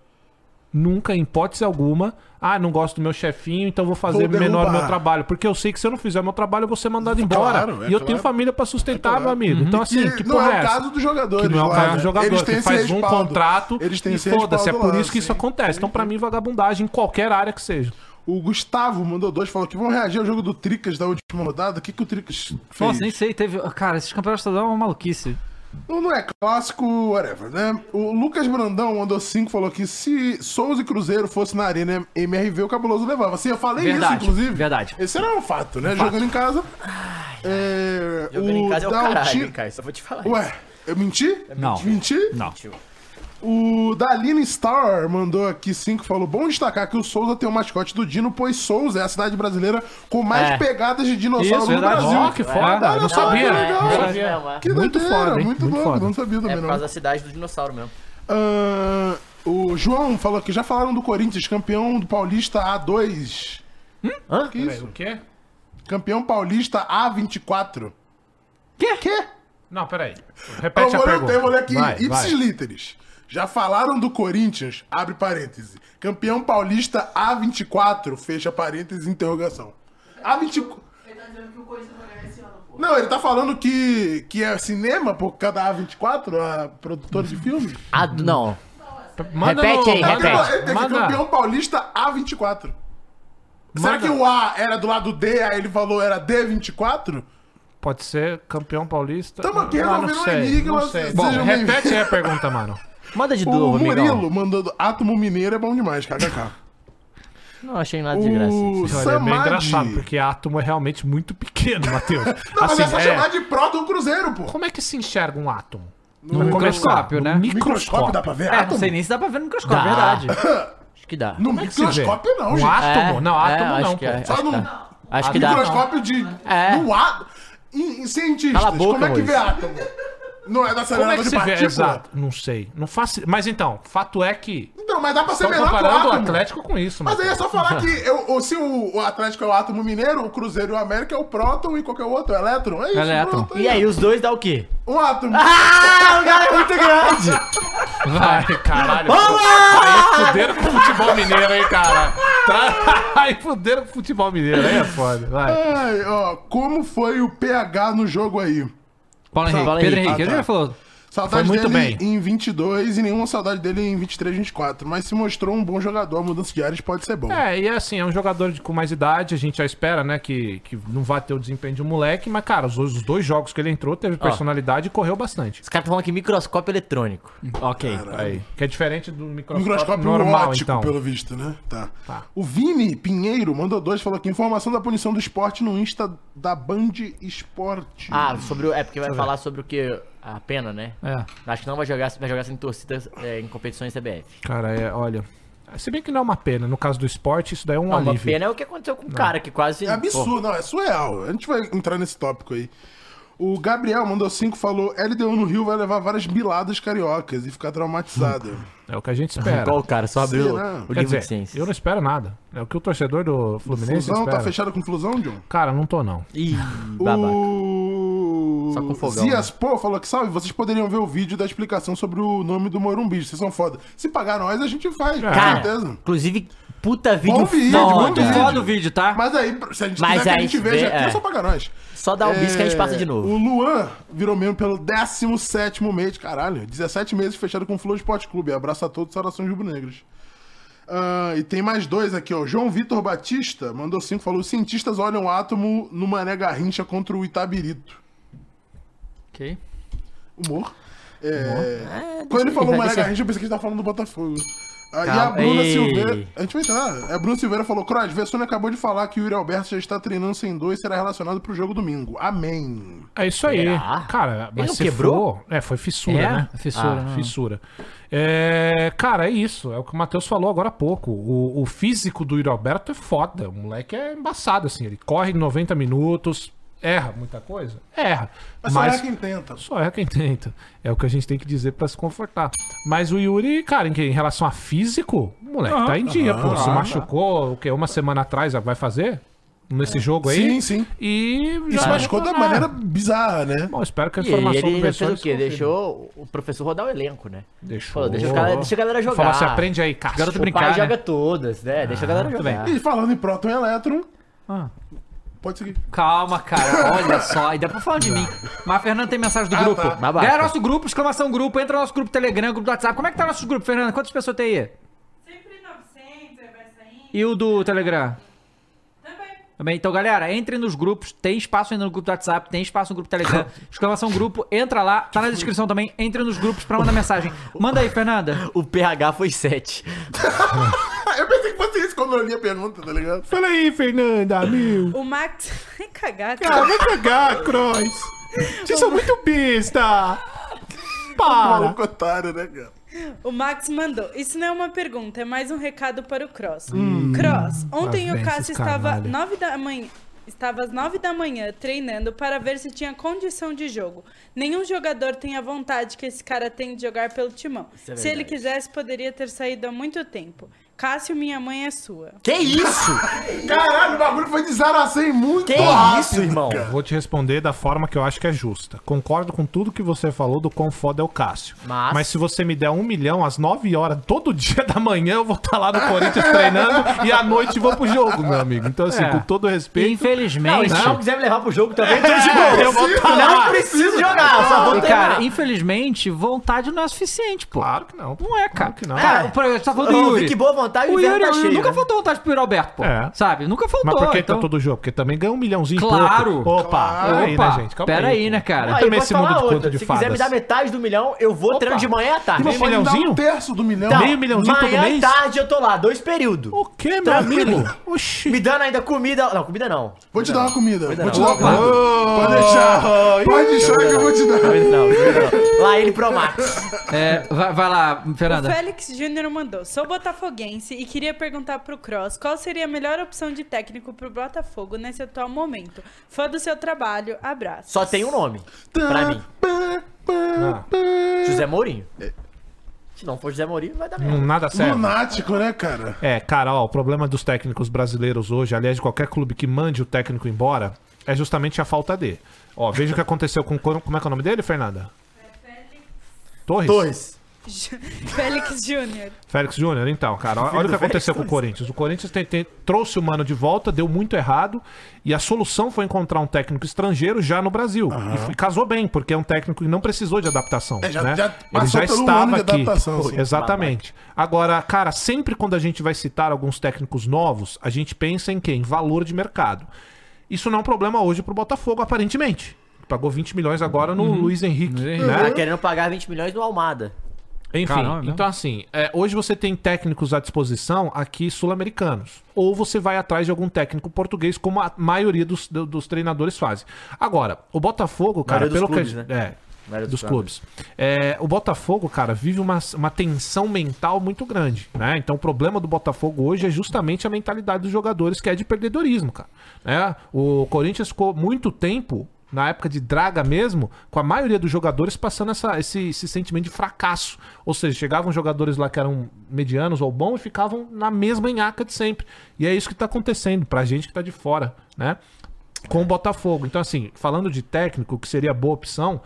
[SPEAKER 3] nunca, em hipótese alguma, ah, não gosto do meu chefinho, então vou fazer
[SPEAKER 8] Vou
[SPEAKER 3] menor
[SPEAKER 8] derrubar.
[SPEAKER 3] meu trabalho. Porque eu sei que se eu não fizer meu trabalho, eu vou ser mandado embora.
[SPEAKER 8] Claro, é
[SPEAKER 3] e eu
[SPEAKER 8] claro. É
[SPEAKER 3] tenho família pra sustentar, meu amigo. Então, assim,
[SPEAKER 8] E
[SPEAKER 3] que
[SPEAKER 8] não
[SPEAKER 3] porra
[SPEAKER 8] é o
[SPEAKER 3] essa?
[SPEAKER 8] caso dos jogadores
[SPEAKER 3] Que não é o
[SPEAKER 8] lá,
[SPEAKER 3] caso
[SPEAKER 8] né?
[SPEAKER 3] do jogador,
[SPEAKER 8] Eles têm
[SPEAKER 3] que
[SPEAKER 8] esse
[SPEAKER 3] faz um
[SPEAKER 8] respaldo.
[SPEAKER 3] contrato
[SPEAKER 8] Eles têm
[SPEAKER 3] e
[SPEAKER 8] esse
[SPEAKER 3] foda-se. É
[SPEAKER 8] respaldo
[SPEAKER 3] por
[SPEAKER 8] lá,
[SPEAKER 3] isso que isso
[SPEAKER 8] sim.
[SPEAKER 3] acontece. Então, pra mim, vagabundagem em qualquer área que seja.
[SPEAKER 8] O Gustavo mandou dois, falou que vão reagir ao jogo do Tricas da última rodada. O que, que o Tricas fez?
[SPEAKER 7] Nossa,
[SPEAKER 3] assim?
[SPEAKER 7] nem sei, teve. Cara, esses campeonatos estaduais é uma maluquice.
[SPEAKER 8] Não, não é clássico, whatever, né? O Lucas Brandão mandou 5 falou que se Souza e Cruzeiro fosse na arena MRV, o Cabuloso levava. Assim, eu falei
[SPEAKER 9] Verdade,
[SPEAKER 8] isso, inclusive.
[SPEAKER 9] verdade.
[SPEAKER 8] Esse era um fato, né?
[SPEAKER 9] Fato.
[SPEAKER 8] Jogando em casa. É,
[SPEAKER 9] Jogando em casa é o
[SPEAKER 8] Dalti-
[SPEAKER 9] caralho, hein, Caio? Só vou te falar
[SPEAKER 8] Ué,
[SPEAKER 9] isso.
[SPEAKER 8] eu menti?
[SPEAKER 9] Não.
[SPEAKER 8] Menti?
[SPEAKER 9] Não.
[SPEAKER 8] O Dalina Star mandou aqui 5 falou: bom destacar que o Souza tem o mascote do Dino, pois Souza é a cidade brasileira com mais
[SPEAKER 3] É.
[SPEAKER 8] pegadas de dinossauro
[SPEAKER 3] Isso,
[SPEAKER 8] no
[SPEAKER 3] verdade.
[SPEAKER 8] Brasil.
[SPEAKER 3] Ó, que foda.
[SPEAKER 8] Olha
[SPEAKER 3] Eu não
[SPEAKER 8] só,
[SPEAKER 3] sabia.
[SPEAKER 8] que legal.
[SPEAKER 3] Não sabia.
[SPEAKER 8] Que
[SPEAKER 3] Muito
[SPEAKER 8] doideira,
[SPEAKER 3] foda, hein?
[SPEAKER 8] muito
[SPEAKER 3] Muito
[SPEAKER 8] louco,
[SPEAKER 3] foda.
[SPEAKER 8] não sabia também
[SPEAKER 9] É por
[SPEAKER 8] não.
[SPEAKER 9] causa da cidade do dinossauro mesmo.
[SPEAKER 8] Ah, o João falou que já falaram do Corinthians, campeão do Paulista A2.
[SPEAKER 9] Hum?
[SPEAKER 3] Hã?
[SPEAKER 8] Que
[SPEAKER 3] Peraí,
[SPEAKER 8] isso?
[SPEAKER 3] o quê?
[SPEAKER 8] Campeão paulista A24.
[SPEAKER 7] Que?
[SPEAKER 8] Que?
[SPEAKER 3] Não, peraí.
[SPEAKER 8] Eu
[SPEAKER 3] Repete a
[SPEAKER 8] Então, vou ler,
[SPEAKER 3] pergunta.
[SPEAKER 8] eu vou ler aqui,
[SPEAKER 3] Vai,
[SPEAKER 8] ipsis
[SPEAKER 3] vai.
[SPEAKER 8] literis. Já falaram do Corinthians, abre parêntese. Campeão paulista A24, fecha parênteses, interrogação. A24. Não, ele tá falando que, que é cinema por causa da A24, a produtora de filmes.
[SPEAKER 9] Ah, não.
[SPEAKER 8] Manda
[SPEAKER 9] repete
[SPEAKER 8] no-
[SPEAKER 9] aí,
[SPEAKER 8] Manda-
[SPEAKER 9] repete.
[SPEAKER 8] Ele tem que campeão paulista A24. Será que o A era do lado D, aí ele falou era D24?
[SPEAKER 3] Pode ser campeão paulista.
[SPEAKER 8] Tamo aqui
[SPEAKER 3] Ah,
[SPEAKER 8] resolvendo um enigma,
[SPEAKER 3] não sei.
[SPEAKER 8] sejam
[SPEAKER 3] Bom,
[SPEAKER 8] bem-vindos.
[SPEAKER 3] repete aí a pergunta, mano.
[SPEAKER 9] Manda de
[SPEAKER 8] O
[SPEAKER 9] novo, amigão.
[SPEAKER 8] Murilo mandando átomo mineiro é bom demais, kkk.
[SPEAKER 9] Não achei nada de
[SPEAKER 8] O
[SPEAKER 9] graça.
[SPEAKER 3] Olha, é meio
[SPEAKER 8] Samadhi.
[SPEAKER 3] engraçado, porque átomo é realmente muito pequeno, Matheus.
[SPEAKER 8] Não, mas
[SPEAKER 3] Assim,
[SPEAKER 8] é só
[SPEAKER 3] é-
[SPEAKER 8] chamar de próton cruzeiro, pô.
[SPEAKER 3] Como é que se enxerga um átomo?
[SPEAKER 7] No microscópio, né?
[SPEAKER 3] No microscópio
[SPEAKER 8] dá pra ver
[SPEAKER 7] É,
[SPEAKER 3] átomo?
[SPEAKER 7] não sei nem se dá pra ver no microscópio,
[SPEAKER 3] Dá.
[SPEAKER 7] é verdade.
[SPEAKER 9] Acho que dá.
[SPEAKER 8] No
[SPEAKER 3] Como é que se vê?
[SPEAKER 8] microscópio não,
[SPEAKER 3] Um
[SPEAKER 8] gente.
[SPEAKER 9] É,
[SPEAKER 3] átomo? Não, átomo não,
[SPEAKER 9] acho
[SPEAKER 3] pô.
[SPEAKER 9] Que é,
[SPEAKER 3] Só
[SPEAKER 9] acho que
[SPEAKER 3] num-
[SPEAKER 9] dá. Acho que dá.
[SPEAKER 8] microscópio de... No á- Em, em cientistas,
[SPEAKER 3] É. Cala a boca,
[SPEAKER 8] como é que vê
[SPEAKER 3] Moisés.
[SPEAKER 8] átomo? Não é da
[SPEAKER 3] Como é que
[SPEAKER 8] acelerador de
[SPEAKER 3] se vê?
[SPEAKER 8] partícula?
[SPEAKER 3] Exato. Não sei. Não faço... Mas então, fato é que...
[SPEAKER 8] Então, mas dá pra ser
[SPEAKER 3] Estão
[SPEAKER 8] menor que o
[SPEAKER 3] comparando o
[SPEAKER 8] átomo.
[SPEAKER 3] Atlético com isso,
[SPEAKER 8] Mas aí é
[SPEAKER 3] Matheus.
[SPEAKER 8] só falar que eu- ou se o, o Atlético é o átomo mineiro, o Cruzeiro e o América é o próton e qualquer outro é o elétron. É isso,
[SPEAKER 9] Elétron.
[SPEAKER 8] pronto,
[SPEAKER 9] E aí, os dois dá o quê?
[SPEAKER 8] Um átomo.
[SPEAKER 9] Ah, o cara é muito grande.
[SPEAKER 3] Vai, caralho.
[SPEAKER 9] Vamos!
[SPEAKER 3] Aí fuderam com o futebol mineiro, hein, cara. Tá- Aí fuderam com o futebol mineiro, aí é foda. Vai.
[SPEAKER 8] Ai, ó, como foi o PH no jogo aí?
[SPEAKER 7] Paulo Henrique,
[SPEAKER 8] Saudade-
[SPEAKER 7] Pedro Henrique,
[SPEAKER 8] Ah,
[SPEAKER 7] ele
[SPEAKER 8] tá.
[SPEAKER 7] já falou.
[SPEAKER 8] Saudade dele em 22 e nenhuma saudade dele em 23, 24. Mas se mostrou um bom jogador, a mudança de áreas pode ser bom.
[SPEAKER 3] É, e assim, é um jogador de- com mais idade, a gente já espera, né, que, que não vai ter o desempenho de um moleque, mas, cara, os, os dois jogos que ele entrou,
[SPEAKER 8] Ah.
[SPEAKER 3] teve personalidade e correu bastante.
[SPEAKER 9] Os caras estão falando que microscópio eletrônico. Ok.
[SPEAKER 3] Aí. Que é diferente do microscópio,
[SPEAKER 8] Um Microscópio
[SPEAKER 3] normal,
[SPEAKER 8] ótico,
[SPEAKER 3] então.
[SPEAKER 8] pelo visto, né? Tá. O Vini Pinheiro mandou dois, falou que informação da punição do esporte no Insta da Band Esporte.
[SPEAKER 9] Ah, sobre o, é porque vai
[SPEAKER 8] Deixa eu
[SPEAKER 9] falar sobre o que? A pena, né?
[SPEAKER 3] É.
[SPEAKER 9] Acho que não vai jogar, vai jogar sem torcida é, em competições CBF.
[SPEAKER 3] Cara, é, olha... Se bem que não é uma pena, no caso do esporte, isso daí é um
[SPEAKER 9] Não, uma
[SPEAKER 3] alívio.
[SPEAKER 9] pena é o que aconteceu com o cara, que quase...
[SPEAKER 8] É absurdo, não, é surreal. A gente vai entrar nesse tópico aí. O Gabriel mandou cinco, falou: LDU no Rio vai levar várias biladas cariocas e ficar traumatizado.
[SPEAKER 3] É o que a gente espera.
[SPEAKER 9] Igual o cara, só abriu
[SPEAKER 8] Será? o livro
[SPEAKER 3] Quer dizer,
[SPEAKER 8] de ciências.
[SPEAKER 3] Eu não espero nada. É o que o torcedor do Fluminense
[SPEAKER 8] Flusão,
[SPEAKER 3] espera.
[SPEAKER 8] tá fechado com Flusão, John?
[SPEAKER 3] Cara, não tô não.
[SPEAKER 9] Ih,
[SPEAKER 8] O
[SPEAKER 9] Só com fogão, né?
[SPEAKER 8] Zias Pô falou que salve, vocês poderiam ver o vídeo da explicação sobre o nome do Morumbi. Vocês são foda. Se pagar nós, a gente faz, com
[SPEAKER 9] Cara,
[SPEAKER 8] certeza.
[SPEAKER 9] inclusive, puta vídeo
[SPEAKER 8] Bom vídeo,
[SPEAKER 9] foda.
[SPEAKER 8] muito foda
[SPEAKER 7] o vídeo, tá?
[SPEAKER 8] Mas aí, se a gente
[SPEAKER 9] Mas
[SPEAKER 8] quiser que
[SPEAKER 9] aí
[SPEAKER 8] a gente
[SPEAKER 9] a gente
[SPEAKER 8] veja
[SPEAKER 9] vê,
[SPEAKER 8] aqui,
[SPEAKER 9] é.
[SPEAKER 8] é só pagar nós. É,
[SPEAKER 9] Só dá um bis que a gente passa de novo.
[SPEAKER 8] O Luan virou membro pelo 17 mês, caralho. 17 meses fechado com o Flow Esporte Clube. Abraço a todos, saudações rubro-negras. Ah, e tem mais dois aqui, ó. João Vitor Batista mandou cinco, falou: cientistas olham o átomo no Mané Garrincha contra o Itabirito.
[SPEAKER 9] Que
[SPEAKER 7] Ok.
[SPEAKER 8] Humor. É,
[SPEAKER 7] Humor.
[SPEAKER 8] Quando ele falou
[SPEAKER 7] Vai
[SPEAKER 8] Mané
[SPEAKER 7] deixar-
[SPEAKER 8] Garrincha, eu pensei que ele tava falando do Botafogo. Ah, e a
[SPEAKER 7] Calma.
[SPEAKER 8] Bruna
[SPEAKER 7] Ei.
[SPEAKER 8] Silveira. A gente vai entrar. A Bruna Silveira falou: Cross, Vessone acabou de falar que o Yuri Alberto já está treinando sem dois e será relacionado pro jogo domingo. Amém.
[SPEAKER 3] É isso aí.
[SPEAKER 8] Será?
[SPEAKER 3] Cara,
[SPEAKER 8] Ele
[SPEAKER 3] mas
[SPEAKER 8] não
[SPEAKER 3] se
[SPEAKER 8] quebrou?
[SPEAKER 3] for- É, foi fissura,
[SPEAKER 8] É?
[SPEAKER 3] né?
[SPEAKER 8] Fissura,
[SPEAKER 3] Ah,
[SPEAKER 8] né?
[SPEAKER 3] fissura. É, cara, é isso. É o que o Matheus falou agora há pouco. O, o físico do Iroberto é foda. O moleque é embaçado, assim. Ele corre 90 minutos, erra muita coisa. Erra.
[SPEAKER 8] Mas só é quem tenta.
[SPEAKER 3] Só é quem tenta. É o que a gente tem que dizer pra se confortar. Mas o Yuri, cara, em, que- em relação a físico, o moleque
[SPEAKER 8] Ah,
[SPEAKER 3] tá em dia,
[SPEAKER 8] ah,
[SPEAKER 3] pô. Se
[SPEAKER 8] ah,
[SPEAKER 3] machucou, o quê? Uma semana atrás já vai fazer? Nesse jogo aí?
[SPEAKER 8] Sim, sim.
[SPEAKER 3] E
[SPEAKER 8] Isso
[SPEAKER 3] já-
[SPEAKER 8] machucou da
[SPEAKER 3] Ah.
[SPEAKER 8] maneira bizarra, né?
[SPEAKER 3] Bom, espero que a
[SPEAKER 9] E ele
[SPEAKER 3] informação do
[SPEAKER 9] ainda fez
[SPEAKER 3] Bessone
[SPEAKER 9] o quê?
[SPEAKER 3] se confirme.
[SPEAKER 9] Deixou o professor rodar o elenco, né?
[SPEAKER 3] Deixou.
[SPEAKER 9] Falou, deixa, o cara, deixa a galera jogar.
[SPEAKER 3] Falou assim, aprende aí,
[SPEAKER 9] O
[SPEAKER 3] Castro.
[SPEAKER 9] garoto
[SPEAKER 3] brincar,
[SPEAKER 9] o pai
[SPEAKER 3] né? Ah,
[SPEAKER 9] joga todas, né? Deixa a galera
[SPEAKER 3] muito
[SPEAKER 9] jogar.
[SPEAKER 8] E falando em próton e elétron. Pode seguir.
[SPEAKER 7] Calma, cara. Olha só. E dá pra falar de mim. Mas a Fernanda tem mensagem do
[SPEAKER 8] Ah,
[SPEAKER 7] grupo.
[SPEAKER 8] tá.
[SPEAKER 7] Galera,
[SPEAKER 8] Babaca.
[SPEAKER 7] nosso grupo, exclamação grupo. Entra no nosso grupo Telegram, grupo do WhatsApp. Como é que tá nosso grupo, Fernanda? Quantas pessoas tem aí? Sempre 900, E o do Telegram? Também. Então, galera, entre nos grupos. Tem espaço ainda no grupo do WhatsApp, tem espaço no grupo do Telegram. Exclamação grupo, entra lá. Tá na descrição também. Entre nos grupos pra mandar mensagem. Manda aí, Fernanda.
[SPEAKER 9] O PH foi 7.
[SPEAKER 8] eu pensei que fosse isso quando eu li a pergunta, tá ligado?
[SPEAKER 3] Fala aí, Fernanda, meu.
[SPEAKER 17] O Max. Vai cagar,
[SPEAKER 3] Cara, vai cagar, Cross. Vocês são muito besta. Para.
[SPEAKER 8] Maluco otário, né, cara?
[SPEAKER 17] O Max mandou. Isso não é uma pergunta, é mais um recado para o Cross.
[SPEAKER 8] Hum.
[SPEAKER 17] Cross, ontem
[SPEAKER 8] Lá
[SPEAKER 17] o
[SPEAKER 8] vem
[SPEAKER 17] Cássio
[SPEAKER 8] esses
[SPEAKER 17] estava
[SPEAKER 8] canalha.
[SPEAKER 17] nove da manhã. Estava às 9 da manhã treinando para ver se tinha condição de jogo. Nenhum jogador tem a vontade que esse cara tem de jogar pelo timão.
[SPEAKER 18] Isso é
[SPEAKER 17] se ele
[SPEAKER 18] verdade.
[SPEAKER 17] quisesse, poderia ter saído há muito tempo. Cássio, minha mãe é sua.
[SPEAKER 9] Que isso?
[SPEAKER 8] Caralho, o bagulho foi de 0 a 100 muito
[SPEAKER 17] Que
[SPEAKER 8] rápido.
[SPEAKER 3] irmão? Vou te responder da forma que eu acho que é justa. Concordo com tudo que você falou do quão foda é o Cássio.
[SPEAKER 9] Mas-
[SPEAKER 3] se você me der um milhão às 9 horas, todo dia da manhã, eu vou estar lá no Corinthians treinando e à noite vou pro jogo, meu amigo. Então, assim,
[SPEAKER 9] É.
[SPEAKER 3] com todo respeito.
[SPEAKER 7] Infelizmente.
[SPEAKER 9] Não, é e se não quiser me levar pro jogo também, tudo de
[SPEAKER 3] É,
[SPEAKER 9] boa.
[SPEAKER 3] eu vou tá
[SPEAKER 9] não
[SPEAKER 3] lá.
[SPEAKER 9] preciso jogar, só vou
[SPEAKER 7] E,
[SPEAKER 9] treinar.
[SPEAKER 7] cara, infelizmente, vontade não é suficiente, pô. Claro
[SPEAKER 3] que não.
[SPEAKER 7] Não é, cara.
[SPEAKER 3] que não.
[SPEAKER 7] Cara,
[SPEAKER 3] É.
[SPEAKER 7] por exemplo, você tá falando
[SPEAKER 3] Eu
[SPEAKER 7] do
[SPEAKER 3] vi
[SPEAKER 7] Yuri.
[SPEAKER 3] que boa vontade, o
[SPEAKER 7] o
[SPEAKER 3] inverno
[SPEAKER 7] Yuri,
[SPEAKER 3] tá cheio,
[SPEAKER 7] Nunca
[SPEAKER 3] né?
[SPEAKER 7] faltou vontade pro Yuri Alberto, pô.
[SPEAKER 3] É.
[SPEAKER 7] Sabe? Nunca faltou.
[SPEAKER 3] Mas por que
[SPEAKER 7] então...
[SPEAKER 3] tá todo jogo? Porque também ganha um milhãozinho e
[SPEAKER 7] Claro.
[SPEAKER 3] pouco. Opa,
[SPEAKER 7] Claro.
[SPEAKER 3] peraí,
[SPEAKER 7] Opa,
[SPEAKER 3] né, gente?
[SPEAKER 7] pera aí,
[SPEAKER 3] pô.
[SPEAKER 7] né, cara?
[SPEAKER 3] Não
[SPEAKER 9] Aí,
[SPEAKER 3] também
[SPEAKER 9] posso
[SPEAKER 3] esse mundo
[SPEAKER 9] falar
[SPEAKER 3] de conto
[SPEAKER 9] outra.
[SPEAKER 3] de
[SPEAKER 9] Se
[SPEAKER 3] fadas.
[SPEAKER 9] quiser me dar metade do milhão, eu vou treinar de manhã à tarde.
[SPEAKER 8] Você pode dar
[SPEAKER 3] milhãozinho?
[SPEAKER 8] Um terço do milhão.
[SPEAKER 9] Então,
[SPEAKER 3] todo
[SPEAKER 9] manhã
[SPEAKER 3] mês?
[SPEAKER 9] à tarde eu tô lá, dois períodos. O
[SPEAKER 3] que, meu amigo? Oxi.
[SPEAKER 9] Me dando ainda comida. Não, comida não.
[SPEAKER 8] Vou te dar uma comida.
[SPEAKER 9] Comida
[SPEAKER 8] Vou
[SPEAKER 9] não.
[SPEAKER 8] te dar uma
[SPEAKER 9] Opa.
[SPEAKER 8] comida.
[SPEAKER 9] Oh,
[SPEAKER 8] Pode deixar. Pode deixar que eu vou te dar.
[SPEAKER 9] Comida não, comida não. Lá ele pro Max.
[SPEAKER 7] É, vai, vai lá,
[SPEAKER 17] O
[SPEAKER 7] Fernanda.
[SPEAKER 17] Félix Júnior mandou: Sou botafoguense e queria perguntar pro Cross qual seria a melhor opção de técnico pro Botafogo nesse atual momento. Fã do seu trabalho, abraço.
[SPEAKER 9] Só tem um nome. Pra mim. José Mourinho. Se não for José Mourinho, vai dar merda.
[SPEAKER 3] Hum, Nada certo.
[SPEAKER 8] Lunático, né, cara?
[SPEAKER 3] É, cara, ó, o problema dos técnicos brasileiros hoje, aliás, de qualquer clube que mande o técnico embora, é justamente a falta de. Ó, veja o que aconteceu com. Como é que é o nome dele, Fernanda? Torres?
[SPEAKER 9] Torres.
[SPEAKER 17] J- Félix Júnior.
[SPEAKER 3] Félix Júnior, então, cara, olha
[SPEAKER 9] Filho
[SPEAKER 3] olha o que
[SPEAKER 9] do
[SPEAKER 3] aconteceu
[SPEAKER 9] Félix
[SPEAKER 3] com o Corinthians. O Corinthians tem- tem- trouxe o mano de volta, deu muito errado, e a solução foi encontrar um técnico estrangeiro já no Brasil. E foi- casou bem, porque é um técnico que não precisou de adaptação.
[SPEAKER 8] É, já-
[SPEAKER 3] né?
[SPEAKER 8] já
[SPEAKER 3] Ele
[SPEAKER 8] passou
[SPEAKER 3] já
[SPEAKER 8] pelo
[SPEAKER 3] estava
[SPEAKER 8] ano de
[SPEAKER 3] aqui.
[SPEAKER 8] adaptação, assim.
[SPEAKER 3] Exatamente. Agora, cara, sempre quando a gente vai citar alguns técnicos novos, a gente pensa em quem? Em Valor de mercado. Isso não é um problema hoje pro Botafogo, aparentemente. Pagou 20 milhões agora no Uhum. Luiz Henrique. né?
[SPEAKER 9] Tá querendo pagar 20 milhões no Almada.
[SPEAKER 3] Enfim,
[SPEAKER 9] Caramba, né?
[SPEAKER 3] então assim, é, hoje você tem técnicos à disposição aqui sul-americanos. Ou você vai atrás de algum técnico português, como a maioria dos, do- dos treinadores fazem. Agora, o Botafogo, cara,
[SPEAKER 9] maioria
[SPEAKER 3] pelo
[SPEAKER 9] dos clubes,
[SPEAKER 3] que.
[SPEAKER 9] né?
[SPEAKER 3] É,
[SPEAKER 9] Maioria
[SPEAKER 3] dos clubes. É, o Botafogo, cara, vive uma, uma tensão mental muito grande, né? Então o problema do Botafogo hoje é justamente a mentalidade dos jogadores, que é de perdedorismo, cara. né? O Corinthians ficou muito tempo, na época de Draga mesmo, com a maioria dos jogadores passando essa- esse, esse sentimento de fracasso. Ou seja, chegavam jogadores lá que eram medianos ou bons e ficavam na mesma enhaca de sempre. E é isso que tá acontecendo pra gente que tá de fora, né? com o Botafogo. Então, assim, falando de técnico, que seria boa opção,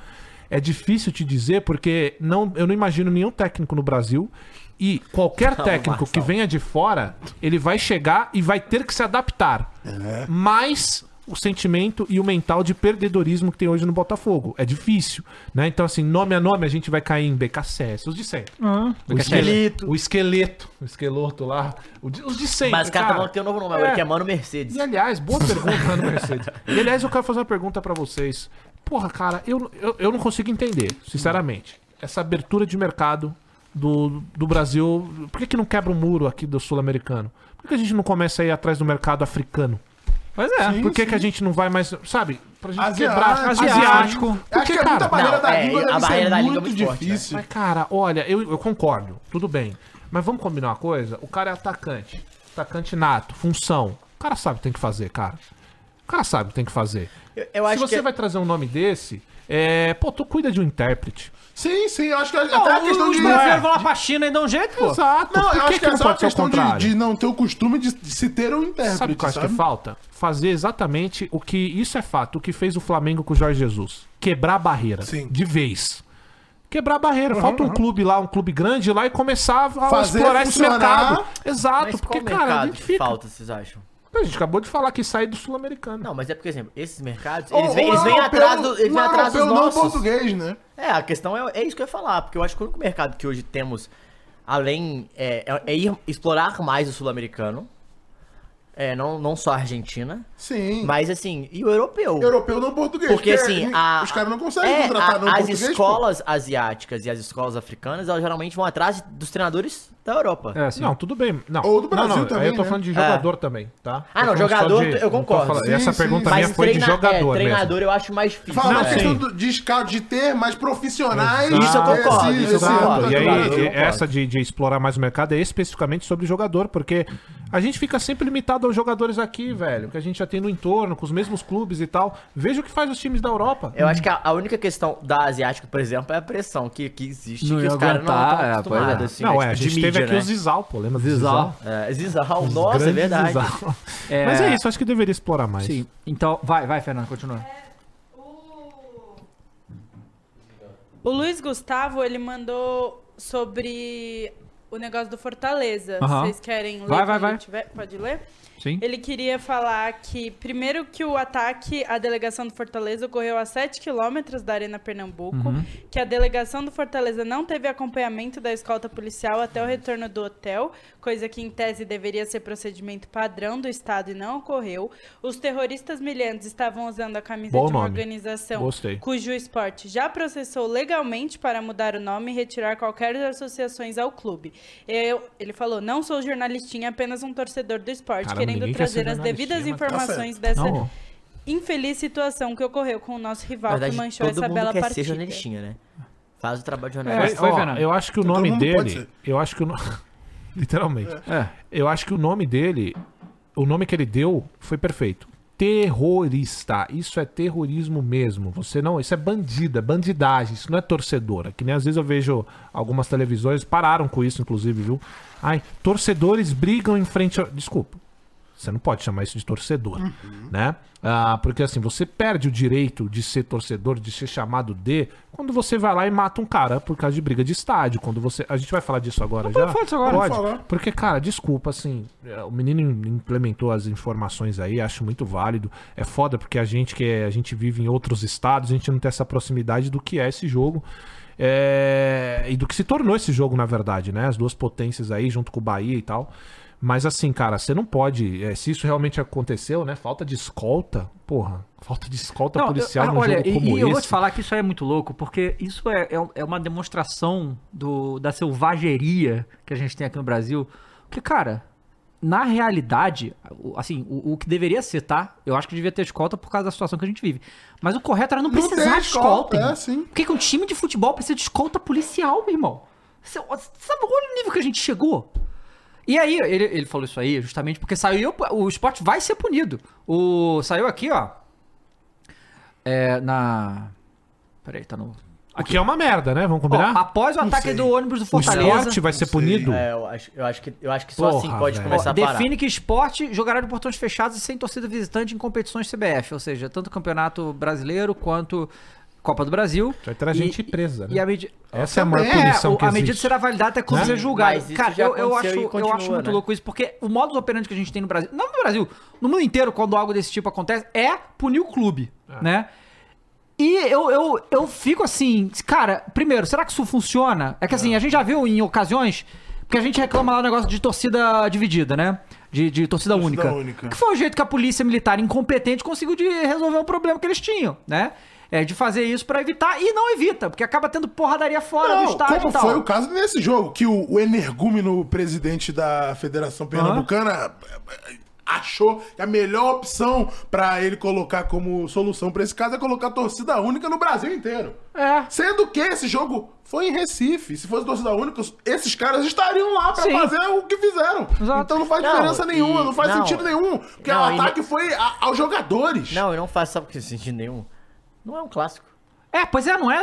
[SPEAKER 3] é difícil te dizer, porque não, eu não imagino nenhum técnico no Brasil. E qualquer
[SPEAKER 9] Calma,
[SPEAKER 3] técnico que
[SPEAKER 9] Marcelo.
[SPEAKER 3] venha de fora, ele vai chegar e vai ter que se adaptar. É. Mas o sentimento e o mental de perdedorismo que tem hoje no Botafogo. É difícil, né? Então, assim, nome a nome, a gente vai cair em BKCS, os de sempre.
[SPEAKER 9] Uhum.
[SPEAKER 3] O
[SPEAKER 9] BKCS.
[SPEAKER 3] esqueleto. O esqueleto. O esqueleto lá. o de- Os de sempre.
[SPEAKER 9] Mas os caras
[SPEAKER 3] cara.
[SPEAKER 9] vão ter um novo nome
[SPEAKER 3] É.
[SPEAKER 9] agora, que é Mano Mercedes.
[SPEAKER 3] E aliás, boa pergunta, Mano Mercedes. E aliás, eu quero fazer uma pergunta pra vocês. Porra, cara, eu, eu, eu não consigo entender, sinceramente. Essa abertura de mercado do, do Brasil. Por que, que não quebra o muro aqui do sul-americano? Por que, que a gente não começa a ir atrás do mercado africano? Pois
[SPEAKER 8] é.
[SPEAKER 3] Por que,
[SPEAKER 8] Sim,
[SPEAKER 3] que a gente não vai mais. Sabe? Pra gente
[SPEAKER 8] Asiático.
[SPEAKER 3] quebrar.
[SPEAKER 8] é Asiático. Acho
[SPEAKER 3] Porque,
[SPEAKER 8] que é muita
[SPEAKER 3] cara,
[SPEAKER 8] barreira da língua, deve
[SPEAKER 3] a
[SPEAKER 8] ser
[SPEAKER 3] barreira da língua é
[SPEAKER 8] muito
[SPEAKER 3] muito forte, né?
[SPEAKER 8] difícil.
[SPEAKER 3] Mas, cara, olha, eu, eu concordo. Tudo bem. Mas vamos combinar uma coisa? O cara é atacante. Atacante nato, função. O cara sabe o que tem que fazer, cara. O cara sabe o que tem que fazer.
[SPEAKER 9] eu é
[SPEAKER 3] Se você vai trazer um nome desse, é. Pô, tu cuida de um intérprete.
[SPEAKER 8] Sim, sim, eu acho que
[SPEAKER 7] Não,
[SPEAKER 8] até a questão
[SPEAKER 7] os
[SPEAKER 8] de.
[SPEAKER 7] brasileiros vão lá pra China e dão um jeito, pô.
[SPEAKER 3] Exato.
[SPEAKER 8] Não,
[SPEAKER 3] é Por
[SPEAKER 8] eu
[SPEAKER 3] que
[SPEAKER 8] acho
[SPEAKER 3] que
[SPEAKER 8] que
[SPEAKER 3] não
[SPEAKER 8] é só
[SPEAKER 3] pode
[SPEAKER 8] a
[SPEAKER 3] ser o
[SPEAKER 8] questão de,
[SPEAKER 3] contrário?
[SPEAKER 8] de não ter o costume de, de se ter um intérprete.
[SPEAKER 3] Sabe o que eu acho que falta? Fazer exatamente o que. Isso é fato, o que fez o Flamengo com o Jorge Jesus. Quebrar a barreira.
[SPEAKER 8] Sim.
[SPEAKER 3] De vez. Quebrar a barreira.
[SPEAKER 8] Uhum,
[SPEAKER 3] Falta um
[SPEAKER 8] uhum.
[SPEAKER 3] clube lá, um clube grande lá e começar a
[SPEAKER 8] Fazer
[SPEAKER 3] explorar esse
[SPEAKER 8] funcionar.
[SPEAKER 3] mercado. Exato,
[SPEAKER 9] Mas
[SPEAKER 3] porque,
[SPEAKER 9] qual
[SPEAKER 3] cara, a
[SPEAKER 9] mercado
[SPEAKER 3] gente
[SPEAKER 9] que
[SPEAKER 3] fica.
[SPEAKER 9] falta, vocês acham?
[SPEAKER 3] A gente acabou de falar que sai do sul-americano.
[SPEAKER 9] Não, mas é porque, exemplo, esses mercados,
[SPEAKER 8] Ou-
[SPEAKER 9] eles vêm
[SPEAKER 8] ou
[SPEAKER 9] eles vêm
[SPEAKER 8] europeu-
[SPEAKER 9] atrás, do, eles vêm
[SPEAKER 8] não
[SPEAKER 9] atrás dos
[SPEAKER 8] europeu, não
[SPEAKER 9] nossos.
[SPEAKER 8] português, né?
[SPEAKER 9] É, a questão é, é isso que eu ia falar, porque eu acho que o único mercado que hoje temos, além, é, é- é ir explorar mais o sul-americano, é, não, não só a Argentina.
[SPEAKER 8] Sim.
[SPEAKER 9] Mas assim, e o europeu.
[SPEAKER 8] Europeu não português.
[SPEAKER 9] Porque assim, a-
[SPEAKER 8] os caras não conseguem
[SPEAKER 9] é,
[SPEAKER 8] contratar
[SPEAKER 9] a-
[SPEAKER 8] não
[SPEAKER 9] As
[SPEAKER 8] português. pô.
[SPEAKER 9] escolas asiáticas e as escolas africanas, elas geralmente vão atrás dos treinadores da Europa.
[SPEAKER 3] É, sim. Não, tudo bem. Não.
[SPEAKER 9] Ou do
[SPEAKER 3] Não,
[SPEAKER 9] Brasil
[SPEAKER 3] não,
[SPEAKER 9] também,
[SPEAKER 3] Eu tô
[SPEAKER 9] né?
[SPEAKER 3] falando de
[SPEAKER 9] É.
[SPEAKER 3] jogador também, tá?
[SPEAKER 9] Ah, não,
[SPEAKER 3] Tô falando só
[SPEAKER 9] jogador,
[SPEAKER 3] de-
[SPEAKER 9] eu
[SPEAKER 3] não tô
[SPEAKER 9] concordo.
[SPEAKER 3] falando- Essa
[SPEAKER 8] Sim,
[SPEAKER 3] pergunta
[SPEAKER 8] sim.
[SPEAKER 3] minha
[SPEAKER 8] Mas
[SPEAKER 3] foi de
[SPEAKER 8] treina- é,
[SPEAKER 3] jogador mesmo.
[SPEAKER 9] treinador eu acho mais difícil.
[SPEAKER 8] Fala a
[SPEAKER 9] né?
[SPEAKER 8] questão do, de, escala- de ter mais
[SPEAKER 3] É
[SPEAKER 8] profissionais.
[SPEAKER 9] Isso eu
[SPEAKER 8] ter
[SPEAKER 9] concordo,
[SPEAKER 8] esse-
[SPEAKER 9] isso é eu
[SPEAKER 8] esse
[SPEAKER 9] concordo.
[SPEAKER 8] âmbito
[SPEAKER 3] E
[SPEAKER 8] do Brasil.
[SPEAKER 3] aí, e- essa de, de explorar mais o mercado é especificamente sobre o jogador, porque a gente fica sempre limitado aos jogadores aqui, velho, que a gente já tem no entorno, com os mesmos clubes e tal. Veja o que faz os times da Europa.
[SPEAKER 9] Eu acho que a, a única questão da asiática, por exemplo, é a pressão que, que existe,
[SPEAKER 3] Não
[SPEAKER 9] que
[SPEAKER 3] ia
[SPEAKER 9] os caras não
[SPEAKER 3] aguentar,
[SPEAKER 9] estão
[SPEAKER 3] é,
[SPEAKER 9] acostumados,
[SPEAKER 3] pois é.
[SPEAKER 9] assim,
[SPEAKER 3] Não, é, a
[SPEAKER 9] de
[SPEAKER 3] gente teve aqui o Zizal, pô, lembra do Zizal?
[SPEAKER 9] É, Zizal, nossa, é
[SPEAKER 3] grandes
[SPEAKER 9] verdade.
[SPEAKER 3] Zizal. Mas é isso, acho que deveria explorar mais.
[SPEAKER 7] Sim. Então, vai, vai, Fernando, continua.
[SPEAKER 17] É, O Luiz Gustavo, ele mandou sobre o negócio do Fortaleza.
[SPEAKER 7] Aham.
[SPEAKER 17] Vocês querem ler?
[SPEAKER 7] Vai, vai,
[SPEAKER 17] quando
[SPEAKER 7] vai.
[SPEAKER 17] ele tiver? Pode ler?
[SPEAKER 7] Sim.
[SPEAKER 17] Ele queria falar que, primeiro, que o ataque à delegação do Fortaleza ocorreu a 7 quilômetros da Arena Pernambuco,
[SPEAKER 19] Uhum.
[SPEAKER 17] que a delegação do Fortaleza não teve acompanhamento da escolta policial até o retorno do hotel, coisa que, em tese, deveria ser procedimento padrão do Estado e não ocorreu. Os terroristas milhantes estavam usando a camisa
[SPEAKER 3] Bom
[SPEAKER 17] de uma
[SPEAKER 3] nome.
[SPEAKER 17] organização
[SPEAKER 3] Gostei.
[SPEAKER 17] cujo esporte já processou legalmente para mudar o nome e retirar qualquer associações ao clube. Eu- ele falou: não sou jornalistinha, apenas um torcedor do esporte,
[SPEAKER 19] Caramba,
[SPEAKER 17] querendo
[SPEAKER 19] ninguém quer ser
[SPEAKER 17] trazer as devidas
[SPEAKER 19] jornalistinha, mas tá
[SPEAKER 17] informações
[SPEAKER 19] certo.
[SPEAKER 17] dessa
[SPEAKER 9] Não.
[SPEAKER 17] infeliz situação que ocorreu com o nosso
[SPEAKER 9] Na
[SPEAKER 17] rival
[SPEAKER 9] verdade,
[SPEAKER 17] que manchou
[SPEAKER 9] todo
[SPEAKER 17] essa
[SPEAKER 9] mundo
[SPEAKER 17] bela
[SPEAKER 9] quer ser
[SPEAKER 17] partida.
[SPEAKER 9] jornalistinha, né? Faz o trabalho de
[SPEAKER 3] É,
[SPEAKER 9] jornalista.
[SPEAKER 3] ó, eu acho que o nome dele. Eu acho que o no- Literalmente.
[SPEAKER 9] É.
[SPEAKER 3] Eu acho que o nome dele. O nome que ele deu foi perfeito. Terrorista. Isso é terrorismo mesmo. Você não. Isso é bandida, bandidagem. Isso não é torcedora. Que nem às vezes eu vejo algumas televisões pararam com isso, inclusive, viu? Ai, torcedores brigam em frente. ao- Desculpa. Você não pode chamar isso de torcedor,
[SPEAKER 7] Uhum.
[SPEAKER 3] né? Ah, porque assim, você perde o direito de ser torcedor, de ser chamado de, quando você vai lá e mata um cara por causa de briga de estádio. Quando você. A gente vai falar disso agora já?
[SPEAKER 7] pode falar disso agora.
[SPEAKER 3] Pode.
[SPEAKER 7] Pode falar.
[SPEAKER 3] Porque, cara, desculpa, assim, é, o menino implementou as informações aí, acho muito válido. É foda porque a gente que é- a gente vive em outros estados, a gente não tem essa proximidade do que é esse jogo. é, e do que se tornou esse jogo, na verdade, né? As duas potências aí, junto com o Bahia e tal. Mas assim, cara, você não pode. é, se isso realmente aconteceu, né? Falta de escolta, porra. Falta de escolta
[SPEAKER 7] Não,
[SPEAKER 3] policial
[SPEAKER 7] eu- ah,
[SPEAKER 3] num
[SPEAKER 7] olha,
[SPEAKER 3] jogo
[SPEAKER 7] e,
[SPEAKER 3] como
[SPEAKER 7] e
[SPEAKER 3] esse.
[SPEAKER 7] eu vou te falar que isso é muito louco, porque isso é, é, um- é uma demonstração do, da selvageria que a gente tem aqui no Brasil. Porque, cara, na realidade, o- assim, o, o que deveria ser, tá? Eu acho que devia ter escolta por causa da situação que a gente vive. Mas o correto era não
[SPEAKER 8] Não
[SPEAKER 7] precisar
[SPEAKER 8] tem
[SPEAKER 7] de escolta.
[SPEAKER 8] escolta,
[SPEAKER 7] irmão.
[SPEAKER 8] é, sim.
[SPEAKER 7] Por que que um time de futebol precisa de escolta policial, meu irmão? Você- sabe, olha o nível que a gente chegou. E aí, ele, ele falou isso aí justamente porque saiu. O esporte vai ser punido. O, saiu aqui, ó. É, na. Peraí, tá no.
[SPEAKER 3] O que é uma merda, né? Vamos combinar?
[SPEAKER 7] Ó, após o
[SPEAKER 3] Não
[SPEAKER 7] ataque
[SPEAKER 3] sei.
[SPEAKER 7] do ônibus do
[SPEAKER 3] O
[SPEAKER 7] Fortaleza.
[SPEAKER 3] esporte vai ser punido?
[SPEAKER 9] É, eu acho, eu acho que, eu acho que só
[SPEAKER 3] Porra,
[SPEAKER 9] assim pode
[SPEAKER 3] velho.
[SPEAKER 9] começar
[SPEAKER 7] Ó,
[SPEAKER 9] a parar.
[SPEAKER 7] define que esporte jogará de portões fechados e sem torcida visitante em competições CBF, ou seja, tanto Campeonato Brasileiro quanto Copa do Brasil.
[SPEAKER 3] Vai ter Então a
[SPEAKER 7] E-
[SPEAKER 3] gente presa, né?
[SPEAKER 7] E a medi-
[SPEAKER 3] Essa é a maior punição
[SPEAKER 7] o-
[SPEAKER 3] que
[SPEAKER 7] A medida
[SPEAKER 3] existe.
[SPEAKER 7] será validada até quando
[SPEAKER 3] Né?
[SPEAKER 7] ser julgado.
[SPEAKER 9] Mas isso
[SPEAKER 7] Cara,
[SPEAKER 9] já
[SPEAKER 7] eu, eu
[SPEAKER 9] aconteceu
[SPEAKER 7] acho,
[SPEAKER 9] e
[SPEAKER 7] eu
[SPEAKER 9] continua,
[SPEAKER 7] acho muito
[SPEAKER 9] né?
[SPEAKER 7] louco isso, porque o modo operante que a gente tem no Brasil, não no Brasil, no mundo inteiro, quando algo desse tipo acontece, é punir o clube,
[SPEAKER 3] É.
[SPEAKER 7] né? E eu, eu, eu fico assim, cara, primeiro, será que isso funciona? É que assim, a gente já viu em ocasiões porque a gente reclama lá o negócio de torcida dividida, né? De, de torcida, única.
[SPEAKER 8] única.
[SPEAKER 7] Que foi o jeito que a polícia militar incompetente conseguiu de resolver o problema que eles tinham, né? é, de fazer isso pra evitar e não evita, porque acaba tendo porradaria fora do
[SPEAKER 8] Não,
[SPEAKER 7] estádio
[SPEAKER 8] como
[SPEAKER 7] e tal.
[SPEAKER 8] foi o caso nesse jogo, que o, o energúmeno presidente da Federação Pernambucana eh, achou que a melhor opção pra ele colocar como solução pra esse caso é colocar torcida única no Brasil inteiro.
[SPEAKER 7] É.
[SPEAKER 8] Sendo que esse jogo foi em Recife. Se fosse torcida única, os- esses caras estariam lá pra
[SPEAKER 3] Sim.
[SPEAKER 8] fazer o que fizeram. Então não faz
[SPEAKER 3] Não,
[SPEAKER 8] diferença
[SPEAKER 3] e-
[SPEAKER 8] nenhuma, não faz
[SPEAKER 9] não.
[SPEAKER 8] sentido nenhum, porque
[SPEAKER 9] Não,
[SPEAKER 8] o
[SPEAKER 9] e-
[SPEAKER 8] ataque foi a- aos jogadores.
[SPEAKER 9] Não, eu não faço, sabe o que sentido nenhum? Não é um clássico.
[SPEAKER 7] É, pois é, não é.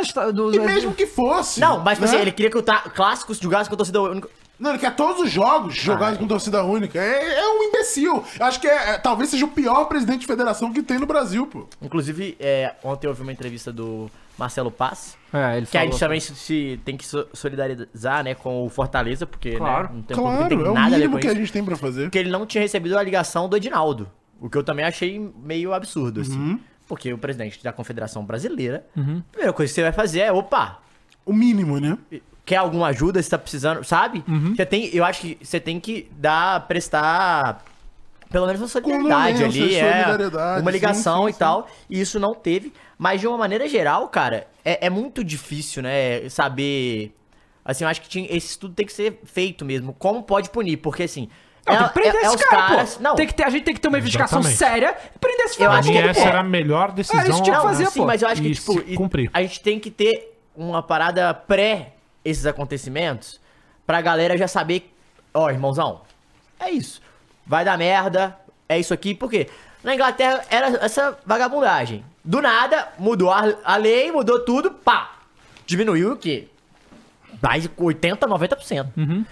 [SPEAKER 8] E mesmo que fosse.
[SPEAKER 9] Não, mas tipo
[SPEAKER 8] né?
[SPEAKER 9] assim, ele queria que o ta- clássicos jogasse com a torcida única.
[SPEAKER 8] Não, ele quer todos os jogos jogados com torcida única. É, é um imbecil. Eu Acho que é, é- talvez seja o pior presidente de federação que tem no Brasil, pô.
[SPEAKER 9] Inclusive, é, ontem eu ouvi uma entrevista do Marcelo Paz.
[SPEAKER 7] É, ele
[SPEAKER 9] que a
[SPEAKER 7] falou.
[SPEAKER 9] gente também se, se- tem que so- solidarizar, né, com o Fortaleza, porque
[SPEAKER 8] Claro.
[SPEAKER 9] né, não tem,
[SPEAKER 8] Claro,
[SPEAKER 9] não tem
[SPEAKER 8] é o
[SPEAKER 9] nada a ver
[SPEAKER 8] mínimo
[SPEAKER 9] com
[SPEAKER 8] que a
[SPEAKER 9] isso.
[SPEAKER 8] gente tem pra fazer.
[SPEAKER 9] Porque ele não tinha recebido a ligação do Edinaldo. O que eu também achei meio absurdo,
[SPEAKER 8] Uhum.
[SPEAKER 9] assim. Porque o presidente da Confederação Brasileira,
[SPEAKER 7] Uhum.
[SPEAKER 9] a primeira coisa que você vai fazer é, opa,
[SPEAKER 8] O mínimo, né?
[SPEAKER 9] quer alguma ajuda, se tá precisando, sabe?
[SPEAKER 7] Uhum.
[SPEAKER 9] Você tem, eu acho que você tem que dar, prestar pelo menos uma solidariedade
[SPEAKER 8] Condolência,
[SPEAKER 9] ali, é,
[SPEAKER 8] solidariedade,
[SPEAKER 9] uma
[SPEAKER 8] sim,
[SPEAKER 9] ligação
[SPEAKER 8] sim,
[SPEAKER 9] e tal, e isso não teve, mas de uma maneira geral, cara, é, é muito difícil, né, saber, assim, eu acho que tinha- esse estudo tem que ser feito mesmo, como pode punir, porque assim...
[SPEAKER 7] Não, tem que prender esse cara, pô.
[SPEAKER 9] não.
[SPEAKER 7] Tem que ter, a gente tem que ter uma investigação
[SPEAKER 9] Exatamente.
[SPEAKER 7] séria e prender esse
[SPEAKER 9] Eu
[SPEAKER 7] filho da
[SPEAKER 9] acho que
[SPEAKER 7] puta,
[SPEAKER 9] ele
[SPEAKER 7] pô.
[SPEAKER 3] Essa era a
[SPEAKER 9] Ah,
[SPEAKER 3] melhor decisão.
[SPEAKER 7] É, isso tinha que
[SPEAKER 9] Não,
[SPEAKER 7] fazer,
[SPEAKER 9] sim,
[SPEAKER 7] pô.
[SPEAKER 9] mas eu acho que,
[SPEAKER 3] E
[SPEAKER 9] tipo,
[SPEAKER 3] se
[SPEAKER 9] e-
[SPEAKER 3] cumprir.
[SPEAKER 9] a gente tem que ter uma parada pré esses acontecimentos pra galera já saber, ó, irmãozão, é isso. Vai dar merda, é isso aqui, porque na Inglaterra era essa vagabundagem. Do nada, mudou a, a lei, mudou tudo, pá! Diminuiu o quê? Mais de 80, 90%.
[SPEAKER 7] Uhum.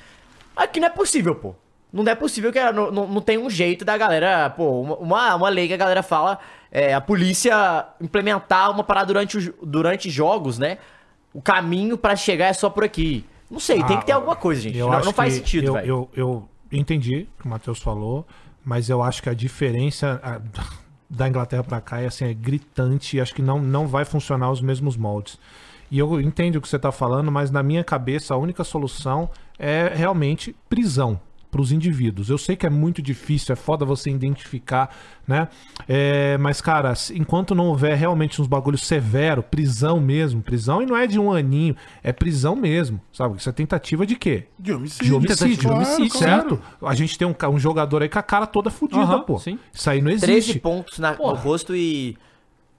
[SPEAKER 9] Aqui não é possível, pô. Não é possível que era- não, não, não tem um jeito da galera, pô, uma- uma, uma lei que a galera fala, é, a polícia implementar uma parada durante, os- durante jogos, né? O caminho pra chegar é só por aqui. Não sei, tem
[SPEAKER 3] Ah,
[SPEAKER 9] que ter alguma coisa, gente.
[SPEAKER 3] Eu
[SPEAKER 9] Não,
[SPEAKER 3] acho
[SPEAKER 9] não faz
[SPEAKER 3] que
[SPEAKER 9] sentido,
[SPEAKER 3] eu-
[SPEAKER 9] velho.
[SPEAKER 3] Eu, eu entendi o que o Matheus falou, mas eu acho que a diferença a, da Inglaterra pra cá é, assim, é gritante e acho que não, não vai funcionar os mesmos moldes. E eu entendo o que você tá falando, mas na minha cabeça a única solução é realmente prisão para os indivíduos. Eu sei que é muito difícil, é foda você identificar, né? É, mas, cara, se- enquanto não houver realmente uns bagulhos severo, prisão mesmo, prisão e não é de um aninho, é prisão mesmo, sabe? Isso é tentativa de quê?
[SPEAKER 8] De homicídio.
[SPEAKER 3] De homicídio,
[SPEAKER 8] Tentativa de homicídio,
[SPEAKER 3] certo?
[SPEAKER 8] claro.
[SPEAKER 3] A gente tem um, ca- um jogador aí com a cara toda fodida,
[SPEAKER 7] Aham,
[SPEAKER 3] pô.
[SPEAKER 7] sim.
[SPEAKER 3] Isso aí não existe.
[SPEAKER 9] 13 pontos na- no
[SPEAKER 7] Porra.
[SPEAKER 9] rosto e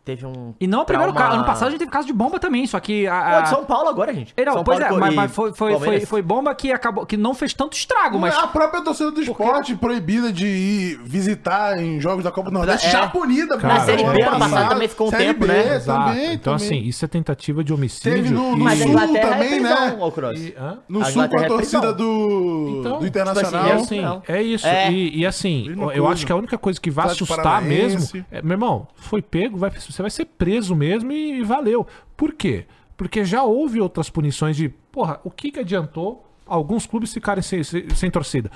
[SPEAKER 9] teve um.
[SPEAKER 7] E não é o primeiro
[SPEAKER 9] trauma-
[SPEAKER 7] caso. Ano passado a gente teve caso de bomba também, só que. A, a...
[SPEAKER 9] Pô, de São Paulo agora, gente.
[SPEAKER 7] Não,
[SPEAKER 9] São
[SPEAKER 7] pois
[SPEAKER 9] Paulo
[SPEAKER 7] é,
[SPEAKER 9] e
[SPEAKER 7] mas, mas foi, foi, foi,
[SPEAKER 9] Palmeiras.
[SPEAKER 7] foi bomba que acabou que não fez tanto estrago, mas.
[SPEAKER 8] é A própria torcida do esporte proibida de ir visitar em jogos da Copa do Nordeste já punida,
[SPEAKER 3] Cara,
[SPEAKER 8] pô.
[SPEAKER 3] é.
[SPEAKER 8] Ano passado. Série B Também, também.
[SPEAKER 3] então, assim, isso é tentativa de homicídio.
[SPEAKER 8] Teve no, no
[SPEAKER 3] e-
[SPEAKER 9] é
[SPEAKER 8] Sul também, né?
[SPEAKER 9] ô, Cross.
[SPEAKER 3] E- hã?
[SPEAKER 8] No
[SPEAKER 3] A
[SPEAKER 8] Sul com
[SPEAKER 3] Inglaterra
[SPEAKER 8] a
[SPEAKER 3] é
[SPEAKER 8] torcida
[SPEAKER 3] prisão.
[SPEAKER 8] do, do Internacional.
[SPEAKER 3] Tipo assim, é, assim, é isso.
[SPEAKER 8] É.
[SPEAKER 3] E, e assim,
[SPEAKER 8] Mesma
[SPEAKER 3] eu
[SPEAKER 8] coisa.
[SPEAKER 3] acho que a única coisa que vai
[SPEAKER 8] Atlético
[SPEAKER 3] assustar
[SPEAKER 8] Paranaense.
[SPEAKER 3] mesmo. é, meu irmão, foi pego, vai- você vai ser preso mesmo e, e valeu. Por quê? Porque já houve outras punições de. Porra, o que, que adiantou alguns clubes ficarem sem, sem- sem torcida?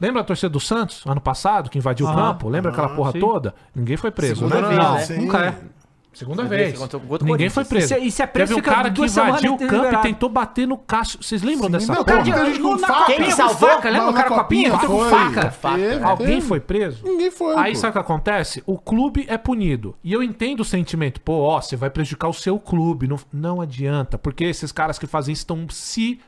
[SPEAKER 3] Lembra a torcida do Santos, ano passado, que invadiu o
[SPEAKER 8] Aham,
[SPEAKER 3] campo? Lembra aquela
[SPEAKER 8] aham,
[SPEAKER 3] porra
[SPEAKER 8] sim.
[SPEAKER 3] toda? Ninguém foi preso,
[SPEAKER 8] Segunda
[SPEAKER 3] né?
[SPEAKER 8] vez,
[SPEAKER 3] Não,
[SPEAKER 8] né? Sim.
[SPEAKER 3] nunca é. Segunda
[SPEAKER 8] Segunda vez
[SPEAKER 3] vez.
[SPEAKER 8] que aconteceu contra o
[SPEAKER 3] Ninguém
[SPEAKER 8] Corinthians.
[SPEAKER 3] foi preso.
[SPEAKER 8] Isso é- isso é preso,
[SPEAKER 3] Teve um
[SPEAKER 8] fica
[SPEAKER 3] cara que
[SPEAKER 8] duas semanas
[SPEAKER 3] invadiu o
[SPEAKER 8] inteira
[SPEAKER 3] campo e
[SPEAKER 8] liberado.
[SPEAKER 3] tentou bater no Cássio. Vocês lembram dessa
[SPEAKER 8] não,
[SPEAKER 3] porra?
[SPEAKER 8] cara, teve gente com
[SPEAKER 3] Na
[SPEAKER 8] faca.
[SPEAKER 3] copinha,
[SPEAKER 8] Quem
[SPEAKER 3] com
[SPEAKER 8] salvou?
[SPEAKER 3] faca, lembra o
[SPEAKER 8] Não, é
[SPEAKER 3] cara
[SPEAKER 8] na
[SPEAKER 3] com a pinha?
[SPEAKER 8] copinha
[SPEAKER 3] Com
[SPEAKER 8] foi.
[SPEAKER 3] faca.
[SPEAKER 8] Teve,
[SPEAKER 3] Alguém
[SPEAKER 8] teve.
[SPEAKER 3] foi preso?
[SPEAKER 8] Ninguém foi,
[SPEAKER 3] Aí
[SPEAKER 8] pô.
[SPEAKER 3] sabe o que acontece? O clube é punido. E eu entendo o sentimento. Pô, ó, você vai prejudicar o seu clube. Não, não adianta. Porque esses caras que fazem isso estão se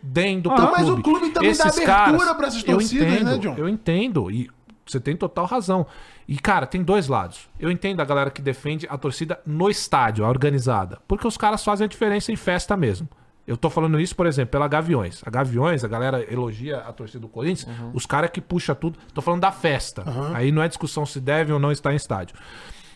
[SPEAKER 3] fudendo
[SPEAKER 8] Ah,
[SPEAKER 3] pro
[SPEAKER 8] mas o clube também dá abertura pra essas torcidas,
[SPEAKER 3] eu entendo,
[SPEAKER 8] né, John?
[SPEAKER 3] Eu entendo. E você tem total razão. E, cara, tem dois lados. Eu entendo a galera que defende a torcida no estádio, a organizada. Porque os caras fazem a diferença em festa mesmo. Eu tô falando isso, por exemplo, pela Gaviões. A Gaviões, a galera elogia a torcida do Corinthians,
[SPEAKER 8] Uhum.
[SPEAKER 3] os caras que puxa tudo. Tô falando da festa. Aí não é discussão se deve ou não estar em estádio.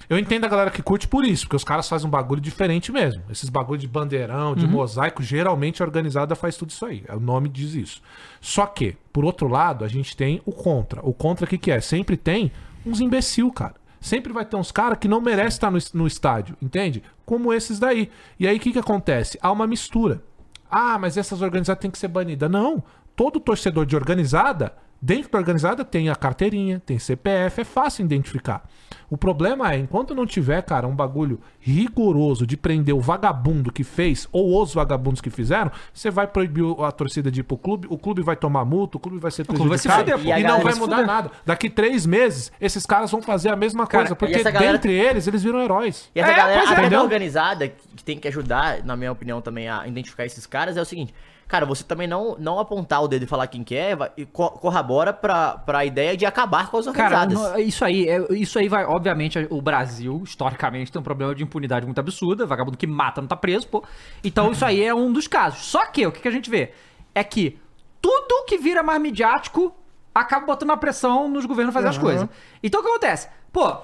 [SPEAKER 3] Eu entendo a galera que curte por isso, porque os caras fazem um bagulho diferente mesmo. Esses bagulho de bandeirão, de mosaico, geralmente a organizada faz tudo isso aí. O nome diz isso. Só que, por outro lado, a gente tem o contra. O contra o que, que é? Sempre tem uns imbecil, cara. Sempre vai ter uns caras que não merecem estar no, es- no estádio, entende? Como esses daí. E aí o que, que acontece? Há uma mistura. Ah, mas essas organizadas têm que ser banidas. Não. Todo torcedor de organizada Dentro da organizada tem a carteirinha, tem CPF, é fácil identificar. O problema é, enquanto não tiver, cara, um bagulho rigoroso de prender o vagabundo que fez ou os vagabundos que fizeram, você vai proibir o- a torcida de ir pro clube, o clube vai tomar multa, o clube vai ser
[SPEAKER 7] clube vai se
[SPEAKER 3] prejudicado
[SPEAKER 7] fuder, pô. E a
[SPEAKER 3] e não
[SPEAKER 7] galera
[SPEAKER 3] vai
[SPEAKER 7] se
[SPEAKER 3] mudar
[SPEAKER 7] fuder.
[SPEAKER 3] nada. Daqui três meses, esses caras vão fazer a mesma
[SPEAKER 9] Cara,
[SPEAKER 3] coisa,
[SPEAKER 9] e
[SPEAKER 3] porque
[SPEAKER 9] essa galera-
[SPEAKER 3] dentre eles, eles viram heróis.
[SPEAKER 9] E essa galera
[SPEAKER 3] É, pois
[SPEAKER 9] até da
[SPEAKER 3] entendeu?
[SPEAKER 9] organizada, que que tem que ajudar, na minha opinião, também a identificar esses caras, é o seguinte. Cara, você também não, não apontar o dedo e falar quem que é, vai- e co- corrobora pra, pra ideia de acabar com as
[SPEAKER 7] Cara,
[SPEAKER 9] organizadas.
[SPEAKER 7] não- isso aí, é- isso aí vai, obviamente, o Brasil, historicamente, tem um problema de impunidade muito absurda, vagabundo que mata não tá preso, pô. Então isso aí é um dos casos. Só que, o que, que a gente vê? É que tudo que vira mais midiático acaba botando uma pressão nos governos fazer as
[SPEAKER 19] Aham.
[SPEAKER 7] coisas. Então o que acontece? Pô,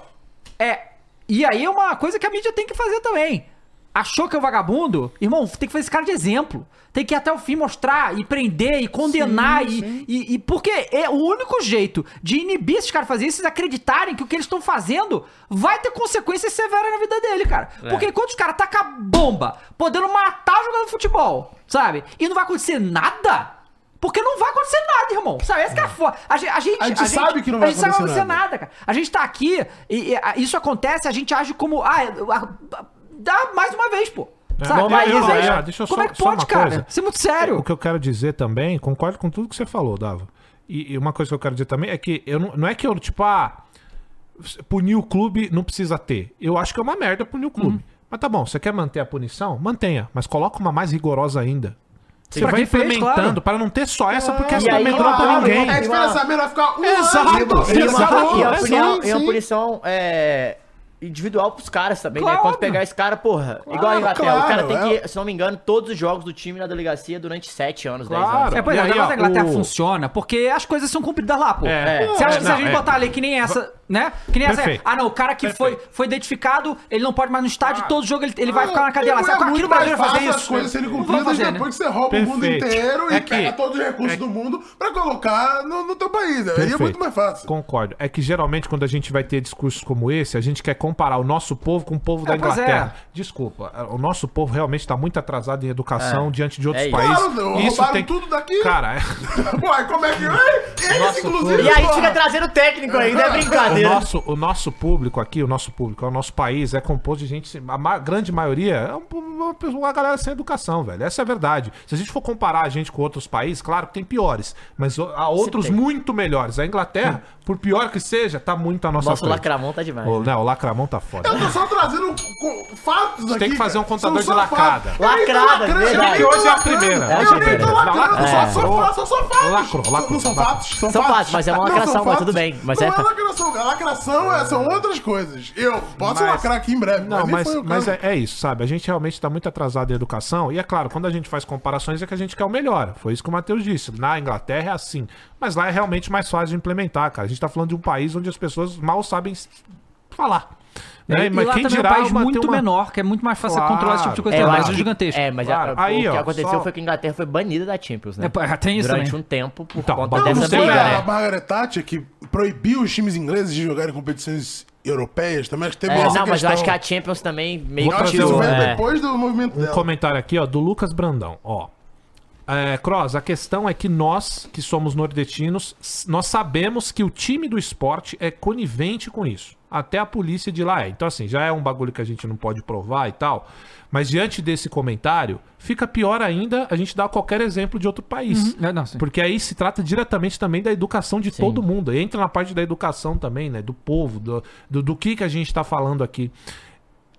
[SPEAKER 7] é. E aí é uma coisa que a mídia tem que fazer também. Achou que é um vagabundo? Irmão, tem que fazer esse cara de exemplo. Tem que ir até o fim mostrar e prender e condenar
[SPEAKER 19] Sim,
[SPEAKER 7] e,
[SPEAKER 19] sim.
[SPEAKER 7] e, e porque é o único jeito de inibir esses caras fazerem, vocês acreditarem que o que eles estão fazendo vai ter consequências severas na vida dele, cara.
[SPEAKER 19] É.
[SPEAKER 7] Porque enquanto os caras tacam bomba, podendo matar o jogador de futebol, sabe? E não vai acontecer nada. Porque não vai acontecer nada, irmão. Sabe? Essa que é a foda. A gente, a gente,
[SPEAKER 8] A gente sabe que não vai
[SPEAKER 7] a gente sabe que
[SPEAKER 8] acontecer
[SPEAKER 7] vai nada, cara. A gente tá aqui e, e, a- isso acontece, a gente age como. Ah, é- a- a- dá mais uma vez, pô.
[SPEAKER 3] É,
[SPEAKER 7] Sabe?
[SPEAKER 3] normaliza,
[SPEAKER 7] Mas aí,
[SPEAKER 3] é, deixa eu
[SPEAKER 7] como
[SPEAKER 3] só-
[SPEAKER 7] é que
[SPEAKER 3] só uma
[SPEAKER 7] pode, cara?
[SPEAKER 3] coisa.
[SPEAKER 7] Isso é muito sério.
[SPEAKER 3] O que eu quero dizer também, concordo com tudo que você falou, Dava. E, e uma coisa que eu quero dizer também é que eu não, não é que eu, tipo, ah, punir o clube não precisa ter. Eu acho que é uma merda
[SPEAKER 8] Uhum.
[SPEAKER 3] punir o clube. Mas tá bom, você quer manter a punição? Mantenha, mas coloca uma mais rigorosa ainda. Você
[SPEAKER 8] Pra
[SPEAKER 3] vai
[SPEAKER 8] quem fez,
[SPEAKER 3] implementando
[SPEAKER 8] claro.
[SPEAKER 3] para não ter só essa, porque
[SPEAKER 8] Ah,
[SPEAKER 3] essa
[SPEAKER 8] e aí,
[SPEAKER 3] também não é pra
[SPEAKER 8] claro,
[SPEAKER 3] ninguém.
[SPEAKER 8] é que pra essa merda vai ficar um
[SPEAKER 3] Exato,
[SPEAKER 8] ano.
[SPEAKER 9] E é uma-
[SPEAKER 8] um.
[SPEAKER 3] exato,
[SPEAKER 9] e é uma
[SPEAKER 3] é
[SPEAKER 9] punição-
[SPEAKER 3] sim,
[SPEAKER 9] e é uma
[SPEAKER 3] sim.
[SPEAKER 9] punição é, individual pros caras também, né?
[SPEAKER 3] Claro.
[SPEAKER 9] Quando pegar esse cara, porra, igual a Inglaterra. o cara
[SPEAKER 3] claro, é
[SPEAKER 9] tem que, se não me engano, todos os jogos do time na delegacia durante 7 anos, 10 anos.
[SPEAKER 7] É, pois é,
[SPEAKER 9] E aí,
[SPEAKER 7] mas
[SPEAKER 9] ó,
[SPEAKER 7] a Inglaterra
[SPEAKER 9] o-
[SPEAKER 7] funciona porque as coisas são cumpridas lá, pô.
[SPEAKER 9] É.
[SPEAKER 7] Você
[SPEAKER 9] É,
[SPEAKER 7] acha que se a
[SPEAKER 9] não,
[SPEAKER 7] gente
[SPEAKER 9] é.
[SPEAKER 7] botar ali que nem essa, né? Que nem
[SPEAKER 9] Perfeito.
[SPEAKER 7] essa. Ah, não, o cara que foi, foi identificado, ele não pode mais no estádio, todo jogo ele, ele vai ficar na cadeia lá.
[SPEAKER 8] Ah. É
[SPEAKER 7] Sabe como aqui no
[SPEAKER 8] muito
[SPEAKER 7] Brasil
[SPEAKER 8] mais
[SPEAKER 7] vai fazer
[SPEAKER 8] fácil
[SPEAKER 7] isso?
[SPEAKER 8] as coisas serem
[SPEAKER 7] Não vão
[SPEAKER 8] cumpridas
[SPEAKER 7] fazer, né?
[SPEAKER 8] depois que você rouba o mundo
[SPEAKER 3] Perfeito.
[SPEAKER 8] inteiro e
[SPEAKER 3] É
[SPEAKER 8] pega
[SPEAKER 3] que-
[SPEAKER 8] todos os recursos do mundo pra colocar no, no teu país. né? Aí é
[SPEAKER 3] Perfeito.
[SPEAKER 8] muito mais fácil.
[SPEAKER 3] Concordo. É que geralmente quando a gente vai ter discursos como esse, a gente quer comparar o nosso povo com o povo
[SPEAKER 8] É,
[SPEAKER 3] da
[SPEAKER 8] pois
[SPEAKER 3] Inglaterra. Desculpa, o nosso povo realmente está muito atrasado em educação
[SPEAKER 8] É.
[SPEAKER 3] diante de outros
[SPEAKER 8] É isso.
[SPEAKER 3] países.
[SPEAKER 8] Claro,
[SPEAKER 3] isso
[SPEAKER 8] roubaram
[SPEAKER 3] tem...
[SPEAKER 8] tudo daqui.
[SPEAKER 3] Cara, é...
[SPEAKER 8] Pô, aí como é que. Eles, inclusive.
[SPEAKER 9] E aí
[SPEAKER 8] porra.
[SPEAKER 9] fica trazendo técnico ainda, é
[SPEAKER 3] O
[SPEAKER 9] brincadeira.
[SPEAKER 3] nosso, o nosso público aqui, o nosso público, o nosso país é composto de gente, a ma- grande maioria, é um- uma, pessoa- uma galera sem educação, velho. Essa é a verdade. Se a gente for comparar a gente com outros países, claro que tem piores, mas o- há outros muito melhores. A Inglaterra, por pior que seja, tá muito à nossa
[SPEAKER 9] Nosso
[SPEAKER 3] frente.
[SPEAKER 9] lacramão tá demais.
[SPEAKER 3] O, não, o lacramão tá foda.
[SPEAKER 8] Eu tô só trazendo um co- fatos aqui.
[SPEAKER 3] tem que fazer um
[SPEAKER 8] cara.
[SPEAKER 3] contador
[SPEAKER 8] São
[SPEAKER 3] de
[SPEAKER 8] só
[SPEAKER 3] lacrada.
[SPEAKER 8] fatos. Eu nem tô
[SPEAKER 9] Lacrada,
[SPEAKER 8] lacrando,
[SPEAKER 9] verdade.
[SPEAKER 8] eu nem tô
[SPEAKER 9] Que hoje é a
[SPEAKER 8] lacrando. Eu
[SPEAKER 3] primeira. Hoje é a
[SPEAKER 8] nem tô
[SPEAKER 3] primeira.
[SPEAKER 8] lacrando, só-
[SPEAKER 3] Lacrou.
[SPEAKER 8] só fatos, só fatos.
[SPEAKER 3] Lacrou, lacrou.
[SPEAKER 8] Não são fatos, são
[SPEAKER 9] São
[SPEAKER 8] fatos.
[SPEAKER 9] fatos, mas é uma
[SPEAKER 8] Não, são
[SPEAKER 9] lacração, mas tudo
[SPEAKER 8] fatos.
[SPEAKER 9] bem, mas
[SPEAKER 8] não
[SPEAKER 9] é
[SPEAKER 8] é
[SPEAKER 9] fa-
[SPEAKER 8] lacração, a lacração é- são outras coisas. Eu posso
[SPEAKER 3] Mas-
[SPEAKER 8] lacrar aqui em breve. né?
[SPEAKER 3] Não,
[SPEAKER 8] nem
[SPEAKER 3] mas,
[SPEAKER 8] foi o
[SPEAKER 3] mas
[SPEAKER 8] caso.
[SPEAKER 3] é, é isso, sabe? A gente realmente tá muito atrasado em educação. E é claro, quando a gente faz comparações é que a gente quer o melhor. Foi isso que o Matheus disse. Na Inglaterra é assim. Mas lá é realmente mais fácil de implementar, cara. A gente tá falando de um país onde as pessoas mal sabem s- falar.
[SPEAKER 7] É,
[SPEAKER 3] Né?
[SPEAKER 7] e lá também é um país
[SPEAKER 3] manter
[SPEAKER 7] muito menor, que é muito mais fácil controlar esse tipo de coisa.
[SPEAKER 9] É,
[SPEAKER 7] Tem um
[SPEAKER 9] lá
[SPEAKER 7] Brasil
[SPEAKER 9] que-
[SPEAKER 7] gigantesco.
[SPEAKER 9] É, mas
[SPEAKER 7] Claro.
[SPEAKER 9] a-
[SPEAKER 7] Aí,
[SPEAKER 9] o que
[SPEAKER 7] ó,
[SPEAKER 9] aconteceu
[SPEAKER 7] só-
[SPEAKER 9] foi que a Inglaterra foi banida da Champions, né?
[SPEAKER 7] É, pô, tem isso
[SPEAKER 9] Durante
[SPEAKER 7] também.
[SPEAKER 9] um tempo por
[SPEAKER 8] Não,
[SPEAKER 9] conta
[SPEAKER 8] não
[SPEAKER 9] dessa
[SPEAKER 8] foi
[SPEAKER 9] briga,
[SPEAKER 8] a
[SPEAKER 9] né?
[SPEAKER 8] Margaret Thatcher que proibiu os times ingleses de jogarem competições europeias também? Acho que teve
[SPEAKER 9] É, não,
[SPEAKER 8] essa
[SPEAKER 9] mas eu
[SPEAKER 8] questão.
[SPEAKER 9] acho que a Champions também meio
[SPEAKER 3] Vou
[SPEAKER 9] que
[SPEAKER 3] trazer
[SPEAKER 9] tirou.
[SPEAKER 3] um-
[SPEAKER 9] é.
[SPEAKER 8] Depois do movimento
[SPEAKER 3] Um comentário aqui, ó, do Lucas Brandão, ó. É, Cross, a questão é que nós, que somos nordestinos, s- nós sabemos que o time do esporte é conivente com isso. Até a polícia de lá é. Então, assim, já é um bagulho que a gente não pode provar e tal. Mas diante desse comentário, fica pior ainda a gente dar qualquer exemplo de outro país.
[SPEAKER 7] Uhum.
[SPEAKER 3] Porque aí se trata diretamente também da educação de todo mundo. Entra na parte da educação também, né? Do povo, do, do, do que, que a gente tá falando aqui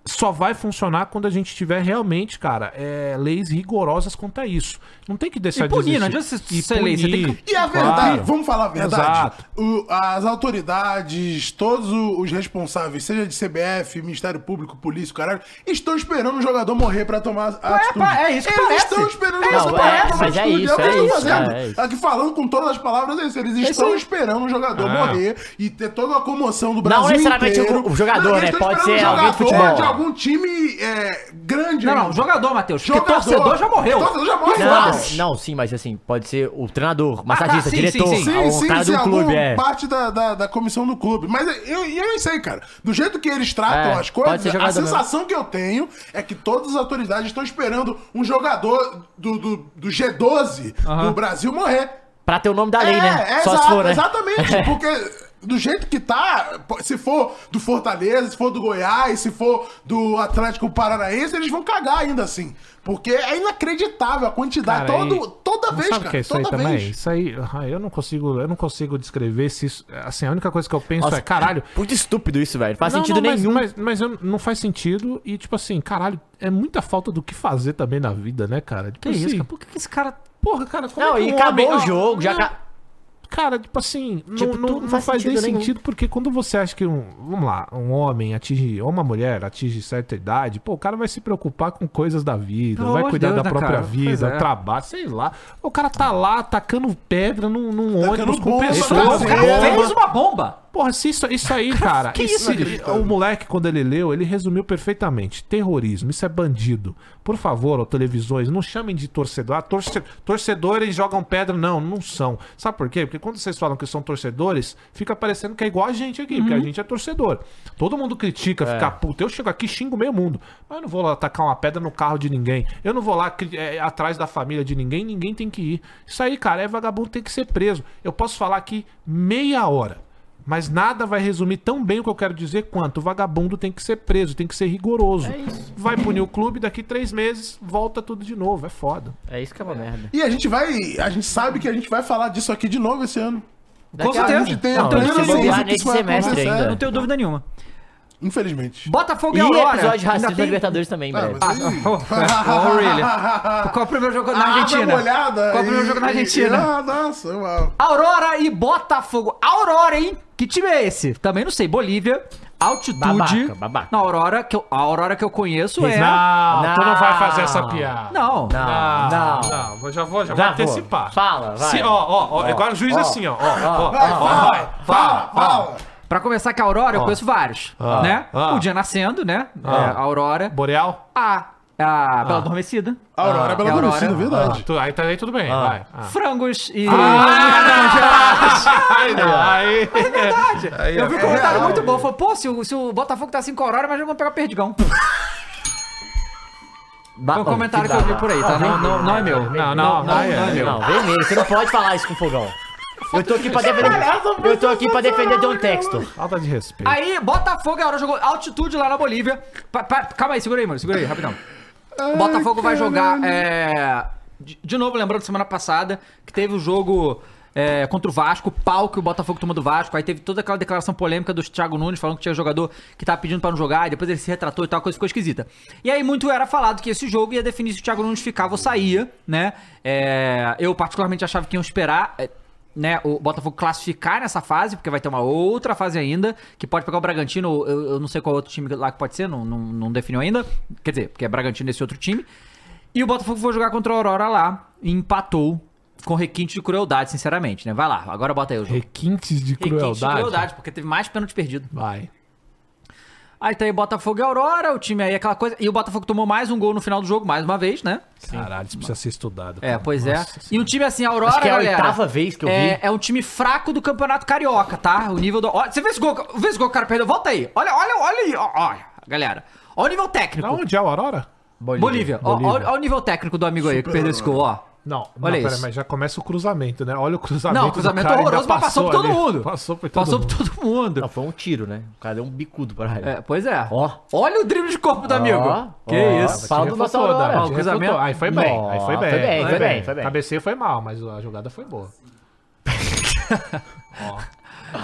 [SPEAKER 3] só vai funcionar quando a gente tiver realmente, cara, é, leis rigorosas quanto a isso. Não tem que deixar
[SPEAKER 8] E punir,
[SPEAKER 3] de
[SPEAKER 8] não
[SPEAKER 3] existir.
[SPEAKER 8] adianta você
[SPEAKER 3] E
[SPEAKER 8] ser lei, você tem
[SPEAKER 3] punir,
[SPEAKER 8] que- E a
[SPEAKER 3] claro.
[SPEAKER 8] verdade, vamos falar a verdade.
[SPEAKER 3] Exato.
[SPEAKER 8] O- as autoridades, todos o- os responsáveis, seja de CBF, Ministério Público, polícia, o caralho, estão esperando o jogador morrer pra tomar a atitude.
[SPEAKER 7] pa- é isso que
[SPEAKER 8] Eles
[SPEAKER 7] parece.
[SPEAKER 8] estão esperando
[SPEAKER 7] É
[SPEAKER 8] o
[SPEAKER 7] isso
[SPEAKER 8] jogador
[SPEAKER 7] que parece.
[SPEAKER 8] tomar a
[SPEAKER 7] Mas é
[SPEAKER 8] atitude,
[SPEAKER 7] isso,
[SPEAKER 8] o que
[SPEAKER 7] é
[SPEAKER 8] eles
[SPEAKER 7] isso,
[SPEAKER 8] estão fazendo.
[SPEAKER 7] é isso.
[SPEAKER 8] Aqui falando com todas as palavras, é isso. Eles
[SPEAKER 7] isso
[SPEAKER 8] estão
[SPEAKER 7] aí.
[SPEAKER 8] esperando o jogador
[SPEAKER 7] É.
[SPEAKER 8] morrer e ter toda a comoção do
[SPEAKER 9] Não
[SPEAKER 8] Brasil
[SPEAKER 9] necessariamente
[SPEAKER 8] inteiro.
[SPEAKER 9] o- o jogador,
[SPEAKER 8] Eles
[SPEAKER 9] né?
[SPEAKER 8] estão
[SPEAKER 9] Pode
[SPEAKER 8] esperando
[SPEAKER 9] ser
[SPEAKER 8] o
[SPEAKER 9] alguém do
[SPEAKER 8] jogador
[SPEAKER 9] futebol.
[SPEAKER 8] de algum time é, grande.
[SPEAKER 7] Não, não,
[SPEAKER 8] ainda.
[SPEAKER 7] jogador, Matheus. Porque
[SPEAKER 8] Jogador.
[SPEAKER 7] torcedor já morreu.
[SPEAKER 8] Torcedor já morreu.
[SPEAKER 9] Não,
[SPEAKER 8] Mas-
[SPEAKER 9] não, sim, mas assim, pode ser o treinador, massagista, diretor,
[SPEAKER 8] sim, sim,
[SPEAKER 9] o
[SPEAKER 8] sim,
[SPEAKER 9] cara
[SPEAKER 8] sim,
[SPEAKER 9] do
[SPEAKER 8] algum
[SPEAKER 9] clube, é.
[SPEAKER 8] parte da, da, da comissão do clube. Mas é, eu, eu, eu sei, cara. Do jeito que eles tratam
[SPEAKER 9] É,
[SPEAKER 8] as
[SPEAKER 9] pode ser
[SPEAKER 8] coisas, a
[SPEAKER 9] jogador
[SPEAKER 8] sensação que eu tenho é que todas as autoridades estão esperando um jogador do, do, do G12
[SPEAKER 7] Aham.
[SPEAKER 8] do Brasil morrer.
[SPEAKER 9] Pra ter o nome da lei,
[SPEAKER 8] é,
[SPEAKER 9] né?
[SPEAKER 8] é,
[SPEAKER 9] Só
[SPEAKER 8] exato,
[SPEAKER 9] se for, né?
[SPEAKER 8] Exatamente, porque do jeito que tá, pô, se for do Fortaleza, se for do Goiás, se for do Atlético Paranaense, eles vão cagar ainda assim. Porque é inacreditável a quantidade.
[SPEAKER 3] Cara,
[SPEAKER 8] todo,
[SPEAKER 3] e-
[SPEAKER 8] toda
[SPEAKER 3] Mas
[SPEAKER 8] vez,
[SPEAKER 3] sabe
[SPEAKER 8] cara.
[SPEAKER 3] o que é isso
[SPEAKER 8] toda
[SPEAKER 3] aí
[SPEAKER 8] vez.
[SPEAKER 3] também? Isso aí, ah, eu não consigo, eu não consigo descrever se isso, assim, a única coisa que eu penso
[SPEAKER 9] Nossa,
[SPEAKER 3] é, caralho,
[SPEAKER 9] Muito estúpido isso, velho. Faz
[SPEAKER 3] Não,
[SPEAKER 9] sentido
[SPEAKER 3] não, mas-
[SPEAKER 9] nenhum.
[SPEAKER 3] Mas, mas eu- não faz sentido e, tipo assim, caralho, é muita falta do que fazer também na vida, né, cara? Tipo
[SPEAKER 7] Que isso,
[SPEAKER 3] assim,
[SPEAKER 7] cara? Por que que esse cara.
[SPEAKER 3] Porra, cara, como
[SPEAKER 9] Não,
[SPEAKER 3] é que
[SPEAKER 9] e
[SPEAKER 3] um
[SPEAKER 9] acabou
[SPEAKER 3] homem-
[SPEAKER 9] o jogo, já
[SPEAKER 3] Não,
[SPEAKER 9] ca-
[SPEAKER 3] Cara, tipo assim, não-
[SPEAKER 9] Tipo, tudo
[SPEAKER 3] não, não,
[SPEAKER 9] não
[SPEAKER 3] faz,
[SPEAKER 9] faz
[SPEAKER 3] nem
[SPEAKER 9] sentido nenhum.
[SPEAKER 3] sentido, porque quando você acha que um. Vamos lá, um homem atinge. Ou uma mulher atinge certa idade, pô, o cara vai se preocupar com coisas da vida,
[SPEAKER 7] Pelo
[SPEAKER 3] vai
[SPEAKER 7] amor de
[SPEAKER 3] cuidar
[SPEAKER 7] Deus,
[SPEAKER 3] da
[SPEAKER 7] né,
[SPEAKER 3] própria
[SPEAKER 7] cara? Pois
[SPEAKER 3] vida,
[SPEAKER 7] é.
[SPEAKER 3] trabalho, sei lá. O cara tá lá atacando pedra num, num ônibus com
[SPEAKER 7] bomba,
[SPEAKER 3] pessoas.
[SPEAKER 7] cara,
[SPEAKER 3] cara,
[SPEAKER 7] fez uma bomba.
[SPEAKER 3] Porra, se isso, isso aí, cara.
[SPEAKER 7] que
[SPEAKER 3] isso,
[SPEAKER 7] isso,
[SPEAKER 3] ele-
[SPEAKER 7] acreditando.
[SPEAKER 3] o moleque, quando ele leu, ele resumiu perfeitamente. Terrorismo, isso é bandido. Por favor, ó, televisões, não chamem de torcedor. Ah, torce- torcedores jogam pedra. Não, não são. Sabe por quê? Porque quando vocês falam que são torcedores, fica parecendo que é igual a gente aqui,
[SPEAKER 7] Uhum.
[SPEAKER 3] porque a gente é torcedor. Todo mundo critica,
[SPEAKER 7] É.
[SPEAKER 3] fica puto. Eu chego aqui e xingo meio mundo. Mas eu não vou lá atacar uma pedra no carro de ninguém. Eu não vou lá cri- é, atrás da família de ninguém, ninguém tem que ir. Isso aí, cara, é vagabundo, tem que ser preso. Eu posso falar aqui meia hora. Mas nada vai resumir tão bem o que eu quero dizer quanto o vagabundo tem que ser preso, tem que ser rigoroso.
[SPEAKER 7] É
[SPEAKER 3] Vai punir o clube, daqui três meses volta tudo de novo. É foda.
[SPEAKER 9] É isso que é uma merda.
[SPEAKER 8] E a gente vai. A gente sabe que a gente vai falar disso aqui de novo esse ano.
[SPEAKER 7] Com certeza.
[SPEAKER 8] A gente tem
[SPEAKER 7] Não,
[SPEAKER 8] a plena
[SPEAKER 7] se bobear
[SPEAKER 8] ciência que
[SPEAKER 7] nesse
[SPEAKER 8] isso vai
[SPEAKER 7] semestre
[SPEAKER 8] acontecer.
[SPEAKER 7] ainda. Não tenho dúvida nenhuma.
[SPEAKER 8] Infelizmente.
[SPEAKER 7] Botafogo e
[SPEAKER 9] E
[SPEAKER 7] Aurora.
[SPEAKER 9] episódio de racismo
[SPEAKER 7] Ainda
[SPEAKER 9] da Libertadores também, em breve.
[SPEAKER 7] Ah, oh, oh, really? Qual o primeiro jogo na
[SPEAKER 8] Ah,
[SPEAKER 7] Argentina?
[SPEAKER 8] dá uma olhada
[SPEAKER 7] Qual o primeiro
[SPEAKER 8] e-
[SPEAKER 7] jogo na
[SPEAKER 8] e-
[SPEAKER 7] Argentina?
[SPEAKER 8] Ah, nossa, uau.
[SPEAKER 7] Aurora e Botafogo. Aurora, hein? Que time é esse? Também não sei. Bolívia, altitude.
[SPEAKER 9] Babaca, babaca.
[SPEAKER 7] Na Aurora, que eu, a Aurora que eu conheço é.
[SPEAKER 3] Não, tu não vai fazer essa piada.
[SPEAKER 7] Não.
[SPEAKER 3] Não,
[SPEAKER 9] não.
[SPEAKER 3] não, eu já vou,
[SPEAKER 9] Já
[SPEAKER 3] já, vou
[SPEAKER 9] vou.
[SPEAKER 3] antecipar.
[SPEAKER 9] Fala, vai.
[SPEAKER 3] Se, ó, ó, ó,
[SPEAKER 9] Ó,
[SPEAKER 3] agora o juiz
[SPEAKER 9] ó,
[SPEAKER 3] assim, ó, ó, ó, ó,
[SPEAKER 7] vai,
[SPEAKER 3] ó,
[SPEAKER 7] fala,
[SPEAKER 3] vai, fala, fala.
[SPEAKER 7] Pra começar que a Aurora, eu
[SPEAKER 3] Ah.
[SPEAKER 7] conheço vários,
[SPEAKER 3] Ah.
[SPEAKER 7] né?
[SPEAKER 3] Ah.
[SPEAKER 7] O Dia Nascendo, né?
[SPEAKER 3] Ah.
[SPEAKER 7] É, a Aurora.
[SPEAKER 3] Boreal? Ah,
[SPEAKER 7] A, a Bela Adormecida.
[SPEAKER 8] Aurora Bela
[SPEAKER 7] E a
[SPEAKER 8] Adormecida, verdade.
[SPEAKER 3] Ah, tu- aí, tá- aí tudo bem, vai. Ah.
[SPEAKER 7] Frangos e... Ah,
[SPEAKER 3] Ai, não, aí.
[SPEAKER 7] É verdade.
[SPEAKER 3] Aí,
[SPEAKER 7] eu
[SPEAKER 3] ó.
[SPEAKER 7] vi um comentário muito bom. Falou, pô, se o, se o Botafogo tá 5 horas, mas eu vou pegar Perdigão. Foi um comentário que eu vi por aí, tá? Não, não, não é meu.
[SPEAKER 3] Não, não,
[SPEAKER 7] não, não
[SPEAKER 3] aí
[SPEAKER 7] é
[SPEAKER 3] é.
[SPEAKER 7] meu.
[SPEAKER 9] Não, vermelho. Você não pode falar isso com fogão. Eu tô aqui pra defender. Eu tô aqui pra defender de um texto.
[SPEAKER 3] Falta de respeito.
[SPEAKER 7] Aí, Botafogo, a hora jogou altitude lá na Bolívia. Pa- pa- calma aí, segura aí, mano, segura aí, rapidão. Botafogo vai jogar. é, de, de novo, lembrando semana passada que teve o jogo é, contra o Vasco, o pau que o Botafogo tomou do Vasco. Aí teve toda aquela declaração polêmica do Thiago Nunes falando que tinha jogador que tava pedindo pra não jogar, e depois ele se retratou e tal, a coisa ficou esquisita. E aí muito era falado que esse jogo ia definir se o Thiago Nunes ficava ou saía, né? É, eu particularmente achava que iam esperar. é, né, o Botafogo classificar nessa fase, porque vai ter uma outra fase ainda, que pode pegar o Bragantino, eu, eu não sei qual outro time lá que pode ser, não, não, não definiu ainda. Quer dizer, porque é Bragantino esse outro time. E o Botafogo foi jogar contra a Aurora lá e empatou com requinte de crueldade, sinceramente, né? Vai lá, agora bota aí o jogo.
[SPEAKER 3] Requintes de
[SPEAKER 7] Requinte de
[SPEAKER 3] crueldade.
[SPEAKER 7] crueldade, porque teve mais pênalti perdido.
[SPEAKER 3] Vai.
[SPEAKER 7] Aí tá aí Botafogo e Aurora, o time aí aquela coisa. E o Botafogo tomou mais um gol no final do jogo, mais uma vez, né?
[SPEAKER 3] Caralho, isso precisa ser estudado.
[SPEAKER 7] É,
[SPEAKER 3] cara.
[SPEAKER 7] pois
[SPEAKER 3] Nossa.
[SPEAKER 7] é. E um time assim, a Aurora,
[SPEAKER 9] Acho que é a
[SPEAKER 7] galera,
[SPEAKER 9] oitava vez que eu
[SPEAKER 7] é,
[SPEAKER 9] vi.
[SPEAKER 7] É um time fraco do Campeonato Carioca, tá? O nível do... Ó, você vê esse gol, vê esse gol que o cara perdeu? Volta aí. Olha, olha, olha aí. Ó, ó, galera. Olha o nível técnico.
[SPEAKER 3] Da onde é o Aurora?
[SPEAKER 7] Bolívia. Ó, ó, olha o nível técnico do amigo aí que perdeu esse gol, ó.
[SPEAKER 3] Não, olha
[SPEAKER 7] Olha
[SPEAKER 3] pera,
[SPEAKER 7] isso.
[SPEAKER 3] mas já começa o cruzamento, né? Olha o cruzamento.
[SPEAKER 7] Não, o
[SPEAKER 3] do
[SPEAKER 7] cruzamento
[SPEAKER 3] cara, ainda
[SPEAKER 7] horroroso, mas passou por todo
[SPEAKER 3] ali.
[SPEAKER 7] mundo.
[SPEAKER 3] Passou por todo
[SPEAKER 7] Passou
[SPEAKER 3] mundo.
[SPEAKER 7] por todo mundo.
[SPEAKER 9] Não, foi um tiro, né? O cara deu um bicudo pra ele.
[SPEAKER 7] É, pois é.
[SPEAKER 9] Ó.
[SPEAKER 7] Olha o drible de corpo do amigo.
[SPEAKER 9] Ó,
[SPEAKER 7] que
[SPEAKER 9] ó,
[SPEAKER 7] isso.
[SPEAKER 9] Fala do nosso
[SPEAKER 3] Refutou, Dani,
[SPEAKER 9] Aurora.
[SPEAKER 7] Ó, o cruzamento-
[SPEAKER 3] refutou. Aí foi bem, aí foi
[SPEAKER 9] Ó,
[SPEAKER 3] bem.
[SPEAKER 9] foi bem, foi bem, foi bem.
[SPEAKER 3] Cabeceio foi mal, mas a jogada foi boa.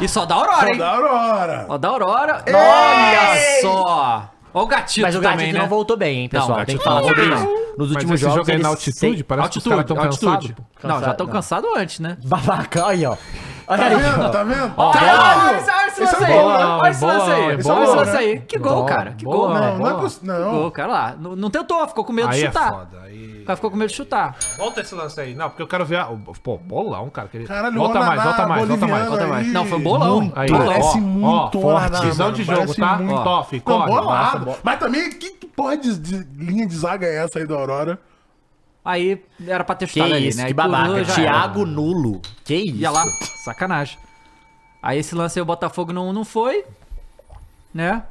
[SPEAKER 7] E só da Aurora, hein?
[SPEAKER 8] Da Aurora.
[SPEAKER 7] Ó, da Aurora. Olha só. Ó o gatito
[SPEAKER 9] Mas o Gatito
[SPEAKER 7] também, né?
[SPEAKER 9] não voltou bem, hein, pessoal?
[SPEAKER 7] Não, o
[SPEAKER 9] Tem
[SPEAKER 7] Gatito
[SPEAKER 9] que falar
[SPEAKER 7] não
[SPEAKER 9] sobre
[SPEAKER 7] voltou
[SPEAKER 9] isso.
[SPEAKER 7] bem,
[SPEAKER 9] Nos
[SPEAKER 3] Mas
[SPEAKER 9] últimos
[SPEAKER 3] esse
[SPEAKER 9] jogos
[SPEAKER 3] jogo é
[SPEAKER 9] eles
[SPEAKER 3] na altitude?
[SPEAKER 9] sem-
[SPEAKER 3] Parece que os caras tão cansados, pô.
[SPEAKER 7] Não, já
[SPEAKER 9] Cansado,
[SPEAKER 7] estão
[SPEAKER 9] não.
[SPEAKER 7] cansados antes, né?
[SPEAKER 9] Babaca, olha aí, ó.
[SPEAKER 8] Tá
[SPEAKER 9] Olha aí, ó.
[SPEAKER 8] vendo? Tá vendo?
[SPEAKER 9] Ó,
[SPEAKER 7] Caralho, olha
[SPEAKER 8] Caralho!
[SPEAKER 7] esse- olha
[SPEAKER 8] Esse
[SPEAKER 7] esse
[SPEAKER 8] é
[SPEAKER 7] lance aí.
[SPEAKER 8] bom,
[SPEAKER 7] Olha esse
[SPEAKER 3] é bom,
[SPEAKER 7] lance aí.
[SPEAKER 3] é
[SPEAKER 7] Esse Olha esse
[SPEAKER 3] bom,
[SPEAKER 7] lance
[SPEAKER 3] né?
[SPEAKER 7] aí. Que gol, cara. Que gol,
[SPEAKER 3] boa,
[SPEAKER 7] né?
[SPEAKER 8] Não, não é
[SPEAKER 3] Boa.
[SPEAKER 8] possível.
[SPEAKER 7] Que
[SPEAKER 8] Não.
[SPEAKER 7] gol, cara lá. Não, não tentou, ficou com medo
[SPEAKER 3] Aí
[SPEAKER 7] de
[SPEAKER 3] é
[SPEAKER 7] chutar.
[SPEAKER 3] foda.
[SPEAKER 7] O
[SPEAKER 3] Aí...
[SPEAKER 7] cara ficou com medo de chutar.
[SPEAKER 3] Volta esse lance aí. Não, porque eu quero ver. A... Pô, bolão, cara. que ele-
[SPEAKER 8] Caralho,
[SPEAKER 3] volta
[SPEAKER 8] o
[SPEAKER 3] mais,
[SPEAKER 8] Ananá
[SPEAKER 3] volta mais, volta mais,
[SPEAKER 8] boliviano
[SPEAKER 3] volta mais.
[SPEAKER 8] aí.
[SPEAKER 7] Não, foi um bolão.
[SPEAKER 8] Muito.
[SPEAKER 3] Aí,
[SPEAKER 8] Parece
[SPEAKER 3] ó,
[SPEAKER 8] muito
[SPEAKER 3] ó,
[SPEAKER 8] Ananá,
[SPEAKER 3] forte. Visão
[SPEAKER 8] mano,
[SPEAKER 3] de jogo,
[SPEAKER 8] parece
[SPEAKER 3] tá?
[SPEAKER 8] muito.
[SPEAKER 3] Ó, Toff,
[SPEAKER 8] Não,
[SPEAKER 3] corre. Nossa,
[SPEAKER 8] bolado.
[SPEAKER 3] bola.
[SPEAKER 8] Mas também, que, que porra de, de linha de zaga é essa aí da Aurora?
[SPEAKER 7] Aí era pra ter
[SPEAKER 9] Que
[SPEAKER 7] chutado ali,
[SPEAKER 9] isso,
[SPEAKER 7] né?
[SPEAKER 9] que
[SPEAKER 7] Aí cruzou,
[SPEAKER 9] babaca.
[SPEAKER 7] já era.
[SPEAKER 9] Thiago Nulo. Que isso.
[SPEAKER 7] Ia lá. Sacanagem. Aí esse lance aí o Botafogo não, não foi. Né?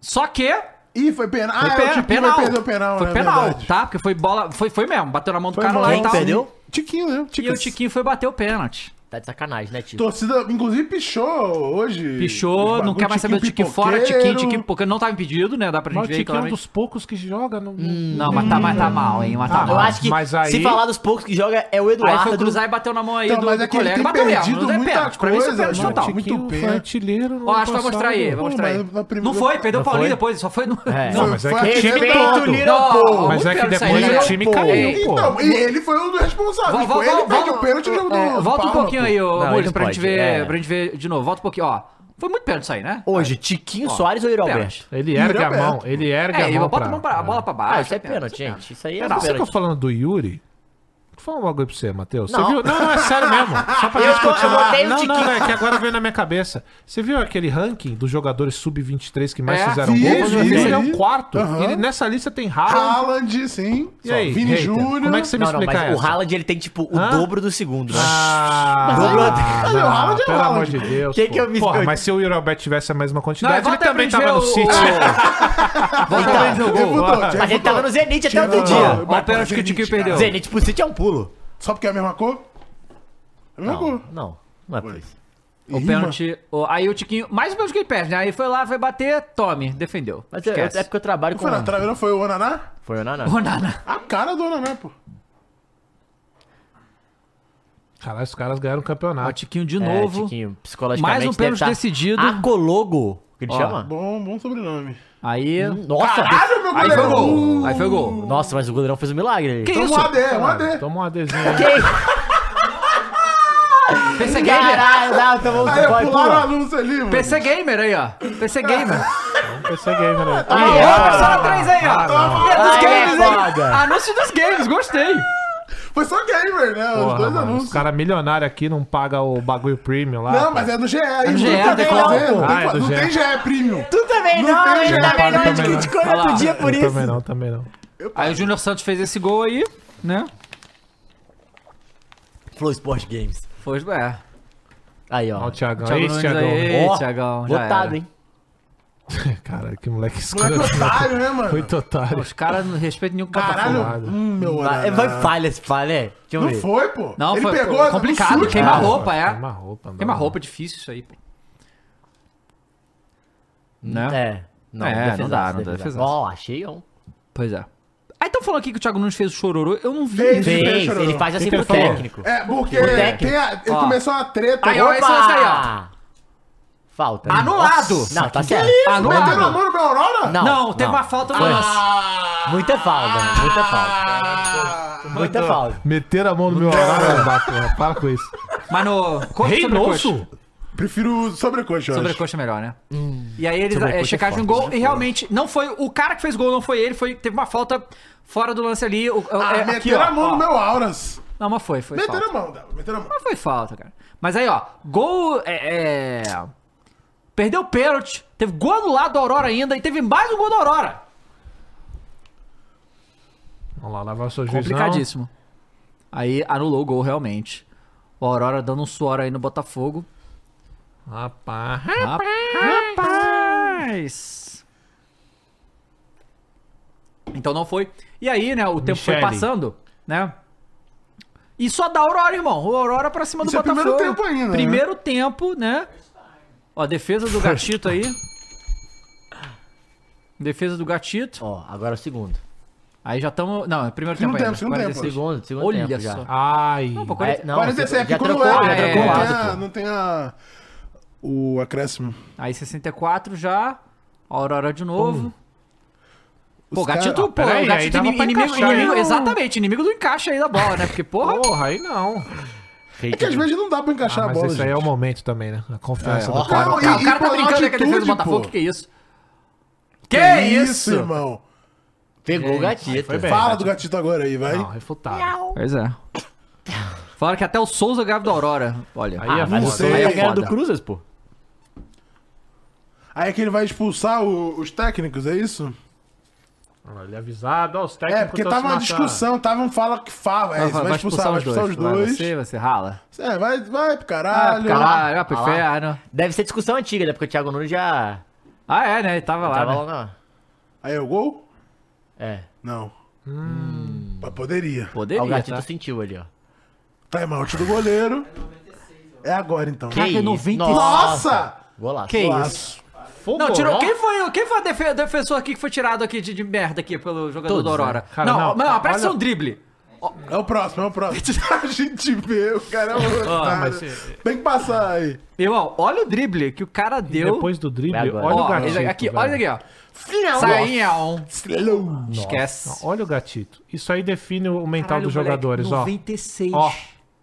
[SPEAKER 7] Só que.
[SPEAKER 8] Ih, foi pena. Ah,
[SPEAKER 7] Foi
[SPEAKER 8] é, o
[SPEAKER 7] pena,
[SPEAKER 8] Tiquinho
[SPEAKER 7] penal.
[SPEAKER 8] vai perder o penal,
[SPEAKER 7] foi
[SPEAKER 8] né?
[SPEAKER 7] penal,
[SPEAKER 8] Verdade.
[SPEAKER 7] tá? Porque foi bola. Foi, foi mesmo, bateu na mão do
[SPEAKER 8] Foi
[SPEAKER 7] cara
[SPEAKER 8] mal.
[SPEAKER 7] lá e
[SPEAKER 8] Quem
[SPEAKER 7] tal.
[SPEAKER 8] perdeu? Tiquinho, né?
[SPEAKER 7] E o Tiquinho foi bater o pênalti. Tá de sacanagem, né, Tico?
[SPEAKER 8] Torcida, inclusive, pichou hoje.
[SPEAKER 7] Pichou, não quer mais saber do Tiquinho fora, Tiquinho, Tiquinho, porque não tava impedido, né? Dá pra gente
[SPEAKER 3] Mas o
[SPEAKER 7] ver
[SPEAKER 3] Tiquinho é um
[SPEAKER 7] claramente.
[SPEAKER 3] dos poucos que joga no.
[SPEAKER 7] Não, mas tá, mas tá mal, hein? Mas tá
[SPEAKER 3] Ah,
[SPEAKER 7] mal.
[SPEAKER 3] eu acho que Mas aí- se falar
[SPEAKER 9] dos poucos que joga é o
[SPEAKER 7] Aí foi
[SPEAKER 3] Eduardo.
[SPEAKER 7] cruzar e bateu na mão aí
[SPEAKER 3] Então,
[SPEAKER 7] do,
[SPEAKER 3] mas
[SPEAKER 7] do
[SPEAKER 3] é que ele
[SPEAKER 7] colega.
[SPEAKER 3] tem
[SPEAKER 7] Bateu mesmo,
[SPEAKER 3] perdido
[SPEAKER 7] não é
[SPEAKER 3] muita
[SPEAKER 7] pênalti. Pra mim isso é
[SPEAKER 3] coisa,
[SPEAKER 7] pênalti
[SPEAKER 3] mano.
[SPEAKER 7] total.
[SPEAKER 3] Tiquinho
[SPEAKER 7] Muito
[SPEAKER 3] foi
[SPEAKER 7] pênalti.
[SPEAKER 3] artilheiro no
[SPEAKER 7] Ó,
[SPEAKER 3] ano
[SPEAKER 7] acho que vai mostrar
[SPEAKER 3] passado.
[SPEAKER 7] aí, vai
[SPEAKER 3] Pô,
[SPEAKER 7] mostrar aí.
[SPEAKER 3] mas na primeira-
[SPEAKER 7] Não foi, perdeu o
[SPEAKER 3] Não
[SPEAKER 7] Paulinho
[SPEAKER 3] foi?
[SPEAKER 7] depois, só foi no...
[SPEAKER 3] É.
[SPEAKER 7] Não,
[SPEAKER 3] Não, mas é
[SPEAKER 7] foi
[SPEAKER 3] que-
[SPEAKER 7] artilheiro
[SPEAKER 3] Respeito,
[SPEAKER 7] todo.
[SPEAKER 3] Little
[SPEAKER 7] Não,
[SPEAKER 3] Paul. Mas
[SPEAKER 7] muito
[SPEAKER 3] é que
[SPEAKER 7] pênalti isso aí,
[SPEAKER 3] depois
[SPEAKER 7] né?
[SPEAKER 3] o time caiu, pô.
[SPEAKER 8] Então, e ele foi o responsável. Foi
[SPEAKER 7] Vol- vol-
[SPEAKER 8] ele que
[SPEAKER 7] vol-
[SPEAKER 8] perdeu o pênalti no jogo
[SPEAKER 7] é,
[SPEAKER 8] do.
[SPEAKER 7] Volta um
[SPEAKER 8] Parma,
[SPEAKER 7] pouquinho
[SPEAKER 8] pô.
[SPEAKER 7] aí, ô
[SPEAKER 9] Não,
[SPEAKER 7] Mules,
[SPEAKER 9] ele
[SPEAKER 7] pra gente
[SPEAKER 9] pode,
[SPEAKER 7] ver,
[SPEAKER 9] é.
[SPEAKER 7] pra gente ver de novo. Volta um pouquinho, ó. Foi muito pênalti isso aí, né?
[SPEAKER 9] Hoje, Tiquinho
[SPEAKER 7] Ó,
[SPEAKER 9] Soares ou Yuri
[SPEAKER 7] pênalti.
[SPEAKER 9] Alberto?
[SPEAKER 3] Ele ergue a mão, ele ergue
[SPEAKER 7] é,
[SPEAKER 3] a
[SPEAKER 7] ele
[SPEAKER 3] mão
[SPEAKER 7] bota
[SPEAKER 3] pra-
[SPEAKER 7] a, mão pra- a bola pra baixo.
[SPEAKER 9] Ah, isso é pênalti, gente. Isso aí é
[SPEAKER 3] Você
[SPEAKER 9] pênalti.
[SPEAKER 3] ficou falando do Yuri? Vou falar um bagulho pra você, Matheus. Você
[SPEAKER 9] Não.
[SPEAKER 3] viu? Não, não, é sério mesmo. Só pra
[SPEAKER 9] Eu
[SPEAKER 3] gente
[SPEAKER 9] tô- eu
[SPEAKER 3] continuar.
[SPEAKER 9] botei o
[SPEAKER 3] Não, não,
[SPEAKER 9] Tiquinho.
[SPEAKER 3] é que agora veio na minha cabeça. Você viu aquele ranking dos jogadores sub-23 que mais
[SPEAKER 8] É,
[SPEAKER 3] fizeram
[SPEAKER 8] vi,
[SPEAKER 3] gol?
[SPEAKER 8] vi,
[SPEAKER 3] Ele
[SPEAKER 8] vi.
[SPEAKER 3] é o quarto.
[SPEAKER 8] Aham.
[SPEAKER 3] Ele- nessa lista tem Haaland.
[SPEAKER 8] Haaland, sim.
[SPEAKER 3] E aí,
[SPEAKER 8] Vini
[SPEAKER 3] hater?
[SPEAKER 8] Júnior.
[SPEAKER 3] Como é que você me
[SPEAKER 9] Não, não,
[SPEAKER 3] explica
[SPEAKER 9] mas o
[SPEAKER 3] essa?
[SPEAKER 9] Haaland ele tem tipo o
[SPEAKER 3] Hã?
[SPEAKER 9] dobro do segundo, né?
[SPEAKER 3] Ah,
[SPEAKER 9] Mas o Haaland-
[SPEAKER 3] ah,
[SPEAKER 9] Olha, o Haaland é o
[SPEAKER 3] pelo
[SPEAKER 9] Haaland.
[SPEAKER 3] amor de Deus.
[SPEAKER 9] Que
[SPEAKER 3] pô.
[SPEAKER 9] que eu me-
[SPEAKER 3] Porra, mas se o Yuri Alberto tivesse a mesma quantidade,
[SPEAKER 9] Não,
[SPEAKER 3] ele
[SPEAKER 9] volta pra
[SPEAKER 3] também
[SPEAKER 9] gente
[SPEAKER 3] tava
[SPEAKER 9] ver
[SPEAKER 3] no
[SPEAKER 9] o-
[SPEAKER 3] City.
[SPEAKER 9] Então, mas ele
[SPEAKER 8] Tiquinho
[SPEAKER 9] tava no
[SPEAKER 8] votou.
[SPEAKER 9] Zenit até
[SPEAKER 8] Tiquinho
[SPEAKER 9] outro
[SPEAKER 8] votou.
[SPEAKER 9] dia.
[SPEAKER 8] Mas
[SPEAKER 9] Olha o pênalti
[SPEAKER 8] pênalti
[SPEAKER 9] que o Tiquinho perdeu. Zenit pro City é um pulo.
[SPEAKER 8] Só porque é a mesma cor? É a mesma cor.
[SPEAKER 9] Não, não é por isso.
[SPEAKER 7] O pênalti. o- aí o Tiquinho. Mais ou menos que ele perde, né? Aí foi lá, foi bater, tome, defendeu.
[SPEAKER 9] Mas é- é porque eu trabalho
[SPEAKER 8] Não foi na trave, não foi o Onaná?
[SPEAKER 9] Foi o Naná.
[SPEAKER 8] A cara do Onaná, pô.
[SPEAKER 3] Caralho, os caras ganharam o campeonato.
[SPEAKER 7] Ó, Tiquinho de novo.
[SPEAKER 9] É, Tiquinho, psicologicamente
[SPEAKER 7] Mais um
[SPEAKER 9] deve
[SPEAKER 7] pênalti
[SPEAKER 9] tá
[SPEAKER 7] decidido.
[SPEAKER 9] Acologo, que ele
[SPEAKER 7] Ó.
[SPEAKER 9] chama?
[SPEAKER 8] Bom, bom sobrenome.
[SPEAKER 7] Aí.
[SPEAKER 9] Nossa!
[SPEAKER 8] Caralho, meu
[SPEAKER 9] aí foi
[SPEAKER 8] goleirão!
[SPEAKER 9] gol. Aí foi gol. Nossa, mas o goleirão fez um milagre.
[SPEAKER 8] Toma um AD, um AD.
[SPEAKER 3] Toma um ADzinho.
[SPEAKER 7] PC Gamer.
[SPEAKER 9] Caralho, não, tomou um
[SPEAKER 8] Aí
[SPEAKER 9] vai,
[SPEAKER 8] pularam a
[SPEAKER 9] pula.
[SPEAKER 8] luz ali, mano.
[SPEAKER 7] PC Gamer aí, ó. PC Gamer.
[SPEAKER 3] PC Gamer, né?
[SPEAKER 7] Ah,
[SPEAKER 3] Aí,
[SPEAKER 7] ó,
[SPEAKER 3] ó.
[SPEAKER 7] Persona 3 aí, ó.
[SPEAKER 8] Toma.
[SPEAKER 7] É dos
[SPEAKER 8] Aí é
[SPEAKER 7] games, hein?
[SPEAKER 3] foda.
[SPEAKER 7] Anúncio dos games, gostei.
[SPEAKER 8] Foi só gamer, né? Os
[SPEAKER 3] Porra,
[SPEAKER 8] dois
[SPEAKER 3] mano,
[SPEAKER 8] anúncios.
[SPEAKER 3] os caras milionários aqui não pagam o bagulho premium lá.
[SPEAKER 8] Não, mas é do GE. aí,
[SPEAKER 7] É do
[SPEAKER 8] não
[SPEAKER 7] GE,
[SPEAKER 8] tem
[SPEAKER 7] tem
[SPEAKER 8] que
[SPEAKER 7] que
[SPEAKER 8] fazer,
[SPEAKER 7] falar.
[SPEAKER 8] Não,
[SPEAKER 3] Ah, é do
[SPEAKER 8] tem, não tem
[SPEAKER 3] GE.
[SPEAKER 8] GE Premium.
[SPEAKER 9] Tu também
[SPEAKER 8] Não
[SPEAKER 9] não,
[SPEAKER 8] tem
[SPEAKER 9] ele
[SPEAKER 8] jeito.
[SPEAKER 9] também não, a gente
[SPEAKER 3] Também não.
[SPEAKER 8] é
[SPEAKER 9] criticou no outro dia por
[SPEAKER 3] Eu Também
[SPEAKER 9] isso.
[SPEAKER 3] não, também não.
[SPEAKER 7] Aí o Júnior Santos fez esse gol aí, né?
[SPEAKER 9] Flow Sport Games.
[SPEAKER 7] Foi, é.
[SPEAKER 9] Aí,
[SPEAKER 3] Ó,
[SPEAKER 9] ó.
[SPEAKER 3] o Thiagão.
[SPEAKER 7] Thiago
[SPEAKER 3] Thiago
[SPEAKER 7] Nunes
[SPEAKER 3] Esse Thiagão.
[SPEAKER 7] aí,
[SPEAKER 3] Ó,
[SPEAKER 7] Thiagão, já era.
[SPEAKER 9] Lotado, hein?
[SPEAKER 3] Caralho, que moleque escuro.
[SPEAKER 8] Moleque otário, né, mano?
[SPEAKER 3] Muito otário.
[SPEAKER 7] Os caras não respeitam nenhum
[SPEAKER 8] Caralho.
[SPEAKER 7] capacete.
[SPEAKER 8] Hum, meu
[SPEAKER 9] Vai- é
[SPEAKER 8] Onaná.
[SPEAKER 9] Vai falha esse falha, é? Deixa eu
[SPEAKER 8] Não
[SPEAKER 9] ver.
[SPEAKER 8] foi, pô.
[SPEAKER 7] Não,
[SPEAKER 8] Ele
[SPEAKER 7] foi
[SPEAKER 8] pegou
[SPEAKER 7] pô,
[SPEAKER 8] no
[SPEAKER 7] complicado.
[SPEAKER 8] chute,
[SPEAKER 7] Queima
[SPEAKER 8] cara.
[SPEAKER 7] roupa, é.
[SPEAKER 3] Queima roupa, mano.
[SPEAKER 7] Queima roupa, é difícil isso aí, pô. Né?
[SPEAKER 9] É. Não,
[SPEAKER 7] É, não
[SPEAKER 9] defesaço,
[SPEAKER 7] dá, não dá,
[SPEAKER 9] defesaço.
[SPEAKER 7] defesaço.
[SPEAKER 9] Ó, achei um.
[SPEAKER 7] Pois é. Aí tão falando aqui que o Thiago Nunes fez o chororô, eu não vi
[SPEAKER 8] Fez,
[SPEAKER 7] isso.
[SPEAKER 8] fez.
[SPEAKER 9] Fez,
[SPEAKER 8] Chororô.
[SPEAKER 9] ele faz assim
[SPEAKER 3] Que que
[SPEAKER 9] pro
[SPEAKER 3] ele falou?
[SPEAKER 9] técnico.
[SPEAKER 8] É, porque
[SPEAKER 9] O técnico.
[SPEAKER 8] tem a-
[SPEAKER 7] Ó. Tá
[SPEAKER 8] começou uma treta.
[SPEAKER 7] É Aí, ó, esse lance aí, ó.
[SPEAKER 9] Opa! Falta.
[SPEAKER 7] Anulado!
[SPEAKER 9] Não, tá
[SPEAKER 7] Que
[SPEAKER 9] certo.
[SPEAKER 8] é
[SPEAKER 7] isso,
[SPEAKER 9] Anulado.
[SPEAKER 8] Meteu na mão no meu Aurora?
[SPEAKER 9] Não,
[SPEAKER 7] Não, teve
[SPEAKER 9] não.
[SPEAKER 7] uma falta no
[SPEAKER 9] Foi.
[SPEAKER 7] lance.
[SPEAKER 9] Muita falta, mano, muita falta. Muita falta.
[SPEAKER 3] Meteram a mão no meu horário. Bacana, é, Para com isso.
[SPEAKER 7] Mas no. Conta
[SPEAKER 3] Rei
[SPEAKER 7] sobre coxa.
[SPEAKER 3] Nosso?
[SPEAKER 8] Prefiro sobrecoxa, eu acho.
[SPEAKER 7] Sobrecoxa é melhor, né?
[SPEAKER 8] Hum.
[SPEAKER 7] E aí eles
[SPEAKER 9] Sobrecoxa
[SPEAKER 7] é,
[SPEAKER 9] é
[SPEAKER 7] checaram um
[SPEAKER 9] foda,
[SPEAKER 7] gol e realmente não foi. O cara que fez gol não foi ele, foi, teve uma falta fora do lance ali. O,
[SPEAKER 8] Ah,
[SPEAKER 7] é, aqui,
[SPEAKER 8] meteram
[SPEAKER 7] ó,
[SPEAKER 8] a mão
[SPEAKER 7] ó. Tá
[SPEAKER 8] no meu Auras.
[SPEAKER 7] Não, mas foi, foi. falta.
[SPEAKER 8] Meteram a mão, Dava. Meteram a mão.
[SPEAKER 7] Mas foi falta, cara. Mas aí, ó, gol. É. é... Perdeu o pênalti, teve gol anulado da Aurora ainda e teve mais um gol da Aurora.
[SPEAKER 3] Vamos lá, lá vai o seu juiz.
[SPEAKER 7] Complicadíssimo. Aí anulou o gol realmente. O Aurora dando um suor aí no Botafogo.
[SPEAKER 3] Rapaz.
[SPEAKER 7] Rapaz! Então não foi. E aí, né, o tempo foi
[SPEAKER 3] Michele.
[SPEAKER 7] passando, né? E só dá Aurora, irmão. O Aurora pra cima do
[SPEAKER 8] Isso é
[SPEAKER 7] Botafogo.
[SPEAKER 8] primeiro tempo ainda, né?
[SPEAKER 7] Primeiro tempo, né? Ó, defesa do gatito aí. Defesa do gatito.
[SPEAKER 9] Ó, agora o segundo.
[SPEAKER 7] Aí já estamos. Não, é primeiro
[SPEAKER 8] Segundo
[SPEAKER 7] tempo,
[SPEAKER 8] tempo, segundo
[SPEAKER 7] ainda.
[SPEAKER 8] tempo.
[SPEAKER 7] 46.
[SPEAKER 9] Segundo, segundo
[SPEAKER 7] Olha
[SPEAKER 9] tempo
[SPEAKER 7] só.
[SPEAKER 9] já.
[SPEAKER 3] Ai.
[SPEAKER 7] Não, pô,
[SPEAKER 9] É,
[SPEAKER 7] 46.
[SPEAKER 9] não,
[SPEAKER 8] 47,
[SPEAKER 9] já
[SPEAKER 8] porque quando
[SPEAKER 9] trocou,
[SPEAKER 8] é,
[SPEAKER 9] já
[SPEAKER 8] não
[SPEAKER 7] é,
[SPEAKER 9] trocou
[SPEAKER 8] tem
[SPEAKER 9] o
[SPEAKER 7] é.
[SPEAKER 9] árbitro.
[SPEAKER 8] a- não tem a... O acréscimo. É
[SPEAKER 7] Aí 64 já. Aurora de novo. Pô,
[SPEAKER 8] Os
[SPEAKER 7] gatito,
[SPEAKER 8] cara-
[SPEAKER 7] pô,
[SPEAKER 3] peraí,
[SPEAKER 7] o
[SPEAKER 3] aí
[SPEAKER 7] gatito
[SPEAKER 3] dava
[SPEAKER 7] inimigo,
[SPEAKER 3] pra
[SPEAKER 7] inimigo,
[SPEAKER 3] encaixar,
[SPEAKER 7] inimigo-
[SPEAKER 3] hein?
[SPEAKER 7] exatamente, inimigo do encaixe aí da bola, né? Porque, porra,
[SPEAKER 3] Porra, aí não.
[SPEAKER 8] É que às vezes não dá pra encaixar
[SPEAKER 3] Ah,
[SPEAKER 8] a
[SPEAKER 3] mas
[SPEAKER 8] bola,
[SPEAKER 3] isso aí é o
[SPEAKER 8] gente.
[SPEAKER 3] momento também, né? A confiança
[SPEAKER 7] É,
[SPEAKER 3] do
[SPEAKER 7] ó,
[SPEAKER 3] cara.
[SPEAKER 8] Não,
[SPEAKER 7] o cara,
[SPEAKER 8] e-
[SPEAKER 7] o cara
[SPEAKER 8] e
[SPEAKER 7] tá
[SPEAKER 8] por
[SPEAKER 7] brincando aí com a defesa do
[SPEAKER 8] altitude,
[SPEAKER 7] Botafogo,
[SPEAKER 8] pô.
[SPEAKER 7] que é isso? Que, é
[SPEAKER 8] Que
[SPEAKER 7] isso?
[SPEAKER 8] irmão?
[SPEAKER 9] Pegou o gatito.
[SPEAKER 3] foi bem.
[SPEAKER 8] Fala do gatito agora aí, vai.
[SPEAKER 3] Não, é. refutado.
[SPEAKER 7] Pois é. Falaram que até o Souza ganhava da Aurora. Olha,
[SPEAKER 3] Aí é
[SPEAKER 9] Ah, Mas
[SPEAKER 3] foda.
[SPEAKER 9] o Souza
[SPEAKER 8] sei.
[SPEAKER 9] ia ganhar
[SPEAKER 7] Foda.
[SPEAKER 9] do Cruzas, pô.
[SPEAKER 8] Aí é que ele vai expulsar o- os técnicos, é isso?
[SPEAKER 3] Ele é avisado, ó, os técnicos
[SPEAKER 8] É, porque
[SPEAKER 3] tão
[SPEAKER 8] tava
[SPEAKER 3] se
[SPEAKER 8] uma
[SPEAKER 3] matando.
[SPEAKER 8] discussão, tava um fala que fala. É, isso, vai, expulsar, vai expulsar os
[SPEAKER 7] Vai
[SPEAKER 8] dois.
[SPEAKER 7] você, você rala.
[SPEAKER 8] É, vai, vai pro
[SPEAKER 7] Ah,
[SPEAKER 8] caralho.
[SPEAKER 7] caralho, vai pro
[SPEAKER 9] Ah lá.
[SPEAKER 7] inferno.
[SPEAKER 9] Deve ser discussão antiga, né? Porque o Thiago Nunes já
[SPEAKER 7] Ah, é, né? Ele tava lá.
[SPEAKER 9] tava
[SPEAKER 7] né?
[SPEAKER 9] lá na...
[SPEAKER 8] Aí é o gol?
[SPEAKER 9] É.
[SPEAKER 8] Não. Mas poderia.
[SPEAKER 9] Poderia,
[SPEAKER 8] Ah, o
[SPEAKER 9] tu
[SPEAKER 7] tá?
[SPEAKER 8] Gatito sim.
[SPEAKER 9] sentiu ali, ó.
[SPEAKER 8] Time out do goleiro. É agora então.
[SPEAKER 9] Que Caraca, é isso? 96.
[SPEAKER 8] Nossa!
[SPEAKER 9] Golaço.
[SPEAKER 7] Que
[SPEAKER 8] Golaço.
[SPEAKER 7] isso? não, tirou. Quem foi, quem foi o defe- defensor aqui que foi tirado aqui de, de merda aqui pelo jogador
[SPEAKER 8] Todos,
[SPEAKER 7] do Aurora?
[SPEAKER 8] né? Cara,
[SPEAKER 7] não,
[SPEAKER 8] não,
[SPEAKER 7] não, aparece
[SPEAKER 8] olha-
[SPEAKER 7] um drible.
[SPEAKER 8] É o próximo, é o próximo. A gente vê, o cara é um otário. Tem que passar aí.
[SPEAKER 7] Irmão, olha o drible que o cara deu.
[SPEAKER 3] depois do drible,
[SPEAKER 7] agora.
[SPEAKER 3] olha o
[SPEAKER 7] Ó,
[SPEAKER 3] gatito,
[SPEAKER 7] ele- Aqui,
[SPEAKER 3] velho.
[SPEAKER 7] olha aqui, ó.
[SPEAKER 3] Nossa.
[SPEAKER 7] Sainha on.
[SPEAKER 3] Nossa.
[SPEAKER 7] Esquece.
[SPEAKER 3] Não, Olha o gatito. Isso aí define o mental
[SPEAKER 7] Caralho,
[SPEAKER 3] dos
[SPEAKER 7] moleque,
[SPEAKER 3] jogadores, ó.
[SPEAKER 7] 96.
[SPEAKER 3] Ó.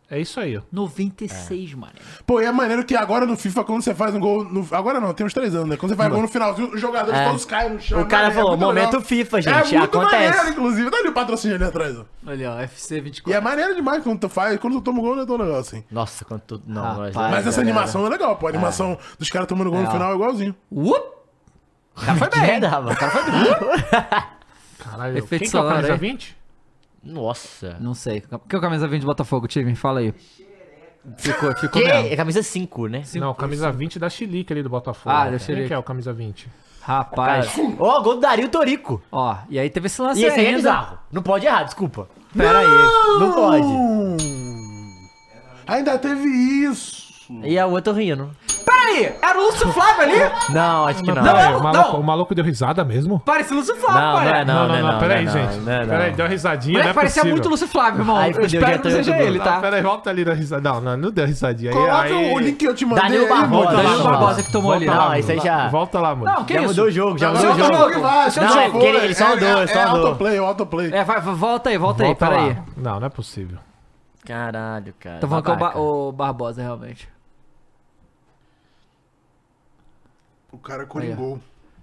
[SPEAKER 3] É isso aí, ó.
[SPEAKER 7] 96, mano.
[SPEAKER 8] Pô, e é maneiro que agora no FIFA, quando você faz um gol. no- Agora não, tem uns três anos, né? Quando você faz gol no finalzinho, os jogadores
[SPEAKER 9] É.
[SPEAKER 8] todos caem no chão.
[SPEAKER 9] O cara
[SPEAKER 8] é
[SPEAKER 9] falou,
[SPEAKER 8] muito
[SPEAKER 9] "Momento
[SPEAKER 8] legal."
[SPEAKER 9] FIFA, gente,
[SPEAKER 8] É muito
[SPEAKER 9] acontece.
[SPEAKER 8] maneiro, inclusive. Dá ali o patrocínio ali atrás, ó.
[SPEAKER 7] Olha, ó, FC 24.
[SPEAKER 8] E é maneiro demais quando tu faz. Quando tu toma um gol, não é tão legal assim.
[SPEAKER 9] Nossa, quanto tudo. Não,
[SPEAKER 8] Mas,
[SPEAKER 9] nós-
[SPEAKER 8] essa
[SPEAKER 9] galera.
[SPEAKER 8] animação é legal, pô. A animação dos caras tomando gol
[SPEAKER 9] É,
[SPEAKER 8] no
[SPEAKER 9] ó.
[SPEAKER 8] final é igualzinho.
[SPEAKER 7] Uop! Cara, foi
[SPEAKER 9] bem. é, O cara foi
[SPEAKER 3] Caralho,
[SPEAKER 7] Efeito
[SPEAKER 3] quem que é o
[SPEAKER 7] sonoro
[SPEAKER 3] camisa
[SPEAKER 7] aí.
[SPEAKER 3] 20?
[SPEAKER 9] Nossa.
[SPEAKER 7] Não sei. Que é o camisa 20 do Botafogo, time? Fala aí. Ficou, ficou
[SPEAKER 9] Que?
[SPEAKER 7] mesmo.
[SPEAKER 9] É camisa 5, né?
[SPEAKER 3] Não, camisa 20 da Chilique ali do Botafogo.
[SPEAKER 7] Ah,
[SPEAKER 3] Quem
[SPEAKER 7] da Chilique.
[SPEAKER 3] que é o camisa 20?
[SPEAKER 7] Rapaz.
[SPEAKER 9] Ó, gol do Dario Torico.
[SPEAKER 7] Ó, e aí teve esse lance
[SPEAKER 9] E esse aí é
[SPEAKER 7] ainda.
[SPEAKER 9] bizarro. Não pode errar, desculpa.
[SPEAKER 7] Pera aí.
[SPEAKER 9] Não pode.
[SPEAKER 8] Ainda teve isso.
[SPEAKER 9] E a outra rindo.
[SPEAKER 7] Peraí, era o Lúcio Flávio ali?
[SPEAKER 9] Não, acho que não.
[SPEAKER 3] Não, peraí,
[SPEAKER 7] não,
[SPEAKER 3] o, maluco,
[SPEAKER 7] não.
[SPEAKER 3] o maluco deu risada mesmo?
[SPEAKER 7] Parece o Lúcio Flávio,
[SPEAKER 9] Não,
[SPEAKER 7] parece.
[SPEAKER 9] não é não, não é não.
[SPEAKER 3] peraí,
[SPEAKER 9] não é não,
[SPEAKER 3] gente.
[SPEAKER 9] não é não.
[SPEAKER 3] Peraí, deu uma risadinha,
[SPEAKER 7] Moleque,
[SPEAKER 3] não é
[SPEAKER 7] parecia
[SPEAKER 3] possível.
[SPEAKER 7] muito o Lúcio Flávio, irmão.
[SPEAKER 9] Aí
[SPEAKER 7] Eu
[SPEAKER 9] fudeu,
[SPEAKER 7] espero que não
[SPEAKER 9] já
[SPEAKER 7] seja
[SPEAKER 9] entrou
[SPEAKER 7] ele,
[SPEAKER 3] Não,
[SPEAKER 7] tá?
[SPEAKER 3] peraí, volta ali da risada. Não, não, não deu risadinha. Aí-
[SPEAKER 8] Coloca
[SPEAKER 3] aí,
[SPEAKER 8] o link que eu te mandei.
[SPEAKER 9] Danilo
[SPEAKER 8] aí,
[SPEAKER 9] Barbosa.
[SPEAKER 8] mano.
[SPEAKER 3] tá.
[SPEAKER 7] Danilo
[SPEAKER 9] não,
[SPEAKER 7] Barbosa que tomou ali.
[SPEAKER 9] Volta lá, Não, isso aí já...
[SPEAKER 3] Volta lá, mano.
[SPEAKER 7] Não, que
[SPEAKER 9] já
[SPEAKER 7] isso?
[SPEAKER 9] mudou o jogo, já
[SPEAKER 8] Não,
[SPEAKER 9] mudou o
[SPEAKER 8] não,
[SPEAKER 9] jogo.
[SPEAKER 8] não, que vai,
[SPEAKER 9] Não,
[SPEAKER 8] já
[SPEAKER 9] é
[SPEAKER 8] foi.
[SPEAKER 9] que ele- ele só andou,
[SPEAKER 8] É,
[SPEAKER 9] ele
[SPEAKER 7] tá
[SPEAKER 9] só
[SPEAKER 8] é
[SPEAKER 9] andou.
[SPEAKER 8] autoplay, é autoplay.
[SPEAKER 7] É, vai, volta aí, volta aí,
[SPEAKER 3] Volta
[SPEAKER 7] peraí.
[SPEAKER 3] lá. Não, não é possível.
[SPEAKER 9] Caralho, cara.
[SPEAKER 7] Tô falando que é o, Ba-
[SPEAKER 9] babaca.
[SPEAKER 7] o Barbosa, realmente.
[SPEAKER 8] O cara coringou.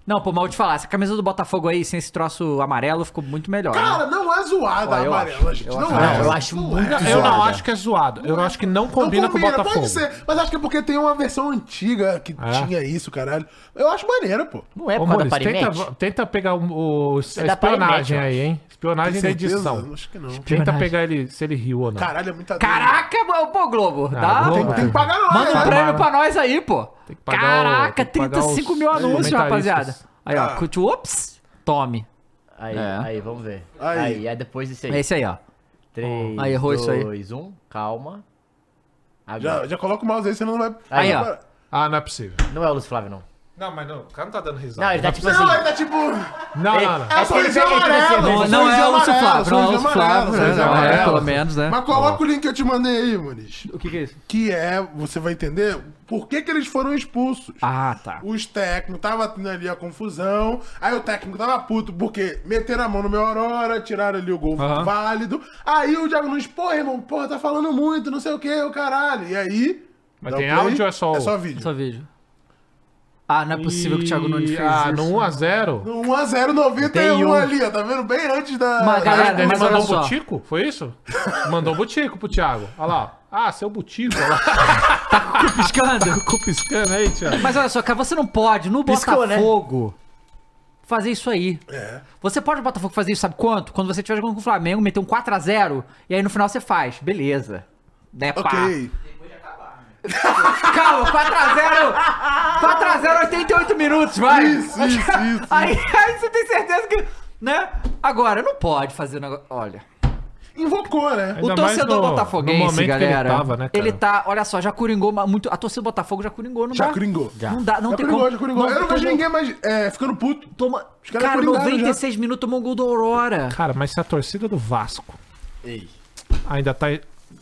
[SPEAKER 7] Não, pô, mal te falar, essa camisa do Botafogo aí, sem esse troço amarelo, ficou muito melhor.
[SPEAKER 8] Cara,
[SPEAKER 7] né?
[SPEAKER 8] não é zoada
[SPEAKER 7] Ó,
[SPEAKER 8] a
[SPEAKER 7] eu
[SPEAKER 8] amarela,
[SPEAKER 7] acho,
[SPEAKER 8] gente.
[SPEAKER 7] eu
[SPEAKER 8] Não
[SPEAKER 7] acho.
[SPEAKER 8] é.
[SPEAKER 9] Não, eu acho muito
[SPEAKER 8] Não
[SPEAKER 3] Eu não
[SPEAKER 9] zoada.
[SPEAKER 3] acho que é zoado. Eu acho que não
[SPEAKER 8] Não
[SPEAKER 3] combina, com o Botafogo.
[SPEAKER 8] Pode ser, mas acho que é porque tem uma versão antiga que
[SPEAKER 3] É?
[SPEAKER 8] tinha isso, caralho. Eu acho maneiro, pô.
[SPEAKER 9] Não é
[SPEAKER 3] Ô,
[SPEAKER 9] por causa da
[SPEAKER 3] Maurício, tenta,
[SPEAKER 9] Parimete?
[SPEAKER 3] tenta pegar um, o, o- a
[SPEAKER 9] da Parimete,
[SPEAKER 3] espionagem
[SPEAKER 9] eu
[SPEAKER 3] aí, hein? Espionagem da
[SPEAKER 8] Tem certeza?
[SPEAKER 3] é edição.
[SPEAKER 8] Acho que não.
[SPEAKER 3] Tenta pegar ele, se ele riu ou não.
[SPEAKER 8] Caralho, é muita
[SPEAKER 7] Caraca, mano, pô, Globo, dá?
[SPEAKER 3] Ah, Globo,
[SPEAKER 8] Tem que pagar nós,
[SPEAKER 7] Manda um
[SPEAKER 8] né?
[SPEAKER 7] prêmio
[SPEAKER 3] Tomara.
[SPEAKER 7] pra nós aí, pô.
[SPEAKER 3] Tem que pagar o-
[SPEAKER 7] Caraca,
[SPEAKER 3] tem que pagar os
[SPEAKER 7] 35 mil anúncios, rapaziada.
[SPEAKER 3] comentaristas.
[SPEAKER 7] Aí, ó, curte, ops, tome.
[SPEAKER 9] Aí,
[SPEAKER 7] É.
[SPEAKER 9] aí, vamos ver.
[SPEAKER 8] Aí.
[SPEAKER 9] Aí, aí, depois disso aí.
[SPEAKER 7] É esse aí, ó.
[SPEAKER 9] 3,
[SPEAKER 7] Aí, errou isso aí.
[SPEAKER 9] 2, 1, calma.
[SPEAKER 8] Já,
[SPEAKER 9] Agora.
[SPEAKER 8] já coloca o mouse aí, senão não vai.
[SPEAKER 7] Aí,
[SPEAKER 8] vai-
[SPEAKER 7] ó. Tipo
[SPEAKER 3] Ah, não é possível.
[SPEAKER 9] Não é o Lúcio Flávio, não.
[SPEAKER 3] Não, mas não, o cara não tá dando risada.
[SPEAKER 9] Não, ele tá tipo assim.
[SPEAKER 8] Não, ele tá tipo.
[SPEAKER 7] é
[SPEAKER 3] Não,
[SPEAKER 9] ele-
[SPEAKER 3] não, não.
[SPEAKER 8] É o sorrisinho
[SPEAKER 9] ele- ele- ele-
[SPEAKER 8] amarelo.
[SPEAKER 9] ele-
[SPEAKER 7] Não,
[SPEAKER 8] sorrisinho
[SPEAKER 7] não é o Lúcio
[SPEAKER 8] amarelo,
[SPEAKER 7] Flávio, não é o
[SPEAKER 8] sorrisinho
[SPEAKER 7] Lúcio Flávio,
[SPEAKER 8] amarelo,
[SPEAKER 7] né?
[SPEAKER 8] sorrisinho
[SPEAKER 7] Não é,
[SPEAKER 8] amarelo.
[SPEAKER 7] pelo menos, né?
[SPEAKER 8] Mas coloca o link que eu te mandei aí, Muniz.
[SPEAKER 7] O que que é isso?
[SPEAKER 8] Que é, você vai entender por que, que eles foram expulsos.
[SPEAKER 7] Ah, tá.
[SPEAKER 8] Os técnicos tava tendo ali a confusão. Aí o técnico tava puto porque meteram a mão no meu Aurora, tiraram ali o gol
[SPEAKER 3] Aham.
[SPEAKER 8] válido. Aí o Thiago Nunes, porra, irmão, porra, tá falando muito, não sei o que, o caralho. E aí.
[SPEAKER 3] Mas
[SPEAKER 8] dá o
[SPEAKER 3] tem áudio ou é só
[SPEAKER 8] É
[SPEAKER 3] o-
[SPEAKER 8] só vídeo.
[SPEAKER 7] Só vídeo. Ah, não é possível que o Thiago Nunes fez
[SPEAKER 3] Ah,
[SPEAKER 7] isso.
[SPEAKER 3] no 1x0.
[SPEAKER 8] No 1x0 91
[SPEAKER 9] um.
[SPEAKER 8] ali, ó, tá vendo? Bem antes da.
[SPEAKER 7] Mas,
[SPEAKER 8] da-
[SPEAKER 7] galera,
[SPEAKER 3] Ele
[SPEAKER 7] mas olha
[SPEAKER 3] mandou um
[SPEAKER 7] só.
[SPEAKER 3] butico? Foi isso? Mandou um butico pro Thiago. Olha lá. Ah, seu butico. Olha lá.
[SPEAKER 7] Piscando.
[SPEAKER 3] Cupiscando aí, Thiago.
[SPEAKER 7] Mas olha só, cara, você não pode, no
[SPEAKER 9] Piscou, né?
[SPEAKER 7] Botafogo, fazer isso aí.
[SPEAKER 8] É.
[SPEAKER 7] Você pode, no Botafogo, fazer isso, sabe quanto? Quando você estiver jogando com o Flamengo, meter um 4x0, e aí no final você faz. Beleza. Né, pá.
[SPEAKER 8] Ok.
[SPEAKER 7] Calma, 4x0. 4x0, 88 minutos, vai.
[SPEAKER 8] Isso, isso, isso.
[SPEAKER 7] Aí, aí você tem certeza que. Né? Agora, não pode fazer o negócio. Olha.
[SPEAKER 8] Invocou, né?
[SPEAKER 7] O
[SPEAKER 3] Ainda mais
[SPEAKER 7] torcedor
[SPEAKER 3] no- no
[SPEAKER 7] botafoguense,
[SPEAKER 3] momento que ele
[SPEAKER 7] galera. ele,
[SPEAKER 3] tava, né, cara?
[SPEAKER 7] tá, olha só, já coringou ma- muito. A torcida do Botafogo já coringou, não
[SPEAKER 8] Já
[SPEAKER 7] dá.
[SPEAKER 8] coringou.
[SPEAKER 7] Não dá, não
[SPEAKER 8] já
[SPEAKER 7] tem
[SPEAKER 8] coringou, já
[SPEAKER 7] como.
[SPEAKER 8] coringou. é Eu não vejo
[SPEAKER 7] tomou-
[SPEAKER 8] ninguém mais é, ficando puto.
[SPEAKER 7] Toma.
[SPEAKER 8] Os caras
[SPEAKER 7] Cara,
[SPEAKER 8] coringaram já.
[SPEAKER 7] 96 minutos tomou um gol do Aurora.
[SPEAKER 3] Cara, mas se a torcida do Vasco
[SPEAKER 9] Ei,
[SPEAKER 3] ainda tá.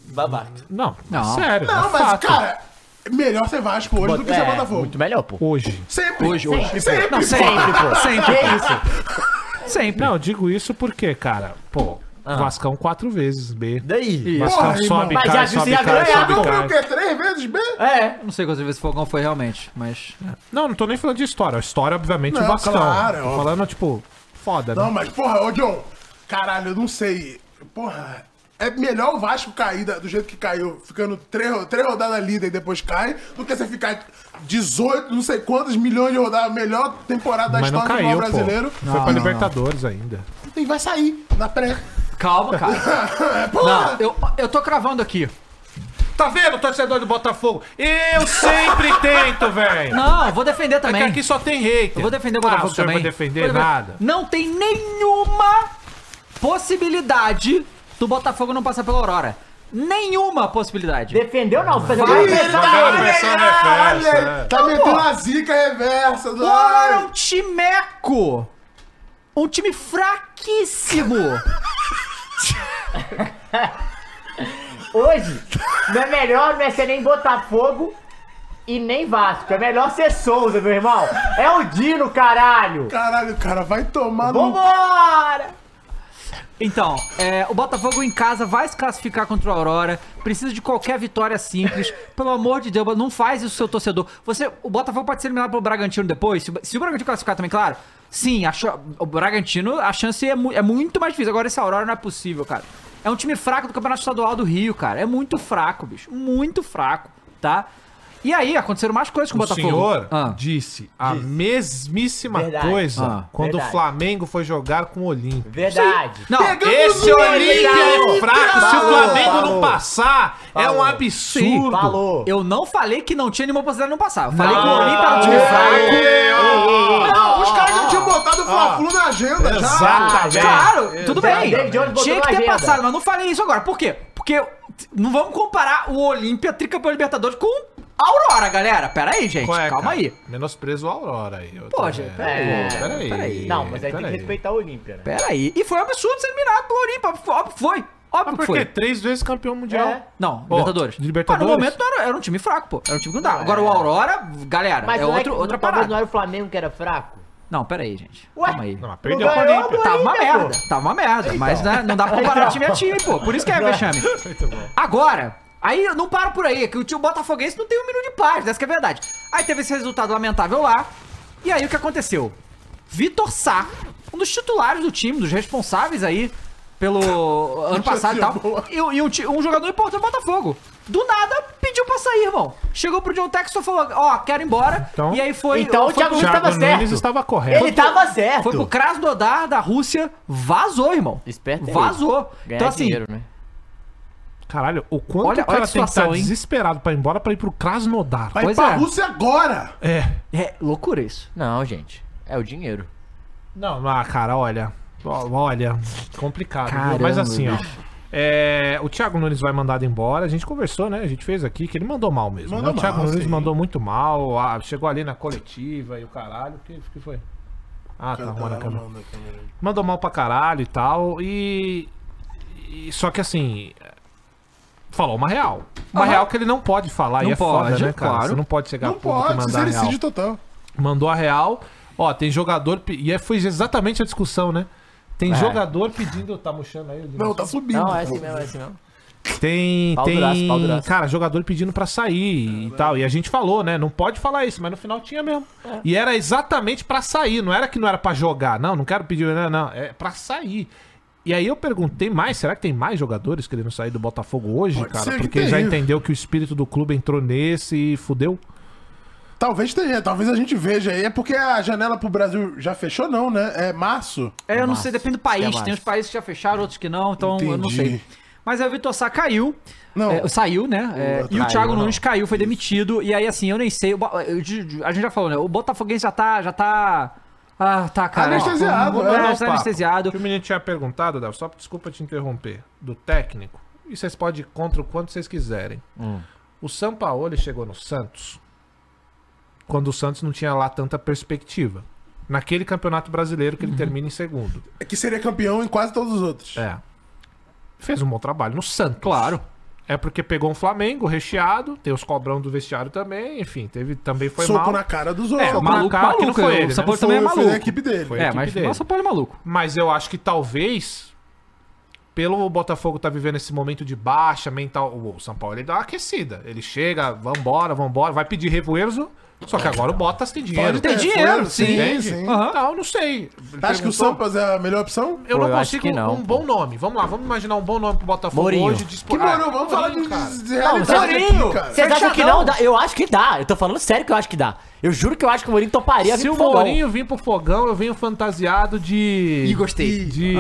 [SPEAKER 9] babaca.
[SPEAKER 3] Não,
[SPEAKER 7] Não.
[SPEAKER 3] sério. é
[SPEAKER 8] Não, Ah, mas,
[SPEAKER 3] fato.
[SPEAKER 8] cara, melhor ser Vasco hoje do que ser
[SPEAKER 9] É,
[SPEAKER 8] Botafogo.
[SPEAKER 9] Muito melhor, pô.
[SPEAKER 3] Hoje.
[SPEAKER 8] Sempre.
[SPEAKER 7] Hoje, hoje.
[SPEAKER 8] Sempre.
[SPEAKER 7] Não, sempre, pô. Sempre.
[SPEAKER 9] Que isso?
[SPEAKER 7] Sempre.
[SPEAKER 3] Não, eu digo isso porque, cara, pô, Vascão quatro vezes, B.
[SPEAKER 9] Daí.
[SPEAKER 3] Vascão
[SPEAKER 8] Porra,
[SPEAKER 3] sobe,
[SPEAKER 9] irmão.
[SPEAKER 3] cai,
[SPEAKER 9] Mas já
[SPEAKER 3] sobe,
[SPEAKER 9] disse, já
[SPEAKER 3] cai,
[SPEAKER 9] ganhava,
[SPEAKER 3] sobe,
[SPEAKER 8] Não foi
[SPEAKER 3] cai.
[SPEAKER 8] o quê? Três vezes, B?
[SPEAKER 9] É.
[SPEAKER 7] Não sei quantas vezes o Fogão foi realmente, mas.
[SPEAKER 3] Não, não tô nem falando de história. A história, obviamente,
[SPEAKER 8] Não,
[SPEAKER 3] o Vascão.
[SPEAKER 8] claro, é
[SPEAKER 3] tô
[SPEAKER 8] óbvio.
[SPEAKER 3] falando, tipo, foda,
[SPEAKER 8] Não,
[SPEAKER 3] né?
[SPEAKER 8] mas, porra, ô, John. Caralho, eu não sei. Porra. É melhor o Vasco cair da- do jeito que caiu, ficando três, três rodadas líder e depois cai, do que você ficar 18, não sei quantas milhões de rodadas, melhor temporada da
[SPEAKER 3] Mas não
[SPEAKER 8] história do
[SPEAKER 3] caiu,
[SPEAKER 8] futebol
[SPEAKER 3] pô.
[SPEAKER 8] brasileiro.
[SPEAKER 3] Foi pra Libertadores ainda.
[SPEAKER 8] E vai sair na pré.
[SPEAKER 7] Calma, cara.
[SPEAKER 8] porra!
[SPEAKER 7] Não, eu, eu tô cravando aqui.
[SPEAKER 3] Tá vendo, torcedor do Botafogo? Eu sempre tento, velho.
[SPEAKER 7] Não, eu vou defender também.
[SPEAKER 3] É que aqui só tem hater.
[SPEAKER 7] Eu vou defender o
[SPEAKER 3] Ah,
[SPEAKER 7] Botafogo
[SPEAKER 3] o senhor
[SPEAKER 7] também.
[SPEAKER 3] vai defender
[SPEAKER 7] Vou
[SPEAKER 3] nada.
[SPEAKER 7] Não tem nenhuma possibilidade do Botafogo não passar pela Aurora. Nenhuma possibilidade. Defendeu não,
[SPEAKER 9] né,
[SPEAKER 8] Ih, tá, olha,
[SPEAKER 3] é.
[SPEAKER 8] aí, tá metendo a zica reversa do
[SPEAKER 7] Olha, um timeco! Um time fraquíssimo!
[SPEAKER 19] Hoje, não é melhor não é ser nem Botafogo e nem Vasco. É melhor ser Souza, meu irmão. É o Dino, caralho.
[SPEAKER 8] Caralho, cara, vai tomar
[SPEAKER 7] Vambora! Então, é, o Botafogo em casa vai se classificar contra o Aurora. Precisa de qualquer vitória simples. Pelo amor de Deus, não faz isso, seu torcedor. Você, o Botafogo pode ser eliminado pelo Bragantino depois. Se, o- se o Bragantino classificar também, claro. Sim, a cha- o Bragantino, a chance é, mu- é muito mais difícil. Agora, esse Aurora não é possível, cara. É um time fraco do Campeonato Estadual do Rio, cara. É muito fraco, bicho. Muito fraco, tá? E aí, aconteceram mais coisas com o,
[SPEAKER 3] O
[SPEAKER 7] Botafogo. Ah.
[SPEAKER 3] senhor disse a mesmíssima
[SPEAKER 7] Verdade.
[SPEAKER 3] coisa
[SPEAKER 7] Ah.
[SPEAKER 3] quando
[SPEAKER 7] Verdade.
[SPEAKER 3] o Flamengo foi jogar com o Olímpia.
[SPEAKER 7] Verdade. Não. Pegamos
[SPEAKER 3] esse
[SPEAKER 7] o
[SPEAKER 3] Olímpia
[SPEAKER 7] Olímpia!
[SPEAKER 3] é fraco. Se o
[SPEAKER 7] Falou,
[SPEAKER 3] Flamengo não
[SPEAKER 7] falou.
[SPEAKER 3] passar, é um absurdo.
[SPEAKER 7] Sim. Eu não falei que não tinha nenhuma possibilidade de não passar. Eu falei
[SPEAKER 3] Não.
[SPEAKER 7] que o Olímpia era um time
[SPEAKER 3] Ei,
[SPEAKER 7] fraco.
[SPEAKER 3] ei, ei, ei, ei.
[SPEAKER 8] Não, os caras já tinham botado o Fla-Flu
[SPEAKER 7] Ó.
[SPEAKER 8] na agenda
[SPEAKER 19] Tá
[SPEAKER 8] já.
[SPEAKER 3] É.
[SPEAKER 7] Exatamente. Claro, tudo bem.
[SPEAKER 8] David Jones botou
[SPEAKER 7] Tinha que
[SPEAKER 8] na
[SPEAKER 7] ter
[SPEAKER 8] agenda.
[SPEAKER 7] passado, mas não falei isso agora. Por quê? Porque t- não vamos comparar o Olímpia tricampeão Libertadores com a Aurora, galera. Pera aí, gente.
[SPEAKER 3] Qual é,
[SPEAKER 7] Calma
[SPEAKER 3] cara?
[SPEAKER 7] aí.
[SPEAKER 3] Menosprezo a Aurora aí. eu tô
[SPEAKER 7] Poxa,
[SPEAKER 3] vendo.
[SPEAKER 7] peraí,
[SPEAKER 3] Peraí,
[SPEAKER 7] peraí.
[SPEAKER 19] Não, mas aí tem que
[SPEAKER 3] peraí.
[SPEAKER 19] respeitar o Olímpia, né?
[SPEAKER 7] Pera aí. E foi um absurdo ser eliminado pelo Olímpia. F- Óbvio que foi. Óbvio que
[SPEAKER 3] Ah, Por quê?
[SPEAKER 7] foi.
[SPEAKER 3] Três vezes campeão mundial.
[SPEAKER 7] É. Não,
[SPEAKER 3] Ó,
[SPEAKER 7] Libertadores.
[SPEAKER 3] Libertadores? É.
[SPEAKER 7] Mas no momento não era, era um time fraco, pô. Era um time que não dava. Agora o Aurora, galera,
[SPEAKER 19] Mas
[SPEAKER 7] é
[SPEAKER 19] não
[SPEAKER 7] outro,
[SPEAKER 19] que-
[SPEAKER 7] outra
[SPEAKER 19] talvez
[SPEAKER 7] parada.
[SPEAKER 19] não era o Flamengo que era fraco?
[SPEAKER 7] Não, pera aí, gente.
[SPEAKER 19] Ué?
[SPEAKER 7] Calma aí. Não, mas
[SPEAKER 19] perdeu Não pro ganhou Olímpia. pro
[SPEAKER 7] Tava Tá uma
[SPEAKER 19] Olímpia, pô.
[SPEAKER 7] merda. Tava uma merda. Mas né, não dá pra comparar
[SPEAKER 19] Então.
[SPEAKER 7] time a time, pô. Por isso que é vexame.
[SPEAKER 3] Muito bom.
[SPEAKER 7] Agora, aí não para por aí, que o tio Botafoguense não tem um minuto de paz, essa que é a verdade. Aí teve esse resultado lamentável lá. E aí o que aconteceu? Vitor Sá, um dos titulares do time, um dos responsáveis aí pelo ano passado e tal, e, e um, ti- um jogador importante do Botafogo. Do nada, pediu pra sair, irmão. Chegou pro John Texton e falou, ó, quero ir embora.
[SPEAKER 3] Então-
[SPEAKER 7] e aí foi...
[SPEAKER 3] Então o
[SPEAKER 7] foi
[SPEAKER 3] Thiago
[SPEAKER 7] pro-
[SPEAKER 3] Nunes Thiago tava Nunes certo. estava correto.
[SPEAKER 7] Foi
[SPEAKER 3] Ele tava
[SPEAKER 7] pro-
[SPEAKER 3] certo.
[SPEAKER 7] Foi pro Krasnodar da Rússia, vazou, irmão.
[SPEAKER 19] é
[SPEAKER 9] Esperto
[SPEAKER 7] Vazou.
[SPEAKER 9] Ganhar
[SPEAKER 7] então assim,
[SPEAKER 9] dinheiro, né?
[SPEAKER 3] Caralho, o quanto
[SPEAKER 7] Olha-
[SPEAKER 3] o cara
[SPEAKER 7] olha a
[SPEAKER 3] tem que estar
[SPEAKER 7] situação, hein?
[SPEAKER 3] desesperado pra ir embora pra ir pro Krasnodar.
[SPEAKER 7] Pois é.
[SPEAKER 8] agora!
[SPEAKER 3] É.
[SPEAKER 7] É loucura isso.
[SPEAKER 9] Não, gente. É o dinheiro.
[SPEAKER 3] Não, ah, cara, olha. Ó, Olha, complicado. viu?
[SPEAKER 9] Caramba,
[SPEAKER 3] Mas assim, ó.
[SPEAKER 9] bicho.
[SPEAKER 3] é, o Thiago Nunes vai mandado embora. A gente conversou, né? A gente fez aqui que ele mandou mal mesmo.
[SPEAKER 8] Mandou
[SPEAKER 3] né? O Thiago
[SPEAKER 8] mal,
[SPEAKER 3] Nunes
[SPEAKER 8] sim.
[SPEAKER 3] mandou muito mal. ah, chegou ali na coletiva e o caralho. O que, o que foi? Ah, tá arrumando a câmera. Mandou mal pra caralho e tal. E. e- só que assim. Falou uma real. Uma
[SPEAKER 8] Aham.
[SPEAKER 3] real que ele não pode falar. e
[SPEAKER 8] Não
[SPEAKER 3] é foda,
[SPEAKER 8] pode,
[SPEAKER 3] né, cara?
[SPEAKER 8] claro.
[SPEAKER 3] Você não pode chegar
[SPEAKER 8] Não
[SPEAKER 3] a público e
[SPEAKER 8] pode,
[SPEAKER 3] mandar real
[SPEAKER 8] sincericídio total.
[SPEAKER 3] mandou a real. Ó, tem jogador. pe- E aí foi exatamente a discussão, né? Tem
[SPEAKER 8] É.
[SPEAKER 3] jogador pedindo. Tá murchando aí?
[SPEAKER 8] Não, tá subindo.
[SPEAKER 3] Não, é assim mesmo, é assim mesmo. Tem. tem Cara, jogador pedindo pra sair e tal. E a gente falou, né? Não pode falar isso, mas no final tinha mesmo.
[SPEAKER 8] É.
[SPEAKER 3] E era exatamente pra sair, não era que não era pra jogar. Não, não quero pedir, não, não. É pra sair. E aí eu pergunto, tem mais? Será que tem mais jogadores querendo sair do Botafogo hoje,
[SPEAKER 8] Pode ser
[SPEAKER 3] cara?
[SPEAKER 8] que
[SPEAKER 3] Porque já
[SPEAKER 8] tenha.
[SPEAKER 3] entendeu que o espírito do clube entrou nesse e fudeu?
[SPEAKER 8] Talvez tenha, talvez a gente veja aí. É porque a janela pro Brasil já fechou, não, né? É março?
[SPEAKER 7] É, eu não sei, depende do país. tem uns países que já fecharam, outros que não, então eu não sei.
[SPEAKER 8] Entendi.
[SPEAKER 7] Mas aí o Vitor Sá caiu.
[SPEAKER 8] Não.
[SPEAKER 7] É, saiu, né? É, e o
[SPEAKER 8] Caiu,
[SPEAKER 7] Thiago
[SPEAKER 8] não.
[SPEAKER 7] Nunes caiu, foi demitido. E aí, assim, eu nem sei. o Bo- eu- de- de- a gente já falou, né? O Botafoguense já tá. Já tá ah, tá, cara.
[SPEAKER 3] Anestesiado, né?
[SPEAKER 7] é, tá anestesiado.
[SPEAKER 3] O que o menino tinha perguntado, Davi, só desculpa te interromper, do técnico. E vocês podem ir contra o quanto vocês quiserem. O Sampaoli chegou no Santos quando o Santos não tinha lá tanta perspectiva. Naquele campeonato brasileiro que ele termina em segundo.
[SPEAKER 8] É que seria campeão em quase todos os outros.
[SPEAKER 3] É. Fez um bom trabalho no Santos. Claro. É porque pegou um Flamengo recheado, tem os cobrão do vestiário também, enfim, teve também foi
[SPEAKER 8] Soco
[SPEAKER 3] mal.
[SPEAKER 8] na cara dos
[SPEAKER 3] É,
[SPEAKER 8] outros.
[SPEAKER 3] o maluco,
[SPEAKER 8] Macaco
[SPEAKER 3] maluco, não foi ele,
[SPEAKER 8] O
[SPEAKER 3] né?
[SPEAKER 8] São Paulo também é maluco. Foi a equipe dele.
[SPEAKER 3] Foi a equipe dele.
[SPEAKER 7] é maluco.
[SPEAKER 3] Mas eu acho que talvez, pelo Botafogo tá vivendo esse momento de baixa mental, o São Paulo ele dá uma aquecida. Ele chega, vambora, vambora, vai pedir revoeiro, só que agora o Botas tem dinheiro.
[SPEAKER 8] Pode ter dinheiro, sim,
[SPEAKER 3] Entende?
[SPEAKER 8] sim.
[SPEAKER 3] Não, não sei.
[SPEAKER 8] Acho que o
[SPEAKER 3] Perguntou?
[SPEAKER 8] Sampas é a melhor opção?
[SPEAKER 3] Eu não consigo um bom nome. Vamos lá, vamos imaginar um bom nome pro Botafogo
[SPEAKER 8] Mourinho.
[SPEAKER 3] hoje. Ah,
[SPEAKER 8] Que Mourinho? Vamos falar de
[SPEAKER 19] Não,
[SPEAKER 3] tá
[SPEAKER 8] realidade
[SPEAKER 19] vocês-
[SPEAKER 8] aqui, cara.
[SPEAKER 19] vocês acham que
[SPEAKER 3] Fechadão.
[SPEAKER 19] não dá? Eu acho que dá. Eu tô falando sério que eu acho que dá. Eu juro que eu acho que o Mourinho toparia
[SPEAKER 3] Se
[SPEAKER 19] vir
[SPEAKER 3] o
[SPEAKER 19] pro fogão.
[SPEAKER 3] Mourinho vir pro fogão, eu venho fantasiado de.
[SPEAKER 19] Ih, gostei.
[SPEAKER 3] De.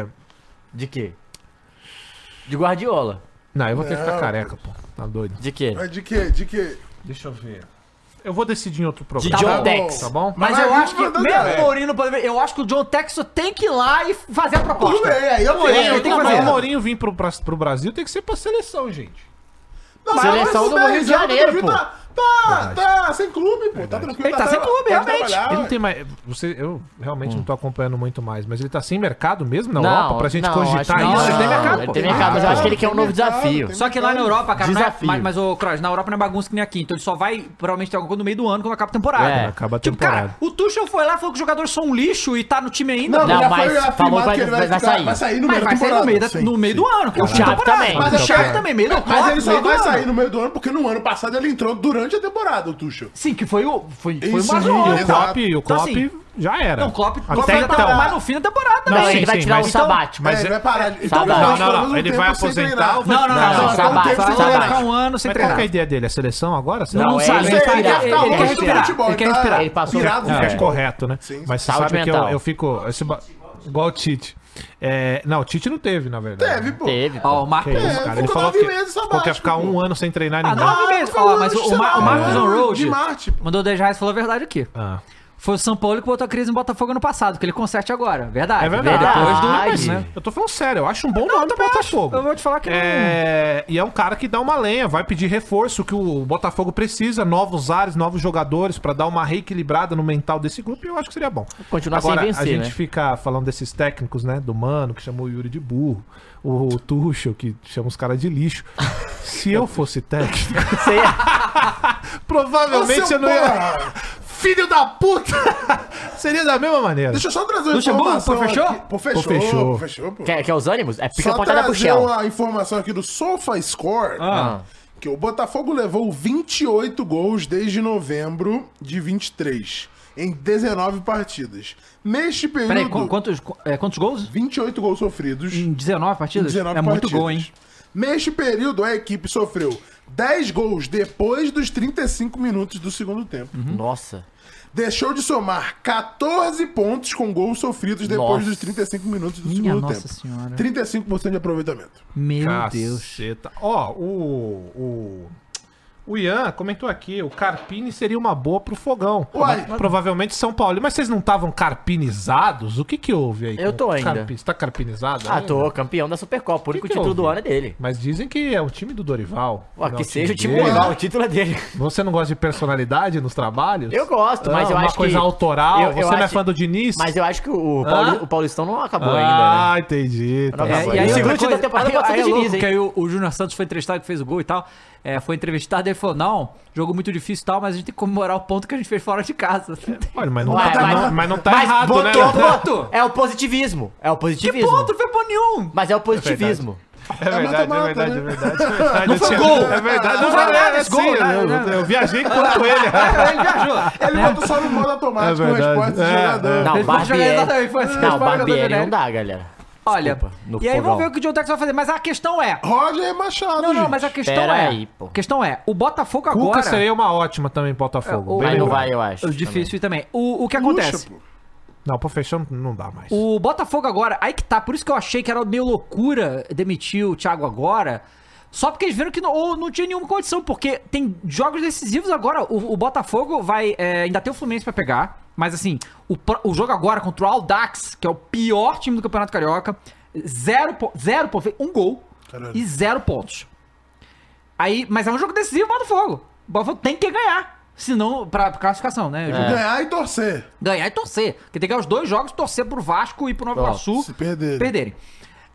[SPEAKER 19] Ah.
[SPEAKER 3] De quê?
[SPEAKER 19] De Guardiola.
[SPEAKER 3] Não, eu vou ter que ficar
[SPEAKER 19] Não.
[SPEAKER 8] É.
[SPEAKER 3] careca, pô. Tá doido.
[SPEAKER 9] De quê?
[SPEAKER 8] Mas de quê? De quê?
[SPEAKER 3] Deixa eu ver. Eu vou decidir em outro
[SPEAKER 9] De
[SPEAKER 3] programa.
[SPEAKER 9] John Tex.
[SPEAKER 3] Tá bom?
[SPEAKER 7] Mas, eu acho que, mesmo o Mourinho não pode ver, eu acho que o John Texo tem que ir lá e fazer a proposta.
[SPEAKER 8] Tá
[SPEAKER 3] Mourinho,
[SPEAKER 7] Ele tem que
[SPEAKER 3] não,
[SPEAKER 7] fazer.
[SPEAKER 3] mas o Mourinho vir pro, pra- pro Brasil tem que ser pra seleção, gente.
[SPEAKER 8] Não,
[SPEAKER 9] Seleção
[SPEAKER 8] mas
[SPEAKER 9] do
[SPEAKER 8] bem,
[SPEAKER 9] Rio de
[SPEAKER 8] já
[SPEAKER 9] Janeiro,
[SPEAKER 8] vi,
[SPEAKER 9] pô.
[SPEAKER 8] Tá, tá, tá sem clube, pô. Tá tranquilo.
[SPEAKER 7] Ele tá sem
[SPEAKER 8] tra-
[SPEAKER 7] clube,
[SPEAKER 8] pode
[SPEAKER 7] realmente.
[SPEAKER 8] trabalhar,
[SPEAKER 3] Ele não
[SPEAKER 8] ué.
[SPEAKER 3] tem mais. Você, eu realmente não tô acompanhando muito mais, mas ele tá sem mercado mesmo na
[SPEAKER 9] Não,
[SPEAKER 3] Europa pra gente
[SPEAKER 9] não, acho
[SPEAKER 3] cogitar
[SPEAKER 9] que não,
[SPEAKER 3] isso.
[SPEAKER 9] não, ele tem mercado, mas eu acho que ele quer um novo desafio.
[SPEAKER 7] Só que lá na Europa, cara, não é-
[SPEAKER 9] Desafio.
[SPEAKER 7] mas, mas o Cross, na Europa não é bagunça que nem aqui. Então ele só vai, provavelmente, ter alguma coisa no meio do ano quando acaba a temporada. Tipo,
[SPEAKER 3] É, acaba a temporada.
[SPEAKER 7] O Tuchel foi lá, falou que os jogadores são um lixo e tá no time ainda.
[SPEAKER 8] Não,
[SPEAKER 9] Não,
[SPEAKER 8] já
[SPEAKER 9] mas
[SPEAKER 8] foi afirmado
[SPEAKER 9] falou que
[SPEAKER 8] que ele
[SPEAKER 9] vai-
[SPEAKER 8] vai
[SPEAKER 9] vai
[SPEAKER 8] ficar-
[SPEAKER 9] sair.
[SPEAKER 8] vai sair no
[SPEAKER 7] Mas
[SPEAKER 8] meio da
[SPEAKER 7] vai sair no
[SPEAKER 8] temporada.
[SPEAKER 7] meio, da-
[SPEAKER 8] Sim,
[SPEAKER 7] no meio
[SPEAKER 8] sim.
[SPEAKER 7] do ano. que é
[SPEAKER 8] O
[SPEAKER 7] o fim da
[SPEAKER 8] Thiago
[SPEAKER 7] temporada.
[SPEAKER 8] também.
[SPEAKER 7] Mas
[SPEAKER 8] Então,
[SPEAKER 7] o Thiago
[SPEAKER 8] cara.
[SPEAKER 7] também, meio do
[SPEAKER 8] Mas ele só
[SPEAKER 7] meio do
[SPEAKER 8] vai
[SPEAKER 7] ano.
[SPEAKER 8] sair no meio do ano porque no ano passado ele entrou durante a temporada, o Tuchel.
[SPEAKER 7] Sim, que foi o. Foi, foi
[SPEAKER 8] Isso,
[SPEAKER 7] uma
[SPEAKER 8] e
[SPEAKER 7] zona.
[SPEAKER 8] o Klopp-
[SPEAKER 3] E o
[SPEAKER 7] Então,
[SPEAKER 3] Klopp
[SPEAKER 7] assim,
[SPEAKER 3] já era.
[SPEAKER 7] Não, o Klopp,
[SPEAKER 3] Até
[SPEAKER 7] Klopp vai
[SPEAKER 3] então.
[SPEAKER 7] acabar mais no fim da temporada né?
[SPEAKER 3] Não,
[SPEAKER 7] também.
[SPEAKER 3] ele vai tirar o
[SPEAKER 9] sabático, mas-
[SPEAKER 8] é, ele vai parar.
[SPEAKER 9] Sabático.
[SPEAKER 8] de-
[SPEAKER 9] Não,
[SPEAKER 8] vai ficar
[SPEAKER 9] não,
[SPEAKER 8] pelo menos um
[SPEAKER 3] ele
[SPEAKER 8] tempo
[SPEAKER 3] vai
[SPEAKER 8] sem
[SPEAKER 3] aposentar
[SPEAKER 8] treinar.
[SPEAKER 3] ou vai-
[SPEAKER 7] Não, não,
[SPEAKER 3] Não,
[SPEAKER 7] não.
[SPEAKER 8] sabático,
[SPEAKER 7] Sabático,
[SPEAKER 8] sabático.
[SPEAKER 7] vai ficar um ano sem
[SPEAKER 3] Mas qual que é a
[SPEAKER 7] treinar.
[SPEAKER 3] ideia dele? A seleção agora? será?
[SPEAKER 7] Então Não,
[SPEAKER 9] é,
[SPEAKER 7] sabe,
[SPEAKER 9] ele
[SPEAKER 7] ele
[SPEAKER 9] quer
[SPEAKER 7] quer
[SPEAKER 9] respirar.
[SPEAKER 7] respirar. Ele quer
[SPEAKER 9] Ele
[SPEAKER 7] respirar.
[SPEAKER 8] futebol,
[SPEAKER 7] Ele quer
[SPEAKER 8] tá?
[SPEAKER 7] respirar.
[SPEAKER 9] Ele passou
[SPEAKER 8] Virado,
[SPEAKER 3] Não,
[SPEAKER 9] É.
[SPEAKER 3] é correto, né?
[SPEAKER 8] Sim.
[SPEAKER 3] Mas você
[SPEAKER 9] Saúde
[SPEAKER 3] sabe que eu,
[SPEAKER 9] mental.
[SPEAKER 3] eu fico. esse ba- Igual o Tite. É, não, o Tite não teve, na verdade.
[SPEAKER 8] Teve, pô.
[SPEAKER 9] Teve.
[SPEAKER 7] Ó, o Marcos.
[SPEAKER 3] Que isso,
[SPEAKER 8] É,
[SPEAKER 3] cara.
[SPEAKER 8] ficou
[SPEAKER 3] Ele falou
[SPEAKER 8] nove
[SPEAKER 3] que,
[SPEAKER 8] meses
[SPEAKER 3] ficou que ia ficar
[SPEAKER 8] sabático,
[SPEAKER 3] um ano sem treinar
[SPEAKER 7] Ah,
[SPEAKER 3] ninguém.
[SPEAKER 7] nove meses. Ó, mas o, o, Ma- o Marcos
[SPEAKER 8] Sei lá,
[SPEAKER 7] Onroad
[SPEAKER 8] De Marte, pô.
[SPEAKER 7] mandou 10 reais e falou a verdade aqui.
[SPEAKER 3] Ah.
[SPEAKER 7] Foi o São Paulo que botou a crise no Botafogo ano passado, que ele conserte agora. Verdade.
[SPEAKER 3] É verdade.
[SPEAKER 7] Depois do.
[SPEAKER 9] Verdade.
[SPEAKER 7] né?
[SPEAKER 3] Eu tô falando sério, eu acho um bom nome pro Botafogo.
[SPEAKER 7] Eu vou te falar que
[SPEAKER 3] É, e é um cara que dá uma lenha, vai pedir reforço que o Botafogo precisa, novos ares, novos jogadores pra dar uma reequilibrada no mental desse grupo. E eu acho que seria bom.
[SPEAKER 9] Continuar sem
[SPEAKER 3] Agora,
[SPEAKER 9] vencer,
[SPEAKER 3] a gente
[SPEAKER 9] né?
[SPEAKER 3] fica falando desses técnicos, né, do mano que chamou o Yuri de burro, o, o Tuchel que chama os caras de lixo. Se eu fosse técnico,
[SPEAKER 9] Você ia-
[SPEAKER 3] provavelmente
[SPEAKER 8] Ô, seu
[SPEAKER 3] eu não ia.
[SPEAKER 8] porra!
[SPEAKER 3] Filho da puta! Seria da mesma maneira.
[SPEAKER 8] Deixa eu só trazer uma
[SPEAKER 7] Luxemburgo,
[SPEAKER 8] informação.
[SPEAKER 7] pô, fechou?
[SPEAKER 8] aqui. Pô, fechou?
[SPEAKER 3] Pô, fechou.
[SPEAKER 8] Pô, fechou, pô.
[SPEAKER 9] quer, quer os ânimos? É pica
[SPEAKER 8] Só
[SPEAKER 9] portada pro
[SPEAKER 8] trazer
[SPEAKER 9] Shell.
[SPEAKER 8] uma informação aqui do SofaScore,
[SPEAKER 9] Ah.
[SPEAKER 8] que o Botafogo levou 28 gols desde novembro de 23, em 19 partidas. Neste período,
[SPEAKER 7] Peraí, qu- quantos, qu- é, quantos gols?
[SPEAKER 8] 28 gols sofridos
[SPEAKER 7] Em 19
[SPEAKER 8] em
[SPEAKER 7] partidas?
[SPEAKER 8] 19
[SPEAKER 7] é muito
[SPEAKER 8] partidas.
[SPEAKER 7] gol, hein?
[SPEAKER 8] Neste período, a equipe sofreu 10 gols depois dos 35 minutos do segundo tempo.
[SPEAKER 7] Uhum.
[SPEAKER 9] Uhum. Nossa.
[SPEAKER 8] Deixou de somar 14 pontos com gols sofridos depois
[SPEAKER 9] Nossa.
[SPEAKER 8] dos 35 minutos do
[SPEAKER 7] Minha
[SPEAKER 8] segundo
[SPEAKER 7] Nossa
[SPEAKER 8] tempo.
[SPEAKER 7] Senhora.
[SPEAKER 8] 35% de aproveitamento.
[SPEAKER 7] Meu Deus.
[SPEAKER 3] Caceta. Ó, o, o. O Ian comentou aqui, o Carpini seria uma boa pro fogão.
[SPEAKER 8] Uai.
[SPEAKER 3] Mas- Provavelmente São Paulo. Mas vocês não estavam carpinizados? O que que houve aí?
[SPEAKER 9] Eu tô ainda.
[SPEAKER 3] Carpi- Você tá carpinizado?
[SPEAKER 9] Ah,
[SPEAKER 3] ainda?
[SPEAKER 9] tô campeão da Supercopa. O único
[SPEAKER 3] que
[SPEAKER 9] título do ano
[SPEAKER 3] houve?
[SPEAKER 9] é dele.
[SPEAKER 3] Mas dizem que é o time do Dorival.
[SPEAKER 9] Ó,
[SPEAKER 3] Não é
[SPEAKER 9] que seja o time
[SPEAKER 3] dele.
[SPEAKER 9] rival, o título é dele.
[SPEAKER 3] Você não gosta de personalidade nos trabalhos?
[SPEAKER 9] Eu gosto, mas
[SPEAKER 3] Ah,
[SPEAKER 9] eu acho que.
[SPEAKER 3] Uma coisa autoral.
[SPEAKER 9] eu- eu
[SPEAKER 3] você não é
[SPEAKER 9] acho-
[SPEAKER 3] fã do Diniz?
[SPEAKER 9] Mas eu acho que o,
[SPEAKER 3] Hã?
[SPEAKER 9] Pauli- o Paulistão não acabou ainda.
[SPEAKER 3] ah,
[SPEAKER 9] né?
[SPEAKER 3] entendi.
[SPEAKER 9] Não
[SPEAKER 3] tá
[SPEAKER 9] acabou
[SPEAKER 3] bom.
[SPEAKER 9] É, e aí
[SPEAKER 7] outra
[SPEAKER 9] o segundo time
[SPEAKER 7] coisa-
[SPEAKER 9] da temporada
[SPEAKER 7] aí-
[SPEAKER 9] pode ser
[SPEAKER 7] aí
[SPEAKER 9] do
[SPEAKER 7] é
[SPEAKER 9] Diniz,
[SPEAKER 7] louco,
[SPEAKER 9] hein?
[SPEAKER 7] que aí o, o Júnior Santos foi entrevistado, que fez o gol e tal. é, foi entrevistado e falou: não, jogo muito difícil e tal, mas a gente tem que comemorar o ponto que a gente fez fora de casa.
[SPEAKER 3] Olha, mas não,
[SPEAKER 9] Ué,
[SPEAKER 3] tá,
[SPEAKER 9] mas-
[SPEAKER 3] mas, mas não tá
[SPEAKER 9] mas
[SPEAKER 3] errado,
[SPEAKER 9] botou,
[SPEAKER 3] né?
[SPEAKER 9] botou. É o positivismo. É o
[SPEAKER 7] que
[SPEAKER 9] positivismo.
[SPEAKER 7] ponto? Não foi ponto nenhum!
[SPEAKER 9] Mas é o positivismo.
[SPEAKER 3] É verdade, é
[SPEAKER 8] mata-mata,
[SPEAKER 3] verdade, é
[SPEAKER 8] né?
[SPEAKER 3] verdade, é verdade.
[SPEAKER 7] né? Não
[SPEAKER 3] Eu
[SPEAKER 7] foi
[SPEAKER 3] tinha-
[SPEAKER 7] gol.
[SPEAKER 3] É verdade,
[SPEAKER 7] Não
[SPEAKER 3] eu
[SPEAKER 7] foi
[SPEAKER 3] falei,
[SPEAKER 7] nada
[SPEAKER 3] é
[SPEAKER 7] esse gol,
[SPEAKER 3] sim,
[SPEAKER 7] né?
[SPEAKER 3] eu-
[SPEAKER 7] Né?
[SPEAKER 3] Eu viajei contra ele.
[SPEAKER 7] Ele viajou.
[SPEAKER 8] Ele botou só no modo automático
[SPEAKER 3] É
[SPEAKER 8] com
[SPEAKER 3] verdade.
[SPEAKER 8] resposta de
[SPEAKER 3] É,
[SPEAKER 8] jogador.
[SPEAKER 3] é.
[SPEAKER 9] Não,
[SPEAKER 7] Ele pode jogar
[SPEAKER 9] Barbieri.
[SPEAKER 7] exatamente, foi assim,
[SPEAKER 9] Não,
[SPEAKER 7] ele pode jogar
[SPEAKER 9] Barbieri
[SPEAKER 7] exatamente.
[SPEAKER 9] não dá, galera.
[SPEAKER 7] Olha,
[SPEAKER 9] Desculpa, no
[SPEAKER 7] e aí
[SPEAKER 9] fogão.
[SPEAKER 7] vamos ver o que o John Tex vai fazer. Mas a questão é.
[SPEAKER 8] Roger Machado,
[SPEAKER 7] Não, não,
[SPEAKER 8] gente.
[SPEAKER 7] mas a questão
[SPEAKER 9] Pera
[SPEAKER 7] é.
[SPEAKER 9] aí, pô.
[SPEAKER 7] a questão é, o Botafogo
[SPEAKER 3] Cuca
[SPEAKER 7] agora.
[SPEAKER 3] seria uma ótima também pro Botafogo.
[SPEAKER 7] o-
[SPEAKER 3] bem
[SPEAKER 9] Mas não
[SPEAKER 3] lembrado.
[SPEAKER 9] vai, eu acho.
[SPEAKER 7] É Difícil também. O, o que
[SPEAKER 8] Luxa,
[SPEAKER 7] acontece?
[SPEAKER 8] pô.
[SPEAKER 3] Não, pra fechar não- não dá mais.
[SPEAKER 7] O Botafogo agora, aí que tá, por isso que eu achei que era meio loucura demitir o Thiago agora. Só porque eles viram que não, ou não tinha nenhuma condição, porque tem jogos decisivos agora. O, o Botafogo vai. é, ainda tem o Fluminense pra pegar. Mas assim, o, pro- o jogo agora contra o Aldax, que é o pior time do Campeonato Carioca, zero, po- zero pontos, um gol
[SPEAKER 8] Caralho.
[SPEAKER 7] e zero pontos. Aí, mas é um jogo decisivo, Botafogo. O Botafogo tem que ganhar. Senão, pra, pra classificação, né? O
[SPEAKER 3] É.
[SPEAKER 7] jogo
[SPEAKER 8] Ganhar e torcer. É
[SPEAKER 7] ganhar e torcer. Porque tem que ganhar os dois jogos, torcer pro Vasco e pro Nova
[SPEAKER 9] Ó,
[SPEAKER 7] Iguaçu
[SPEAKER 8] se perderem.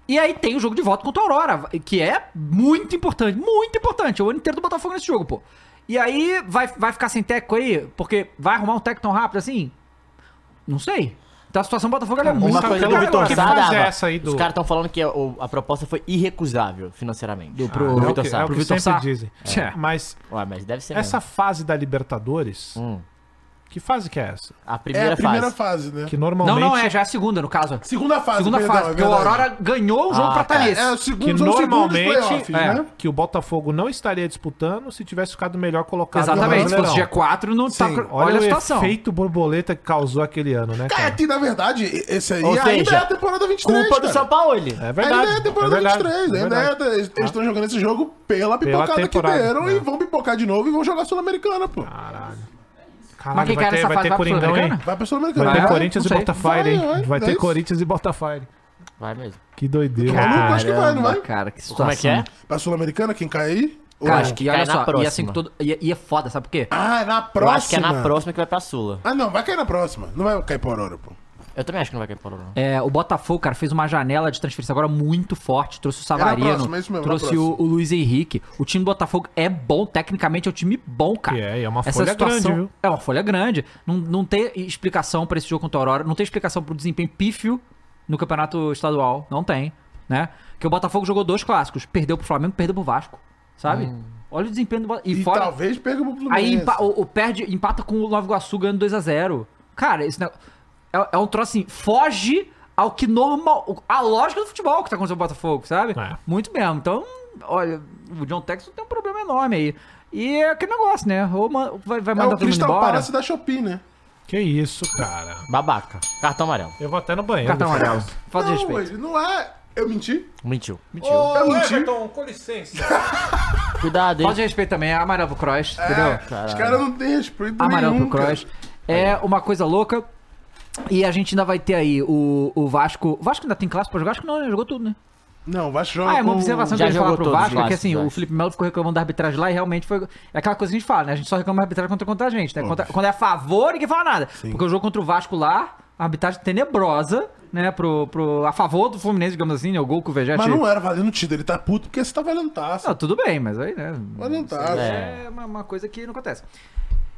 [SPEAKER 7] E aí tem o jogo de volta contra a Aurora, que é muito importante, muito importante. É o ano inteiro do Botafogo nesse jogo, pô. E aí vai, vai ficar sem técnico aí, porque vai arrumar um técnico tão rápido assim? Não sei. Então a situação do Botafogo ela é muito
[SPEAKER 9] Uma coisa que o
[SPEAKER 7] complicada
[SPEAKER 9] Vitor
[SPEAKER 7] agora.
[SPEAKER 9] Sara.
[SPEAKER 3] Sá- fase é
[SPEAKER 9] dava.
[SPEAKER 3] essa aí do-
[SPEAKER 9] Os caras estão falando que a, o- a proposta foi irrecusável financeiramente. Do,
[SPEAKER 3] Ah, é o
[SPEAKER 9] Vitor
[SPEAKER 3] que,
[SPEAKER 9] Sá.
[SPEAKER 3] é o que
[SPEAKER 7] Vitor
[SPEAKER 3] sempre
[SPEAKER 7] Sá.
[SPEAKER 3] dizem.
[SPEAKER 7] É.
[SPEAKER 3] Mas
[SPEAKER 9] Ué, mas deve ser.
[SPEAKER 3] essa fase da Libertadores,
[SPEAKER 9] mesmo. Hum.
[SPEAKER 3] Que fase que é essa?
[SPEAKER 9] A
[SPEAKER 8] primeira É a primeira fase. né?
[SPEAKER 3] Que normalmente...
[SPEAKER 7] Não, não, é já é a segunda, no caso.
[SPEAKER 8] Segunda fase,
[SPEAKER 7] Segunda
[SPEAKER 8] perdão,
[SPEAKER 7] fase,
[SPEAKER 8] é
[SPEAKER 7] porque o
[SPEAKER 8] verdade. É,
[SPEAKER 7] Aurora ganhou o jogo
[SPEAKER 3] Ah,
[SPEAKER 7] pra
[SPEAKER 3] tá.
[SPEAKER 7] estar nesse.
[SPEAKER 3] que normalmente é,
[SPEAKER 7] né?
[SPEAKER 3] que o Botafogo não estaria disputando se tivesse ficado melhor colocado. no
[SPEAKER 7] Exatamente, se fosse
[SPEAKER 3] Brasileirão.
[SPEAKER 7] dia 4, não tá...
[SPEAKER 3] Olha,
[SPEAKER 7] Olha a
[SPEAKER 3] o
[SPEAKER 7] situação.
[SPEAKER 3] efeito borboleta que causou aquele ano, né?
[SPEAKER 8] É,
[SPEAKER 3] Cara?
[SPEAKER 8] que na verdade, e- esse aí
[SPEAKER 3] Ou
[SPEAKER 8] ainda
[SPEAKER 3] seja,
[SPEAKER 8] é a temporada 23.
[SPEAKER 3] culpa do
[SPEAKER 8] cara.
[SPEAKER 3] São Paulo. É verdade,
[SPEAKER 8] Ainda é a temporada
[SPEAKER 3] é verdade,
[SPEAKER 8] 23.
[SPEAKER 3] é
[SPEAKER 8] ainda é-
[SPEAKER 3] verdade.
[SPEAKER 8] eles eles estão jogando esse jogo pela
[SPEAKER 3] Pela
[SPEAKER 8] pipocada que
[SPEAKER 3] temporada,
[SPEAKER 8] deram
[SPEAKER 3] né?
[SPEAKER 8] e vão pipocar de novo e vão jogar Sul-Americana, pô.
[SPEAKER 3] Ah.
[SPEAKER 8] Caralho.
[SPEAKER 3] Caralho, vai ter, vai ter Coringão,
[SPEAKER 7] né,
[SPEAKER 3] hein?
[SPEAKER 8] Vai pra Sul-Americana.
[SPEAKER 3] Vai ter
[SPEAKER 8] Vai,
[SPEAKER 3] Corinthians e
[SPEAKER 8] Ah, não sei.
[SPEAKER 3] Botafogo,
[SPEAKER 8] Vai,
[SPEAKER 3] hein?
[SPEAKER 8] vai,
[SPEAKER 3] Vai
[SPEAKER 8] é
[SPEAKER 3] ter
[SPEAKER 8] isso.
[SPEAKER 3] Corinthians e Botafogo.
[SPEAKER 9] Vai mesmo.
[SPEAKER 3] Que doideira.
[SPEAKER 8] Maluco, acho que vai, não vai?
[SPEAKER 7] Cara, que
[SPEAKER 9] Como é que é?
[SPEAKER 8] Pra Sul-Americana, quem cair aí?
[SPEAKER 9] Cara,
[SPEAKER 8] Ou-
[SPEAKER 9] acho que olha só, e assim que todo. E, e é foda, sabe por quê?
[SPEAKER 8] Ah, é na
[SPEAKER 9] Eu acho que é na
[SPEAKER 8] próxima.
[SPEAKER 9] próxima que vai pra Sula.
[SPEAKER 8] Ah, não, vai cair na próxima. Não vai cair por Aurora, pô.
[SPEAKER 9] Eu também acho que não vai cair por não.
[SPEAKER 7] É, o Botafogo, cara, fez uma janela de transferência agora muito forte. Trouxe o
[SPEAKER 9] na
[SPEAKER 7] Savarino,
[SPEAKER 9] próxima, é isso mesmo, na
[SPEAKER 7] trouxe
[SPEAKER 9] próxima.
[SPEAKER 7] o, o Luiz Henrique. O time do Botafogo é bom, tecnicamente é um time bom, cara.
[SPEAKER 3] E é, e é uma folha grande, viu?
[SPEAKER 7] É uma folha grande. Não, não tem explicação pra esse jogo contra o Aurora, não tem explicação pro desempenho pífio no campeonato estadual. Não tem, né? Porque o Botafogo jogou dois clássicos. Perdeu pro Flamengo, perdeu pro Vasco, sabe? Olha o desempenho do Botafogo. E, fora...
[SPEAKER 8] talvez perca pro Fluminense. É
[SPEAKER 7] Aí empa- o, o perde, empata com o Nova Iguaçu ganhando 2x0. Cara, esse negócio. É, é um troço assim, foge ao que normal. o- A lógica do futebol que tá acontecendo com o Botafogo, sabe? Muito mesmo. Então, olha, o John Texton tem um problema enorme aí. E é aquele negócio, né? Ou man- vai, vai
[SPEAKER 8] É
[SPEAKER 7] mandar
[SPEAKER 8] o
[SPEAKER 7] todo mundo
[SPEAKER 8] Crystal
[SPEAKER 7] embora.
[SPEAKER 8] Palace da Shopee, né?
[SPEAKER 3] Que isso, cara.
[SPEAKER 9] Babaca. Cartão amarelo.
[SPEAKER 3] Eu vou até no banheiro.
[SPEAKER 9] Cartão
[SPEAKER 3] depois.
[SPEAKER 9] amarelo. Falta de
[SPEAKER 8] não,
[SPEAKER 9] respeito.
[SPEAKER 8] ele não é... Eu menti?
[SPEAKER 9] Mentiu. Mentiu.
[SPEAKER 8] Ô, Eu menti.
[SPEAKER 3] Everton, com licença.
[SPEAKER 9] Cuidado, hein?
[SPEAKER 7] Falta de respeito também. É amarelo pro Cross, entendeu?
[SPEAKER 8] Os caras não têm respeito
[SPEAKER 7] Amarelo
[SPEAKER 8] nenhum,
[SPEAKER 7] Ah, pro Cross. É uma coisa louca. E a gente ainda vai ter aí o, o Vasco. O Vasco ainda tem clássico pra jogar? Acho que não, né? Jogou tudo, né?
[SPEAKER 8] Não, o Vasco joga
[SPEAKER 7] Ah, é uma
[SPEAKER 8] com-
[SPEAKER 7] observação que eu ia falar pro Vasco, é que assim, o Felipe Melo ficou reclamando da arbitragem lá e realmente foi. É aquela coisa que a gente fala, né? A gente só reclama da arbitragem contra, contra a gente, né? Contra- quando é a favor, ninguém fala nada. Porque o jogo contra o Vasco lá, a arbitragem tenebrosa, né? Pro, pro, a favor do Fluminense, digamos assim, né? O gol que o Vegete.
[SPEAKER 8] Mas não era valendo título, ele tá puto porque você tá valendo taça.
[SPEAKER 7] Não, tudo bem, mas aí, né?
[SPEAKER 8] Valendo taça.
[SPEAKER 7] É uma, uma coisa que não acontece.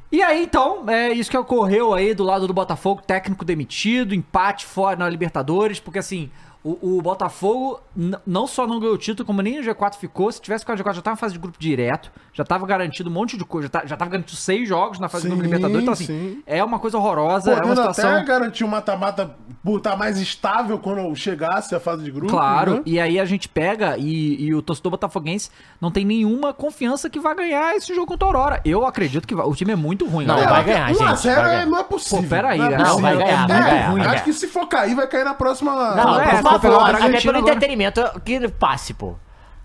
[SPEAKER 7] E aí, então, é isso que ocorreu aí do lado do Botafogo, técnico demitido, empate fora na Libertadores, porque assim, o, o Botafogo n- não só não ganhou o título, como nem o G4 ficou. Se tivesse ficado no G4, já tava na fase de grupo direto, já tava garantido um monte de coisa, já, tá- já tava garantido seis jogos na fase de grupo
[SPEAKER 8] Sim,
[SPEAKER 7] Libertadores. Então, assim,
[SPEAKER 8] sim.
[SPEAKER 7] é uma coisa horrorosa, é uma
[SPEAKER 8] Podendo
[SPEAKER 7] situação.
[SPEAKER 8] até garantir o mata-mata por estar mais estável quando chegasse a fase de grupo.
[SPEAKER 7] Claro,
[SPEAKER 8] né?
[SPEAKER 7] e aí a gente pega e, e o torcedor botafoguense não tem nenhuma confiança que vai ganhar esse jogo contra o Aurora. Eu acredito que vai- o time é muito ruim.
[SPEAKER 9] Não,
[SPEAKER 7] galera.
[SPEAKER 9] vai ganhar, gente,
[SPEAKER 8] 1 a
[SPEAKER 9] vai
[SPEAKER 8] 0 é-
[SPEAKER 9] ganhar.
[SPEAKER 8] não é possível.
[SPEAKER 7] Pô, peraí, né?
[SPEAKER 8] não, é
[SPEAKER 7] não,
[SPEAKER 8] possível.
[SPEAKER 9] vai ganhar, vai
[SPEAKER 8] É,
[SPEAKER 9] ganhar, vai ganhar.
[SPEAKER 8] Acho que se for cair, vai cair na próxima.
[SPEAKER 9] Não,
[SPEAKER 8] é,
[SPEAKER 9] por
[SPEAKER 8] se for pegar o
[SPEAKER 9] favor, até
[SPEAKER 8] Bragantino
[SPEAKER 9] pelo
[SPEAKER 8] agora.
[SPEAKER 9] entretenimento que passe, pô.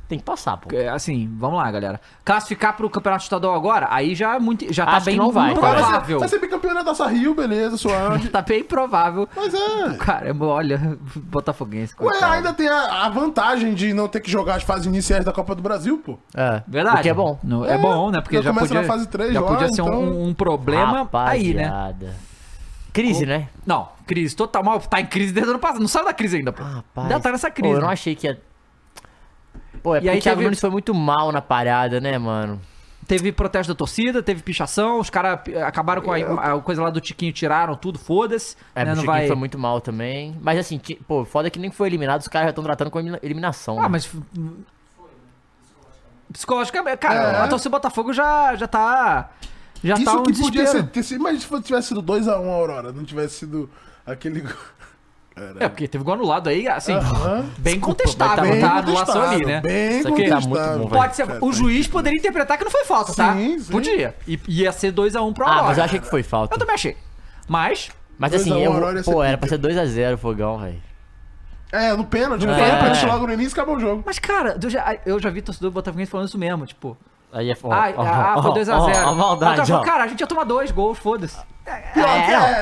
[SPEAKER 9] Tem que passar, pô.
[SPEAKER 7] É, assim, vamos lá, galera. Classificar pro Campeonato Estadual agora, aí já é muito, já tá
[SPEAKER 9] Acho que
[SPEAKER 7] bem
[SPEAKER 9] não vai, cara.
[SPEAKER 7] provável.
[SPEAKER 8] Vai ser bicampeão da Taça Rio, beleza, suave.
[SPEAKER 7] tá bem provável.
[SPEAKER 8] Mas é.
[SPEAKER 7] Caramba, olha, botafoguense.
[SPEAKER 8] Ué,
[SPEAKER 7] coitado.
[SPEAKER 8] ainda tem a, a vantagem de não ter que jogar as fases iniciais da Copa do Brasil, pô.
[SPEAKER 9] É,
[SPEAKER 7] Verdade.
[SPEAKER 9] O que é bom.
[SPEAKER 7] Não, é, bom, né? Porque já,
[SPEAKER 8] começa
[SPEAKER 7] podia,
[SPEAKER 8] na fase 3
[SPEAKER 7] já
[SPEAKER 8] lá,
[SPEAKER 7] podia ser um-
[SPEAKER 8] então-
[SPEAKER 7] um, um problema aí, né?
[SPEAKER 9] Rapaziada. Crise, né?
[SPEAKER 7] Não, crise total. Mal, tá em crise desde o ano passado. Não saiu da crise ainda, pô. ainda tá nessa crise.
[SPEAKER 9] Pô, eu não achei que ia... Pô, é
[SPEAKER 7] E
[SPEAKER 9] porque
[SPEAKER 7] aí
[SPEAKER 9] o Thiago
[SPEAKER 7] teve-
[SPEAKER 9] Nunes foi muito mal na parada, né, mano?
[SPEAKER 7] Teve protesto da torcida, teve pichação, os caras eh, acabaram
[SPEAKER 8] É,
[SPEAKER 7] com a, a coisa lá do Tiquinho, tiraram tudo, foda-se.
[SPEAKER 9] É,
[SPEAKER 7] né,
[SPEAKER 9] o
[SPEAKER 7] não
[SPEAKER 9] Chiquinho
[SPEAKER 7] vai...
[SPEAKER 9] foi muito mal também. Mas assim, ti- pô, foda que nem foi eliminado, os caras já estão tratando com elimina- eliminação.
[SPEAKER 7] Ah, mas. Psicologicamente, é, cara, a torcida do Botafogo já, já tá. Já
[SPEAKER 8] É. Isso
[SPEAKER 7] tá um
[SPEAKER 8] que podia
[SPEAKER 7] desespero.
[SPEAKER 8] ser. ter sido- Mas se tivesse sido 2x1 a Aurora, não tivesse sido aquele. gol-
[SPEAKER 7] É, porque teve gol anulado aí, assim,
[SPEAKER 8] Aham.
[SPEAKER 7] bem
[SPEAKER 8] Desculpa, mas tá
[SPEAKER 7] contestável, tá?
[SPEAKER 8] bem
[SPEAKER 7] A anulação ali, né?
[SPEAKER 8] contestável, bem
[SPEAKER 7] Só que
[SPEAKER 8] contestável. Tá muito bom,
[SPEAKER 7] pode ser,
[SPEAKER 8] velho.
[SPEAKER 7] o juiz poderia interpretar que não foi falta, tá?
[SPEAKER 8] Sim, sim.
[SPEAKER 7] Podia. E ia ser 2x1 pro Aurora.
[SPEAKER 9] Ah, mas eu achei que foi falta.
[SPEAKER 7] Eu também achei. Mas.
[SPEAKER 9] Mas
[SPEAKER 8] Dois a
[SPEAKER 9] assim,
[SPEAKER 8] um,
[SPEAKER 9] eu,
[SPEAKER 8] Aurora ia ser
[SPEAKER 9] pô, era pra ser 2x0 o fogão, velho.
[SPEAKER 8] É, no pênalti,
[SPEAKER 9] É.
[SPEAKER 8] no pênalti logo no início acabou o jogo.
[SPEAKER 7] Mas, cara, eu já, eu já vi torcedor do Botafoguense falando isso mesmo, tipo.
[SPEAKER 9] Aí é foda.
[SPEAKER 7] ah, ah, foi 2x0.
[SPEAKER 9] A maldade, ó.
[SPEAKER 7] cara, a gente ia tomar dois gols, foda-se.
[SPEAKER 9] É,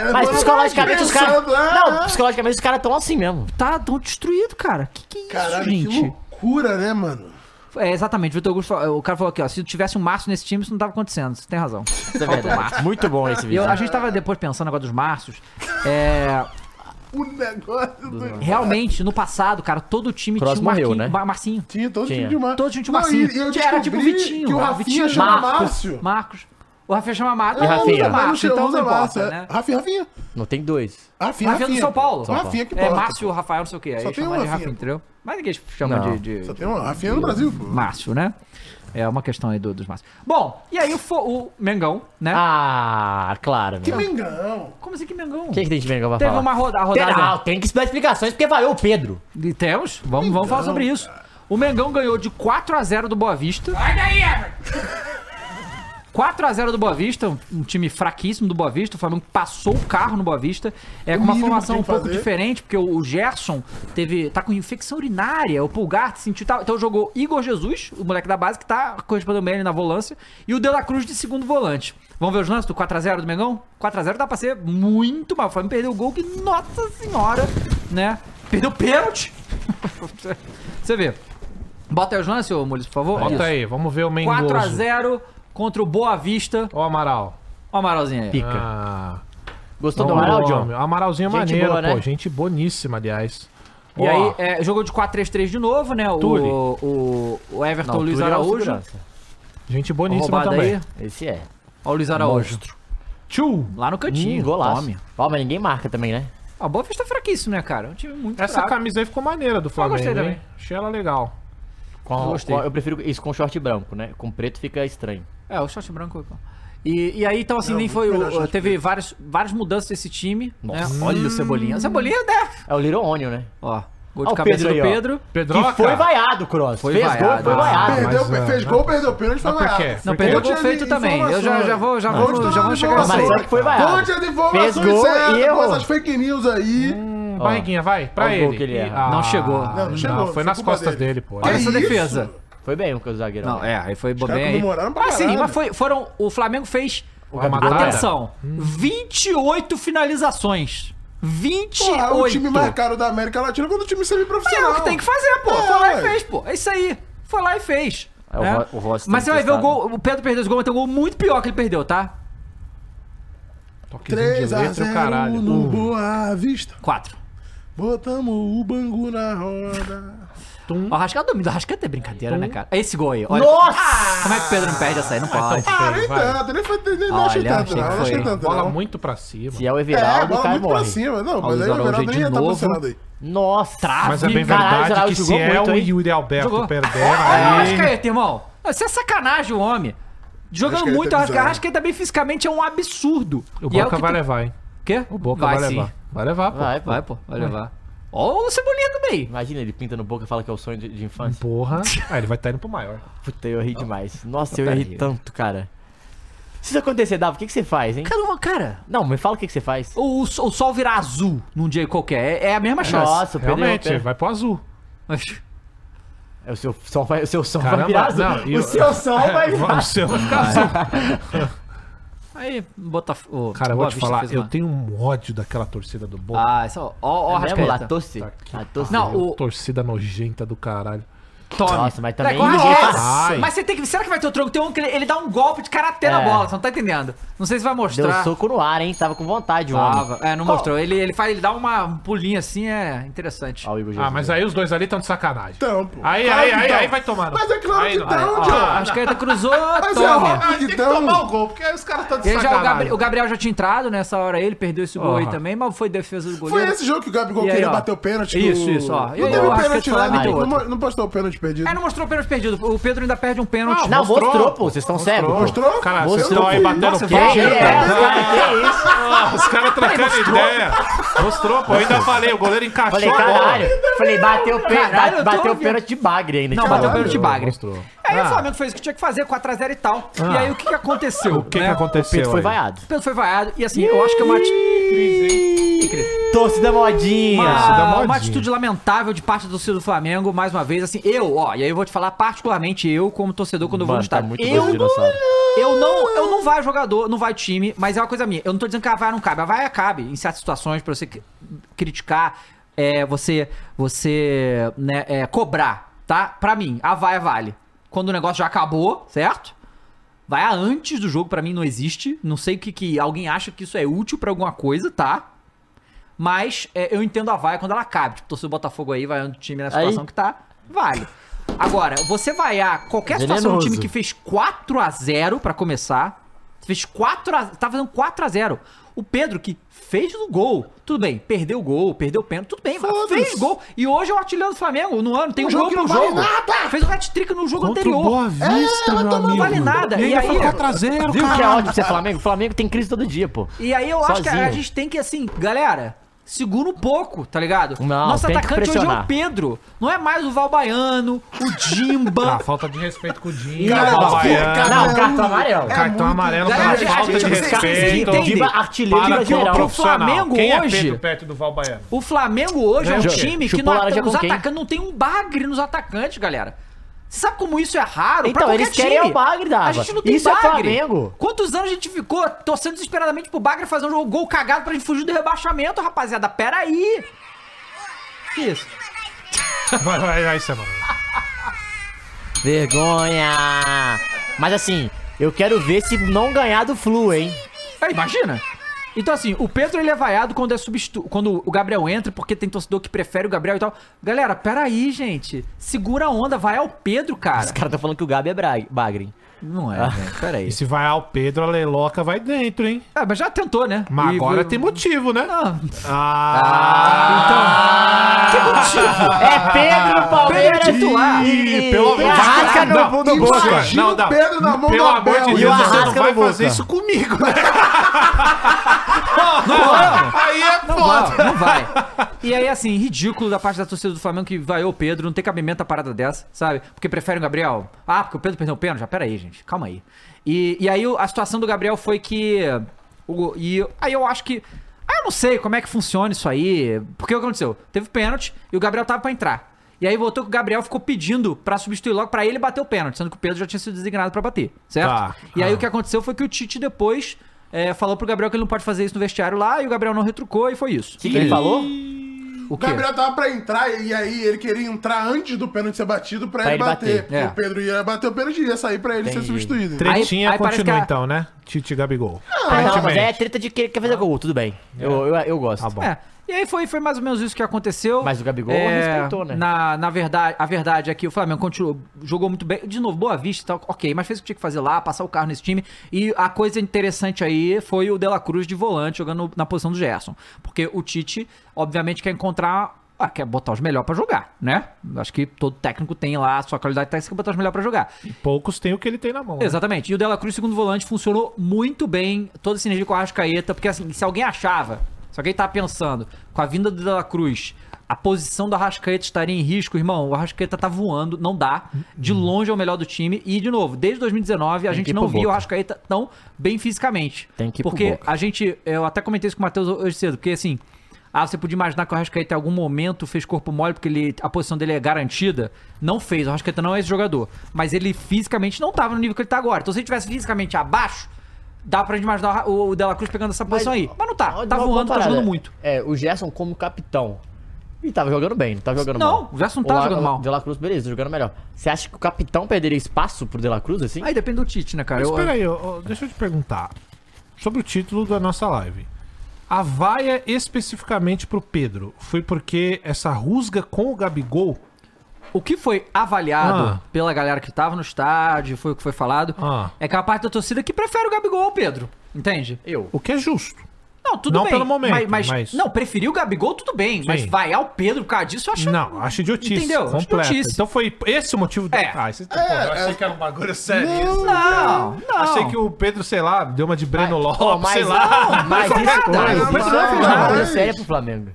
[SPEAKER 9] não, mas psicologicamente os caras.
[SPEAKER 8] ah.
[SPEAKER 9] Não, psicologicamente os caras estão assim mesmo.
[SPEAKER 7] Tá, tão destruído, cara. Que que é isso,
[SPEAKER 8] Caralho,
[SPEAKER 7] gente?
[SPEAKER 8] que loucura, né, mano?
[SPEAKER 7] É, exatamente, Vitor Augusto, falou- o cara falou aqui, ó, se tivesse um Márcio nesse time, isso não tava acontecendo, você tem razão.
[SPEAKER 9] Isso é
[SPEAKER 7] um
[SPEAKER 9] verdade. Muito bom esse
[SPEAKER 7] E
[SPEAKER 9] vídeo.
[SPEAKER 7] eu- a gente tava depois pensando agora dos Márcios, é,
[SPEAKER 8] O negócio do.
[SPEAKER 7] realmente, no passado, cara, todo time
[SPEAKER 9] Cross
[SPEAKER 7] tinha um
[SPEAKER 9] morreu,
[SPEAKER 7] Marquinho-
[SPEAKER 9] né?
[SPEAKER 7] Mar- Marcinho.
[SPEAKER 8] Tinha todo
[SPEAKER 9] Tinha.
[SPEAKER 8] time de Mar...
[SPEAKER 7] Todo time tinha um
[SPEAKER 8] Não,
[SPEAKER 7] Marcinho.
[SPEAKER 8] e- e eu
[SPEAKER 7] Tinha- era tipo
[SPEAKER 8] descobri
[SPEAKER 7] Vitinho.
[SPEAKER 8] que o
[SPEAKER 7] cara,
[SPEAKER 8] Rafinha
[SPEAKER 7] Vitinho,
[SPEAKER 8] chama
[SPEAKER 7] Marcos,
[SPEAKER 8] Márcio.
[SPEAKER 7] Marcos. O Rafinha chama Matos.
[SPEAKER 9] E Rafinha?
[SPEAKER 7] Usa
[SPEAKER 9] Mas não
[SPEAKER 7] Márcio,
[SPEAKER 9] chama-
[SPEAKER 7] então não
[SPEAKER 9] usa Márcio,
[SPEAKER 7] importa,
[SPEAKER 9] é.
[SPEAKER 7] né?
[SPEAKER 8] Rafinha, Rafinha.
[SPEAKER 9] Não tem dois.
[SPEAKER 7] Rafinha, do São Paulo.
[SPEAKER 9] São Paulo.
[SPEAKER 7] É Márcio, Rafael, não sei o que. Aí
[SPEAKER 8] Só tem
[SPEAKER 7] chama
[SPEAKER 8] um
[SPEAKER 7] de
[SPEAKER 8] Rafinha.
[SPEAKER 7] Rafinha, entendeu? Mas ninguém chama
[SPEAKER 9] Não.
[SPEAKER 7] de, de.
[SPEAKER 8] Só tem um Rafinha no Brasil, pô.
[SPEAKER 7] Márcio, né? É uma questão aí do, dos Márcios. Bom, e aí o, fo- o Mengão, né?
[SPEAKER 9] Ah, claro. né?
[SPEAKER 8] Mengão?
[SPEAKER 7] Como assim que Mengão?
[SPEAKER 9] O que, é que tem de Mengão pra
[SPEAKER 7] Teve
[SPEAKER 9] falar?
[SPEAKER 7] uma roda- a rodada-
[SPEAKER 9] Tem, não, tem que dar explicações porque vaiou o Pedro.
[SPEAKER 7] E temos, vamos, vamos falar sobre isso. O Mengão ganhou de 4x0 do Boa Vista. Sai daí, 4x0 do Boa Vista, um- um time fraquíssimo do Boa Vista. O Flamengo passou o carro no Boa Vista. É com uma
[SPEAKER 8] mínimo
[SPEAKER 7] formação
[SPEAKER 8] que tem
[SPEAKER 7] um
[SPEAKER 8] que
[SPEAKER 7] pouco
[SPEAKER 8] fazer.
[SPEAKER 7] diferente, porque o o Gerson teve, tá com infecção urinária. O Pulgar sentiu. tá- então jogou Igor Jesus, o moleque da base, que tá correspondendo bem ali na volância, e o De La Cruz de segundo volante. Vamos ver os lances do 4x0 do Mengão? 4x0 dá pra ser muito mal. O Flamengo perdeu o gol que, nossa senhora, né? Perdeu o pênalti. Você vê. Bota aí os lances, ô Mules, por favor.
[SPEAKER 3] Bota
[SPEAKER 7] Isso.
[SPEAKER 3] aí, vamos ver o Mengoso.
[SPEAKER 7] 4x0 contra o Boa Vista.
[SPEAKER 3] Ó, o Amaral. Ah,
[SPEAKER 7] Ó, o Amaralzinho aí.
[SPEAKER 3] Pica.
[SPEAKER 9] Gostou
[SPEAKER 3] Não,
[SPEAKER 9] do Amaral,
[SPEAKER 3] não,
[SPEAKER 9] John?
[SPEAKER 3] meu, Amaralzinho é
[SPEAKER 9] Gente
[SPEAKER 3] maneiro,
[SPEAKER 9] boa, né?
[SPEAKER 3] pô. Gente boníssima, aliás.
[SPEAKER 7] E aí, é, jogou de 4-3-3 de novo, né? O,
[SPEAKER 3] Tule.
[SPEAKER 7] o, o Everton
[SPEAKER 3] Não, o
[SPEAKER 9] é
[SPEAKER 7] Luiz
[SPEAKER 3] Tule era o
[SPEAKER 7] Araújo.
[SPEAKER 3] segurança. gente boníssima
[SPEAKER 7] Roubada
[SPEAKER 3] também.
[SPEAKER 7] aí.
[SPEAKER 9] Esse é.
[SPEAKER 7] Ó, o Luiz Araújo.
[SPEAKER 3] Tchu!
[SPEAKER 7] Lá no cantinho.
[SPEAKER 9] Hum, golaço.
[SPEAKER 7] Tome.
[SPEAKER 9] Ó, mas ninguém marca também, né?
[SPEAKER 7] Ó, o Boa Vista é fraquíssimo, né, cara? É um time muito
[SPEAKER 3] Essa
[SPEAKER 7] fraco.
[SPEAKER 3] camisa aí ficou maneira do Flamengo,
[SPEAKER 7] gostei também.
[SPEAKER 3] hein? Achei ela legal.
[SPEAKER 9] Com,
[SPEAKER 7] Eu
[SPEAKER 9] eu,
[SPEAKER 7] gostei.
[SPEAKER 9] com, eu prefiro isso com short branco, né? Com preto fica estranho.
[SPEAKER 7] É, o short branco. pô. E, e aí, então, assim,
[SPEAKER 9] Não,
[SPEAKER 7] nem
[SPEAKER 9] muito
[SPEAKER 7] foi. o-
[SPEAKER 9] É, melhor short
[SPEAKER 7] teve várias, várias mudanças desse time. né?
[SPEAKER 9] Nossa.
[SPEAKER 7] Olha o Cebolinha. O Cebolinha, né?
[SPEAKER 9] É o Little Onion, né?
[SPEAKER 7] Ó,
[SPEAKER 9] Ó
[SPEAKER 7] gol de
[SPEAKER 9] o
[SPEAKER 7] cabeça
[SPEAKER 9] Pedro aí,
[SPEAKER 7] do
[SPEAKER 9] ó.
[SPEAKER 7] Pedro.
[SPEAKER 9] Pedroca. Que foi vaiado, Cross.
[SPEAKER 7] Foi
[SPEAKER 9] Fez
[SPEAKER 7] É vaiado.
[SPEAKER 9] gol, foi vaiado.
[SPEAKER 8] Perdeu,
[SPEAKER 9] Mas,
[SPEAKER 8] fez
[SPEAKER 9] ah,
[SPEAKER 8] gol, perdeu pênalti, foi
[SPEAKER 9] mas por
[SPEAKER 8] vaiado.
[SPEAKER 9] quê?
[SPEAKER 7] Não, perdeu
[SPEAKER 8] Fonte
[SPEAKER 7] gol
[SPEAKER 8] de
[SPEAKER 7] feito também. Eu já, já vou, já
[SPEAKER 8] Fonte
[SPEAKER 9] tá
[SPEAKER 7] vou,
[SPEAKER 8] de
[SPEAKER 7] já vamos chegar nessa
[SPEAKER 8] informação.
[SPEAKER 7] aí.
[SPEAKER 8] Fonte de informações
[SPEAKER 7] Fez gol
[SPEAKER 8] certas,
[SPEAKER 7] e errou. Hum,
[SPEAKER 8] com essas fake news aí.
[SPEAKER 3] Ó. Hum, barriguinha, vai, pra Olha o gol ele. que ele erra.
[SPEAKER 7] Não chegou.
[SPEAKER 8] Não, não chegou.
[SPEAKER 3] foi nas
[SPEAKER 8] culpa
[SPEAKER 3] costas dele, pô.
[SPEAKER 7] Olha
[SPEAKER 3] Que
[SPEAKER 7] essa
[SPEAKER 3] isso?
[SPEAKER 7] defesa.
[SPEAKER 9] Foi bem o que o zagueiro.
[SPEAKER 7] Não, é, aí foi bem
[SPEAKER 8] Então, caras
[SPEAKER 7] aí.
[SPEAKER 8] comemoraram pra
[SPEAKER 7] Ah, sim,
[SPEAKER 8] caralho.
[SPEAKER 7] mas foi, foram. O Flamengo fez.
[SPEAKER 3] Gabigol.
[SPEAKER 7] Atenção! 28 finalizações. 28.
[SPEAKER 8] Porra, é o time mais caro da América Latina quando o time semiprofissional.
[SPEAKER 7] É o que tem que fazer, pô.
[SPEAKER 8] É,
[SPEAKER 7] Foi lá e
[SPEAKER 8] ué.
[SPEAKER 7] fez, pô. É isso aí. Foi lá e fez.
[SPEAKER 9] É, o
[SPEAKER 7] né?
[SPEAKER 9] Ro- o Rossi
[SPEAKER 7] Mas você
[SPEAKER 9] tem
[SPEAKER 7] vai ver o
[SPEAKER 9] testado.
[SPEAKER 7] gol. O Pedro perdeu esse gol, mas tem um gol muito pior que ele perdeu, tá?
[SPEAKER 3] Toquezinho de
[SPEAKER 8] 3 a
[SPEAKER 3] letra, o
[SPEAKER 8] 0
[SPEAKER 3] caralho.
[SPEAKER 8] no
[SPEAKER 3] Hum.
[SPEAKER 8] Boa Vista.
[SPEAKER 7] 4.
[SPEAKER 8] Botamos o Bangu na roda.
[SPEAKER 7] O Arrascaeta domina. O Arrascaeta é brincadeira,
[SPEAKER 8] Tum.
[SPEAKER 7] né, cara? É esse gol aí. Olha.
[SPEAKER 8] Nossa!
[SPEAKER 7] Como é que o Pedro não perde essa aí? Não
[SPEAKER 9] Então,
[SPEAKER 7] pode.
[SPEAKER 8] Ah, nem tanto, nem foi nem não achei
[SPEAKER 7] Olha,
[SPEAKER 8] tanto,
[SPEAKER 7] achei
[SPEAKER 8] não.
[SPEAKER 7] que
[SPEAKER 8] não
[SPEAKER 7] foi.
[SPEAKER 8] Achei tanto,
[SPEAKER 3] Bola
[SPEAKER 8] não.
[SPEAKER 3] muito pra cima.
[SPEAKER 9] Se é o Everaldo,
[SPEAKER 8] É,
[SPEAKER 9] o
[SPEAKER 8] bola
[SPEAKER 9] cara
[SPEAKER 8] muito pra
[SPEAKER 9] morre.
[SPEAKER 8] cima. Não,
[SPEAKER 9] Ó,
[SPEAKER 8] mas
[SPEAKER 9] o
[SPEAKER 8] aí o
[SPEAKER 9] Araújo
[SPEAKER 8] Everaldo
[SPEAKER 9] de
[SPEAKER 8] nem ia estar
[SPEAKER 9] novo.
[SPEAKER 8] posicionado aí.
[SPEAKER 9] Nossa,
[SPEAKER 3] Mas é bem
[SPEAKER 9] caralho,
[SPEAKER 3] verdade
[SPEAKER 9] Araújo
[SPEAKER 3] que se
[SPEAKER 9] jogou
[SPEAKER 3] é
[SPEAKER 9] muito,
[SPEAKER 3] o
[SPEAKER 9] hein?
[SPEAKER 3] Yuri Alberto
[SPEAKER 7] Jogou.
[SPEAKER 3] perder,
[SPEAKER 7] Olha o
[SPEAKER 3] aí...
[SPEAKER 7] Arrascaeta, irmão. Isso é sacanagem, o homem. Jogando
[SPEAKER 3] Arrascaeta
[SPEAKER 7] muito,
[SPEAKER 3] é
[SPEAKER 7] o
[SPEAKER 3] bizarro.
[SPEAKER 7] Arrascaeta também fisicamente é um absurdo.
[SPEAKER 3] O
[SPEAKER 7] E é
[SPEAKER 3] Boca
[SPEAKER 7] que
[SPEAKER 3] vai
[SPEAKER 7] tem-
[SPEAKER 3] levar, hein?
[SPEAKER 7] Quê?
[SPEAKER 3] O Boca
[SPEAKER 7] Vai
[SPEAKER 3] vai,
[SPEAKER 7] sim.
[SPEAKER 3] levar. Vai levar, pô.
[SPEAKER 9] Vai, pô.
[SPEAKER 7] Vai, pô, vai levar. Ó o Cebolinha também.
[SPEAKER 9] Imagina, ele pinta no boca e fala que é o sonho de, de infância.
[SPEAKER 3] Porra. Ah, ele vai estar indo pro maior.
[SPEAKER 9] Puta, eu ri demais. Nossa, eu
[SPEAKER 3] Pera
[SPEAKER 9] ri
[SPEAKER 3] aí.
[SPEAKER 9] tanto, cara. Se isso acontecer, Dava, o que, que você faz, hein?
[SPEAKER 7] Caramba, cara.
[SPEAKER 9] Não, me fala o que, que você faz.
[SPEAKER 7] O, o sol virar azul num dia qualquer. É, é a mesma chance.
[SPEAKER 9] Nossa, o Pedro-
[SPEAKER 3] Realmente,
[SPEAKER 9] Pedro-
[SPEAKER 3] vai pro azul.
[SPEAKER 9] É o seu som vai, o seu som
[SPEAKER 3] Caramba,
[SPEAKER 9] vai virar azul.
[SPEAKER 3] não, e
[SPEAKER 9] o
[SPEAKER 3] o-
[SPEAKER 9] seu som
[SPEAKER 3] É,
[SPEAKER 9] vai virar
[SPEAKER 3] o seu vai ficar
[SPEAKER 7] Aí, Botafogo.
[SPEAKER 3] Cara, eu vou te falar, eu
[SPEAKER 7] tenho.
[SPEAKER 3] tenho um ódio daquela torcida do Boca.
[SPEAKER 7] Ah, isso, ó, ó, ó
[SPEAKER 9] É mesmo?
[SPEAKER 7] Arrascaeta.
[SPEAKER 9] A torce? A torce.
[SPEAKER 7] Não,
[SPEAKER 3] Meu,
[SPEAKER 7] o-
[SPEAKER 3] Torcida nojenta do caralho.
[SPEAKER 7] Tome.
[SPEAKER 9] Nossa, mas
[SPEAKER 7] Não,
[SPEAKER 9] também.
[SPEAKER 7] com o
[SPEAKER 9] ninguém
[SPEAKER 7] Arrascaeta.
[SPEAKER 9] faz.
[SPEAKER 7] Mas você tem que. Será que vai ter o troco? Tem um que ele, ele dá um golpe de karatê na
[SPEAKER 9] É.
[SPEAKER 7] bola, você não tá entendendo. Não sei se vai
[SPEAKER 9] Deu um
[SPEAKER 7] mostrar.
[SPEAKER 9] soco no ar, hein? Tava com vontade, o homem.
[SPEAKER 7] Tava. É, não
[SPEAKER 9] Qual-
[SPEAKER 7] mostrou. Ele, ele faz, ele dá uma pulinha assim, é interessante.
[SPEAKER 3] Ah, mas aí os dois ali estão de sacanagem.
[SPEAKER 8] Então, pô.
[SPEAKER 3] Aí,
[SPEAKER 8] Claro
[SPEAKER 3] aí,
[SPEAKER 8] que
[SPEAKER 3] aí,
[SPEAKER 8] tão.
[SPEAKER 3] aí vai tomar.
[SPEAKER 8] Mas é claro que
[SPEAKER 7] Ó,
[SPEAKER 8] não,
[SPEAKER 7] ó, Ah, a
[SPEAKER 8] John.
[SPEAKER 7] Arrascaeta cruzou,
[SPEAKER 8] Mas é
[SPEAKER 7] toma.
[SPEAKER 8] óbvio
[SPEAKER 3] Tem
[SPEAKER 8] que
[SPEAKER 3] que
[SPEAKER 8] tão.
[SPEAKER 3] tomar o gol, porque aí os caras estão de
[SPEAKER 7] E aí já o,
[SPEAKER 3] sacanagem.
[SPEAKER 7] Gabri- o Gabriel já tinha entrado nessa hora aí, ele perdeu esse gol aí
[SPEAKER 3] Porra.
[SPEAKER 7] também, mas foi defesa do goleiro.
[SPEAKER 8] Foi esse jogo que o Gabigol
[SPEAKER 7] E aí,
[SPEAKER 8] queria
[SPEAKER 7] ó.
[SPEAKER 8] bater o pênalti.
[SPEAKER 7] Isso,
[SPEAKER 8] do-
[SPEAKER 7] isso, ó. E
[SPEAKER 8] Não
[SPEAKER 7] aí,
[SPEAKER 8] teve
[SPEAKER 7] ó,
[SPEAKER 8] pênalti
[SPEAKER 7] Arrascaeta
[SPEAKER 8] lá,
[SPEAKER 7] lá, meteu
[SPEAKER 8] não, mo-
[SPEAKER 7] outro.
[SPEAKER 8] não postou o pênalti perdido.
[SPEAKER 7] É, não mostrou o pênalti perdido. O Pedro ainda perde um pênalti.
[SPEAKER 9] Não, mostrou, pô. Vocês estão sérios?
[SPEAKER 8] Mostrou?
[SPEAKER 3] Cara,
[SPEAKER 9] Mostrou.
[SPEAKER 3] vocês estão aí batendo
[SPEAKER 9] Nossa,
[SPEAKER 3] foto.
[SPEAKER 9] que é, cara, que isso?
[SPEAKER 3] Ah, Os caras trocando ideia. Mostrou, pô. Eu ainda falei, o goleiro encaixou
[SPEAKER 9] Falei,
[SPEAKER 3] a bola.
[SPEAKER 9] caralho. Falei, bateu o pênalti.
[SPEAKER 7] Caralho, eu tô
[SPEAKER 9] Bateu o
[SPEAKER 7] ouvindo.
[SPEAKER 9] pênalti de bagre ainda. tipo,
[SPEAKER 7] Não,
[SPEAKER 9] que
[SPEAKER 7] bateu o
[SPEAKER 9] falou.
[SPEAKER 7] pênalti de bagre.
[SPEAKER 3] Mostrou.
[SPEAKER 7] Aí o
[SPEAKER 3] Ah.
[SPEAKER 7] Flamengo fez o que tinha que fazer, 4x0 e tal. E aí o que, que aconteceu?
[SPEAKER 3] O que,
[SPEAKER 7] né?
[SPEAKER 3] que aconteceu?
[SPEAKER 9] Pedro foi
[SPEAKER 3] aí?
[SPEAKER 9] vaiado.
[SPEAKER 7] O Pedro foi vaiado. E assim, eu acho que é uma, ati-
[SPEAKER 9] Torcida modinha.
[SPEAKER 7] uma- Ah, uma
[SPEAKER 9] modinha.
[SPEAKER 7] atitude lamentável de parte do torcedor do Flamengo, mais uma vez. Assim, eu, ó, e aí eu vou te falar particularmente eu como torcedor quando eu vou no
[SPEAKER 9] Mano, tá
[SPEAKER 7] estádio.
[SPEAKER 9] muito doido,
[SPEAKER 7] eu
[SPEAKER 9] dinossauro.
[SPEAKER 7] Eu não, eu não vai jogador, não vai time, mas é uma coisa minha. Eu não tô dizendo que a vai não cabe. A vai cabe em certas situações pra você cri- criticar, é, você, você, né, é, cobrar, tá? Pra mim, a vai vale. Quando o negócio já acabou, certo? Vai a antes do jogo pra mim não existe. Não sei o que, que alguém acha que isso é útil pra alguma coisa, tá? Mas é, eu entendo a vaia quando ela cabe. Tipo, torcer o Botafogo aí, vai do time na situação
[SPEAKER 9] Aí.
[SPEAKER 7] que tá, vale. Agora, você vaiar qualquer situação de um
[SPEAKER 9] Venenoso.
[SPEAKER 7] time que fez 4 a 0 pra começar, Fez 4 a, tá fazendo 4 a 0 O Pedro, que fez o gol, tudo bem, perdeu o gol, perdeu o pênalti, tudo bem, mas fez gol. E hoje é o artilheiro do Flamengo, no ano, tem
[SPEAKER 8] Um
[SPEAKER 7] um,
[SPEAKER 8] jogo
[SPEAKER 7] jogo
[SPEAKER 8] que
[SPEAKER 7] no
[SPEAKER 8] não vale
[SPEAKER 7] jogo.
[SPEAKER 8] nada!
[SPEAKER 7] Fez um hat-trick no jogo
[SPEAKER 8] Contra o
[SPEAKER 7] anterior.
[SPEAKER 8] Boa Vista,
[SPEAKER 7] mas
[SPEAKER 8] meu
[SPEAKER 7] toma- não
[SPEAKER 8] amigo.
[SPEAKER 7] vale nada.
[SPEAKER 8] E
[SPEAKER 7] E,
[SPEAKER 3] tá
[SPEAKER 8] ainda
[SPEAKER 7] aí,
[SPEAKER 8] foi 4 a 0,
[SPEAKER 9] Viu que é
[SPEAKER 7] caralho.
[SPEAKER 9] ótimo ser Flamengo? O Flamengo tem crise todo dia, pô.
[SPEAKER 7] E aí eu acho que a
[SPEAKER 9] Sozinho.
[SPEAKER 7] gente tem que, assim, galera, segura um pouco, tá ligado?
[SPEAKER 9] Não,
[SPEAKER 7] Nosso
[SPEAKER 9] tem que
[SPEAKER 7] atacante hoje é o
[SPEAKER 9] pressionar.
[SPEAKER 7] Pedro. Não é mais o Valbaiano, o Dimba.
[SPEAKER 3] Ah, falta de respeito com o Dinho. é.
[SPEAKER 7] Cara,
[SPEAKER 3] Não,
[SPEAKER 7] pô,
[SPEAKER 3] Baiano.
[SPEAKER 7] Não, cartão amarelo. É
[SPEAKER 3] cartão
[SPEAKER 7] muito-
[SPEAKER 3] amarelo pela
[SPEAKER 7] Galera, a gente- tipo assim, a
[SPEAKER 3] falta
[SPEAKER 7] gente
[SPEAKER 3] de
[SPEAKER 7] precisa
[SPEAKER 3] respeito.
[SPEAKER 7] entender. Diva
[SPEAKER 9] artilheiro
[SPEAKER 3] para
[SPEAKER 7] de Brasileirão.
[SPEAKER 3] com o profissional.
[SPEAKER 7] O Flamengo
[SPEAKER 3] Quem é
[SPEAKER 7] hoje-
[SPEAKER 3] Pedro perto do Valbaiano?
[SPEAKER 7] O Flamengo hoje é um
[SPEAKER 9] Né,
[SPEAKER 3] Ganhou o quê?
[SPEAKER 7] time que
[SPEAKER 3] Chupou
[SPEAKER 7] não,
[SPEAKER 3] laranja
[SPEAKER 7] os
[SPEAKER 3] com quem?
[SPEAKER 7] atacantes não tem um bagre nos atacantes, galera. Você sabe como isso é raro? pra
[SPEAKER 9] Então,
[SPEAKER 7] qualquer
[SPEAKER 9] eles querem
[SPEAKER 7] time.
[SPEAKER 9] o bagre, Dava.
[SPEAKER 7] A gente não tem
[SPEAKER 9] Isso é
[SPEAKER 7] bagre.
[SPEAKER 9] Flamengo.
[SPEAKER 7] Quantos anos a gente ficou torcendo desesperadamente pro bagre fazer um jogo- gol cagado pra gente fugir do rebaixamento, rapaziada? Pera aí. Que isso?
[SPEAKER 3] Vai, vai, vai, é Samuel.
[SPEAKER 9] Vergonha! Mas assim, eu quero ver se não ganhar do Flu, hein?
[SPEAKER 7] Ah, imagina! Então, assim, o Pedro ele é vaiado quando, é substitu... quando o Gabriel entra, porque tem torcedor que prefere o Gabriel e tal. Galera, peraí, gente. Segura a onda, vai ao Pedro, cara.
[SPEAKER 9] Os caras estão falando que o Gabi é bra- bagre.
[SPEAKER 7] Não
[SPEAKER 9] Ah.
[SPEAKER 7] é, velho. Peraí.
[SPEAKER 3] E se vai ao Pedro, a Leiloca vai dentro, hein?
[SPEAKER 7] Ah, mas já tentou, né?
[SPEAKER 3] Mas
[SPEAKER 7] E-
[SPEAKER 3] agora tem motivo, né? Ah.
[SPEAKER 7] Ah, é então. Que motivo?
[SPEAKER 9] É Pedro no Palmeiras.
[SPEAKER 7] Pedro titular.
[SPEAKER 3] Ih, pelo amor de Deus.
[SPEAKER 9] Arrasca no-
[SPEAKER 3] Não,
[SPEAKER 9] no Boca.
[SPEAKER 3] imagina o
[SPEAKER 9] Não, dá.
[SPEAKER 3] Pedro na mão
[SPEAKER 9] Pelo
[SPEAKER 3] do
[SPEAKER 9] amor
[SPEAKER 3] Abel.
[SPEAKER 9] de
[SPEAKER 3] E
[SPEAKER 9] Deus,
[SPEAKER 3] o
[SPEAKER 9] você não
[SPEAKER 3] Arrasca
[SPEAKER 9] vai
[SPEAKER 3] no Boca.
[SPEAKER 9] fazer isso
[SPEAKER 3] comigo, né?
[SPEAKER 7] Não,
[SPEAKER 3] Aí é
[SPEAKER 7] não
[SPEAKER 3] foda.
[SPEAKER 7] vai, não vai. E aí, assim, ridículo da parte da torcida do Flamengo que vaiou o Pedro, não tem cabimento a parada dessa, sabe? Porque preferem o Gabriel. Ah, porque o Pedro perdeu o pênalti. Já, pera aí, gente, calma aí. E, e aí o- a situação do Gabriel foi que. o- e aí eu acho que. Ah, eu não sei como é que funciona isso aí. Porque o que aconteceu? Teve pênalti e o Gabriel tava pra entrar. E aí voltou que o Gabriel ficou pedindo pra substituir logo pra ele bater o pênalti, sendo que o Pedro já tinha sido designado pra bater, certo?
[SPEAKER 3] Tá.
[SPEAKER 7] E aí o que aconteceu foi que o Tite depois é, falou pro Gabriel que ele não pode fazer isso no vestiário lá, e o Gabriel não retrucou e foi isso. O
[SPEAKER 9] que, que ele falou?
[SPEAKER 7] O
[SPEAKER 8] O
[SPEAKER 7] quê?
[SPEAKER 8] Gabriel tava pra entrar e aí ele queria entrar antes do pênalti ser batido pra,
[SPEAKER 3] Pra
[SPEAKER 8] ele
[SPEAKER 3] ele
[SPEAKER 8] bater.
[SPEAKER 3] bater, é.
[SPEAKER 8] O Pedro ia bater o pênalti e ia sair pra ele ser substituído.
[SPEAKER 3] Tretinha
[SPEAKER 8] parece
[SPEAKER 3] continua
[SPEAKER 8] que a-
[SPEAKER 3] então, né? Tite e Gabigol.
[SPEAKER 9] Ah, não, mas
[SPEAKER 3] Aparentemente.
[SPEAKER 9] é treta de que quer fazer gol, tudo bem. Eu, eu, eu gosto. Tá bom.
[SPEAKER 7] É. E aí foi, foi mais ou menos isso que aconteceu. É,
[SPEAKER 9] Mas o Gabigol respeitou, né?
[SPEAKER 7] Na, na verdade, a verdade é que o Flamengo continuou, jogou muito bem. De novo, Boa Vista e tal, ok, mas fez o que tinha que fazer lá, passar o carro nesse time. E a coisa interessante aí foi o De La Cruz de volante jogando na posição do Gerson. Porque o Tite, obviamente, quer encontrar. ah, quer botar os melhores pra jogar, né? Acho que todo técnico tem lá a sua qualidade técnica, botar os melhores pra jogar.
[SPEAKER 3] Poucos têm o que ele tem na mão. né?
[SPEAKER 7] Exatamente. E o Dela Cruz, segundo volante, funcionou muito bem. Toda a sinergia com a Arrascaeta. Porque, assim, se alguém achava, se alguém tá pensando, com a vinda do Dela Cruz, a posição do Arrascaeta estaria em risco, irmão, o Arrascaeta tá voando, não dá. De longe é o melhor do time. E, de novo, desde 2019,
[SPEAKER 9] Tem
[SPEAKER 7] a
[SPEAKER 9] que
[SPEAKER 7] gente
[SPEAKER 9] ir
[SPEAKER 7] não
[SPEAKER 9] pro
[SPEAKER 7] via o
[SPEAKER 9] Boca.
[SPEAKER 7] Arrascaeta tão bem fisicamente.
[SPEAKER 9] Tem que ir pro
[SPEAKER 7] Porque
[SPEAKER 9] Boca.
[SPEAKER 7] a gente, eu até comentei isso com o Matheus hoje cedo, porque, assim... Ah, você podia imaginar que o Arrascaeta em algum momento fez corpo mole porque ele, a posição dele é garantida. Não fez, o Arrascaeta não é esse jogador. Mas ele fisicamente não tava no nível que ele tá agora. Então se ele tivesse fisicamente abaixo, dá pra gente imaginar o, o Dela Cruz pegando essa posição aí. Mas não tá, tá
[SPEAKER 9] Uma boa
[SPEAKER 7] voando, tá
[SPEAKER 9] parada.
[SPEAKER 7] jogando muito.
[SPEAKER 9] É, o Gerson como capitão. E tava jogando bem, não tava jogando
[SPEAKER 7] Não,
[SPEAKER 9] mal.
[SPEAKER 7] o Gerson não tava
[SPEAKER 9] O-
[SPEAKER 7] jogando
[SPEAKER 9] o
[SPEAKER 7] mal.
[SPEAKER 9] De La Cruz, beleza, tá jogando melhor. Você acha que o capitão perderia espaço pro De La Cruz, assim?
[SPEAKER 7] Aí depende do Tite, né, cara?
[SPEAKER 3] Mas
[SPEAKER 7] Eu-
[SPEAKER 3] peraí, ó, ó, deixa eu te perguntar. Sobre o título da nossa live. A vaia especificamente pro Pedro foi porque essa rusga com o Gabigol.
[SPEAKER 7] O que foi avaliado
[SPEAKER 3] Ah.
[SPEAKER 7] pela galera que tava no estádio, foi o que foi falado,
[SPEAKER 3] Ah.
[SPEAKER 7] é que a parte da torcida que prefere o Gabigol ao Pedro. Entende?
[SPEAKER 9] Eu.
[SPEAKER 3] O que é justo.
[SPEAKER 7] Não, tudo
[SPEAKER 3] Não
[SPEAKER 7] bem.
[SPEAKER 3] pelo momento,
[SPEAKER 7] mas, mas-
[SPEAKER 3] mas-
[SPEAKER 7] Não, preferir o Gabigol, tudo bem. Mas
[SPEAKER 3] Sim.
[SPEAKER 7] vaiar o Pedro por causa disso, eu acho...
[SPEAKER 3] Não, acho idiotice.
[SPEAKER 7] Entendeu?
[SPEAKER 3] Entendeu?
[SPEAKER 7] Acho
[SPEAKER 3] Completo.
[SPEAKER 7] idiotice.
[SPEAKER 3] Então foi esse o motivo do.
[SPEAKER 7] É.
[SPEAKER 3] Ah, esse... Pô, eu achei que era um bagulho sério.
[SPEAKER 7] Não,
[SPEAKER 3] isso,
[SPEAKER 7] não,
[SPEAKER 3] cara. Achei que o Pedro, sei lá, deu uma de Breno
[SPEAKER 9] Ó,
[SPEAKER 3] Lopes,
[SPEAKER 9] mas-
[SPEAKER 3] sei lá.
[SPEAKER 9] Não, mas isso, cara, isso
[SPEAKER 3] Mas
[SPEAKER 9] não é uma
[SPEAKER 3] não,
[SPEAKER 9] coisa
[SPEAKER 3] mas-
[SPEAKER 9] séria pro Flamengo.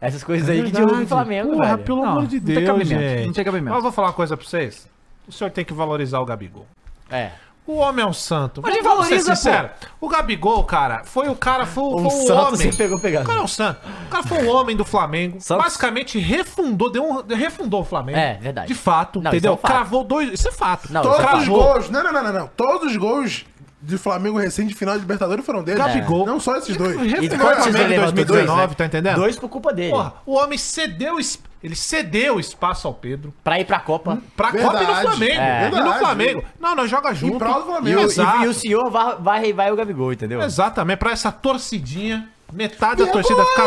[SPEAKER 9] Essas coisas aí que
[SPEAKER 3] Verdade.
[SPEAKER 9] derrubam o Flamengo,
[SPEAKER 3] Porra,
[SPEAKER 9] velho.
[SPEAKER 3] pelo
[SPEAKER 7] Não,
[SPEAKER 3] amor de
[SPEAKER 7] não tem
[SPEAKER 3] Deus,
[SPEAKER 7] cabimento,
[SPEAKER 3] gente.
[SPEAKER 7] não tem cabimento.
[SPEAKER 3] Mas eu vou falar uma coisa pra vocês. O senhor tem que valorizar o Gabigol.
[SPEAKER 9] É.
[SPEAKER 3] O homem é um santo.
[SPEAKER 7] Mas ele
[SPEAKER 3] Vamos ser
[SPEAKER 7] valoriza,
[SPEAKER 3] sincero. O Gabigol, cara, foi o cara, foi, o-
[SPEAKER 9] Um
[SPEAKER 3] foi o
[SPEAKER 9] santo, você
[SPEAKER 3] homem.
[SPEAKER 9] pegou pegado.
[SPEAKER 3] O cara é um santo. O cara foi o homem do Flamengo. Basicamente, refundou, deu um, refundou o Flamengo.
[SPEAKER 9] É, verdade.
[SPEAKER 3] De fato,
[SPEAKER 9] Não,
[SPEAKER 3] entendeu?
[SPEAKER 9] isso é um fato.
[SPEAKER 3] Cravou dois. Isso é fato.
[SPEAKER 9] Não,
[SPEAKER 8] Todos os
[SPEAKER 3] Cravou.
[SPEAKER 8] gols. Não, não, não, não, não. Todos os gols de Flamengo recente de final de Libertadores foram dele.
[SPEAKER 3] Gabigol.
[SPEAKER 8] Não só esses dois.
[SPEAKER 3] E
[SPEAKER 8] Refundou o
[SPEAKER 3] quantos ele
[SPEAKER 8] Flamengo em
[SPEAKER 3] levantou?
[SPEAKER 8] 2019,
[SPEAKER 3] Dois, né?
[SPEAKER 8] tá entendendo?
[SPEAKER 9] Dois por culpa dele.
[SPEAKER 3] Porra, o homem cedeu. es- Ele cedeu espaço ao Pedro.
[SPEAKER 9] Pra ir pra Copa.
[SPEAKER 3] Pra Copa e no Flamengo.
[SPEAKER 9] É.
[SPEAKER 3] E no
[SPEAKER 8] Verdade.
[SPEAKER 3] Flamengo. Não, nós joga junto.
[SPEAKER 8] prol do
[SPEAKER 9] E
[SPEAKER 8] Flamengo.
[SPEAKER 9] o,
[SPEAKER 3] Exato.
[SPEAKER 9] e- e o senhor vai, vai, vai o Gabigol, entendeu?
[SPEAKER 3] Exatamente, é pra essa torcidinha, metade
[SPEAKER 8] E
[SPEAKER 3] da torcida
[SPEAKER 8] agora?
[SPEAKER 3] ficar.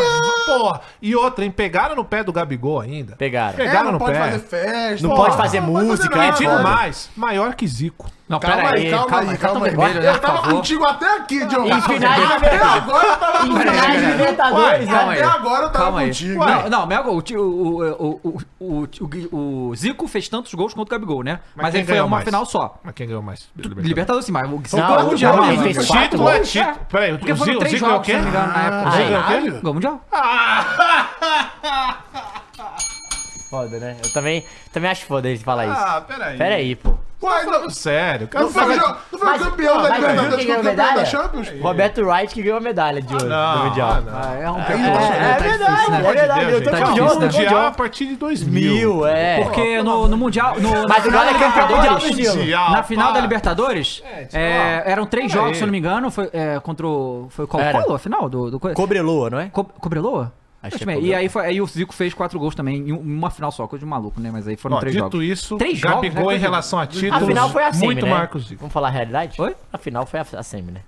[SPEAKER 3] Porra! E outra, hein? Pegaram no pé do Gabigol ainda.
[SPEAKER 9] Pegaram.
[SPEAKER 8] É,
[SPEAKER 3] Pegaram
[SPEAKER 8] não
[SPEAKER 3] no
[SPEAKER 8] pode
[SPEAKER 3] pé.
[SPEAKER 8] fazer festa.
[SPEAKER 9] Não
[SPEAKER 8] porra.
[SPEAKER 9] pode fazer
[SPEAKER 8] Não pode fazer
[SPEAKER 9] música,
[SPEAKER 3] E
[SPEAKER 8] nada.
[SPEAKER 3] digo mais, maior que Zico.
[SPEAKER 7] Não,
[SPEAKER 8] calma aí, calma aí, calma aí. eu tava contigo até aqui, Diogo.
[SPEAKER 7] E finais de
[SPEAKER 8] até
[SPEAKER 7] Libertadores.
[SPEAKER 8] agora eu tava
[SPEAKER 7] E
[SPEAKER 8] contigo.
[SPEAKER 7] finais de
[SPEAKER 8] Ué,
[SPEAKER 7] Libertadores,
[SPEAKER 8] Até
[SPEAKER 7] calma aí.
[SPEAKER 8] agora eu tava
[SPEAKER 7] Calma aí.
[SPEAKER 8] contigo.
[SPEAKER 7] Não, não, Melga, o, ti- o, o, o, o, o Gui- o Zico fez tantos gols quanto o Gabigol, né? Mas,
[SPEAKER 3] quem
[SPEAKER 7] ele foi a
[SPEAKER 3] ganhou
[SPEAKER 7] uma
[SPEAKER 3] mais?
[SPEAKER 7] final só.
[SPEAKER 3] Mas quem ganhou mais?
[SPEAKER 7] Libertadores sim, mas o Zico
[SPEAKER 3] Não,
[SPEAKER 7] ganhou o
[SPEAKER 3] não,
[SPEAKER 7] Mundial.
[SPEAKER 3] não,
[SPEAKER 7] né?
[SPEAKER 3] ele fez
[SPEAKER 7] Título
[SPEAKER 3] quatro
[SPEAKER 7] é
[SPEAKER 3] gols.
[SPEAKER 7] título.
[SPEAKER 3] Peraí, o
[SPEAKER 7] Porque foram
[SPEAKER 3] Zico-
[SPEAKER 7] três
[SPEAKER 3] Zico é o
[SPEAKER 7] jogos,
[SPEAKER 3] quê?
[SPEAKER 7] se não me engano, na época.
[SPEAKER 3] Ah, Zico é o quê?
[SPEAKER 7] Ganhou o Mundial.
[SPEAKER 3] Ah,
[SPEAKER 9] Foda, né? Eu também, também acho foda ele falar isso.
[SPEAKER 8] Ah, peraí.
[SPEAKER 9] Peraí, pô.
[SPEAKER 8] Ué, não,
[SPEAKER 3] Sério,
[SPEAKER 8] cara. Não foi o jo- não foi o campeão da
[SPEAKER 9] quem
[SPEAKER 8] Libertadores,
[SPEAKER 9] ganhou
[SPEAKER 8] foi o campeão da
[SPEAKER 9] medalha?
[SPEAKER 8] Champions, pô.
[SPEAKER 9] Roberto Wright que ganhou a medalha de ouro
[SPEAKER 3] não,
[SPEAKER 9] do Mundial.
[SPEAKER 3] ah, não.
[SPEAKER 9] é
[SPEAKER 7] Tá
[SPEAKER 9] um
[SPEAKER 7] então,
[SPEAKER 3] É,
[SPEAKER 9] campeão.
[SPEAKER 3] é,
[SPEAKER 9] É,
[SPEAKER 3] é
[SPEAKER 9] verdade,
[SPEAKER 3] difícil,
[SPEAKER 9] é
[SPEAKER 3] né?
[SPEAKER 9] verdade.
[SPEAKER 3] Pode
[SPEAKER 9] Eu tô
[SPEAKER 3] Deus,
[SPEAKER 9] com
[SPEAKER 3] gente.
[SPEAKER 9] o João
[SPEAKER 3] Tá difícil, né?
[SPEAKER 9] Mundial.
[SPEAKER 3] a partir de 2000.
[SPEAKER 9] é.
[SPEAKER 7] Porque no, no Mundial. No,
[SPEAKER 9] Mas
[SPEAKER 7] na
[SPEAKER 9] agora
[SPEAKER 7] final
[SPEAKER 9] é
[SPEAKER 7] da
[SPEAKER 9] campeão
[SPEAKER 7] Libertadores,
[SPEAKER 9] mundial, Mundial,
[SPEAKER 7] Na final
[SPEAKER 9] para.
[SPEAKER 7] da Libertadores, é, eram três
[SPEAKER 9] Pera
[SPEAKER 7] jogos,
[SPEAKER 9] aí.
[SPEAKER 7] se eu não me engano. Foi, é, contra o. Foi o Colo
[SPEAKER 9] Era.
[SPEAKER 7] Colo, a final do. do... co-
[SPEAKER 9] Cobreloa, não é?
[SPEAKER 7] Co- Cobreloa?
[SPEAKER 9] Acho que é
[SPEAKER 7] Mas,
[SPEAKER 9] Cobreloa.
[SPEAKER 7] e aí, foi- aí o Zico fez quatro gols também, em um- em uma final só, coisa de maluco, né? Mas aí foram
[SPEAKER 3] Ó,
[SPEAKER 7] três
[SPEAKER 3] dito
[SPEAKER 7] jogos.
[SPEAKER 3] isso,
[SPEAKER 7] três
[SPEAKER 3] Gabigol
[SPEAKER 7] né,
[SPEAKER 3] em
[SPEAKER 7] coisa de-
[SPEAKER 3] relação a títulos,
[SPEAKER 9] Afinal foi a semi,
[SPEAKER 3] muito
[SPEAKER 9] né?
[SPEAKER 3] Marcos Zico.
[SPEAKER 9] Vamos falar a realidade? Oi? Afinal foi a, a semi, né?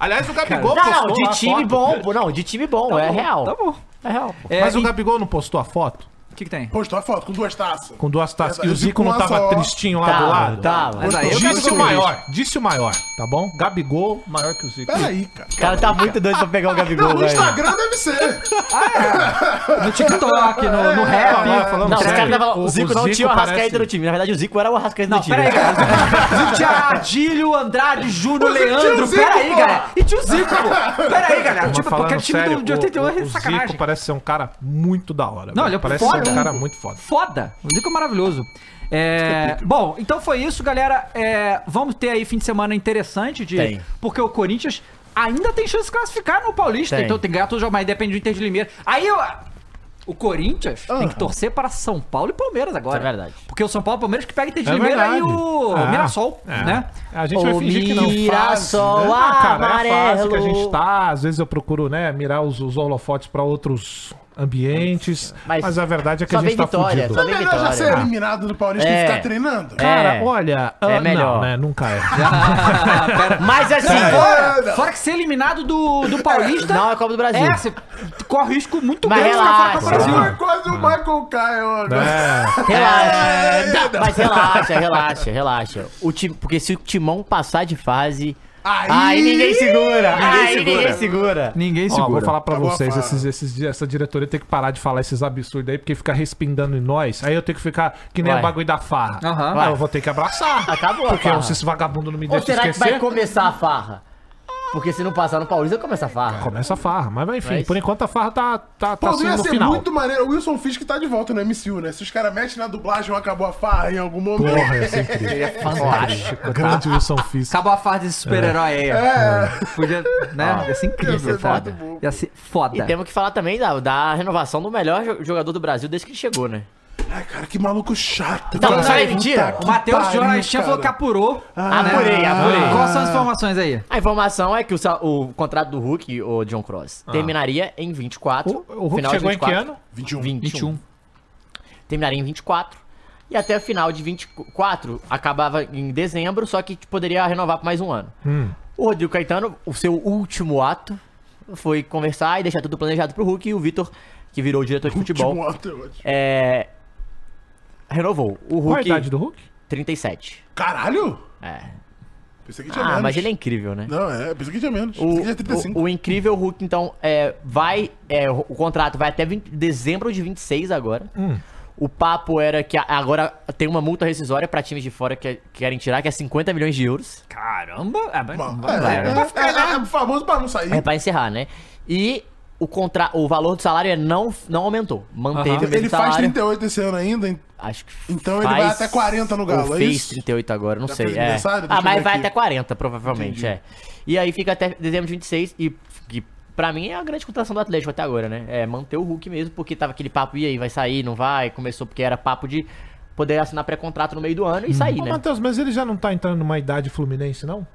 [SPEAKER 3] Aliás, o Gabigol
[SPEAKER 9] Não,
[SPEAKER 3] postou
[SPEAKER 9] de
[SPEAKER 3] a
[SPEAKER 9] time
[SPEAKER 3] foto.
[SPEAKER 9] bom, pô. Não, de time bom,
[SPEAKER 3] Tá
[SPEAKER 9] é
[SPEAKER 3] bom,
[SPEAKER 9] real.
[SPEAKER 3] tá
[SPEAKER 7] bom.
[SPEAKER 9] É real.
[SPEAKER 3] Mas o Gabigol não postou a foto?
[SPEAKER 7] O que, que tem?
[SPEAKER 8] Postou a foto com duas taças.
[SPEAKER 3] Com duas taças.
[SPEAKER 8] Verdade,
[SPEAKER 3] E o Zico não
[SPEAKER 8] Zico
[SPEAKER 3] tava
[SPEAKER 8] lançou.
[SPEAKER 3] tristinho lá
[SPEAKER 9] Tá,
[SPEAKER 3] do
[SPEAKER 8] Tava,
[SPEAKER 3] lado? Tá,
[SPEAKER 8] tava. Mas aí eu
[SPEAKER 3] Disse
[SPEAKER 8] quero
[SPEAKER 3] o
[SPEAKER 8] ver.
[SPEAKER 3] maior. Disse o maior, tá bom? Gabigol maior que o Zico.
[SPEAKER 8] Peraí, cara.
[SPEAKER 9] O cara tá muito doido pra pegar o Gabigol,
[SPEAKER 8] Não, no
[SPEAKER 9] velho.
[SPEAKER 8] Instagram deve ser.
[SPEAKER 7] No TikTok, no,
[SPEAKER 3] É,
[SPEAKER 7] no rap.
[SPEAKER 9] Não, os caras tavam falando, o Zico não tinha o Arrascaeta no time. Na verdade, o Zico era o Arrascaeta do time.
[SPEAKER 7] peraí, cara. Zico tinha Adílio, Andrade, Júnior,
[SPEAKER 9] Mas e tinha o
[SPEAKER 7] Leandro.
[SPEAKER 9] Zico,
[SPEAKER 7] Peraí,
[SPEAKER 9] pô?
[SPEAKER 7] galera. E tinha o Zico, pô. Peraí, galera.
[SPEAKER 3] Mas
[SPEAKER 7] Tipo,
[SPEAKER 3] falando
[SPEAKER 7] porque o time
[SPEAKER 3] sério,
[SPEAKER 7] do, de 81
[SPEAKER 3] o,
[SPEAKER 7] é
[SPEAKER 3] o
[SPEAKER 7] sacanagem.
[SPEAKER 3] Zico parece ser um cara muito da hora.
[SPEAKER 7] Não,
[SPEAKER 3] velho.
[SPEAKER 7] ele é
[SPEAKER 3] parece
[SPEAKER 7] foda,
[SPEAKER 3] ser um cara
[SPEAKER 7] né?
[SPEAKER 3] muito foda.
[SPEAKER 7] Foda. O Zico é maravilhoso. É, bom, então foi isso, galera. É, vamos ter aí fim de semana interessante de
[SPEAKER 9] Tem.
[SPEAKER 7] porque o Corinthians ainda tem chance de classificar no Paulista,
[SPEAKER 9] Tem.
[SPEAKER 7] então tem que ganhar todo jogo, mas depende do Inter de Limeira. Aí eu- o Corinthians tem que torcer para São Paulo e Palmeiras agora.
[SPEAKER 9] Isso é verdade.
[SPEAKER 7] Porque o São Paulo e Palmeiras que pega o Inter de
[SPEAKER 3] É
[SPEAKER 7] Limeira e
[SPEAKER 3] verdade.
[SPEAKER 7] o
[SPEAKER 3] É.
[SPEAKER 7] Mirassol,
[SPEAKER 3] É.
[SPEAKER 7] né?
[SPEAKER 3] A gente vai fingir que não.
[SPEAKER 9] Mirassol
[SPEAKER 3] Fase, né? Ah, cara, é a fase que a
[SPEAKER 9] amarelo.
[SPEAKER 3] gente tá. Às vezes eu procuro, né, mirar os, os holofotes pra outros ambientes. Mas, a verdade é que
[SPEAKER 9] só
[SPEAKER 3] a gente
[SPEAKER 9] vem
[SPEAKER 3] tá
[SPEAKER 9] vitória,
[SPEAKER 3] fudido.
[SPEAKER 9] só
[SPEAKER 8] É
[SPEAKER 9] vem
[SPEAKER 8] melhor já ser
[SPEAKER 9] vitória.
[SPEAKER 8] eliminado do Paulista e
[SPEAKER 9] É.
[SPEAKER 8] ficar treinando.
[SPEAKER 3] Cara,
[SPEAKER 9] É.
[SPEAKER 3] olha,
[SPEAKER 9] É
[SPEAKER 3] ah,
[SPEAKER 9] melhor.
[SPEAKER 3] não, né, nunca é.
[SPEAKER 9] Mas assim,
[SPEAKER 7] Fora,
[SPEAKER 8] é,
[SPEAKER 7] fora que ser eliminado do, do Paulista.
[SPEAKER 9] Não, é Copa do Brasil.
[SPEAKER 7] É, você corre risco muito
[SPEAKER 9] Mas
[SPEAKER 7] grande de ficar fora da Copa do
[SPEAKER 9] relaxa.
[SPEAKER 7] Brasil.
[SPEAKER 8] Foi quase o Michael Caio,
[SPEAKER 3] é.
[SPEAKER 8] né?
[SPEAKER 9] É, Relaxa. é, Não, mas relaxa, relaxa, relaxa. O time, porque se o Timão passar de fase. Aí, ninguém segura!
[SPEAKER 3] Ninguém
[SPEAKER 9] aí
[SPEAKER 3] segura.
[SPEAKER 9] ninguém segura!
[SPEAKER 7] Ninguém
[SPEAKER 3] Ó, vou falar pra
[SPEAKER 8] Acabou a
[SPEAKER 3] vocês,
[SPEAKER 8] fase.
[SPEAKER 3] esses, esses- essa diretoria tem que parar de falar esses absurdos aí, porque fica respingando em nós. Aí eu tenho que ficar que nem
[SPEAKER 9] Vai.
[SPEAKER 3] o bagulho da farra.
[SPEAKER 7] Aham.
[SPEAKER 3] Aí Eu vou ter que abraçar.
[SPEAKER 9] Acabou a
[SPEAKER 3] Porque
[SPEAKER 9] farra.
[SPEAKER 3] se esse vagabundo não me
[SPEAKER 9] Ou
[SPEAKER 3] deixa
[SPEAKER 9] será que
[SPEAKER 3] esquecer,
[SPEAKER 9] vai começar a farra? Porque se não passar no Paulista, começa a farra.
[SPEAKER 3] começa a farra. Mas enfim,
[SPEAKER 9] Mas-
[SPEAKER 3] por enquanto a farra tá, tá, tá
[SPEAKER 8] Pô,
[SPEAKER 3] sendo
[SPEAKER 8] ia
[SPEAKER 3] no
[SPEAKER 8] ser
[SPEAKER 3] final.
[SPEAKER 8] muito maneiro. O Wilson Fisk tá de volta no MCU, né? Se os caras metem na dublagem ou acabou a farra em algum momento.
[SPEAKER 3] Porra, ia ser incrível.
[SPEAKER 7] Fantástico. tá?
[SPEAKER 3] Grande Wilson Fisk.
[SPEAKER 7] Acabou a fase desse super-herói aí. É. Podia, né? Ia ser
[SPEAKER 9] Ia ser
[SPEAKER 7] incrível.
[SPEAKER 9] muito
[SPEAKER 7] Foda.
[SPEAKER 9] bom.
[SPEAKER 7] Ia ser foda.
[SPEAKER 9] E temos que falar também da, da renovação do melhor jo- jogador do Brasil desde que ele chegou, né?
[SPEAKER 8] Ai, cara, que maluco chato.
[SPEAKER 9] Não,
[SPEAKER 8] cara.
[SPEAKER 9] isso aí é mentira.
[SPEAKER 8] Puta
[SPEAKER 7] O
[SPEAKER 8] que
[SPEAKER 7] Matheus
[SPEAKER 8] pariu,
[SPEAKER 7] Jornalistinha falou que
[SPEAKER 8] cara.
[SPEAKER 7] apurou. né?
[SPEAKER 9] Ah, apurei, apurei.
[SPEAKER 7] Quais são as informações aí?
[SPEAKER 9] A informação é que o, sa- o contrato do Hulk, o John Cross, terminaria em 24.
[SPEAKER 3] Ah. O- o Hulk chegou em que ano?
[SPEAKER 8] 21.
[SPEAKER 9] 21.
[SPEAKER 7] 21.
[SPEAKER 9] Terminaria em 24. E até o final de 24, acabava em dezembro, só que tipo, poderia renovar por mais um ano.
[SPEAKER 3] Hum.
[SPEAKER 9] O Rodrigo Caetano, o seu último ato, foi conversar e deixar tudo planejado pro Hulk. E o Vitor, que virou diretor de
[SPEAKER 8] Último
[SPEAKER 9] futebol,
[SPEAKER 8] ato é ótimo.
[SPEAKER 9] é, renovou. O Hulk,
[SPEAKER 3] Qual a idade do Hulk?
[SPEAKER 9] 37.
[SPEAKER 8] Caralho!
[SPEAKER 9] É.
[SPEAKER 8] Pensei que tinha
[SPEAKER 9] Ah,
[SPEAKER 8] menos.
[SPEAKER 9] mas ele é incrível, né?
[SPEAKER 8] Não, é, pensei que tinha menos.
[SPEAKER 9] O,
[SPEAKER 8] pensei que tinha 35.
[SPEAKER 9] o- o incrível Hulk, então, é, vai. é, o contrato vai até 20 dezembro de 26 agora.
[SPEAKER 8] Hum.
[SPEAKER 9] O papo era que a- agora tem uma multa rescisória pra times de fora que que querem tirar, que é 50 milhões de euros.
[SPEAKER 7] Caramba. Ah, mas-
[SPEAKER 8] Bom,
[SPEAKER 7] vai,
[SPEAKER 8] é,
[SPEAKER 7] vai.
[SPEAKER 8] é, é, é, é famoso pra não sair.
[SPEAKER 9] É pra encerrar, né? E o, contra, o valor do salário é não, não aumentou. Manteve o mesmo
[SPEAKER 8] ele faz
[SPEAKER 9] salário.
[SPEAKER 8] 38 esse ano ainda, hein?
[SPEAKER 9] Acho que
[SPEAKER 8] Então ele vai
[SPEAKER 9] faz-
[SPEAKER 8] até 40 no Galo,
[SPEAKER 9] ou
[SPEAKER 8] é
[SPEAKER 9] fez
[SPEAKER 8] isso?
[SPEAKER 9] 38 agora, não
[SPEAKER 8] Já
[SPEAKER 9] sei.
[SPEAKER 8] fez
[SPEAKER 9] é.
[SPEAKER 8] aniversário? Deixa
[SPEAKER 9] Ah,
[SPEAKER 8] eu ver
[SPEAKER 9] mas vai
[SPEAKER 8] aqui.
[SPEAKER 9] até 40, provavelmente, é. E aí fica até dezembro de 26 e que pra mim é a grande contratação do Atlético até agora, né? É manter o Hulk mesmo, porque tava aquele papo, e aí, vai sair, não vai? Começou porque era papo de poder assinar pré-contrato no meio do
[SPEAKER 8] Hum.
[SPEAKER 9] ano e sair,
[SPEAKER 3] Ô,
[SPEAKER 9] né?
[SPEAKER 3] Matheus, mas ele já não tá entrando numa idade fluminense, não?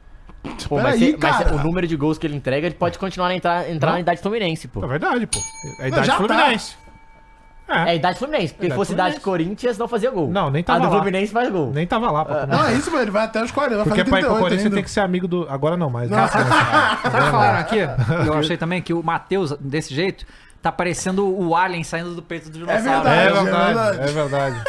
[SPEAKER 9] Pô, Tipo, mas,
[SPEAKER 8] peraí,
[SPEAKER 9] se- mas se-
[SPEAKER 8] cara.
[SPEAKER 9] o número de gols que ele entrega, ele pode continuar a entrar, entrar na idade fluminense, pô.
[SPEAKER 8] Tá
[SPEAKER 3] É verdade, pô. É a idade
[SPEAKER 8] já tá.
[SPEAKER 3] fluminense.
[SPEAKER 9] É a idade fluminense, porque
[SPEAKER 3] Idade
[SPEAKER 9] se fosse idade
[SPEAKER 3] Fluminense.
[SPEAKER 9] Corinthians, não fazia gol.
[SPEAKER 3] Não, nem
[SPEAKER 9] A
[SPEAKER 3] tava
[SPEAKER 9] do
[SPEAKER 3] lá.
[SPEAKER 9] Fluminense faz gol.
[SPEAKER 3] Nem tava lá pra
[SPEAKER 8] Tipo, Não, é isso, mano. Ele vai até os 40, vai
[SPEAKER 3] Porque
[SPEAKER 8] fazer
[SPEAKER 3] pra ir pro
[SPEAKER 8] 38
[SPEAKER 3] Corinthians você
[SPEAKER 8] ainda.
[SPEAKER 3] tem que ser amigo do. Agora não, mas.
[SPEAKER 7] Sabe o que falaram aqui? Eu achei também que o Matheus, desse jeito, tá parecendo o Alien saindo do peito do dinossauro.
[SPEAKER 8] verdade.
[SPEAKER 3] É verdade, é verdade.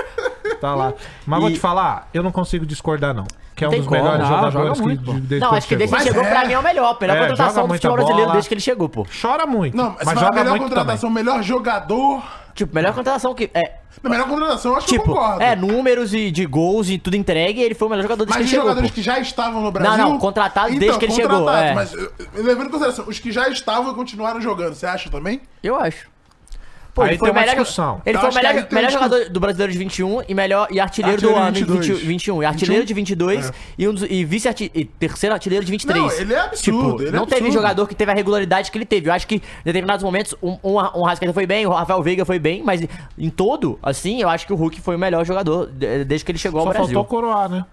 [SPEAKER 3] Tá lá. Mas vou te falar, eu não consigo discordar, não. Que é um
[SPEAKER 9] Tem
[SPEAKER 3] dos
[SPEAKER 9] como,
[SPEAKER 3] melhores
[SPEAKER 9] não,
[SPEAKER 3] jogadores
[SPEAKER 9] joga
[SPEAKER 3] que,
[SPEAKER 9] muito, pô.
[SPEAKER 3] de- desde
[SPEAKER 9] Não,
[SPEAKER 3] quando
[SPEAKER 9] acho que desde que chegou,
[SPEAKER 3] Mas
[SPEAKER 9] pra mim, é o melhor. Melhor contratação
[SPEAKER 3] joga
[SPEAKER 9] do
[SPEAKER 3] muita
[SPEAKER 9] futebol brasileiro
[SPEAKER 3] bola.
[SPEAKER 9] desde que ele chegou, pô.
[SPEAKER 3] Chora muito. Não,
[SPEAKER 9] mas joga
[SPEAKER 8] melhor
[SPEAKER 9] muito
[SPEAKER 8] contratação, melhor jogador.
[SPEAKER 9] Tipo, melhor contratação que. É.
[SPEAKER 8] Na melhor contratação, eu acho
[SPEAKER 9] Tipo,
[SPEAKER 8] que eu concordo.
[SPEAKER 9] é, números e de gols e tudo entregue, ele foi o melhor jogador desde
[SPEAKER 8] Mas
[SPEAKER 9] que
[SPEAKER 8] de
[SPEAKER 9] ele chegou.
[SPEAKER 8] jogadores
[SPEAKER 9] pô.
[SPEAKER 8] que já estavam no Brasil.
[SPEAKER 9] Não, não, contratado
[SPEAKER 8] Então,
[SPEAKER 9] desde que ele chegou.
[SPEAKER 8] contratados,
[SPEAKER 9] É.
[SPEAKER 8] Mas eu- eu- levando em consideração, os que já estavam e continuaram jogando, você acha também?
[SPEAKER 9] Eu acho. Pô, ele foi o melhor- Ele foi o melhor, melhor jogador do brasileiro de 21 e melhor e artilheiro, do
[SPEAKER 8] Artilheiro
[SPEAKER 9] ano de
[SPEAKER 8] 22.
[SPEAKER 9] 20 21. E artilheiro de 22
[SPEAKER 8] É.
[SPEAKER 9] e, um dos- e vice arti- e terceiro artilheiro de 23.
[SPEAKER 8] Não, ele é absurdo, ele é
[SPEAKER 9] não teve
[SPEAKER 8] absurdo.
[SPEAKER 9] jogador que teve a regularidade que ele teve. Eu acho que em determinados momentos um, um, um Rascaeta foi bem, o Rafael Veiga foi bem, mas em todo, assim, eu acho que o Hulk foi o melhor jogador de- desde que ele chegou
[SPEAKER 3] Só
[SPEAKER 9] ao Brasil.
[SPEAKER 3] faltou coroar, né?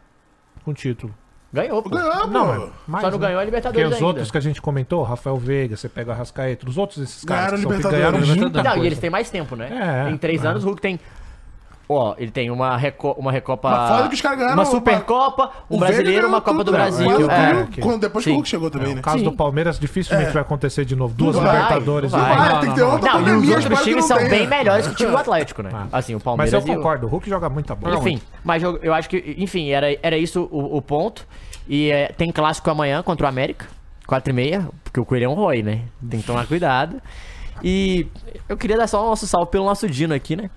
[SPEAKER 3] Com título.
[SPEAKER 9] Ganhou, pô.
[SPEAKER 8] Tá
[SPEAKER 3] Ganhou,
[SPEAKER 9] Não, é.
[SPEAKER 3] pô.
[SPEAKER 9] mas-
[SPEAKER 3] Mais,
[SPEAKER 9] Só não
[SPEAKER 3] né?
[SPEAKER 9] ganhou a Libertadores
[SPEAKER 3] Porque os
[SPEAKER 9] ainda.
[SPEAKER 3] outros que a gente comentou, Rafael Veiga, você pega o Arrascaeta, os outros esses caras
[SPEAKER 9] Ganharam
[SPEAKER 3] que são-
[SPEAKER 9] Libertadores,
[SPEAKER 3] ganharam muita
[SPEAKER 9] Não,
[SPEAKER 3] coisa.
[SPEAKER 9] e eles têm mais tempo, né?
[SPEAKER 3] É,
[SPEAKER 9] em três
[SPEAKER 3] é.
[SPEAKER 9] anos, o Hulk tem. Ó, ele tem uma, reco uma Recopa.
[SPEAKER 8] Mas foda que os caras ganharam
[SPEAKER 9] Uma
[SPEAKER 8] uma-
[SPEAKER 9] Supercopa, um
[SPEAKER 8] o Verde
[SPEAKER 9] brasileiro,
[SPEAKER 8] ganhou
[SPEAKER 9] uma Copa do
[SPEAKER 8] tudo, né?
[SPEAKER 9] Brasil.
[SPEAKER 8] Mas o
[SPEAKER 9] é.
[SPEAKER 8] Hulk- quando- depois que o Hulk chegou também,
[SPEAKER 3] É,
[SPEAKER 8] né?
[SPEAKER 3] O caso
[SPEAKER 8] Sim.
[SPEAKER 3] do Palmeiras dificilmente
[SPEAKER 8] É.
[SPEAKER 3] vai acontecer de novo.
[SPEAKER 8] Não
[SPEAKER 3] Duas
[SPEAKER 8] vai,
[SPEAKER 3] Libertadores.
[SPEAKER 8] não
[SPEAKER 3] né?
[SPEAKER 8] vai, Não, tem que não, ter não. outra
[SPEAKER 9] Não, e os
[SPEAKER 8] pandemia,
[SPEAKER 9] outros
[SPEAKER 8] espero que
[SPEAKER 9] times
[SPEAKER 8] não
[SPEAKER 9] são
[SPEAKER 8] tenha.
[SPEAKER 9] bem melhores que o time do Atlético, né?
[SPEAKER 3] Ah.
[SPEAKER 9] Assim, o
[SPEAKER 3] Mas
[SPEAKER 9] Palmeiras.
[SPEAKER 3] eu
[SPEAKER 9] e o-
[SPEAKER 3] concordo, o Hulk joga muita bola.
[SPEAKER 9] Enfim, mas eu, eu acho que, enfim, era, era isso o, o ponto. E é, tem clássico amanhã contra o América, 4 e meia, porque o Coelho é um Roy, né? Tem que tomar cuidado. E eu queria dar só o nosso salve pelo nosso Dino aqui, né?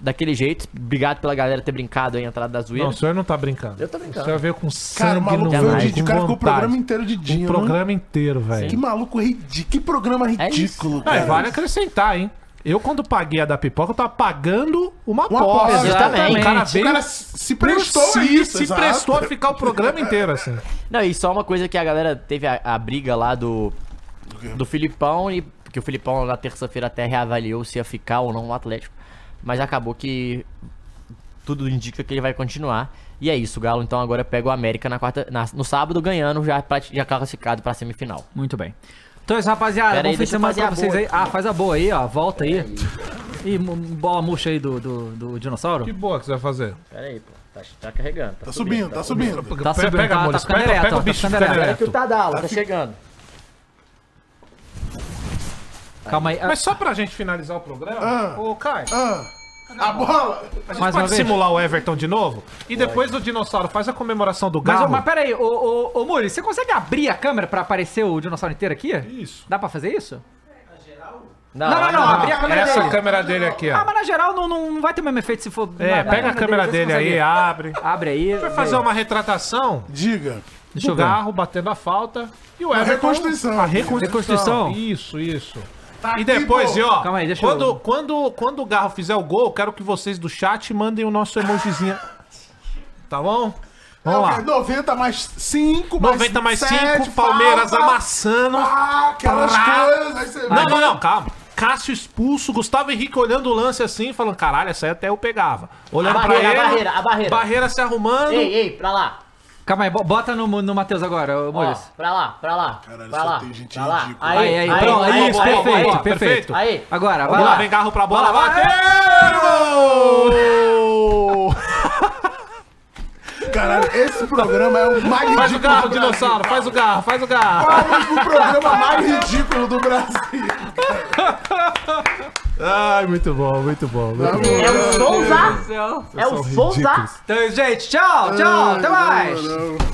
[SPEAKER 9] Daquele jeito. Obrigado pela galera ter brincado aí a entrada da zoeira.
[SPEAKER 3] Não, o senhor não tá brincando.
[SPEAKER 9] Eu tô brincando.
[SPEAKER 3] O senhor veio com
[SPEAKER 8] Cara, o
[SPEAKER 3] sangue
[SPEAKER 8] maluco
[SPEAKER 3] no
[SPEAKER 8] veio
[SPEAKER 3] olho,
[SPEAKER 8] de, de
[SPEAKER 3] com
[SPEAKER 8] cara ficou o
[SPEAKER 3] vontade.
[SPEAKER 8] programa inteiro de Dinho.
[SPEAKER 3] O programa inteiro, velho.
[SPEAKER 8] Que maluco ridículo. Que programa ridículo,
[SPEAKER 3] Ah, e
[SPEAKER 8] cara. Tá
[SPEAKER 3] vale acrescentar, hein? Eu, quando paguei a da pipoca, eu tava pagando uma
[SPEAKER 8] Uma
[SPEAKER 3] aposta.
[SPEAKER 8] aposta,
[SPEAKER 3] Exatamente.
[SPEAKER 8] exatamente.
[SPEAKER 3] O cara,
[SPEAKER 8] O
[SPEAKER 3] veio,
[SPEAKER 8] cara se prestou a
[SPEAKER 3] se,
[SPEAKER 8] isso,
[SPEAKER 3] Se
[SPEAKER 8] exato.
[SPEAKER 3] prestou a ficar o programa inteiro, assim.
[SPEAKER 9] Não, e só uma coisa que a galera teve a, a briga lá do. Do Filipão e. Porque o Filipão na terça-feira até reavaliou se ia ficar ou não no Atlético. Mas acabou que. Tudo indica que ele vai continuar. E é isso, Galo. Então agora pega o América na quarta, na- no sábado, ganhando, já, pra- já classificado pra semifinal.
[SPEAKER 7] Muito bem. Então é isso, rapaziada.
[SPEAKER 9] Pera
[SPEAKER 7] Bom
[SPEAKER 9] aí,
[SPEAKER 7] fim de
[SPEAKER 9] deixa eu
[SPEAKER 7] semana
[SPEAKER 9] fazer
[SPEAKER 7] pra
[SPEAKER 9] a
[SPEAKER 7] vocês
[SPEAKER 9] boa
[SPEAKER 7] aí.
[SPEAKER 9] aqui.
[SPEAKER 7] Ah, faz a boa aí, ó. Volta aí. E mo- bola murcha aí do, do, do dinossauro.
[SPEAKER 3] Que boa que você vai fazer.
[SPEAKER 9] Pera aí, pô. Tá, tá carregando. Tá,
[SPEAKER 8] subindo, tá subindo.
[SPEAKER 3] Tá
[SPEAKER 7] subindo,
[SPEAKER 3] pega,
[SPEAKER 7] tá-
[SPEAKER 3] amor,
[SPEAKER 7] tá ficando
[SPEAKER 3] pega-
[SPEAKER 7] ereto,
[SPEAKER 3] pega
[SPEAKER 7] ó,
[SPEAKER 3] o
[SPEAKER 7] tá
[SPEAKER 3] bicho
[SPEAKER 7] ficando
[SPEAKER 3] ficando
[SPEAKER 8] É
[SPEAKER 7] ereto.
[SPEAKER 3] ereto.
[SPEAKER 9] Olha que o Tadala,
[SPEAKER 3] Tá
[SPEAKER 9] tá
[SPEAKER 3] fi-
[SPEAKER 9] chegando.
[SPEAKER 7] Calma aí.
[SPEAKER 3] Mas só pra gente finalizar o programa,
[SPEAKER 8] Ah.
[SPEAKER 3] ô Caio.
[SPEAKER 8] A bola!
[SPEAKER 3] A gente
[SPEAKER 7] Mais uma
[SPEAKER 3] pode
[SPEAKER 7] vez.
[SPEAKER 3] simular o Everton de novo? E depois o dinossauro faz a comemoração do
[SPEAKER 7] Mas,
[SPEAKER 3] galo.
[SPEAKER 7] ô, mas pera aí, ô, ô, ô Muri, você consegue abrir a câmera pra aparecer o dinossauro inteiro aqui? Isso. Dá pra fazer isso?
[SPEAKER 9] Não,
[SPEAKER 7] não, não, abri a câmera
[SPEAKER 3] Ah, Essa
[SPEAKER 7] dele.
[SPEAKER 3] câmera dele aqui, ó.
[SPEAKER 7] Ah, mas na geral não, não, não vai ter o mesmo efeito se for.
[SPEAKER 3] Tá. É,
[SPEAKER 7] na- na
[SPEAKER 3] pega a câmera dele,
[SPEAKER 7] você
[SPEAKER 3] aí,
[SPEAKER 7] consegue.
[SPEAKER 3] abre.
[SPEAKER 7] Abre aí.
[SPEAKER 3] Vai fazer uma retratação?
[SPEAKER 8] Diga.
[SPEAKER 3] Deixa
[SPEAKER 7] eu
[SPEAKER 3] o
[SPEAKER 7] ver.
[SPEAKER 3] garro batendo a falta. E o
[SPEAKER 8] A
[SPEAKER 3] Everton.
[SPEAKER 8] reconstrução.
[SPEAKER 3] A reconstrução.
[SPEAKER 7] Reconstrução?
[SPEAKER 3] Isso, isso.
[SPEAKER 8] Tá
[SPEAKER 3] e
[SPEAKER 8] aqui,
[SPEAKER 3] depois,
[SPEAKER 8] pô.
[SPEAKER 3] e ó,
[SPEAKER 7] Calma aí, deixa eu-
[SPEAKER 3] quando, quando, quando o Garro fizer o gol, eu quero que vocês do chat mandem o nosso emojizinho. Tá bom?
[SPEAKER 8] Ah,
[SPEAKER 3] Vamos lá.
[SPEAKER 8] ok, 90 mais 5,
[SPEAKER 3] 90 mais 5, Palmeiras amassando.
[SPEAKER 8] Ah, aquelas
[SPEAKER 3] Prá.
[SPEAKER 8] coisas, aí você
[SPEAKER 3] Não,
[SPEAKER 8] vai.
[SPEAKER 3] não, não, calma. Cássio expulso, Gustavo Henrique olhando o lance assim, falando: caralho, essa aí até eu pegava. Olhando
[SPEAKER 9] A
[SPEAKER 3] pra
[SPEAKER 9] barreira,
[SPEAKER 3] ele.
[SPEAKER 9] a barreira, a barreira.
[SPEAKER 3] se arrumando.
[SPEAKER 9] Ei, ei, pra lá.
[SPEAKER 3] um-
[SPEAKER 7] Calma aí, bo- bota no, no Matheus agora, ô
[SPEAKER 9] Ó,
[SPEAKER 7] Muri.
[SPEAKER 9] pra lá, pra lá. pra
[SPEAKER 8] só
[SPEAKER 9] lá,
[SPEAKER 8] tem gente
[SPEAKER 9] pra lá.
[SPEAKER 8] ridícula.
[SPEAKER 7] Aí, aí, pronto,
[SPEAKER 9] aí,
[SPEAKER 7] isso,
[SPEAKER 9] aí,
[SPEAKER 7] perfeito,
[SPEAKER 9] aí,
[SPEAKER 7] perfeito.
[SPEAKER 9] Aí.
[SPEAKER 7] Agora, vai
[SPEAKER 3] Vamos lá,
[SPEAKER 7] lá.
[SPEAKER 3] vem Garro pra bola,
[SPEAKER 7] Bola,
[SPEAKER 3] bateu!
[SPEAKER 8] Caralho, esse programa é o mais ridículo.
[SPEAKER 3] Faz o garro,
[SPEAKER 8] do Brasil.
[SPEAKER 3] dinossauro, faz o garro, faz o garro.
[SPEAKER 8] Vamos pro programa mais ridículo do Brasil.
[SPEAKER 3] Ai, muito bom, muito bom.
[SPEAKER 8] Tá
[SPEAKER 3] Muito bom.
[SPEAKER 9] É o Souza. É o
[SPEAKER 3] são
[SPEAKER 9] Souza.
[SPEAKER 3] ridículos.
[SPEAKER 7] Então, gente, tchau, tchau, até mais.
[SPEAKER 8] Não, não.